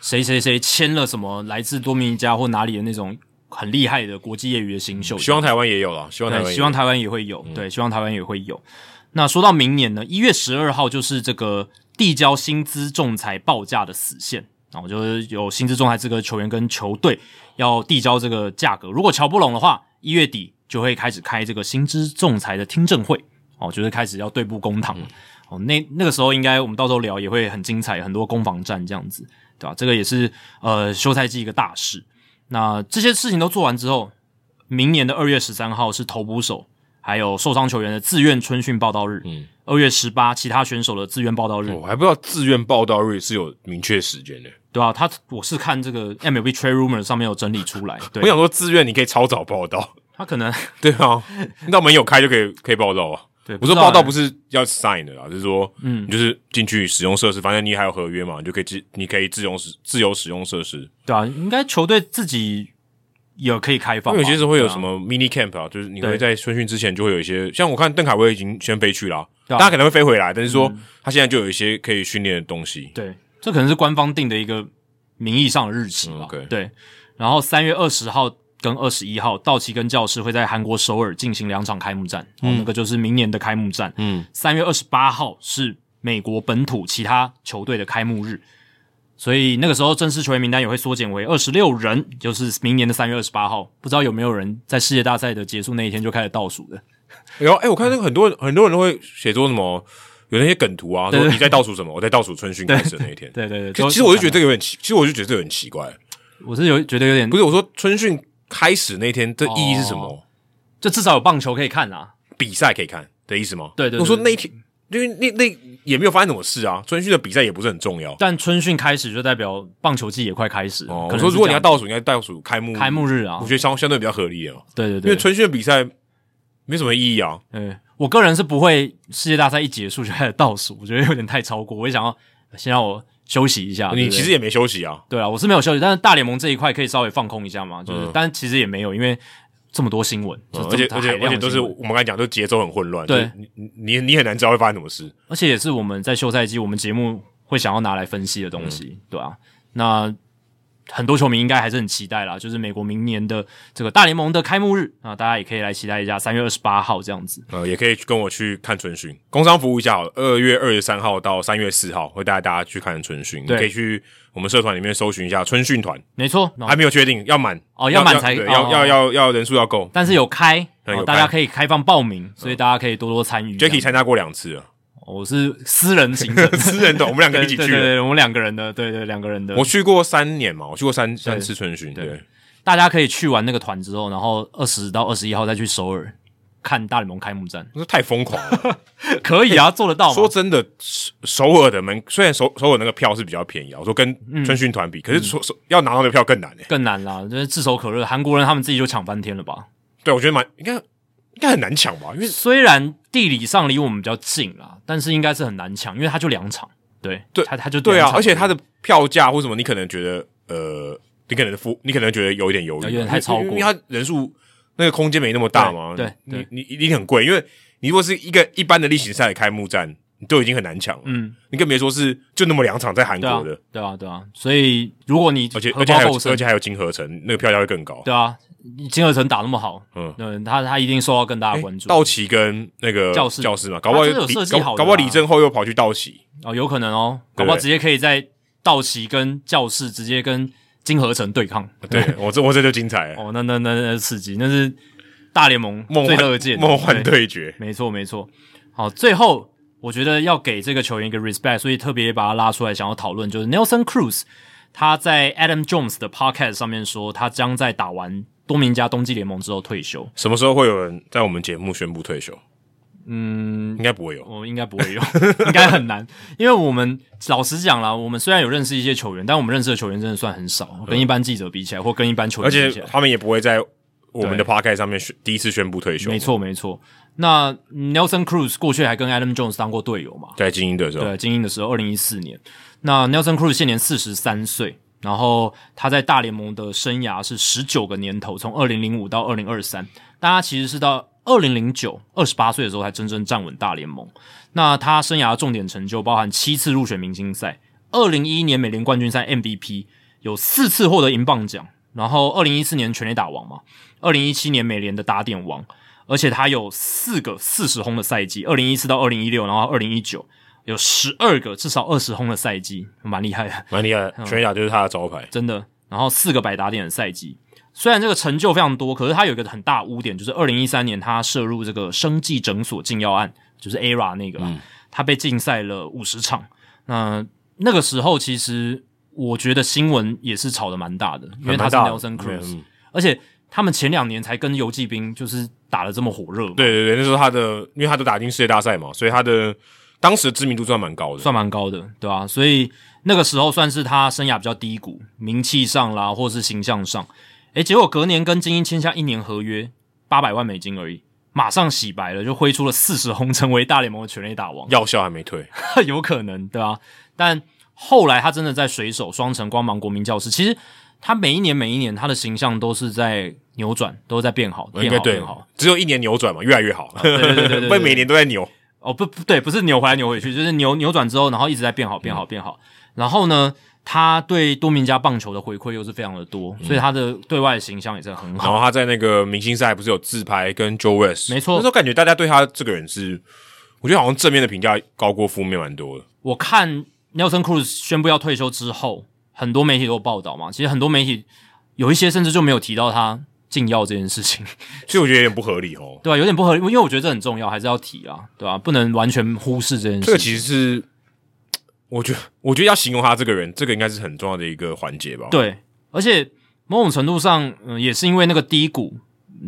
Speaker 1: 谁谁谁签了什么来自多米尼加或哪里的那种很厉害的国际业余的新秀，
Speaker 2: 希望台湾也有了，希望台湾
Speaker 1: 对，
Speaker 2: 也嗯
Speaker 1: 希
Speaker 2: 有
Speaker 1: 望台湾也会有，对，希望台湾也会有。那说到明年呢，一月十二号就是这个递交薪资仲裁报价的死线，然后就是有薪资仲裁资格球员跟球队要递交这个价格。如果瞧不拢的话，一月底就会开始开这个薪资仲裁的听证会，哦，就是开始要对簿公堂。哦，那那个时候应该我们到时候聊也会很精彩，很多攻防战这样子，对吧、这个也是呃休赛季一个大事。那这些事情都做完之后，明年的二月十三号是投捕手还有受伤球员的自愿春训报道日，嗯，二月十八其他选手的自愿报道日，
Speaker 2: 我还不知道自愿报到日是有明确时间的。
Speaker 1: 对啊，他我是看这个 MLB Trade Rumor 上面有整理出来，
Speaker 2: 我
Speaker 1: 对，
Speaker 2: 想说，自愿你可以超早报到，
Speaker 1: 他可能
Speaker 2: 对啊，那门有开就可以可以报到啊。
Speaker 1: 对
Speaker 2: 我说报到不
Speaker 1: 是
Speaker 2: 是要 sign 的啦，就是说，嗯，你就是进去使用设施，反正你还有合约嘛，你就可以自你可以自由使自由使用设施。
Speaker 1: 对啊，应该球队自己也可以开放
Speaker 2: 因
Speaker 1: 吧，
Speaker 2: 为有些时候会有什
Speaker 1: 对啊
Speaker 2: 么 mini camp 啊，就是你会
Speaker 1: 对
Speaker 2: 在春训之前就会有一些，像我看邓凯威已经先飞去了啊，
Speaker 1: 对啊嗯
Speaker 2: 大家可能会飞回来，但是说他现在就有一些可以训练的东西。
Speaker 1: 对，这可能是官方定的一个名义上的日期吧。
Speaker 2: 嗯 OK
Speaker 1: 对，然后三月二十号跟二十一号，道奇跟教师会在韩国首尔进行两场开幕战，
Speaker 2: 嗯
Speaker 1: 哦，那个就是明年的开幕战。嗯，三月二十八号是美国本土其他球队的开幕日。所以那个时候正式球员名单也会缩减为二十六人，就是明年的三月二十八号。不知道有没有人在世界大赛的结束那一天就开始倒数的？
Speaker 2: 然后哎，我看那个很多人很多人都会写作什么，有那些梗图啊，
Speaker 1: 对
Speaker 2: 说
Speaker 1: 对
Speaker 2: 你在倒数什么，我在倒数春训开始的那一天。
Speaker 1: 对对对，
Speaker 2: 可其实我就觉得这个有点奇，其实我就觉得这个很奇怪。
Speaker 1: 我是有觉得有点
Speaker 2: 不是我说春训开始那天的意义是什么？
Speaker 1: 哦就至少有棒球可以看啦。
Speaker 2: 比赛可以看的意思吗？
Speaker 1: 对对对
Speaker 2: 我说那一天，因为那那也没有发生什么事啊，春训的比赛也不是很重要。
Speaker 1: 但春训开始就代表棒球季也快开始了。
Speaker 2: 哦，
Speaker 1: 可
Speaker 2: 我
Speaker 1: 能
Speaker 2: 说
Speaker 1: 是
Speaker 2: 如果
Speaker 1: 这
Speaker 2: 你要
Speaker 1: 样
Speaker 2: 倒数，应该倒数开幕
Speaker 1: 开幕日啊
Speaker 2: 我，觉得相相对比较合理哦，
Speaker 1: 对对
Speaker 2: 因为
Speaker 1: 对，
Speaker 2: 春训的比赛没什么意义啊。
Speaker 1: 嗯，我个人是不会世界大赛一结束就开始倒数，我觉得有点太超过。我也想要呃先让我休息一下。对
Speaker 2: 哦你
Speaker 1: 不对
Speaker 2: 其实也没休息啊，
Speaker 1: 对啊，我是没有休息，但是大联盟这一块可以稍微放空一下嘛，就是，但其实也没有，因为这么多新闻，就这
Speaker 2: 嗯
Speaker 1: 么
Speaker 2: 而且
Speaker 1: 大
Speaker 2: 而且
Speaker 1: 海量的
Speaker 2: 而且都是
Speaker 1: 新闻
Speaker 2: 我们刚才讲，就节奏很混乱，
Speaker 1: 对
Speaker 2: 就是你你你你很难知道会发生什么事。
Speaker 1: 而且也是我们在休赛季我们节目会想要拿来分析的东
Speaker 2: 嗯
Speaker 1: 西，对啊，那很多球迷应该还是很期待啦，就是美国明年的这个大联盟的开幕日啊，大家也可以来期待一下，三月二十八号这样子。
Speaker 2: 呃，也可以跟我去看春训，工商服务一下好了。二月二十三号到三月四号会带大家去看春训，你
Speaker 1: 对
Speaker 2: 可以去我们社团里面搜寻一下春训团，
Speaker 1: 没错，
Speaker 2: 还没有确定，要满
Speaker 1: 哦要满才
Speaker 2: 对
Speaker 1: 哦
Speaker 2: 要要要要人数要够。
Speaker 1: 但是有开，
Speaker 2: 嗯
Speaker 1: 啊
Speaker 2: 有开
Speaker 1: 大家可以开放报名，所以大家可以多多参与。
Speaker 2: Jacky
Speaker 1: 这样哦
Speaker 2: 参加过两次了，
Speaker 1: 我是私人行程，
Speaker 2: 私人团，我们两个
Speaker 1: 对
Speaker 2: 一起
Speaker 1: 对
Speaker 2: 去
Speaker 1: 对
Speaker 2: 的。
Speaker 1: 对，我们两个人的，对对两个人的，
Speaker 2: 我去过三年嘛，我去过三三次春训，对，
Speaker 1: 大家可以去完那个团之后，然后二十到二十一号再去首尔看大联盟开幕 战，
Speaker 2: 我说太疯狂了。
Speaker 1: 可以啊，做得到吗？
Speaker 2: 说真的，首首尔的门虽然首首尔那个票是比较便宜啊，我说跟
Speaker 1: 嗯
Speaker 2: 春训团比，可是说说要拿到那个票更难欸
Speaker 1: 更难啦，就是炙手可热，韩国人他们自己就抢翻天了吧？
Speaker 2: 对，我觉得蛮应该应该很难抢吧，因为
Speaker 1: 虽然地理上离我们比较近啦，但是应该是很难抢，因为它就两场，对，
Speaker 2: 对
Speaker 1: 它它就
Speaker 2: 对
Speaker 1: 两
Speaker 2: 啊，
Speaker 1: 场
Speaker 2: 而且它的票价或什么，你可能觉得呃，你可能付，你可能觉得有一点犹豫，
Speaker 1: 有点太超过
Speaker 2: 因为因为它人数那个空间没那么大嘛。
Speaker 1: 对对
Speaker 2: 你你一定很贵，因为你如果是一个一般的例行赛的开幕战，你都已经很难抢了，
Speaker 1: 嗯，
Speaker 2: 你更别说是就那么两场在韩
Speaker 1: 对啊
Speaker 2: 国的，，
Speaker 1: 对啊，对啊，所以如果你
Speaker 2: 而且
Speaker 1: 荷
Speaker 2: 而且还
Speaker 1: 包
Speaker 2: 有
Speaker 1: 够
Speaker 2: 而
Speaker 1: 深，
Speaker 2: 且还有金合成，那个票价会更高。
Speaker 1: 对啊，金合成打那么好，
Speaker 2: 嗯
Speaker 1: 嗯，他他一定受到更大的
Speaker 2: 诶
Speaker 1: 关注，
Speaker 2: 道奇跟那个
Speaker 1: 教室
Speaker 2: 教室嘛，搞不好
Speaker 1: 他真的有
Speaker 2: 李
Speaker 1: 设计
Speaker 2: 搞
Speaker 1: 好的
Speaker 2: 搞不好
Speaker 1: 啦
Speaker 2: 李正厚又跑去道奇，
Speaker 1: 哦，有可能哦，搞不好
Speaker 2: 对
Speaker 1: 直接可以在道奇跟教室直接跟金合成对抗，
Speaker 2: 对 我这我这就精彩了，
Speaker 1: 哦，那那那那刺激，那是大联盟
Speaker 2: 梦
Speaker 1: 最
Speaker 2: 幻
Speaker 1: 乐见的
Speaker 2: 梦幻
Speaker 1: 对
Speaker 2: 对决，
Speaker 1: 没错，没错。好，最后我觉得要给这个球员一个 respect，所以特别把他拉出来，想要讨论就是 Nelson Cruz，他在 Adam Jones 的 podcast 上面说，他将在打完多明加冬季联盟之后退休。
Speaker 2: 什么时候会有人在我们节目宣布退休？
Speaker 1: 嗯，
Speaker 2: 应该不会有。
Speaker 1: 我应该不会用， 应该很难，因为我们老实讲啦，我们虽然有认识一些球员，但我们认识的球员真的算很少，跟一般记者比起来，或跟一般球
Speaker 2: 而
Speaker 1: 员比
Speaker 2: 且
Speaker 1: 起来，
Speaker 2: 他们也不会在我们的 podcast 上面宣第一次宣布退休，
Speaker 1: 没，错没错。那 Nelson Cruz 过去还跟 Adam Jones 当过队友嘛，
Speaker 2: 在精英队的时候，
Speaker 1: 对，精英的时候，二零一四年。那 Nelson Cruz 现年四十三岁，然后他在大联盟的生涯是十九个年头，从二零零五到二零二三，但他其实是到二零零九二十八岁的时候才真正站稳大联盟。那他生涯的重点成就包含七次入选明星赛，二零一一年美联冠军赛 MVP，有四次获得银棒奖，然后二零一四年全垒打王嘛，二零一七年美联的打点王。而且他有四个四十轰的赛季，二零一四到二零一六，然后二零一九，有十二个至少二十轰的赛季，蛮厉害的，
Speaker 2: 蛮厉害
Speaker 1: 嗯
Speaker 2: 的。全垒打就是他的招牌，
Speaker 1: 真的。然后四个百打点的赛季，虽然这个成就非常多，可是他有一个很大污点，就是二零一三年他涉入这个生计诊所禁药案，就是 ERA 那个啦，
Speaker 2: 嗯
Speaker 1: 他被禁赛了五十场。那那个时候其实我觉得新闻也是吵得蛮大的，因为他是
Speaker 2: 蛮大的
Speaker 1: Nelson
Speaker 2: 嗯
Speaker 1: Cruz，而且他们前两年才跟游击兵就是打得这么火热嘛，
Speaker 2: 对对对，那时候他的，因为他都打进世界大赛嘛，所以他的当时的知名度算蛮高的。
Speaker 1: 算蛮高的，对吧、所以那个时候算是他生涯比较低谷，名气上啦，或是形象上。诶，结果隔年跟精英签下一年合约，八百万美金而已，马上洗白了，就挥出了四十轰，成为大联盟的全垒打王，
Speaker 2: 药效还没退，
Speaker 1: 有可能，对吧、但后来他真的在水手、双城、光芒、国民教师，其实他每一年每一年他的形象都是在扭转，都是在变好，
Speaker 2: 应
Speaker 1: 变
Speaker 2: 该
Speaker 1: 好，
Speaker 2: 对
Speaker 1: 变好。，
Speaker 2: 只有一年扭转嘛，越来越好。对
Speaker 1: 对对对对对
Speaker 2: 不然每年都在扭。
Speaker 1: 哦，不不对，不是扭回来扭回去，就是扭扭转之后，然后一直在变好，变好，变好。然后呢，他对多明加棒球的回馈又是非常的多，所以他的对外形象也是很
Speaker 2: 然
Speaker 1: 好。
Speaker 2: 后他在那个明星赛不是有自拍跟 Joe West，
Speaker 1: 没错
Speaker 2: 那时候感觉大家对他这个人是，我觉得好像正面的评价高过负面蛮多的。
Speaker 1: 我看 Nelson Cruz 宣布要退休之后，很多媒体都有报道嘛，其实很多媒体有一些甚至就没有提到他禁药这件事情，
Speaker 2: 所以我觉得有点不合理哦。
Speaker 1: 对吧、有点不合理，因为我觉得这很重要，还是要提啊，对吧、不能完全忽视这件
Speaker 2: 这个
Speaker 1: 事。
Speaker 2: 其实是，我觉得我觉得要形容他这个人，这个应该是很重要的一个环节吧。，
Speaker 1: 对，而且某种程度上，嗯、也是因为那个低谷，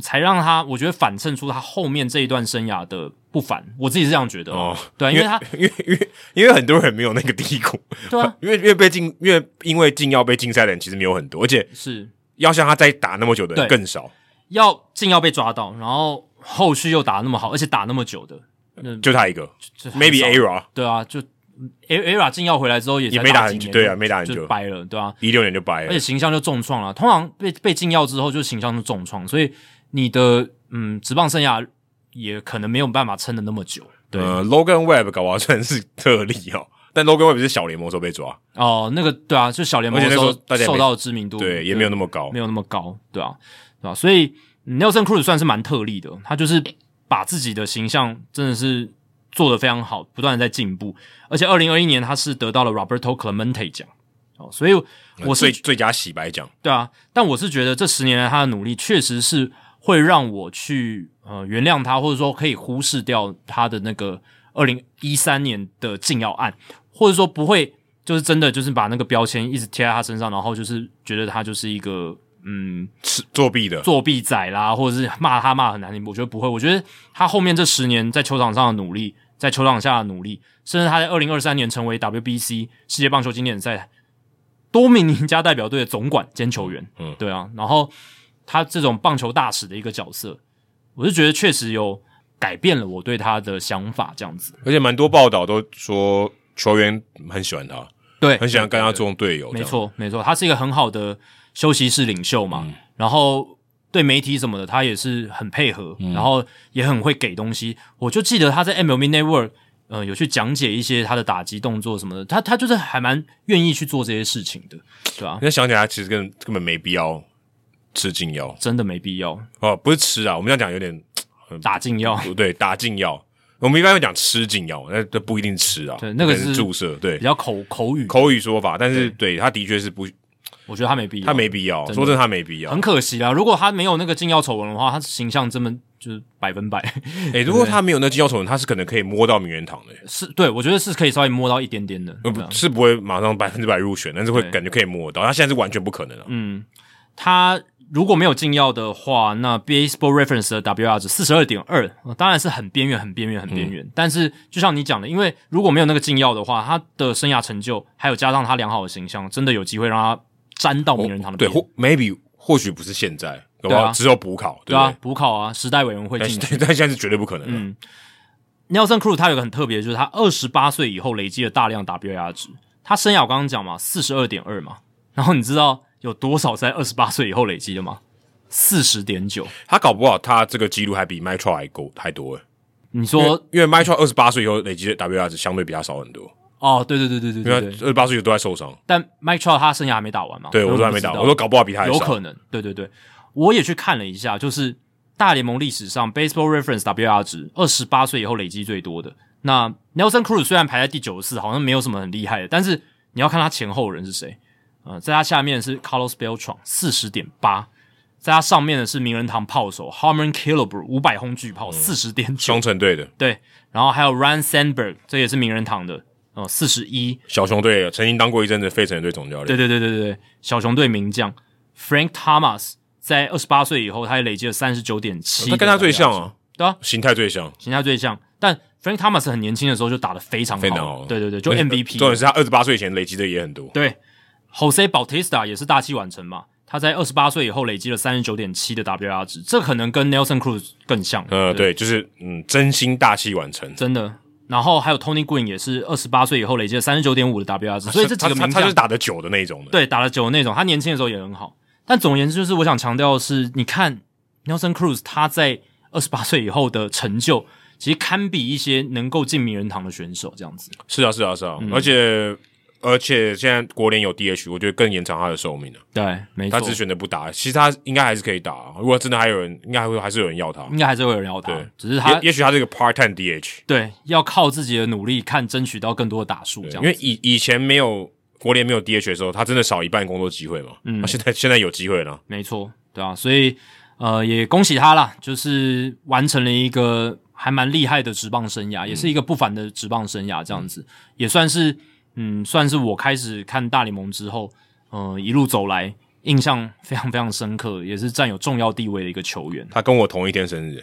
Speaker 1: 才让他我觉得反衬出他后面这一段生涯的不凡。我自己是这样觉得哦
Speaker 2: 哦，
Speaker 1: 对，因为他
Speaker 2: 因为因为因为很多人没有那个低 谷，
Speaker 1: 对 啊，
Speaker 2: 因为因为被禁，因为因为禁药被禁赛的人其实没有很多，而且
Speaker 1: 是
Speaker 2: 要像他再打那么久的人
Speaker 1: 对
Speaker 2: 更少，
Speaker 1: 要竟要被抓到，然后后续又打得那么好，而且打那么久的
Speaker 2: 就他一个
Speaker 1: 就很
Speaker 2: ，maybe
Speaker 1: 少
Speaker 2: ERA
Speaker 1: 对啊，就 A ERA 禁药回来之后也才
Speaker 2: 也没打
Speaker 1: 几
Speaker 2: 很久
Speaker 1: 年
Speaker 2: 对啊
Speaker 1: 就
Speaker 2: 没打很
Speaker 1: 就
Speaker 2: 久
Speaker 1: 掰了，对啊，
Speaker 2: 一六年就掰
Speaker 1: 而且
Speaker 2: 了，
Speaker 1: 形象就重创了。通常被被禁药之后，就形象就重创，所以你的嗯职棒生涯也可能没有办法撑的那么久。对哦、
Speaker 2: 呃，Logan Webb 搞不好算是特例哦，但 Logan Webb 是小联盟时候被抓，
Speaker 1: 那个对啊，就小联盟
Speaker 2: 而且
Speaker 1: 的
Speaker 2: 那
Speaker 1: 时
Speaker 2: 时
Speaker 1: 候
Speaker 2: 候大家也
Speaker 1: 受
Speaker 2: 没
Speaker 1: 到的知名度
Speaker 2: 对，也没有那么高
Speaker 1: 没，有那么高，对啊，对吧、所以嗯 Nelson Cruz 算是蛮特例的，他就是把自己的形象真的是做得非常好，不断的在进步。而且二零二一年他是得到了 Roberto Clemente 奖哦，所以我是
Speaker 2: 呃最最佳洗白奖，
Speaker 1: 对啊，但我是觉得这十年来他的努力确实是会让我去呃原谅他，或者说可以忽视掉他的那个二零一三年的禁药案，或者说不会就是真的就是把那个标签一直贴在他身上，然后就是觉得他就是一个嗯
Speaker 2: 是作弊的，
Speaker 1: 作弊仔啦，或者是骂他骂得很难听，我觉得不会。我觉得他后面这十年在球场上的努力，在球场下的努力，甚至他在二零二三年成为 WBC 世界棒球经典赛多米尼加代表队的总管兼球员，嗯
Speaker 2: 嗯，
Speaker 1: 对啊。然后他这种棒球大使的一个角色，我是觉得确实有改变了我对他的想法，这样子。
Speaker 2: 而且蛮多报道都说球员很喜欢他，
Speaker 1: 对，
Speaker 2: 很喜欢跟他做队友，
Speaker 1: 没
Speaker 2: 这样，
Speaker 1: 错，没错，他是一个很好的休息室领袖
Speaker 2: 嗯
Speaker 1: 嘛，然后对媒体什么的，他也是很配合，
Speaker 2: 嗯
Speaker 1: 然后也很会给东西。我就记得他在 MLB Network，呃，有去讲解一些他的打击动作什么的，他他就是还蛮愿意去做这些事情的，对吧、
Speaker 2: 现在想起来其实根根本没必要吃禁药
Speaker 1: 真的没必要
Speaker 2: 哦，不是吃啊，我们这样讲有点
Speaker 1: 打禁药，
Speaker 2: 不对，打禁药，我们一般会讲吃禁药，那这不一定吃啊，
Speaker 1: 对那个
Speaker 2: 可能
Speaker 1: 是
Speaker 2: 是注射，对
Speaker 1: 比，较口口语，
Speaker 2: 口语说法，但是对他的确是不，
Speaker 1: 我觉得他没必要，
Speaker 2: 他没必要，
Speaker 1: 真的嗯
Speaker 2: 说真的他没必要
Speaker 1: 很。可惜啦。如果他没有那个禁药丑闻的话，他形象真的就是百分百。
Speaker 2: 诶，哎如果他没有那禁药丑闻，他是可能可以摸到名人堂的，
Speaker 1: 是啊对，我觉得是可以稍微摸到一点点的。
Speaker 2: 呃
Speaker 1: 对啊
Speaker 2: 不是不会马上百分之百入选，但是会
Speaker 1: 对
Speaker 2: 感觉可以摸得到。他现在是完全不可能啊，
Speaker 1: 嗯，他如果没有禁药的话，那 Baseball Reference 的 WR 值四十二点二，呃当然是很边缘、很边缘、很边
Speaker 2: 嗯
Speaker 1: 缘。但是就像你讲的，因为如果没有那个禁药的话，他的生涯成就还有加上他良好的形象，真的有机会让他沾到名人堂的
Speaker 2: 哦对，
Speaker 1: 边缘
Speaker 2: 或 maybe 或许不是现在，搞不
Speaker 1: 对
Speaker 2: 好
Speaker 1: 啊
Speaker 2: 只有补考，
Speaker 1: 对
Speaker 2: 不
Speaker 1: 啊
Speaker 2: 对？，
Speaker 1: 补考啊，时代委员会
Speaker 2: 但
Speaker 1: 进
Speaker 2: 是
Speaker 1: 去。
Speaker 2: 但现在是绝对不可能的。
Speaker 1: 嗯，Nelson Cruz 他有个很特别的，就是他二十八岁以后累积了大量 WR 值。他生涯我刚刚讲嘛，四十二点二嘛，然后你知道有多少在二十八岁以后累积的吗？四十点九。
Speaker 2: 他搞不好他这个记录还比 m i t r o 还够还多诶。
Speaker 1: 你
Speaker 2: 因为
Speaker 1: 说
Speaker 2: 因为 m i t r o 二十八岁以后累积的 WR 值相对比他少很多，
Speaker 1: 哦，对对对对对
Speaker 2: 因为
Speaker 1: 对对。
Speaker 2: 二十八岁以后都在受伤。
Speaker 1: 但 Mike Trout 他生涯还没打完嘛？
Speaker 2: 对
Speaker 1: 所以
Speaker 2: 我
Speaker 1: 不
Speaker 2: 都还没打，
Speaker 1: 知道
Speaker 2: 我说搞不好比他还
Speaker 1: 有
Speaker 2: 少。
Speaker 1: 可能。对对对，我也去看了一下，就是大联盟历史上 Baseball Reference WR 值二十八岁以后累积最多的。那 Nelson Cruz 虽然排在第九十四，好像没有什么很厉害的，但是你要看他前后人是谁。呃，在他下面是 Carlos Beltran 四十点八，在他上面的是名人堂炮手 Harmon Killebrew 五百轰巨
Speaker 2: 嗯
Speaker 1: 炮四十点九，
Speaker 2: 双城队的
Speaker 1: 对，然后还有 Ryan Sandberg 这也是名人堂的，呃，四十一，
Speaker 2: 小熊队的曾经当过一阵子费城队总教
Speaker 1: 对
Speaker 2: 练，
Speaker 1: 对对对对，小熊队名将 Frank Thomas 在二十八岁以后，他也累积了三十九点七，
Speaker 2: 他跟他最像，啊，
Speaker 1: 对啊，
Speaker 2: 形态最像，
Speaker 1: 形象最像。但 Frank Thomas 很年轻的时候就打得非常好，
Speaker 2: 非常好。
Speaker 1: 对对对，就
Speaker 2: 而且
Speaker 1: MVP
Speaker 2: 嗯重点是他二十八岁以前累积的也很多，
Speaker 1: 对，Jose Bautista 也是大器晚成嘛，他在二十八岁以后累积了三十九点七的 WR 值，这可能跟 Nelson Cruz 更像，
Speaker 2: 呃，对，就是嗯，真心大器晚成。
Speaker 1: 真的。然后还有 Tony Green 也是二十八岁以后累积了三十九点五的 WR 值，所以这几个
Speaker 2: 啊他
Speaker 1: 名
Speaker 2: 他他
Speaker 1: 将
Speaker 2: 就是打得久的那一种的，
Speaker 1: 对，打了九那种，他年轻的时候也很好。但总而言之，就是我想强调的是，你看 Nelson Cruz 他在二十八岁以后的成就，其实堪比一些能够进名人堂的选手这样子。嗯
Speaker 2: 是啊，是啊，是啊，而且而且现在国联有 DH，我觉得更延长他的寿命了。
Speaker 1: 对，没
Speaker 2: 他
Speaker 1: 错，
Speaker 2: 只是选择不打，其实他应该还是可以打。啊如果真的还有人，应该还会还是有人要他。
Speaker 1: 应该还是会有人要他
Speaker 2: 对，，
Speaker 1: 只是嗯他
Speaker 2: 也也许他是一个 part time DH，
Speaker 1: 对要靠自己的努力，看争取到更多的打数这样
Speaker 2: 因
Speaker 1: 子。
Speaker 2: 为以以前没有国联没有 DH 的时候，他真的少一半工作机会嘛。嗯，现在现在有机会了。
Speaker 1: 没错，对啊，所以呃，也恭喜他啦，就是完成了一个还蛮厉害的职棒生涯，也
Speaker 2: 嗯
Speaker 1: 是一个不凡的职棒生涯，这样子、也算是嗯，算是我开始看大联盟之后，呃，一路走来印象非常非常深刻，也是占有重要地位的一个球员。
Speaker 2: 他跟我同一天生日，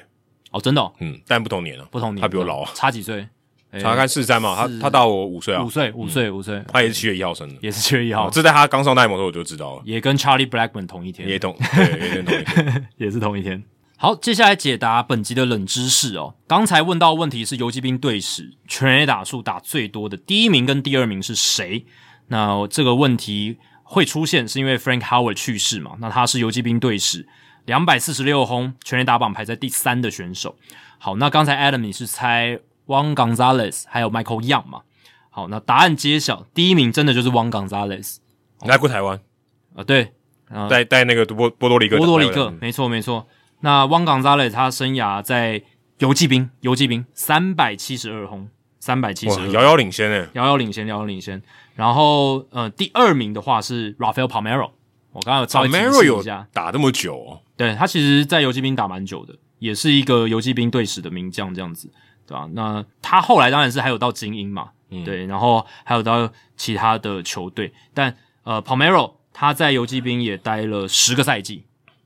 Speaker 1: 哦，真的、哦、
Speaker 2: 嗯，但不同年了，
Speaker 1: 不同年，
Speaker 2: 他比我老啊，
Speaker 1: 差几岁？哎
Speaker 2: 他看四三嘛，他
Speaker 1: 四
Speaker 2: 他大我五岁啊
Speaker 1: 五，岁，五岁，五岁，
Speaker 2: 他也是七月一号生的。
Speaker 1: 也是七月一号
Speaker 2: 哦，，这在他刚上大联盟的时候我就知道了，
Speaker 1: 也跟 Charlie Blackman 同一天，
Speaker 2: 也同对，也跟同一 天。
Speaker 1: 也是同一天。好，接下来解答本集的冷知识哦。刚才问到问题是游击兵队史全垒打数打最多的第一名跟第二名是谁？那这个问题会出现是因为 Frank Howard 去世嘛？那他是游击兵队史两百四十六轰全垒打榜排在第三的选手。好，那刚才 Adam 你是猜 Juan Gonzalez 还有 Michael Young 嘛？好，那答案揭晓，第一名真的就是 Juan Gonzalez
Speaker 2: 来过台湾，
Speaker 1: 啊、对，
Speaker 2: 带带那个波波多黎各，
Speaker 1: 波多黎各，
Speaker 2: 嗯
Speaker 1: 没错没错。那汪港扎雷他生涯在游击兵，游击兵三百七十二轰，三百七十
Speaker 2: 哇，
Speaker 1: 二，
Speaker 2: 遥遥领先欸诶。
Speaker 1: 遥遥领先，遥遥领先。然后呃，第二名的话是 Rafael Palmero，我刚刚有稍微
Speaker 2: m a
Speaker 1: 提
Speaker 2: r o
Speaker 1: 示
Speaker 2: 有
Speaker 1: 一下，
Speaker 2: 打这么久哦，
Speaker 1: 对他其实，在游击兵打蛮久的，也是一个游击兵队史的名将，这样子，对吧、那他后来当然是还有到精英嘛，
Speaker 2: 嗯
Speaker 1: 对，然后还有到其他的球队，但呃，Palmero 他在游击兵也待了十个赛季。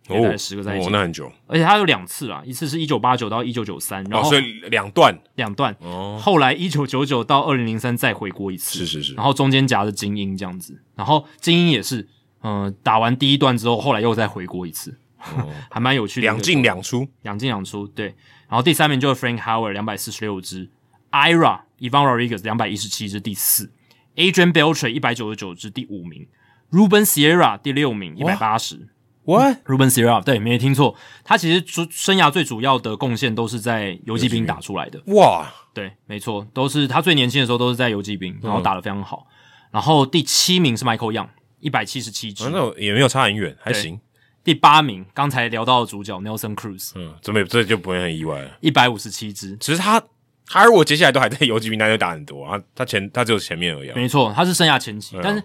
Speaker 1: 也待
Speaker 2: 哦，
Speaker 1: 了十个赛季
Speaker 2: 哦，那很久。
Speaker 1: 而且他有两次啊啦，一次是一九八九到一九九三，然
Speaker 2: 哦，
Speaker 1: 后
Speaker 2: 所以两段
Speaker 1: 两段，
Speaker 2: 哦，
Speaker 1: 后来一九九九到二零零三再回国一次，
Speaker 2: 是哦是是
Speaker 1: 然后中间夹着精英这样子，然后精英也是，嗯、打完第一段之后，后来又再回国一次， 还蛮有趣的一个，
Speaker 2: 哦两进两出，
Speaker 1: 两进两出，对，然后第三名就是 Frank Howard 两百四十六支，Ira Ivan Rodriguez 两百一十七支第四，Adrian Beltre 一百九十九支第五名，Ruben Sierra 第六名一百八十。
Speaker 2: 哇，
Speaker 1: Ruben Sierra，对，没听错，他其实主生涯最主要的贡献都是在游击兵打出来的，
Speaker 2: 哇，
Speaker 1: 对，没错，都是他最年轻的时候都是在游击兵，然后打得非常好。然后第七名是 Michael Young，一百七十七支
Speaker 2: 反，正啊也没有差很远，还行。
Speaker 1: 第八名刚才聊到的主角 Nelson Cruz，
Speaker 2: 嗯，这么这就不会很意外了。
Speaker 1: 一百五十七支，
Speaker 2: 只是他，他如果接下来都还在游击名单就打很多啊，他前他只有前面而已啊、
Speaker 1: 没错，他是生涯前期，但是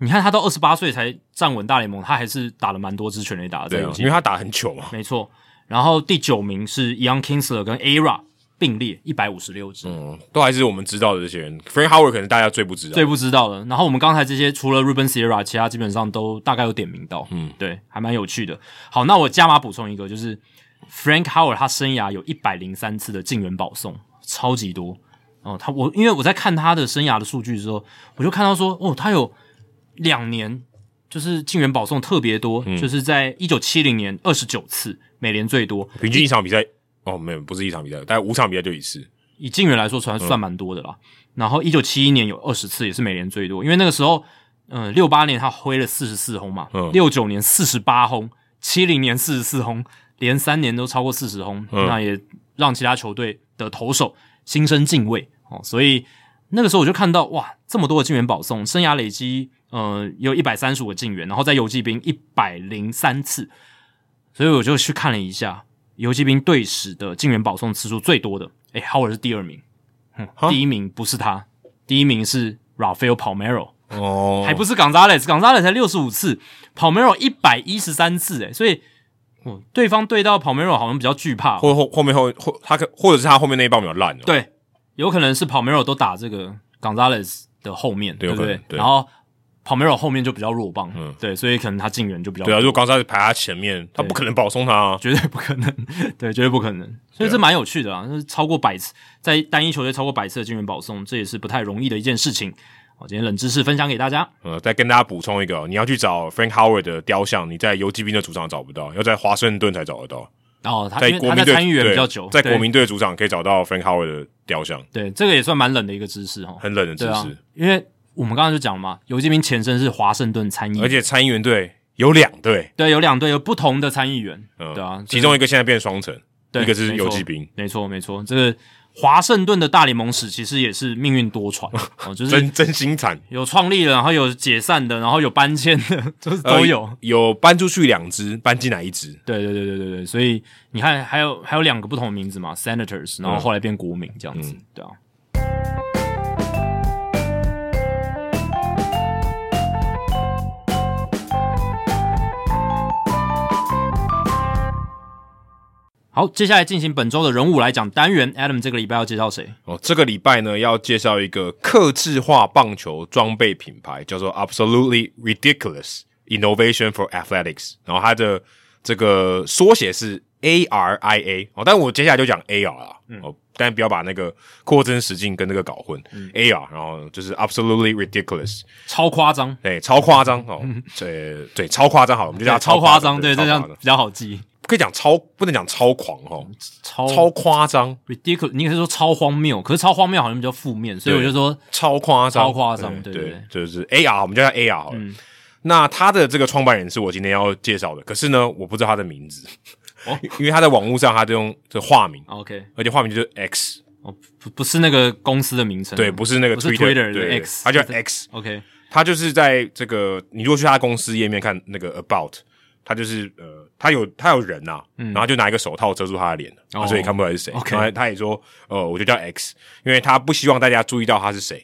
Speaker 1: 你看他到二十八岁才站稳大联盟，他还是打了蛮多支全垒打的，
Speaker 2: 对
Speaker 1: 在游
Speaker 2: 啊，
Speaker 1: 击
Speaker 2: 因为他打很久嘛。
Speaker 1: 没错。然后第九名是 Young Kinsler 跟 Era 并列一百五十六支，
Speaker 2: 嗯，都还是我们知道的这些人。Frank Howard 可能大家最不知道
Speaker 1: 最，不知道的。然后我们刚才这些除了 Ruben Sierra，其他基本上都大概有点名到，嗯，对，还蛮有趣的。好，那我加码补充一个，就是 Frank Howard 他生涯有一百零三次的进园保送，超级多。哦，他我因为我在看他的生涯的数据之后，我就看到说，哦，他有两年就是进园保送特别多，
Speaker 2: 嗯
Speaker 1: 就是在一九七零年二十九次，美联最多，
Speaker 2: 平均一场比赛哦，没有，不是一场比赛，大概五场比赛就一次。
Speaker 1: 以进援来说，算算蛮多的啦。然后一九七一年有二十次，也是美联最多，因为那个时候，嗯，六八年他挥了四十四轰嘛，六九、年四十八轰，七零年四十四轰，连三年都超过四十轰，
Speaker 2: 嗯
Speaker 1: 那也让其他球队的投手心生敬畏哦。所以那个时候我就看到哇，这么多的进援保送，生涯累积呃有一百三十五个进援，然后在游击兵一百零三次，所以我就去看了一下游击兵队史的进援保送次数最多的，诶 h o w a r d 是第二名，嗯
Speaker 2: 哈，
Speaker 1: 第一名不是他，第一名是 Rafael Palmero，、
Speaker 2: 哦
Speaker 1: 还不是 Gonzalez，Gonzalez 才六十五次，Palmero 一百一十三次，诶，所以。哦，对方对到 Palmero 好像比较惧怕哦、
Speaker 2: 或后后面后后他可或者是他后面那一棒比较烂、哦，
Speaker 1: 对，有可能是 Palmero 都打这个 Gonzalez 的后面，对
Speaker 2: 有
Speaker 1: 不
Speaker 2: 可能
Speaker 1: 对？
Speaker 2: 对
Speaker 1: 然后 Palmero 后面就比较弱棒，嗯，对，所以可能他进援就比较
Speaker 2: 对啊，如果刚才排他前面，他不可能保送他、啊。
Speaker 1: 绝对不可能， 对，绝对不可能。所以这蛮有趣的啊，就是超过百次，在单一球队超过百次的进援保送，这也是不太容易的一件事情。好，今天冷知识分享给大家。
Speaker 2: 呃，再跟大家补充一个哦，你要去找 Frank Howard 的雕像，你在游击兵的主场找不到，要在华盛顿才找得到，
Speaker 1: 然、后哦他
Speaker 2: 在
Speaker 1: 因为
Speaker 2: 国
Speaker 1: 他在
Speaker 2: 民队
Speaker 1: 参与员
Speaker 2: 对
Speaker 1: 比较久，
Speaker 2: 在
Speaker 1: 对
Speaker 2: 国民队的主场可以找到 Frank Howard 的雕像，
Speaker 1: 对这个也算蛮冷的一个知识哦。
Speaker 2: 很冷的知
Speaker 1: 对啊
Speaker 2: 识。，
Speaker 1: 因为我们刚刚就讲了嘛，游击兵前身是华盛顿参议员，
Speaker 2: 而且参议员队有两队，
Speaker 1: 对有两队有不同的参议员，
Speaker 2: 嗯，
Speaker 1: 对啊，
Speaker 2: 其中一个现在变双城，
Speaker 1: 对
Speaker 2: 一个是
Speaker 1: 没错
Speaker 2: 游击兵，
Speaker 1: 没错没错，这个华盛顿的大联盟史其实也是命运多舛哦，就是
Speaker 2: 真真心惨，
Speaker 1: 有创立的，然后有解散的，然后有搬迁的，就是都有。
Speaker 6: 呃有搬出去两只，搬进来一只，
Speaker 1: 对对对对对对，所以你看，还有还有两个不同的名字嘛，Senators，然后后来变国民这样子，对啊。好，接下来进行本周的人物来讲单元。Adam 这个礼拜要介绍谁？
Speaker 2: 哦，这个礼拜呢要介绍一个客制化棒球装备品牌，叫做 Absolutely Ridiculous Innovation for Athletics，然后它的这个缩写是 ARIA。哦，但我接下来就讲 AR 啦，
Speaker 1: 嗯
Speaker 2: 哦，但不要把那个扩增实境跟那个搞混、AR，然
Speaker 1: 嗯
Speaker 2: 后就是 Absolutely Ridiculous，
Speaker 1: 超夸张，
Speaker 2: 对，超夸张哦，对对，超夸张好了，我们就叫它
Speaker 1: 超夸
Speaker 2: 夸
Speaker 1: 嗯张，对，
Speaker 2: 超
Speaker 1: 这
Speaker 2: 夸
Speaker 1: 样
Speaker 2: 张
Speaker 1: 比较好记。
Speaker 2: 可以讲超，不能讲超狂哦，
Speaker 1: 超
Speaker 2: 超夸张，
Speaker 1: ridiculous，你可以说超荒谬，可是超荒谬好像比较负面，所以我就说
Speaker 2: 超夸张，
Speaker 1: 超夸张
Speaker 2: 对
Speaker 1: 对对嗯
Speaker 2: 就是 AR，我们叫它 AR 好了。那他的这个创办人是我今天要介绍的，可是呢，我不知道他的名字，
Speaker 1: 哦
Speaker 2: 因为他在网络上他就用这化名，
Speaker 1: OK，
Speaker 2: 而且化名就是 X，
Speaker 1: 哦，不不是那个公司的名称，
Speaker 2: 对，不是那个
Speaker 1: 不是 Twitter 的
Speaker 2: 对对
Speaker 1: X
Speaker 2: 他叫 X，
Speaker 1: OK，
Speaker 2: 他就是在这个你如果去他公司页面看那个 About，他就是呃，他有他有人呐、啊然后就拿一个手套遮住他的脸，
Speaker 1: 嗯
Speaker 2: 啊
Speaker 1: 哦
Speaker 2: 所以看不出来是谁。
Speaker 1: OK
Speaker 2: 然后他也说，呃，我就叫 X，因为他不希望大家注意到他是谁，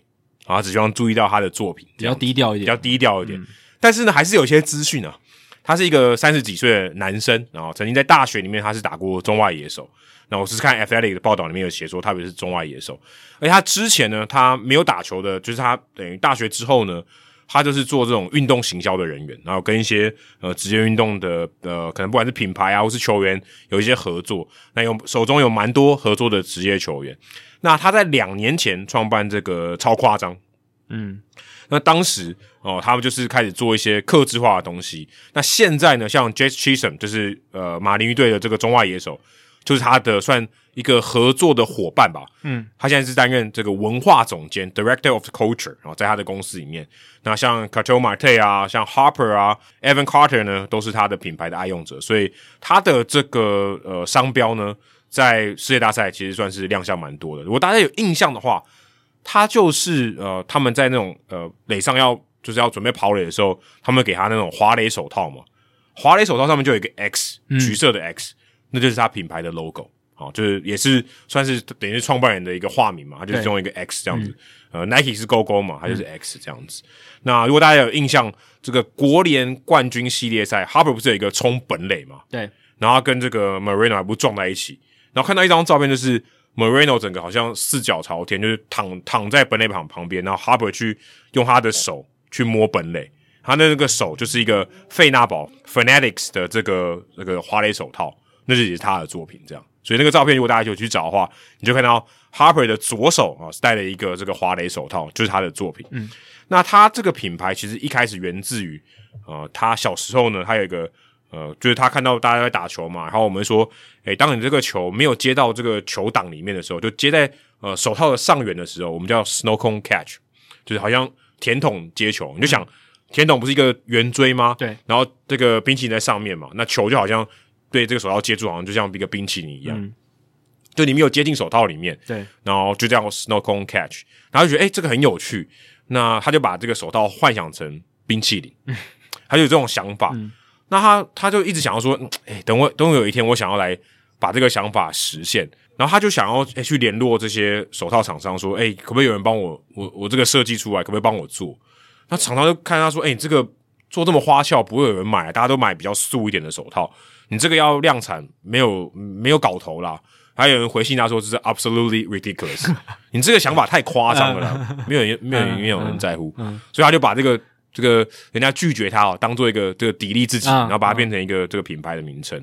Speaker 2: 然后他只希望注意到他的作品，
Speaker 1: 比
Speaker 2: 这
Speaker 1: 较
Speaker 2: 样子
Speaker 1: 低调一
Speaker 2: 比较
Speaker 1: 点，嗯
Speaker 2: 低调一点。但是呢，还是有一些资讯啊。他是一个三十几岁的男生，然后曾经在大学里面他是打过中外野手。那我是看 Athletic 的报道里面有写说，特别是中外野手，而且他之前呢，他没有打球的，就是他等于大学之后呢，他就是做这种运动行销的人员，然后跟一些呃职业运动的呃，可能不管是品牌啊，或是球员有一些合作。那有手中有蛮多合作的职业球员。那他在两年前创办这个超夸张，
Speaker 1: 嗯，
Speaker 2: 那当时哦，他们就是开始做一些克制化的东西。那现在呢，像 Jake Chisholm，就是呃马林鱼队的这个中外野手，就是他的算一个合作的伙伴吧。
Speaker 1: 嗯，
Speaker 2: 他现在是担任这个文化总监 （Director of Culture），然后在他的公司里面。那像 c a t o Marte 啊，像 Harper 啊，Evan Carter 呢，都是他的品牌的爱用者，所以他的这个呃商标呢，在世界大赛其实算是亮相蛮多的。如果大家有印象的话，他就是呃，他们在那种呃垒上要就是要准备跑垒的时候，他们给他那种滑垒手套嘛，滑垒手套上面就有一个 X，、橘色的 X，那就是他品牌的 logo。好，就是也是算是等于是创办人的一个化名嘛，他就是
Speaker 1: 对
Speaker 2: 用一个 X 这样子。呃，Nike 是勾勾嘛，他就是 X 这样子。那如果大家有印象，这个国联冠军系列赛，Harper 不是有一个冲本垒嘛？
Speaker 1: 对，
Speaker 2: 然后他跟这个 Moreno 还不是撞在一起，然后看到一张照片，就是 Moreno 整个好像四脚朝天，就是躺躺在本垒旁旁边，然后 Harper 去用他的手去摸本垒，他的那个手就是一个费纳堡 Fanatics 的这个那个花蕾手套，那是也是他的作品，这样。所以那个照片，如果大家有去找的话，你就看到 Harper 的左手啊是戴了一个这个花蕾手套，就是他的作品。嗯，那他这个品牌其实一开始源自于呃，他小时候呢，他有一个呃，就是他看到大家在打球嘛，然后我们说，诶，当你这个球没有接到这个球档里面的时候，就接在呃手套的上缘的时候，我们叫 snow cone catch，就是好像甜筒接球，你就想。甜筒不是一个圆锥吗？
Speaker 1: 嗯对，
Speaker 2: 然后这个冰淇淋在上面嘛，那球就好像对这个手套接触，好像就像一个冰淇淋一样，
Speaker 1: 嗯
Speaker 2: 就你没有接进手套里面，
Speaker 1: 对，
Speaker 2: 然后就这样 snow cone catch，然后就觉得诶这个很有趣，那他就把这个手套幻想成冰淇淋，他就有这种想法。那他他就一直想要说，嗯诶，等我等我有一天我想要来把这个想法实现，然后他就想要诶去联络这些手套厂商说，诶，哎可不可以有人帮我我我这个设计出来，可不可以帮我做？那厂商就看他说，哎诶，你这个做这么花俏，不会有人买，啊大家都买比较素一点的手套，你这个要量产没有没有搞头啦。还有人回信他说这是 absolutely ridiculous，你这个想法太夸张了啦，没有人没有人没有人在乎，所以他就把这个这个人家拒绝他哦，当做一个这个砥砺自己，
Speaker 1: 嗯
Speaker 2: 然后把它变成一个这个品牌的名称。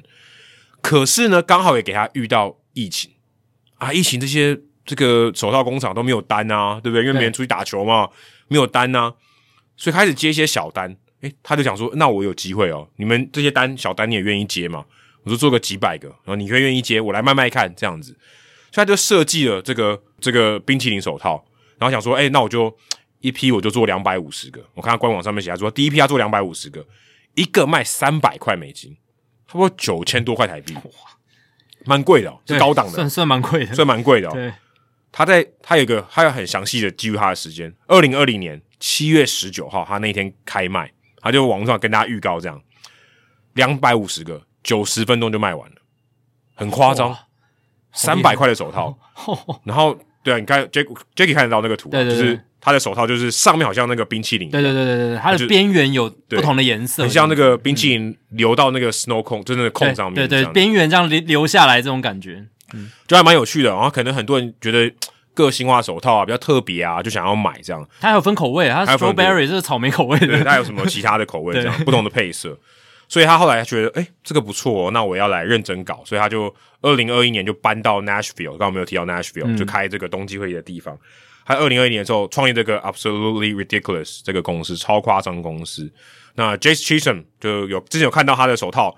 Speaker 2: 可是呢，刚好也给他遇到疫情啊，疫情这些这个手套工厂都没有单啊，对不对？因为
Speaker 1: 对
Speaker 2: 没人出去打球嘛，没有单啊，所以开始接一些小单。诶，他就想说，那我有机会哦，你们这些单小单你也愿意接嘛？我就做个几百个，然后你会愿意接，我来卖卖看这样子。所以他就设计了这个这个冰淇淋手套，然后想说，哎、那我就一批我就做两百五十个。我看他官网上面写，他说第一批他做两百五十个，一个卖三百块美金，差不多九千多块台币，蛮贵的、哦，是
Speaker 1: 对
Speaker 2: 高档的，
Speaker 1: 算算蛮贵的，
Speaker 2: 算蛮贵的、哦。
Speaker 1: 对，
Speaker 2: 他在他有一个他有很详细的记录他的时间，二零二零年七月十九号，他那天开卖，他就网络上跟大家预告这样，两百五十个，九十分钟就卖完了，很夸张，三百块的手套，然后对啊，你看 Jack Jacky 看得到那个图啊，
Speaker 1: 对对对
Speaker 2: 就是他的手套就是上面好像那个冰淇淋一样，
Speaker 1: 对对对对对，它
Speaker 2: 就
Speaker 1: 的边缘有不同的颜色，
Speaker 2: 很像那个冰淇淋流到那个 snow cone，、就是那个空上面，
Speaker 1: 对
Speaker 2: 这
Speaker 1: 对，
Speaker 2: 样
Speaker 1: 对边缘这样流流下来这种感觉，
Speaker 2: 就还蛮有趣的。然后可能很多人觉得个性化手套啊比较特别啊，就想要买这样。
Speaker 1: 它还有分口味，它
Speaker 2: 还有分
Speaker 1: strawberry 这是草莓口味
Speaker 2: 对，
Speaker 1: 的，
Speaker 2: 它有什么其他的口味这样，
Speaker 1: 对
Speaker 2: 不同的配色。所以他后来觉得，哎、这个不错、哦，那我要来认真搞。所以他就二零二一年就搬到 Nashville，刚刚没有提到 Nashville，、就开这个冬季会议的地方。他二零二一年的时候创业这个 Absolutely Ridiculous 这个公司，超夸张公司。那 Jace Chisholm 就有之前有看到他的手套，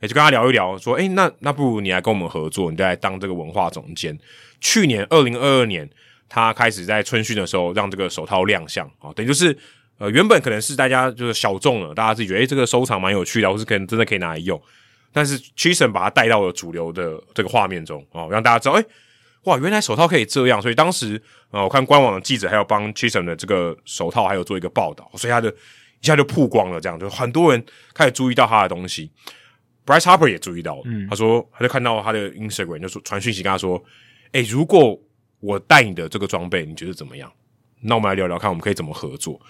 Speaker 2: 也就跟他聊一聊，说，哎、那那不如你来跟我们合作，你就来当这个文化总监。去年二零二二年，他开始在春训的时候让这个手套亮相啊、哦等于就是呃原本可能是大家就是小众了，大家自己觉得诶、这个收藏蛮有趣的，或是可能真的可以拿来用，但是 Chison 把它带到了主流的这个画面中哦，让大家知道诶、哇，原来手套可以这样，所以当时呃我看官网的记者还有帮 Chison 的这个手套还有做一个报道，所以他的一下就曝光了，这样就很多人开始注意到他的东西。Bryce Harper 也注意到了，他说他就看到他的 Instagram 就说传讯息跟他说，诶、哎如果我带你的这个装备，你觉得怎么样？那我们来聊聊看，我们可以怎么合作。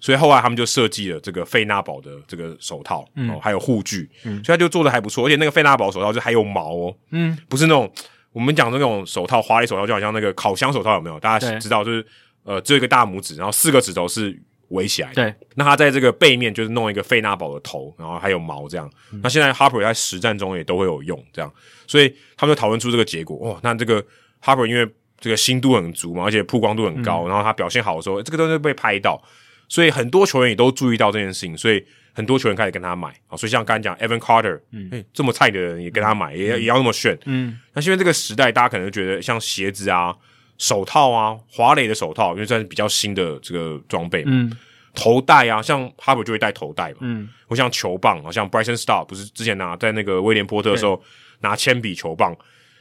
Speaker 2: 所以后来他们就设计了这个费纳宝的这个手套，嗯、哦，还有护具，所以他就做的还不错，而且那个费纳宝手套就还有毛哦，
Speaker 1: 嗯，
Speaker 2: 不是那种我们讲那种手套，花类手套就好像那个烤箱手套有没有？大家
Speaker 1: 对
Speaker 2: 知道就是呃，只有一个大拇指，然后四个指头是围起来的，
Speaker 1: 对，
Speaker 2: 那他在这个背面就是弄一个费纳宝的头，然后还有毛这样。
Speaker 1: 嗯
Speaker 2: 那现在 Harper 在实战中也都会有用这样，所以他们就讨论出这个结果。哦，那这个 Harper 因为这个心度很足嘛，而且曝光度很
Speaker 1: 嗯
Speaker 2: 高，然后他表现好的时候，这个东西被拍到，所以很多球员也都注意到这件事情，所以很多球员开始跟他买啊。所以像刚才讲 Evan Carter，嗯、这么菜的人也跟他买，也也要那么炫，
Speaker 1: 嗯，
Speaker 2: 那现在这个时代，大家可能就觉得像鞋子啊、手套啊、华磊的手套，因为算是比较新的这个装备嘛。
Speaker 1: 嗯，
Speaker 2: 头戴啊，像哈勃就会戴头戴嘛。
Speaker 1: 嗯，
Speaker 2: 或像球棒，好像 Bryson Star 不是之前拿在那个威廉波特的时候拿铅笔球棒，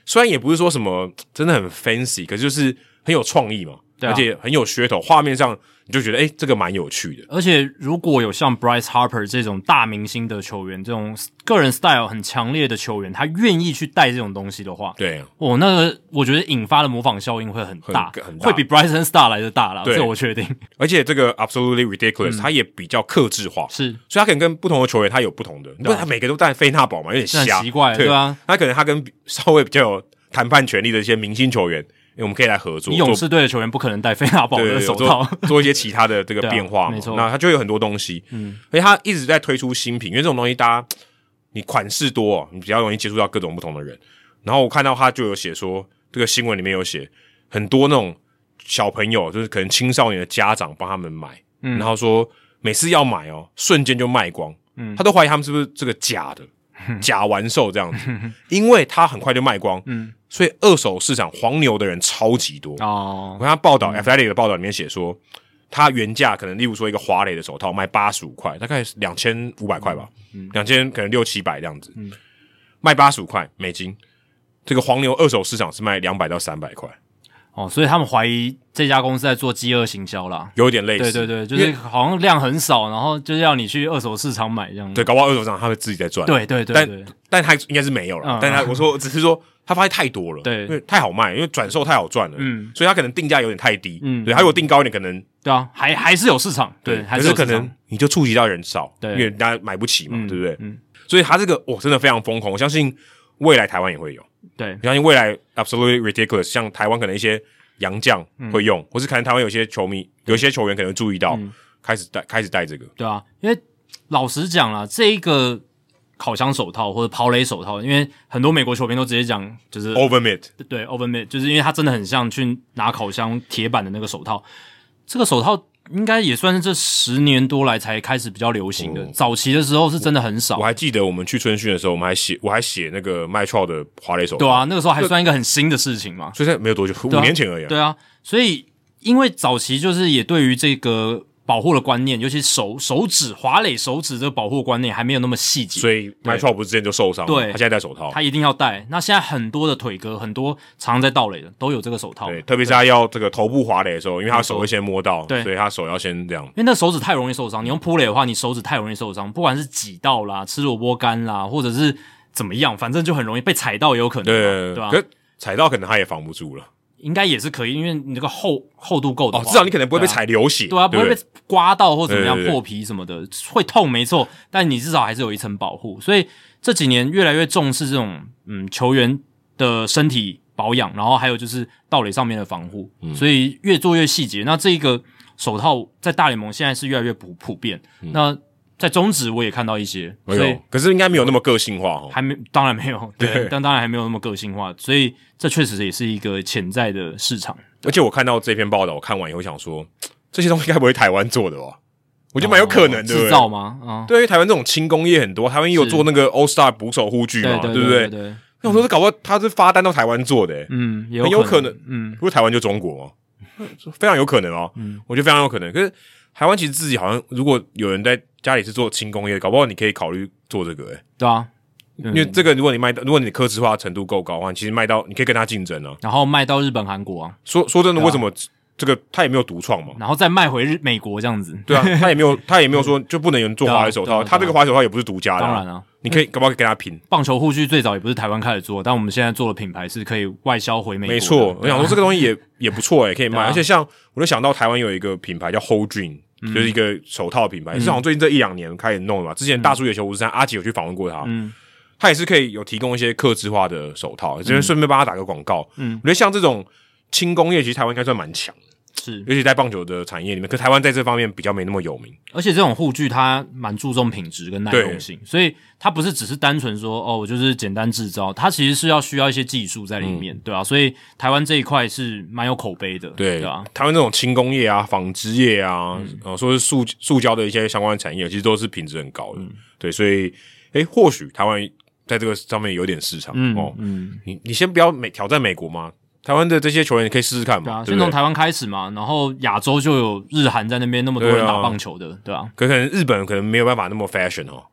Speaker 2: 虽然也不是说什么真的很 fancy，可是就是很有创意嘛，
Speaker 1: 对啊
Speaker 2: 而且很有噱头，画面上你就觉得哎、诶这个蛮有趣的。
Speaker 1: 而且如果有像 Bryce Harper 这种大明星的球员，这种个人 style 很强烈的球员，他愿意去带这种东西的话，
Speaker 2: 对啊，
Speaker 1: 哦，那个我觉得引发的模仿效应会很大，
Speaker 2: 很很大
Speaker 1: 会比 Bryson Star 来的大啦，
Speaker 2: 对
Speaker 1: 这我确定
Speaker 2: 而且这个 Absolutely
Speaker 1: 嗯
Speaker 2: Ridiculous，、它也比较克制化，
Speaker 1: 是
Speaker 2: 所以他可能跟不同的球员他有不同的，不是他每个都带费纳宝嘛，有点
Speaker 1: 这
Speaker 2: 瞎，
Speaker 1: 啊很奇怪
Speaker 2: 对
Speaker 1: 对啊，
Speaker 2: 他可能他跟比稍微比较有谈判权利的一些明星球员，诶我们可以来合作，
Speaker 1: 你勇
Speaker 2: 做
Speaker 1: 士队的球员不可能戴菲纳宝
Speaker 2: 对
Speaker 1: 的
Speaker 2: 对
Speaker 1: 手
Speaker 2: 做
Speaker 1: 套，
Speaker 2: 做一些其他的这个
Speaker 1: 对啊
Speaker 2: 变化嘛，
Speaker 1: 没错
Speaker 2: 那它就有很多东西，嗯，而且它一直在推出新品，因为这种东西大家你款式多、哦，你比较容易接触到各种不同的人。然后我看到他就有写说，这个新闻里面有写很多那种小朋友，就是可能青少年的家长帮他们买，
Speaker 1: 嗯
Speaker 2: 然后说每次要买哦，瞬间就卖光，
Speaker 1: 嗯
Speaker 2: 他都怀疑他们是不是这个假的。 假玩售这样子，因为它很快就卖光，
Speaker 1: 嗯
Speaker 2: 所以二手市场黄牛的人超级多 我
Speaker 1: 哦，
Speaker 2: 看他报道、Athletic 的报道里面写说，它原价可能，例如说一个华磊的手套卖八十五块，大概两千五百块吧，
Speaker 1: 嗯
Speaker 2: 两千、可能六七百这样子，卖八十五块美金。这个黄牛二手市场是卖两百到三百块，
Speaker 1: 哦，所以他们怀疑这家公司在做饥饿行销啦。
Speaker 2: 有点类似。
Speaker 1: 对对对，就
Speaker 2: 因
Speaker 1: 是
Speaker 2: 为
Speaker 1: 好像量很少，然后就是要你去二手市场买这样。
Speaker 2: 对，搞不好二手市场他们自己在赚。
Speaker 1: 对对对对
Speaker 2: 但但他应该是没有了。
Speaker 1: 嗯
Speaker 2: 但他我说我只是说他发现太多了，
Speaker 1: 对
Speaker 2: 因为太好卖，因为转售太好赚了，
Speaker 1: 嗯，
Speaker 2: 所以他可能定价有点太低，
Speaker 1: 嗯
Speaker 2: 对，他如果定高一点，可能
Speaker 1: 对啊，还还是有市场，对，还有
Speaker 2: 可是
Speaker 1: 市
Speaker 2: 可
Speaker 1: 场
Speaker 2: 能你就触及到人少，
Speaker 1: 对
Speaker 2: 因为大家买不起嘛，
Speaker 1: 嗯
Speaker 2: 对不对？
Speaker 1: 嗯，
Speaker 2: 所以他这个哇，真的非常疯狂。我相信未来台湾也会有，
Speaker 1: 对
Speaker 2: 我相信未来 absolutely ridiculous，像台湾可能一些洋将会
Speaker 1: 嗯
Speaker 2: 用，或是可能台湾有些球迷、有些球员可能注意到，开始带开始带这个，
Speaker 1: 对啊，因为老实讲啦，这一个烤箱手套或者跑垒手套，因为很多美国球评都直接讲就是
Speaker 2: over mid，
Speaker 1: 对 open mid，就是因为它真的很像去拿烤箱铁板的那个手套。这个手套应该也算是这十年多来才开始比较流行的，早期的时候是真的很少
Speaker 2: 我。还记得我们去春训的时候，我们还写我还写那个麦超的华雷手，
Speaker 1: 对，啊，那个时候还算一个很新的事情嘛。
Speaker 2: 所以现在没有多久，五
Speaker 1: 对啊
Speaker 2: 年前而已、啊，
Speaker 1: 对啊，所以因为早期就是也对于这个保护的观念，尤其手手指滑垒手指这个保护观念还没有那么细节，
Speaker 2: 所以 m y t r o 不是之前就受伤，
Speaker 1: 对
Speaker 2: 他现在戴手套，
Speaker 1: 他一定要戴。那现在很多的腿哥，很多常在盗垒的都有这个手套，
Speaker 2: 对，
Speaker 1: 因
Speaker 2: 特别是他要这个头部滑垒的时候，因为他手会先摸到，
Speaker 1: 对
Speaker 2: 所以他手要先这样。
Speaker 1: 为那手指太容易受伤。你用扑垒的话，你手指太容易受伤，不管是挤到啦、吃萝卜干啦，或者是怎么样，反正就很容易被踩到，也有可能嘛，
Speaker 2: 对，
Speaker 1: 对啊吧？
Speaker 2: 可踩到可能他也防不住了。
Speaker 1: 应该也是可以，因为你这个厚厚度够的
Speaker 2: 哦
Speaker 1: 话，，
Speaker 2: 至少你可能不会被
Speaker 1: 对啊
Speaker 2: 踩流血，
Speaker 1: 对啊，不会被刮到或怎么样
Speaker 2: 对对对
Speaker 1: 破皮什么的，会痛没错，但你至少还是有一层保护。所以这几年越来越重视这种嗯球员的身体保养，然后还有就是盗垒上面的防护，
Speaker 2: 嗯
Speaker 1: 所以越做越细节。那这一个手套在大联盟现在是越来越普普遍，那在中职我也看到一些，
Speaker 2: 嗯哎
Speaker 1: 所以
Speaker 2: 呦，可是应该没有那么个性化哦。
Speaker 1: 还没当然没有对
Speaker 2: 对，
Speaker 1: 但当然还没有那么个性化，所以这确实也是一个潜在的市场。
Speaker 2: 而且我看到这篇报道，我看完以后想说，这些东西该不会台湾做的吧？我觉得蛮有可能的。对不
Speaker 1: 哦制
Speaker 2: 对
Speaker 1: 造吗？啊，
Speaker 2: 对，因为台湾这种轻工业很多，台湾也有
Speaker 1: 是
Speaker 2: 做那个 All Star 捕手护具嘛，
Speaker 1: 对
Speaker 2: 不
Speaker 1: 对对，
Speaker 2: 那我说这搞不好他是发单到台湾做的、欸，
Speaker 1: 嗯，也
Speaker 2: 很
Speaker 1: 有
Speaker 2: 有可能
Speaker 1: 嗯。
Speaker 2: 不是台湾就中国吗？哦 非常有可能哦，我觉得非常有可能。可是台湾其实自己好像，如果有人在家里是做轻工业的，搞不好你可以考虑做这个、欸，
Speaker 1: 对啊，
Speaker 2: 因为这个如果你卖到，如果你科技化程度够高的话，你其实卖到你可以跟他竞争啊。
Speaker 1: 然后卖到日本、韩国啊，
Speaker 2: 说说真的，
Speaker 1: 对啊
Speaker 2: 为什么这个他也没有独创嘛？
Speaker 1: 然后再卖回日美国这样子。
Speaker 2: 对啊，他也没有，他也没有说就不能有人做
Speaker 1: 对啊
Speaker 2: 滑雪手
Speaker 1: 对啊
Speaker 2: 套，
Speaker 1: 对啊
Speaker 2: 他这个滑雪手套也不是独家的啊，
Speaker 1: 当然啊，
Speaker 2: 你可以搞不好可以跟他拼。
Speaker 1: 棒球护具最早也不是台湾开始做，但我们现在做的品牌是可以外销回美国的。啊
Speaker 2: 没错，我想说这个东西也也不错欸诶，可以卖。
Speaker 1: 对啊
Speaker 2: 而且像我就想到台湾有一个品牌叫 Whole Dream，就是一
Speaker 1: 嗯
Speaker 2: 个手套品牌，是好像最近这一两年开始弄的嘛。之前大叔野球五十三阿杰有去访问过他，
Speaker 1: 嗯
Speaker 2: 他也是可以有提供一些客制化的手套，这边顺便帮他打个广告。
Speaker 1: 嗯
Speaker 2: 我觉得像这种轻工业，其实台湾应该算蛮强的，
Speaker 1: 是，
Speaker 2: 尤其在棒球的产业里面，可台湾在这方面比较没那么有名。
Speaker 1: 而且这种护具它蛮注重品质跟耐用性，所以它不是只是单纯说哦，我就是简单制造，它其实是要需要一些技术在里
Speaker 2: 嗯
Speaker 1: 面，对啊，所以台湾这一块是蛮有口碑的，对啊，嗯
Speaker 2: 台湾这种轻工业啊、纺织业啊，呃，说是塑塑胶的一些相关产业，其实都是品质很高的。
Speaker 1: 嗯
Speaker 2: 对，所以，诶、或许台湾在这个上面有点市场、
Speaker 1: 嗯
Speaker 2: 哦。
Speaker 1: 嗯，
Speaker 2: 你你先不要美挑战美国嘛，台湾的这些球员你可以试试看
Speaker 1: 对
Speaker 2: 嘛，
Speaker 1: 啊，
Speaker 2: 对
Speaker 1: 先
Speaker 2: 不
Speaker 1: 从
Speaker 2: 对？
Speaker 1: 台湾开始嘛，然后亚洲就有日韩在那边那么多
Speaker 2: 对
Speaker 1: 人
Speaker 2: 啊
Speaker 1: 打棒球的，对啊，
Speaker 2: 可可能日本可能没有办法那么 fashion 哦，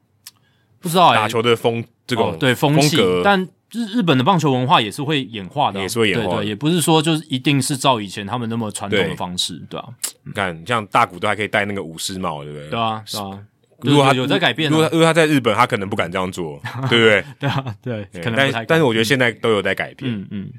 Speaker 1: 不知道哎
Speaker 2: 打球的风这种、
Speaker 1: 哦、对风气，
Speaker 2: 格，
Speaker 1: 但日日本的棒球文化也是会演化的啊、
Speaker 2: 也是会演化的
Speaker 1: 对对，也不是说就是一定是照以前他们那么传统的
Speaker 2: 对
Speaker 1: 方式，对啊，
Speaker 2: 你看像大谷都还可以戴那个武士帽，对不对？
Speaker 1: 对啊，对啊，
Speaker 2: 如果他
Speaker 1: 有有在改变、
Speaker 2: 如果
Speaker 1: 啊
Speaker 2: 他，如果他在日本，他可能不敢这样做，对不对？
Speaker 1: 对啊，对，
Speaker 2: 对
Speaker 1: 可能不太
Speaker 2: 但但是我觉
Speaker 1: 得，
Speaker 2: 得现在都有在改变。
Speaker 1: 嗯嗯，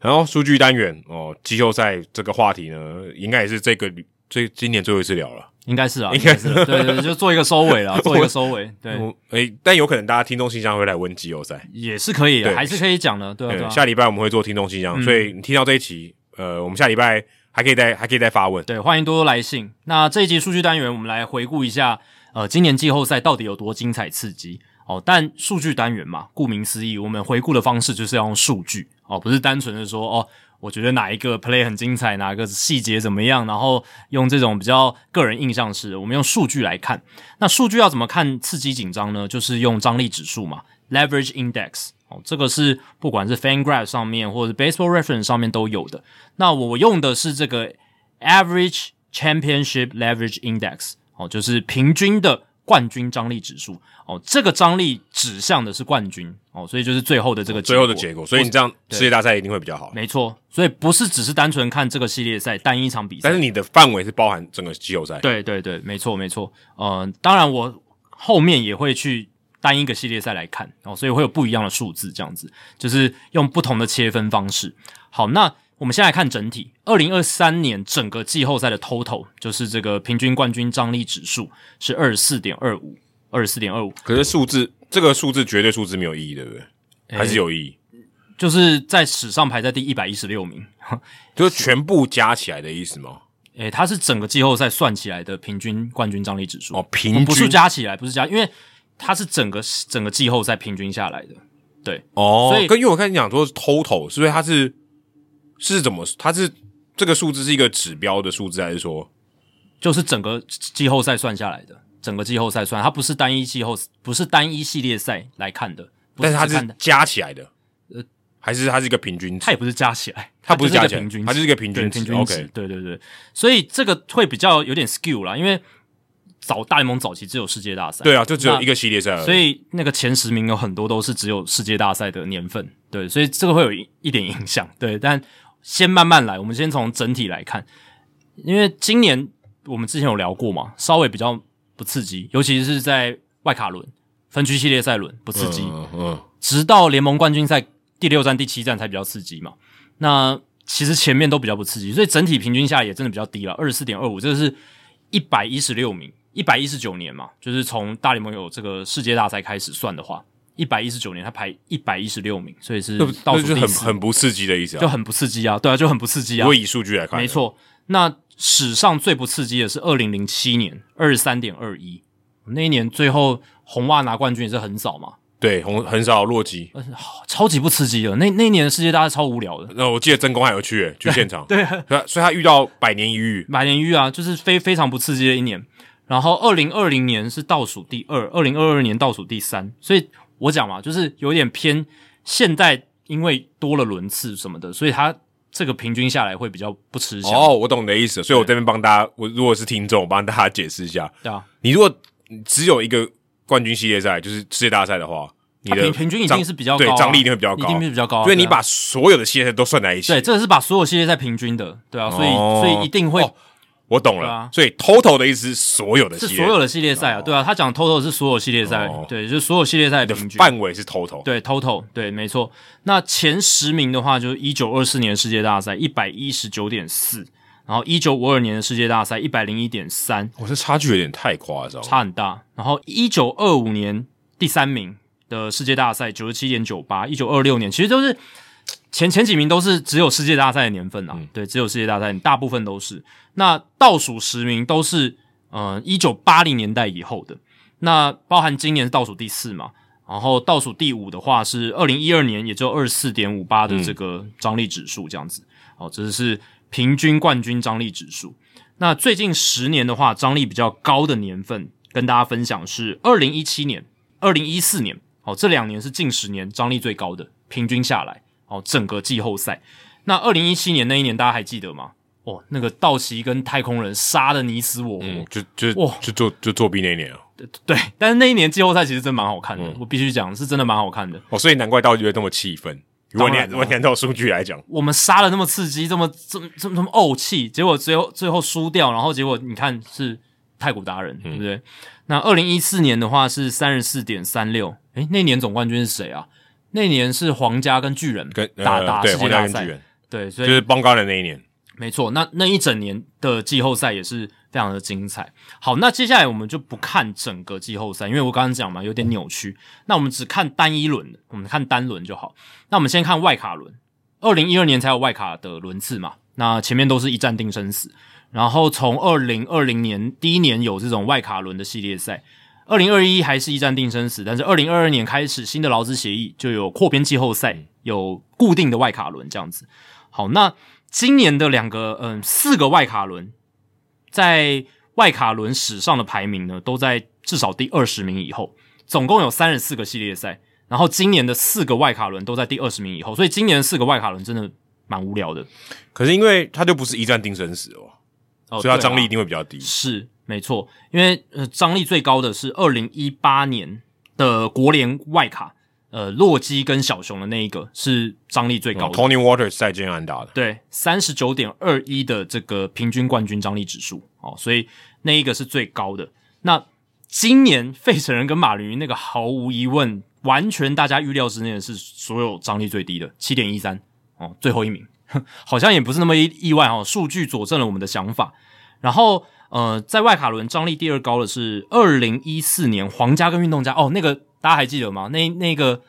Speaker 2: 然后数据单元哦，季后赛这个话题呢，应该也是这个最今年最后一次聊了。
Speaker 1: 应该是啊，
Speaker 2: 应
Speaker 1: 应
Speaker 2: 该
Speaker 1: 该是啊，对对，对就做一个收尾 了，做一个收尾，对，
Speaker 2: 嗯，诶，但有可能大家听众信箱会来问季后赛。
Speaker 1: 也是可以的，
Speaker 2: 对
Speaker 1: 还是可以讲的，对啊，嗯对
Speaker 2: 嗯，
Speaker 1: 啊
Speaker 2: 下礼拜我们会做听众信箱，所以你听到这一期，呃，我们下礼拜还可以再还可以再发问。
Speaker 1: 对，欢迎多多来信。那这一集数据单元，我们来回顾一下，呃，今年季后赛到底有多精彩刺激哦。但数据单元嘛，顾名思义，我们回顾的方式就是要用数据哦，不是单纯的说哦，我觉得哪一个 play 很精彩，哪个细节怎么样，然后用这种比较个人印象式的，我们用数据来看。那数据要怎么看刺激紧张呢？就是用张力指数嘛，leverage index。哦，这个是不管是 FanGraph 上面或者是 Baseball Reference 上面都有的。那我用的是这个 Average Championship Leverage Index，哦，就是平均的冠军张力指数。哦，这个张力指向的是冠军，哦，所以就是最后的这个
Speaker 2: 哦最后的结果，所以你这样世界大赛一定会比较好。
Speaker 1: 没错，所以不是只是单纯看这个系列赛单一场比赛
Speaker 2: 但，是你的范围是包含整个季后赛，
Speaker 1: 对对对，没错没错。呃，当然我后面也会去单一个系列赛来看哦，所以会有不一样的数字，这样子就是用不同的切分方式。好，那我们先来看整体，二零二三年整个季后赛的 total 就是这个平均冠军张力指数是二十四点二五，二十四点二五，
Speaker 2: 可是数字这个数字绝对数字没有意义，对不对？还是有意义，
Speaker 1: 就是在史上排在第一百一十六名。
Speaker 2: 就是全部加起来的意思吗？
Speaker 1: 诶，它是整个季后赛算起来的平均冠军张力指数
Speaker 2: 哦，平均
Speaker 1: 不是加起来，不是加，因为它是整个整个季后赛平均下来的。
Speaker 2: 哦，
Speaker 1: 所以
Speaker 2: 跟因为我看你讲说 total，所以它是是怎么？它是这个数字是一个指标的数字，还是说
Speaker 1: 就是整个季后赛算下来的，整个季后赛算，它不是单一季后，不是单一系列赛来看的，不呃
Speaker 2: 但是它
Speaker 1: 只看
Speaker 2: 是
Speaker 1: 的
Speaker 2: 加起来的？
Speaker 6: 还是它是一个平均值
Speaker 1: 它？也不是加起来，
Speaker 6: 它不是
Speaker 1: 就
Speaker 6: 加
Speaker 1: 一个
Speaker 6: 起来
Speaker 1: 平均值，
Speaker 6: 它就是一个平均
Speaker 1: 对
Speaker 6: 值
Speaker 1: 平均
Speaker 6: OK
Speaker 1: 对对对，所以这个会比较有点 skew 啦，因为早大联盟早期只有世界大赛，
Speaker 6: 对啊，就只有一个系列赛而已，
Speaker 1: 所以那个前十名有很多都是只有世界大赛的年份，对，所以这个会有一一点影响，对。但先慢慢来，我们先从整体来看，因为今年我们之前有聊过嘛，稍微比较不刺激，尤其是在外卡轮、分区系列赛轮不刺激，
Speaker 6: 嗯嗯，
Speaker 1: 直到联盟冠军赛第六站、第七站才比较刺激嘛。那其实前面都比较不刺激，所以整体平均下来也真的比较低了，二十四点二五，这个是一百一十六名，一百一十九年嘛，就是从大联盟有这个世界大赛开始算的话，一百一十九年他排一百一十六名，所以是
Speaker 6: 那不
Speaker 1: 倒
Speaker 6: 那
Speaker 1: 数
Speaker 6: 就
Speaker 1: 第
Speaker 6: 很
Speaker 1: 四，
Speaker 6: 很不刺激的意思
Speaker 1: 就
Speaker 6: 啊。
Speaker 1: 很不刺激啊，对啊，就很不刺激
Speaker 6: 如
Speaker 1: 啊
Speaker 6: 果，以数据来看，
Speaker 1: 没，错。那史上最不刺激的是二零零七年二十三点二一，那一年最后红袜拿冠军也是很早嘛，
Speaker 6: 对，很很少洛基。
Speaker 1: 呃超级不刺激的。那那一年的世界大赛超无聊的，
Speaker 6: 那我记得曾公还有去 欸去现场，
Speaker 1: 啊
Speaker 6: 对，所以他遇到百年一遇，
Speaker 1: 马连玉啊，就是非非常不刺激的一年。然后二零二零年是倒数第二，二零二二年倒数第三，所以我讲嘛，就是有点偏现代，因为多了轮次什么的，所以它这个平均下来会比较不吃香，
Speaker 6: 哦，我懂你的意思，所以我这边帮大家，我如果是听众，我帮大家解释一下，
Speaker 1: 对啊，
Speaker 6: 你如果只有一个冠军系列赛，就是世界大赛的话，你
Speaker 1: 它
Speaker 6: 的
Speaker 1: 平平均一
Speaker 6: 张
Speaker 1: 定是比较高啊、
Speaker 6: 对张力一定会比较
Speaker 1: 一
Speaker 6: 高，
Speaker 1: 定是比较高啊、
Speaker 6: 所以你
Speaker 1: 对啊
Speaker 6: 把所有的系列赛都算在一起，
Speaker 1: 对，这是把所有系列赛平均的，对啊，所以、
Speaker 6: 哦
Speaker 1: 所以一定会、
Speaker 6: 哦我懂
Speaker 1: 对
Speaker 6: 了。
Speaker 1: 啊
Speaker 6: 所以 total 的意思是所有的系
Speaker 1: 是
Speaker 6: 列，
Speaker 1: 所有的系列赛啊，对啊，他讲 total 是所有系列赛，
Speaker 6: 哦
Speaker 1: 对，就是所有系列赛
Speaker 6: 的
Speaker 1: 的平均
Speaker 6: 范围是 total。
Speaker 1: 对，total 对，没错。那前十名的话，就是一九二四年世界大赛一百一十九点四，然后一九五二年的世界大赛一百零一点三，
Speaker 6: 我、这差距有点太夸张了。
Speaker 1: 差很大。然后一九二五年第三名的世界大赛九十七点九八，一九二六年其实都是前前几名都是只有世界大赛的年份啊，对，只有世界大赛，大部分都是。那倒数十名都是呃一九八零年代以后的，那包含今年是倒数第四嘛。然后倒数第五的话是二零一二年，也就二四点五八的这个张力指数这样子。哦，这是平均冠军张力指数。那最近十年的话，张力比较高的年份，跟大家分享是二零一七年、二零一四年。哦，这两年是近十年张力最高的，平均下来，哦，整个季后赛。那二零一七年那一年，大家还记得吗？哦，那个道奇跟太空人杀的你死我活，
Speaker 6: 嗯，就就
Speaker 1: 哇
Speaker 6: 就作就作弊那一年啊
Speaker 1: 对。但是那一年季后赛其实真蛮好看的，我必须讲是真的蛮好看的。
Speaker 6: 哦，所以难怪到底会那么气愤。如果你
Speaker 1: 当然了
Speaker 6: 如果你按照数据来讲，
Speaker 1: 我们杀了那么刺激，这么这么这么这么怄气，结果最后最后输掉，然后结果你看是太古达
Speaker 6: 嗯
Speaker 1: 人，对不对？那二零一四年的话是三十四点三六，诶，那年总冠军是谁啊？那年是皇家跟巨人
Speaker 6: 跟
Speaker 1: 打打
Speaker 6: 呃、对
Speaker 1: 世
Speaker 6: 皇
Speaker 1: 界
Speaker 6: 家
Speaker 1: 大
Speaker 6: 跟巨
Speaker 1: 赛，
Speaker 6: 人
Speaker 1: 对，所
Speaker 6: 就
Speaker 1: 以
Speaker 6: 是邦高人那一年，
Speaker 1: 没错，那那一整年的季后赛也是非常的精彩。好，那接下来我们就不看整个季后赛，因为我刚刚讲嘛，有点扭曲。那我们只看单一轮，我们看单轮就好。那我们先看外卡轮，二零一二年才有外卡的轮次嘛，那前面都是一战定生死。然后从二零二零年第一年有这种外卡轮的系列赛，二零二一还是一战定生死，但是二零二二年开始新的劳资协议就有扩编季后赛，有固定的外卡轮这样子。好，那今年的两个嗯四个外卡轮，在外卡轮史上的排名呢，都在至少第二十名以后，总共有三十四个系列赛。然后今年的四个外卡轮都在第二十名以后，所以今年的四个外卡轮真的蛮无聊的。
Speaker 6: 可是因为他就不是一战定生死哦，所
Speaker 1: 哦，
Speaker 6: 以他
Speaker 1: 对啊
Speaker 6: 张力一定会比较低。
Speaker 1: 是没错，因为呃张力最高的是二零一八年的国联外卡，呃洛基跟小熊的那一个是张力最
Speaker 6: 嗯
Speaker 1: 高的，
Speaker 6: Tony Waters 在建安打的，
Speaker 1: 对，三十九点二一的这个平均冠军张力指数哦，所以那一个是最高的。那今年费城人跟马林鱼那个毫无疑问，完全大家预料之内的是所有张力最低的七点一三哦，最后一名， 好像也不是那么意意外哦。数据佐证了我们的想法。然后呃，在外卡轮张力第二高的是二零一四年皇家跟运动家哦，那个大家还记得吗？那那个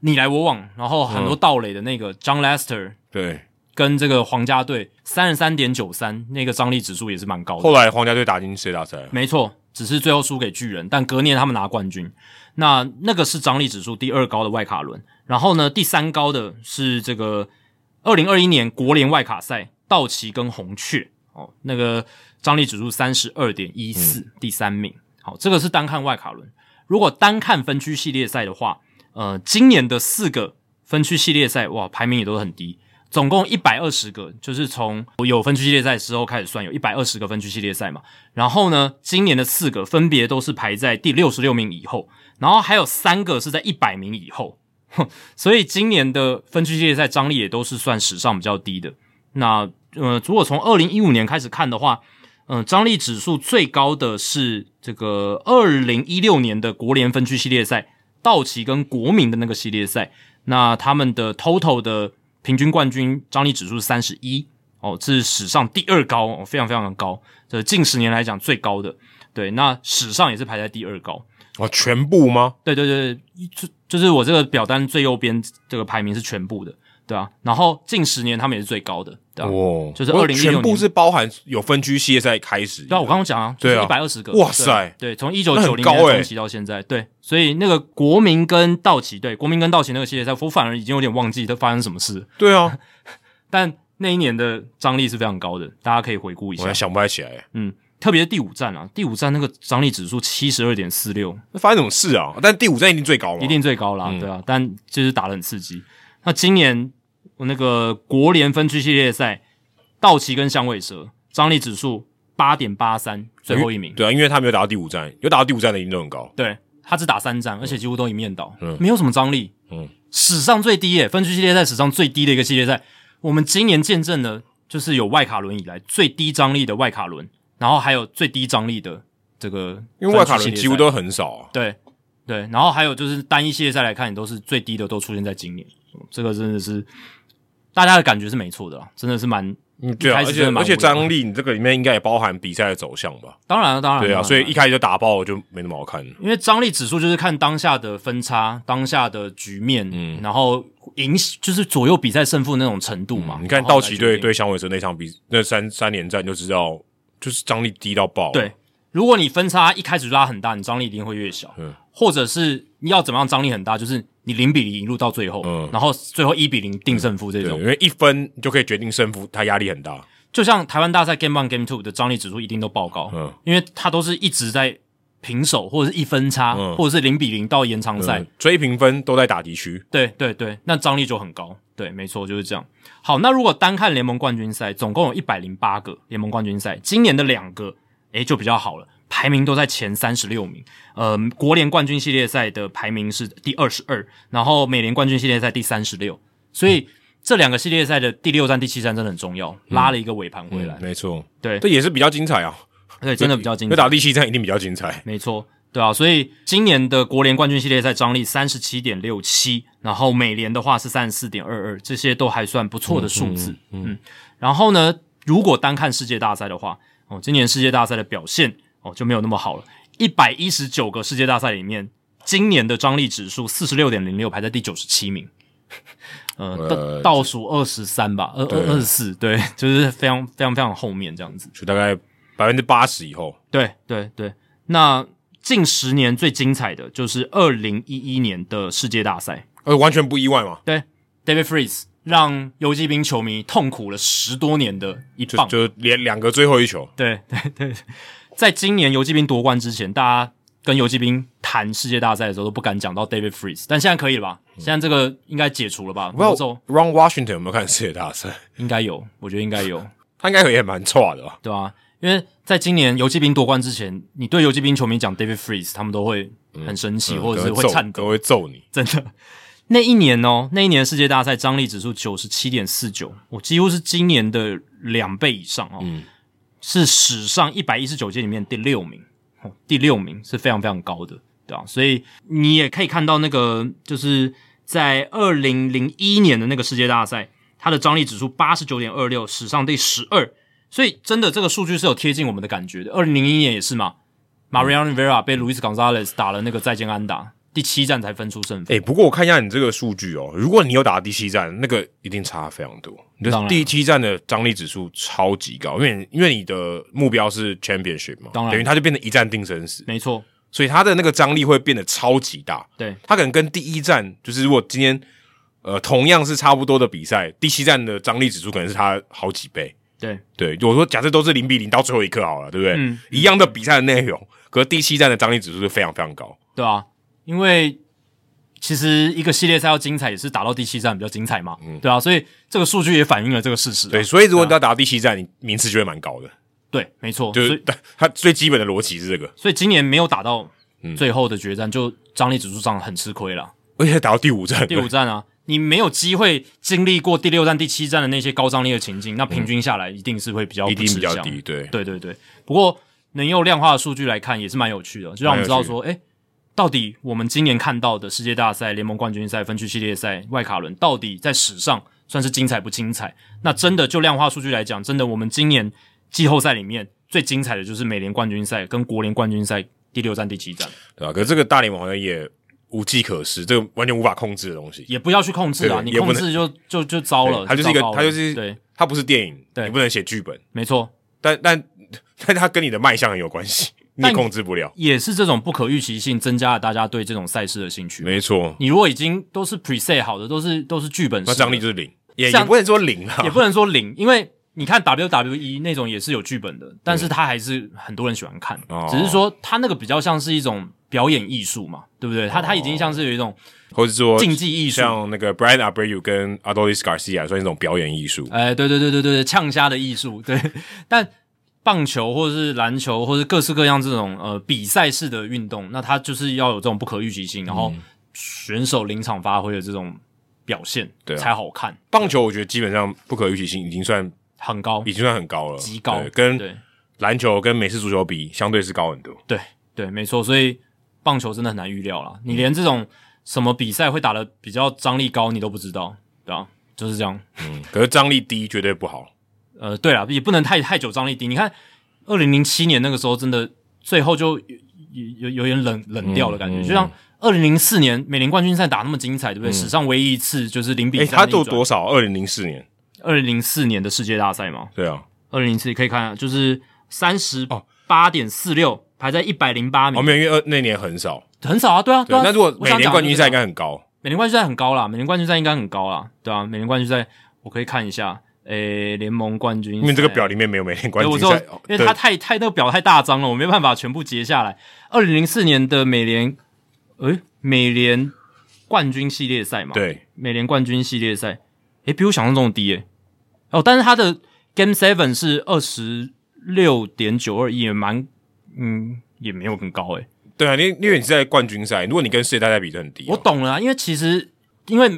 Speaker 1: 你来我往，然后很多盗垒的那个 John Lester、
Speaker 6: 对。
Speaker 1: 跟这个皇家队三十三点九三，那个张力指数也是蛮高的。
Speaker 6: 后来皇家队打进世界大赛了，
Speaker 1: 没错，只是最后输给巨人，但隔年他们拿冠军。那那个是张力指数第二高的外卡轮，然后呢，第三高的是这个二零二一年国联外卡赛，道奇跟红雀哦，那个张力指数三十二点一四，第三名。好，这个是单看外卡轮。如果单看分区系列赛的话，呃，今年的四个分区系列赛哇排名也都很低，总共一百二十个，就是从我有分区系列赛之后开始算，有一百二十个分区系列赛嘛。然后呢，今年的四个分别都是排在第六十六名以后，然后还有三个是在一百名以后， 哼所以今年的分区系列赛张力也都是算史上比较低的。那呃，如果从二零一五年开始看的话，嗯、张力指数最高的是这个二零一六年的国联分区系列赛，道奇跟国民的那个系列赛，那他们的 total 的平均冠军张力指数三十一，哦，这是史上第二高，哦、非常非常的高，这近十年来讲最高的。对，那史上也是排在第二高。
Speaker 2: 哦，全部吗？
Speaker 1: 对对对，对就就是我这个表单最右边这个排名是全部的，对啊。然后近十年他们也是最高的，对啊。
Speaker 2: 哇，
Speaker 1: 就是
Speaker 2: 我
Speaker 1: 2016
Speaker 2: 全部
Speaker 1: 年
Speaker 2: 是包含有分区系列赛开始。
Speaker 1: 对啊，我刚刚讲啊，
Speaker 2: 对啊
Speaker 1: 一百二十个，
Speaker 2: 哇塞
Speaker 1: 对，对从一九
Speaker 2: 那
Speaker 1: 九
Speaker 2: 很
Speaker 1: 零
Speaker 2: 高
Speaker 1: 年
Speaker 2: 欸
Speaker 1: 中期到现在，对，所以那个国民跟道奇，对，国民跟道奇那个系列赛，我反而已经有点忘记它发生什么事，
Speaker 2: 对啊，
Speaker 1: 但那一年的张力是非常高的，大家可以回顾一
Speaker 2: 我
Speaker 1: 下
Speaker 2: 还，想不太起来，
Speaker 1: 嗯，特别是第五站啊，第五站那个张力指数七十二点四六，
Speaker 2: 那发生什么事啊？但第五站一定最高嘛？
Speaker 1: 一定最高
Speaker 2: 嗯
Speaker 1: 啦，对啊，但就是打得很刺激。那今年那个国联分区系列赛，道奇跟响尾蛇张力指数八点八三，最后一名。
Speaker 2: 对啊，因为他没有打到第五站，有打到第五站的一定都很高。
Speaker 1: 对他只打三战，而且几乎都一面倒，
Speaker 2: 嗯
Speaker 1: 没有什么张力，
Speaker 2: 嗯
Speaker 1: 史上最低耶、分区系列赛史上最低的一个系列赛，我们今年见证了就是有外卡轮以来最低张力的外卡轮，然后还有最低张力的这个，
Speaker 2: 因为外卡人几乎都很少、啊，
Speaker 1: 对对，然后还有就是单一系列赛来看，也都是最低的都出现在今年，这个真的是大家的感觉是没错的啦，真的是蛮
Speaker 2: 嗯，对啊，
Speaker 1: 一开始
Speaker 2: 而且
Speaker 1: 真的蛮
Speaker 2: 而且
Speaker 1: 无聊的
Speaker 2: 张力，你这个里面应该也包含比赛的走向吧？
Speaker 1: 当然了当然了当
Speaker 2: 对
Speaker 1: 然了
Speaker 2: 啊，所以一开始就打爆，我就没那么好看了。
Speaker 1: 因为张力指数就是看当下的分差、当下的局面，嗯，然后影就是左右比赛胜负那种程度嘛。
Speaker 2: 嗯你看
Speaker 1: 然后
Speaker 2: 道
Speaker 1: 来
Speaker 2: 奇
Speaker 1: 决
Speaker 2: 队
Speaker 1: 定
Speaker 2: 对响尾蛇那场比那三三连战就知道，就是张力低到爆。
Speaker 1: 对，如果你分差一开始就拉很大，你张力一定会越小。
Speaker 2: 嗯
Speaker 1: 或者是你要怎么样张力很大，就是你零比零一路到最后，
Speaker 2: 嗯
Speaker 1: 然后最后一比零定胜负这
Speaker 2: 对，
Speaker 1: 种。
Speaker 2: 因为一分就可以决定胜负，他压力很大。
Speaker 1: 就像台湾大赛 Game One、Game Two 的张力指数一定都爆高，
Speaker 2: 嗯
Speaker 1: 因为它都是一直在平手或者是一分差，
Speaker 2: 嗯
Speaker 1: 或者是零比零到延长赛。
Speaker 2: 嗯追平分都在打敌区，
Speaker 1: 对对对，那张力就很高。对，没错，就是这样。好，那如果单看联盟冠军赛，总共有一百零八个联盟冠军赛，今年的两个，诶就比较好了，排名都在前三十六名。呃，国联冠军系列赛的排名是第二十二，然后美联冠军系列赛第三十六，所以这两个系列赛的第六站、第七站真的很重要，拉了一个尾盘回来。
Speaker 2: 嗯没错，
Speaker 1: 对
Speaker 2: 这也是比较精彩啊，
Speaker 1: 对，真的比较精
Speaker 2: 因为
Speaker 1: 彩。
Speaker 2: 打第七战一定比较精彩。
Speaker 1: 没错，对啊，所以今年的国联冠军系列赛张力三十七点六七，然后美联的话是三十四点二二，这些都还算不错的数字。嗯然后呢，如果单看世界大赛的话，哦，今年世界大赛的表现哦就没有那么好了。一百一十九个世界大赛里面，今年的张力指数四十六点零六，排在第九十七名。 呃，
Speaker 2: 呃
Speaker 1: 倒倒数二十三吧，二
Speaker 2: 对
Speaker 1: 二二十四，对，就是非常非常非常后面这样子。
Speaker 2: 就大概百分之八十以后，
Speaker 1: 对对对，那近十年最精彩的就是二零一一年的世界大赛，
Speaker 2: 呃，完全不意外嘛，
Speaker 1: 对，David Freeze 让游击兵球迷痛苦了十多年的一
Speaker 2: 就
Speaker 1: 棒，
Speaker 2: 就连两个最后一球，
Speaker 1: 对对对，在今年游击兵夺冠之前，大家跟游击兵谈世界大赛的时候都不敢讲到 David Freeze，但现在可以了吧？现在这个应该解除了吧？
Speaker 2: 不
Speaker 1: 魔
Speaker 2: 知道
Speaker 1: 咒
Speaker 2: Ron Washington 有没有看世界大赛？
Speaker 1: 应该有，我觉得应该有。
Speaker 2: 他应该也蛮差的吧？哦
Speaker 1: 对啊，因为在今年游击兵夺冠之前，你对游击兵球迷讲 David Freeze，他们都会很生
Speaker 2: 嗯
Speaker 1: 气，或者是会颤抖，
Speaker 2: 都会揍你。
Speaker 1: 真的。那一年哦，那一年世界大赛张力指数九十七点四九，我几乎是今年的两倍以上哦，是史上一百一十九届里面第六名，哦第六名是非常非常高的，对啊，所以你也可以看到那个就是在二零零一年的那个世界大赛，它的张力指数八十九点二六，史上第十二，所以真的这个数据是有贴近我们的感觉的。二零零一年也是嘛，Mariano Rivera 被 Luis Gonzalez 打了那个再见安打，第七战才分出胜负。
Speaker 2: 哎、不过我看一下你这个数据哦，如果你有打第七站，那个一定差非常多。你
Speaker 1: 当
Speaker 2: 的
Speaker 1: 然
Speaker 2: 第七站的张力指数超级高，因为你因为你的目标是 championship 嘛，
Speaker 1: 当然
Speaker 2: 等于它就变成一战定生死，
Speaker 1: 没错，
Speaker 2: 所以它的那个张力会变得超级大。
Speaker 1: 对
Speaker 2: 它可能跟第一站，就是如果今天呃同样是差不多的比赛，第七站的张力指数可能是它好几倍。
Speaker 1: 对
Speaker 2: 对，我说假设都是零比零到最后一刻好了，对不对？
Speaker 1: 嗯
Speaker 2: 一样的比赛的内容，可是第七站的张力指数是非常非常高。
Speaker 1: 对啊，因为其实一个系列赛要精彩，也是打到第七站比较精彩嘛，对啊，所以这个数据也反映了这个事实啊、
Speaker 2: 嗯对，所以如果你要打到第七站，你名次就会蛮高的，
Speaker 1: 对，没错，
Speaker 2: 就
Speaker 1: 所
Speaker 2: 是
Speaker 1: 以
Speaker 2: 但它最基本的逻辑是这个，
Speaker 1: 所以今年没有打到
Speaker 2: 嗯
Speaker 1: 最后的决战，就张力指数上很吃亏了。
Speaker 2: 而且打到第五 站，
Speaker 1: 第五站啊，你没有机会经历过第六站、第七站的那些高张力的情境，那平均下来一定是会比较
Speaker 2: 嗯一定
Speaker 1: 不
Speaker 2: 比较
Speaker 1: 吃香
Speaker 2: 低，对，
Speaker 1: 对对对，不过能用量化的数据来看，也是蛮有趣的，就让我们知道说，哎，到底我们今年看到的世界大赛、联盟冠军赛、分区系列赛、外卡轮，到底在史上算是精彩不精彩？那真的就量化数据来讲，真的我们今年季后赛里面最精彩的就是美联冠军赛跟国联冠军赛第六站、第七站，
Speaker 2: 对吧？可是这个大联盟好像也无计可施，这个完全无法控制的东西，
Speaker 1: 也不要去控制啊，
Speaker 2: 对
Speaker 1: 你
Speaker 2: 也不
Speaker 1: 控
Speaker 2: 能
Speaker 1: 制就就就糟了，
Speaker 2: 对它就是一个
Speaker 1: 糟糕了
Speaker 2: 它就是
Speaker 1: 对，
Speaker 2: 它不是电影，
Speaker 1: 对
Speaker 2: 你不能写剧本，
Speaker 1: 没错。
Speaker 2: 但但但它跟你的卖相很有关系，你也
Speaker 1: 但
Speaker 2: 控制不了，
Speaker 1: 也是这种不可预期性增加了大家对这种赛事的兴趣。
Speaker 2: 没错，
Speaker 1: 你如果已经都是 preset 好的，都是都是剧本式的，
Speaker 2: 那张力就是零，也
Speaker 1: 像
Speaker 2: 也不能说零啊，
Speaker 1: 也不能说零，因为你看 WWE 那种也是有剧本的，但是它还是很多人喜欢看，
Speaker 2: 哦
Speaker 1: 只是说它那个比较像是一种表演艺术嘛，对不对？它它已经像是有一种
Speaker 2: 或是说
Speaker 1: 竞技艺术，
Speaker 2: 哦像那个 Brian Abreu 跟 Adolis Garcia 算是一种表演艺术，
Speaker 1: 哎，对对对对对，呛虾的艺术，对。但棒球或者是篮球或者是各式各样这种呃比赛式的运动，那它就是要有这种不可预期性，然后
Speaker 2: 嗯
Speaker 1: 选手临场发挥的这种表现，
Speaker 2: 对啊
Speaker 1: 才好看，
Speaker 2: 棒球我觉得基本上不可预期性已经算
Speaker 1: 很高，
Speaker 2: 已经算很高了，
Speaker 1: 极高
Speaker 2: 对，跟
Speaker 1: 对
Speaker 2: 篮球跟美式足球比，相对是高很多。
Speaker 1: 对对，没错。所以棒球真的很难预料啦，你连这种什么比赛会打的比较张力高，你都不知道，对啊，就是这样。
Speaker 2: 可是张力低绝对不好，
Speaker 1: 呃，对了，也不能太太久张力低。你看，二零零七年那个时候，真的最后就有有有有点冷冷掉的
Speaker 2: 嗯
Speaker 1: 感觉，就像二零零四年美联冠军赛打那么精彩，对不对？史上唯一一次就是零比
Speaker 2: 诶，
Speaker 1: 三、
Speaker 2: 他做多少？二零零四年，
Speaker 1: 二零零四年的世界大赛嘛，
Speaker 2: 对啊，
Speaker 1: 二零零四可以看，啊就是三十八点四六排在一百零八名，
Speaker 2: 哦，没有，因为二那年很少。
Speaker 1: 很少啊，对啊，嗯对，
Speaker 2: 对
Speaker 1: 啊。
Speaker 2: 那如果
Speaker 1: 我
Speaker 2: 每
Speaker 1: 想
Speaker 2: 年
Speaker 1: 讲
Speaker 2: 冠
Speaker 1: 的就
Speaker 2: 军
Speaker 1: 这
Speaker 2: 赛
Speaker 1: 样
Speaker 2: 应该很高，
Speaker 1: 美联冠军赛很高啦，美联冠军赛应该很高啦，对啊，美联冠军赛我可以看一下，诶，联盟冠军赛，
Speaker 2: 因为这个表里面没有每年冠
Speaker 1: 对，我
Speaker 2: 军
Speaker 1: 知道
Speaker 2: 赛，哦，
Speaker 1: 因为他
Speaker 2: 对
Speaker 1: 太太那个表太大张了，我没办法全部截下来。二零零四年的美联，诶、美联冠军系列赛嘛，，
Speaker 2: 对
Speaker 1: 美联冠军系列赛，诶、比我想象中的低诶、哦，但是他的 Game Seven 是二十六点九二，也蛮，嗯，也没有很高诶、
Speaker 2: 对啊，因为因为你是在冠军赛，如果你跟世界大赛比就很低啊，
Speaker 1: 我懂了啊，因为其实因为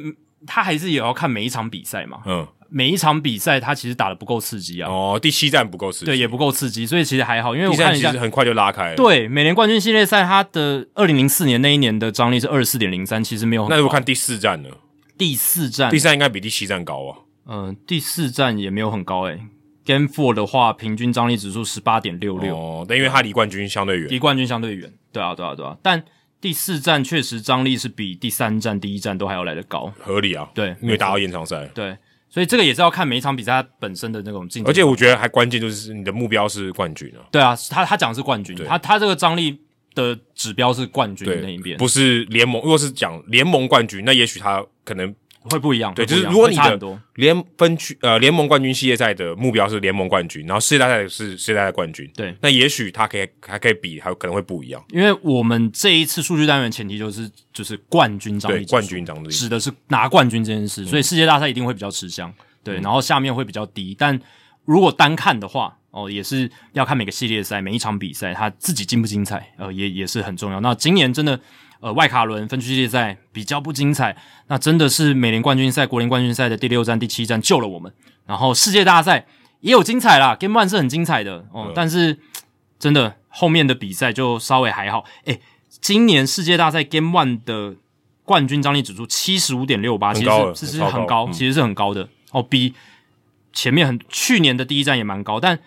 Speaker 1: 他还是也要看每一场比赛嘛，
Speaker 2: 嗯，
Speaker 1: 每一场比赛他其实打的不够刺激啊，
Speaker 2: 哦，第七站不够刺激，
Speaker 1: 对，也不够刺激，所以其实还好，因为
Speaker 2: 第
Speaker 1: 我
Speaker 2: 三
Speaker 1: 看一
Speaker 2: 其
Speaker 1: 下
Speaker 2: 实。很快就拉开了。，
Speaker 1: 对，美联冠军系列赛，它的二零零四年那一年的张力是二十四点零三，其实没有很
Speaker 2: 那如果
Speaker 1: 高
Speaker 2: 看第四站呢？
Speaker 1: 第四站，
Speaker 2: 第三应该比第七站高啊，
Speaker 1: 嗯、第四站也没有很高诶、Game Four 的话，平均张力指数十八点六六，
Speaker 2: 哦，但因为他离冠军相对远，
Speaker 1: 离冠军相对远。对啊，对啊，对啊。但第四站确实张力是比第三站、第一站都还要来得高。
Speaker 2: 合理啊，
Speaker 1: 对
Speaker 2: 因为打到延长赛。
Speaker 1: 对，所以这个也是要看每一场比赛它本身的那种竞争。
Speaker 2: 而且我觉得还关键就是你的目标是冠军啊，
Speaker 1: 对啊，他他讲的是冠军，
Speaker 2: 对
Speaker 1: 他他这个张力的指标是冠军
Speaker 2: 对
Speaker 1: 那一边，
Speaker 2: 不是联盟。如果是讲联盟冠军，那也许他可能
Speaker 1: 会不一样。
Speaker 2: 对，
Speaker 1: 会
Speaker 2: 就
Speaker 1: 不一
Speaker 2: 是
Speaker 1: 样
Speaker 2: 如果
Speaker 1: 会
Speaker 2: 你
Speaker 1: 差很
Speaker 2: 的
Speaker 1: 多，
Speaker 2: 联分区呃联盟冠军系列赛的目标是联盟冠军，然后世界大赛是世界大赛冠军，
Speaker 1: 对
Speaker 2: 那也许他可以还可以比，还有可能会不一样。
Speaker 1: 因为我们这一次数据单元前提就是就是冠军张力
Speaker 2: 对，
Speaker 1: 指数，
Speaker 2: 冠军长这
Speaker 1: 指的是拿冠军这件事，所以世界大赛一定会比较吃香，对，然后下面会比较低，但如果单看的话，哦，也是要看每个系列赛每一场比赛它自己精不精彩，呃，也也是很重要。那今年真的。呃，外卡轮分区系列赛比较不精彩，那真的是美联冠军赛、国联冠军赛的第六站、第七站救了我们。然后世界大赛也有精彩啦，Game One 是很精彩的哦，但是真的后面的比赛就稍微还好。诶，今年世界大赛 Game One 的冠军张力指数七十五点六八，其实
Speaker 2: 很高了
Speaker 1: 是是是
Speaker 2: 超高嗯
Speaker 1: 很高，其实是很高的哦，比前面很去年的第一站也蛮高，但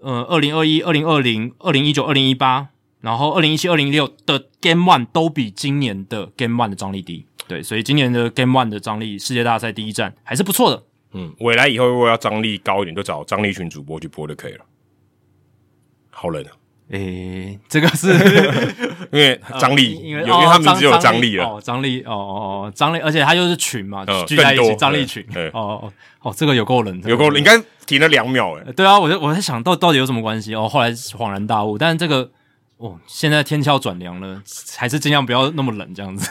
Speaker 1: 呃，二零二一、二零二零、二零一九、二零一八，然后二零一七、二零一六的 Game One 都比今年的 Game One 的张力低。对，所以今年的 Game One 的张力，世界大赛第一站还是不错的。
Speaker 2: 嗯，未来以后如果要张力高一点，就找张力群主播去播就可以了。好冷啊，
Speaker 1: 诶，这个是
Speaker 2: 因为 张力，
Speaker 1: 呃因
Speaker 2: 有
Speaker 1: 为
Speaker 2: 因为
Speaker 1: 哦
Speaker 2: 他名字有
Speaker 1: 张
Speaker 2: 张力了，
Speaker 1: 哦，张力哦哦哦，张力，而且它又是群嘛，
Speaker 2: 嗯
Speaker 1: 聚在一
Speaker 2: 更
Speaker 1: 起
Speaker 2: 多
Speaker 1: 张力群
Speaker 2: 对。
Speaker 1: 哦哦哦，这个有够冷，这个
Speaker 2: 有够，你刚停了两秒哎、
Speaker 1: 对啊，我就我在想到到底有什么关系哦，后来恍然大悟，但这个哦，现在天气要转凉了，还是尽量不要那么冷这样子。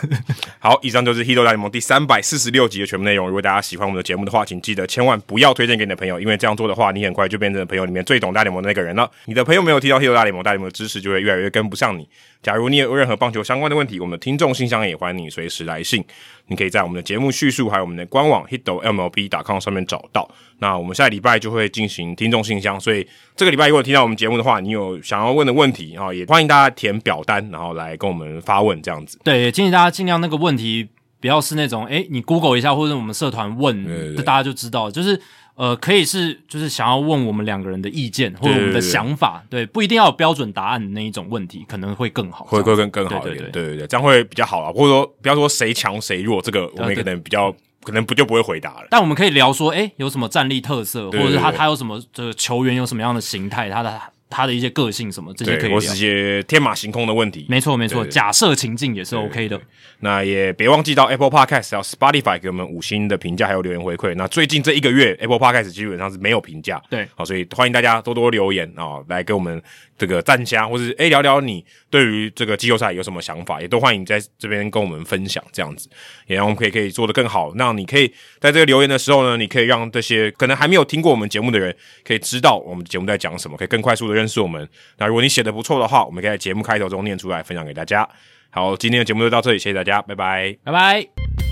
Speaker 2: 好，以上就是《h i t o 大联盟》第三百四十六集的全部内容。如果大家喜欢我们的节目的话，请记得千万不要推荐给你的朋友，因为这样做的话，你很快就变成朋友里面最懂大联盟的那个人了。你的朋友没有提到《h i t o 大联盟》，大联盟的知识就会越来越跟不上你。假如你有任何棒球相关的问题，我们的听众信箱也欢迎你随时来信，你可以在我们的节目叙述还有我们的官网 hitomlb.com 上面找到。那我们下礼拜就会进行听众信箱，所以这个礼拜如果听到我们节目的话，你有想要问的问题啊，也欢迎大家填表单，然后来跟我们发问这样子。
Speaker 1: 对，也建议大家尽量那个问题不要是那种，诶，你 Google 一下或者我们社团问，
Speaker 2: 对
Speaker 1: 大家就知道，就是呃，可以是就是想要问我们两个人的意见或者我们的想法，对，不一定要有标准答案的那一种问题，可能会更好，
Speaker 2: 会
Speaker 1: 这
Speaker 2: 会
Speaker 1: 样
Speaker 2: 更更好一
Speaker 1: 对
Speaker 2: 点，
Speaker 1: 对
Speaker 2: 对对对，这样会比较好啊。或者说不要说谁强谁弱，这个我们
Speaker 1: 对
Speaker 2: 可能比较可能不就不会回答了。
Speaker 1: 但我们可以聊说，诶，有什么战力特色，
Speaker 2: 对
Speaker 1: 或者是他
Speaker 2: 对对
Speaker 1: 他有什么这个球员有什么样的形态，他的他的一些个性什么，这些可
Speaker 2: 对，
Speaker 1: 以聊。
Speaker 2: 或是一些天马行空的问题。
Speaker 1: 没错，没错，
Speaker 2: 对对对
Speaker 1: 假设情境也是 OK 的。
Speaker 2: 那也别忘记到 Apple Podcast 还有 Spotify 给我们五星的评价，还有留言回馈。那最近这一个月 Apple Podcast 基本上是没有评价，
Speaker 1: 对
Speaker 2: 好，所以欢迎大家多多留言啊、来给我们这个赞加，或是哎聊聊你对于这个季后赛有什么想法，也都欢迎在这边跟我们分享，这样子，也让我们可以可以做得更好。那你可以在这个留言的时候呢，你可以让这些可能还没有听过我们节目的人，可以知道我们节目在讲什么，可以更快速的认识我们。那如果你写的不错的话，我们可以在节目开头中念出来，分享给大家。好，今天的节目就到这里，谢谢大家，拜拜。
Speaker 1: 拜拜。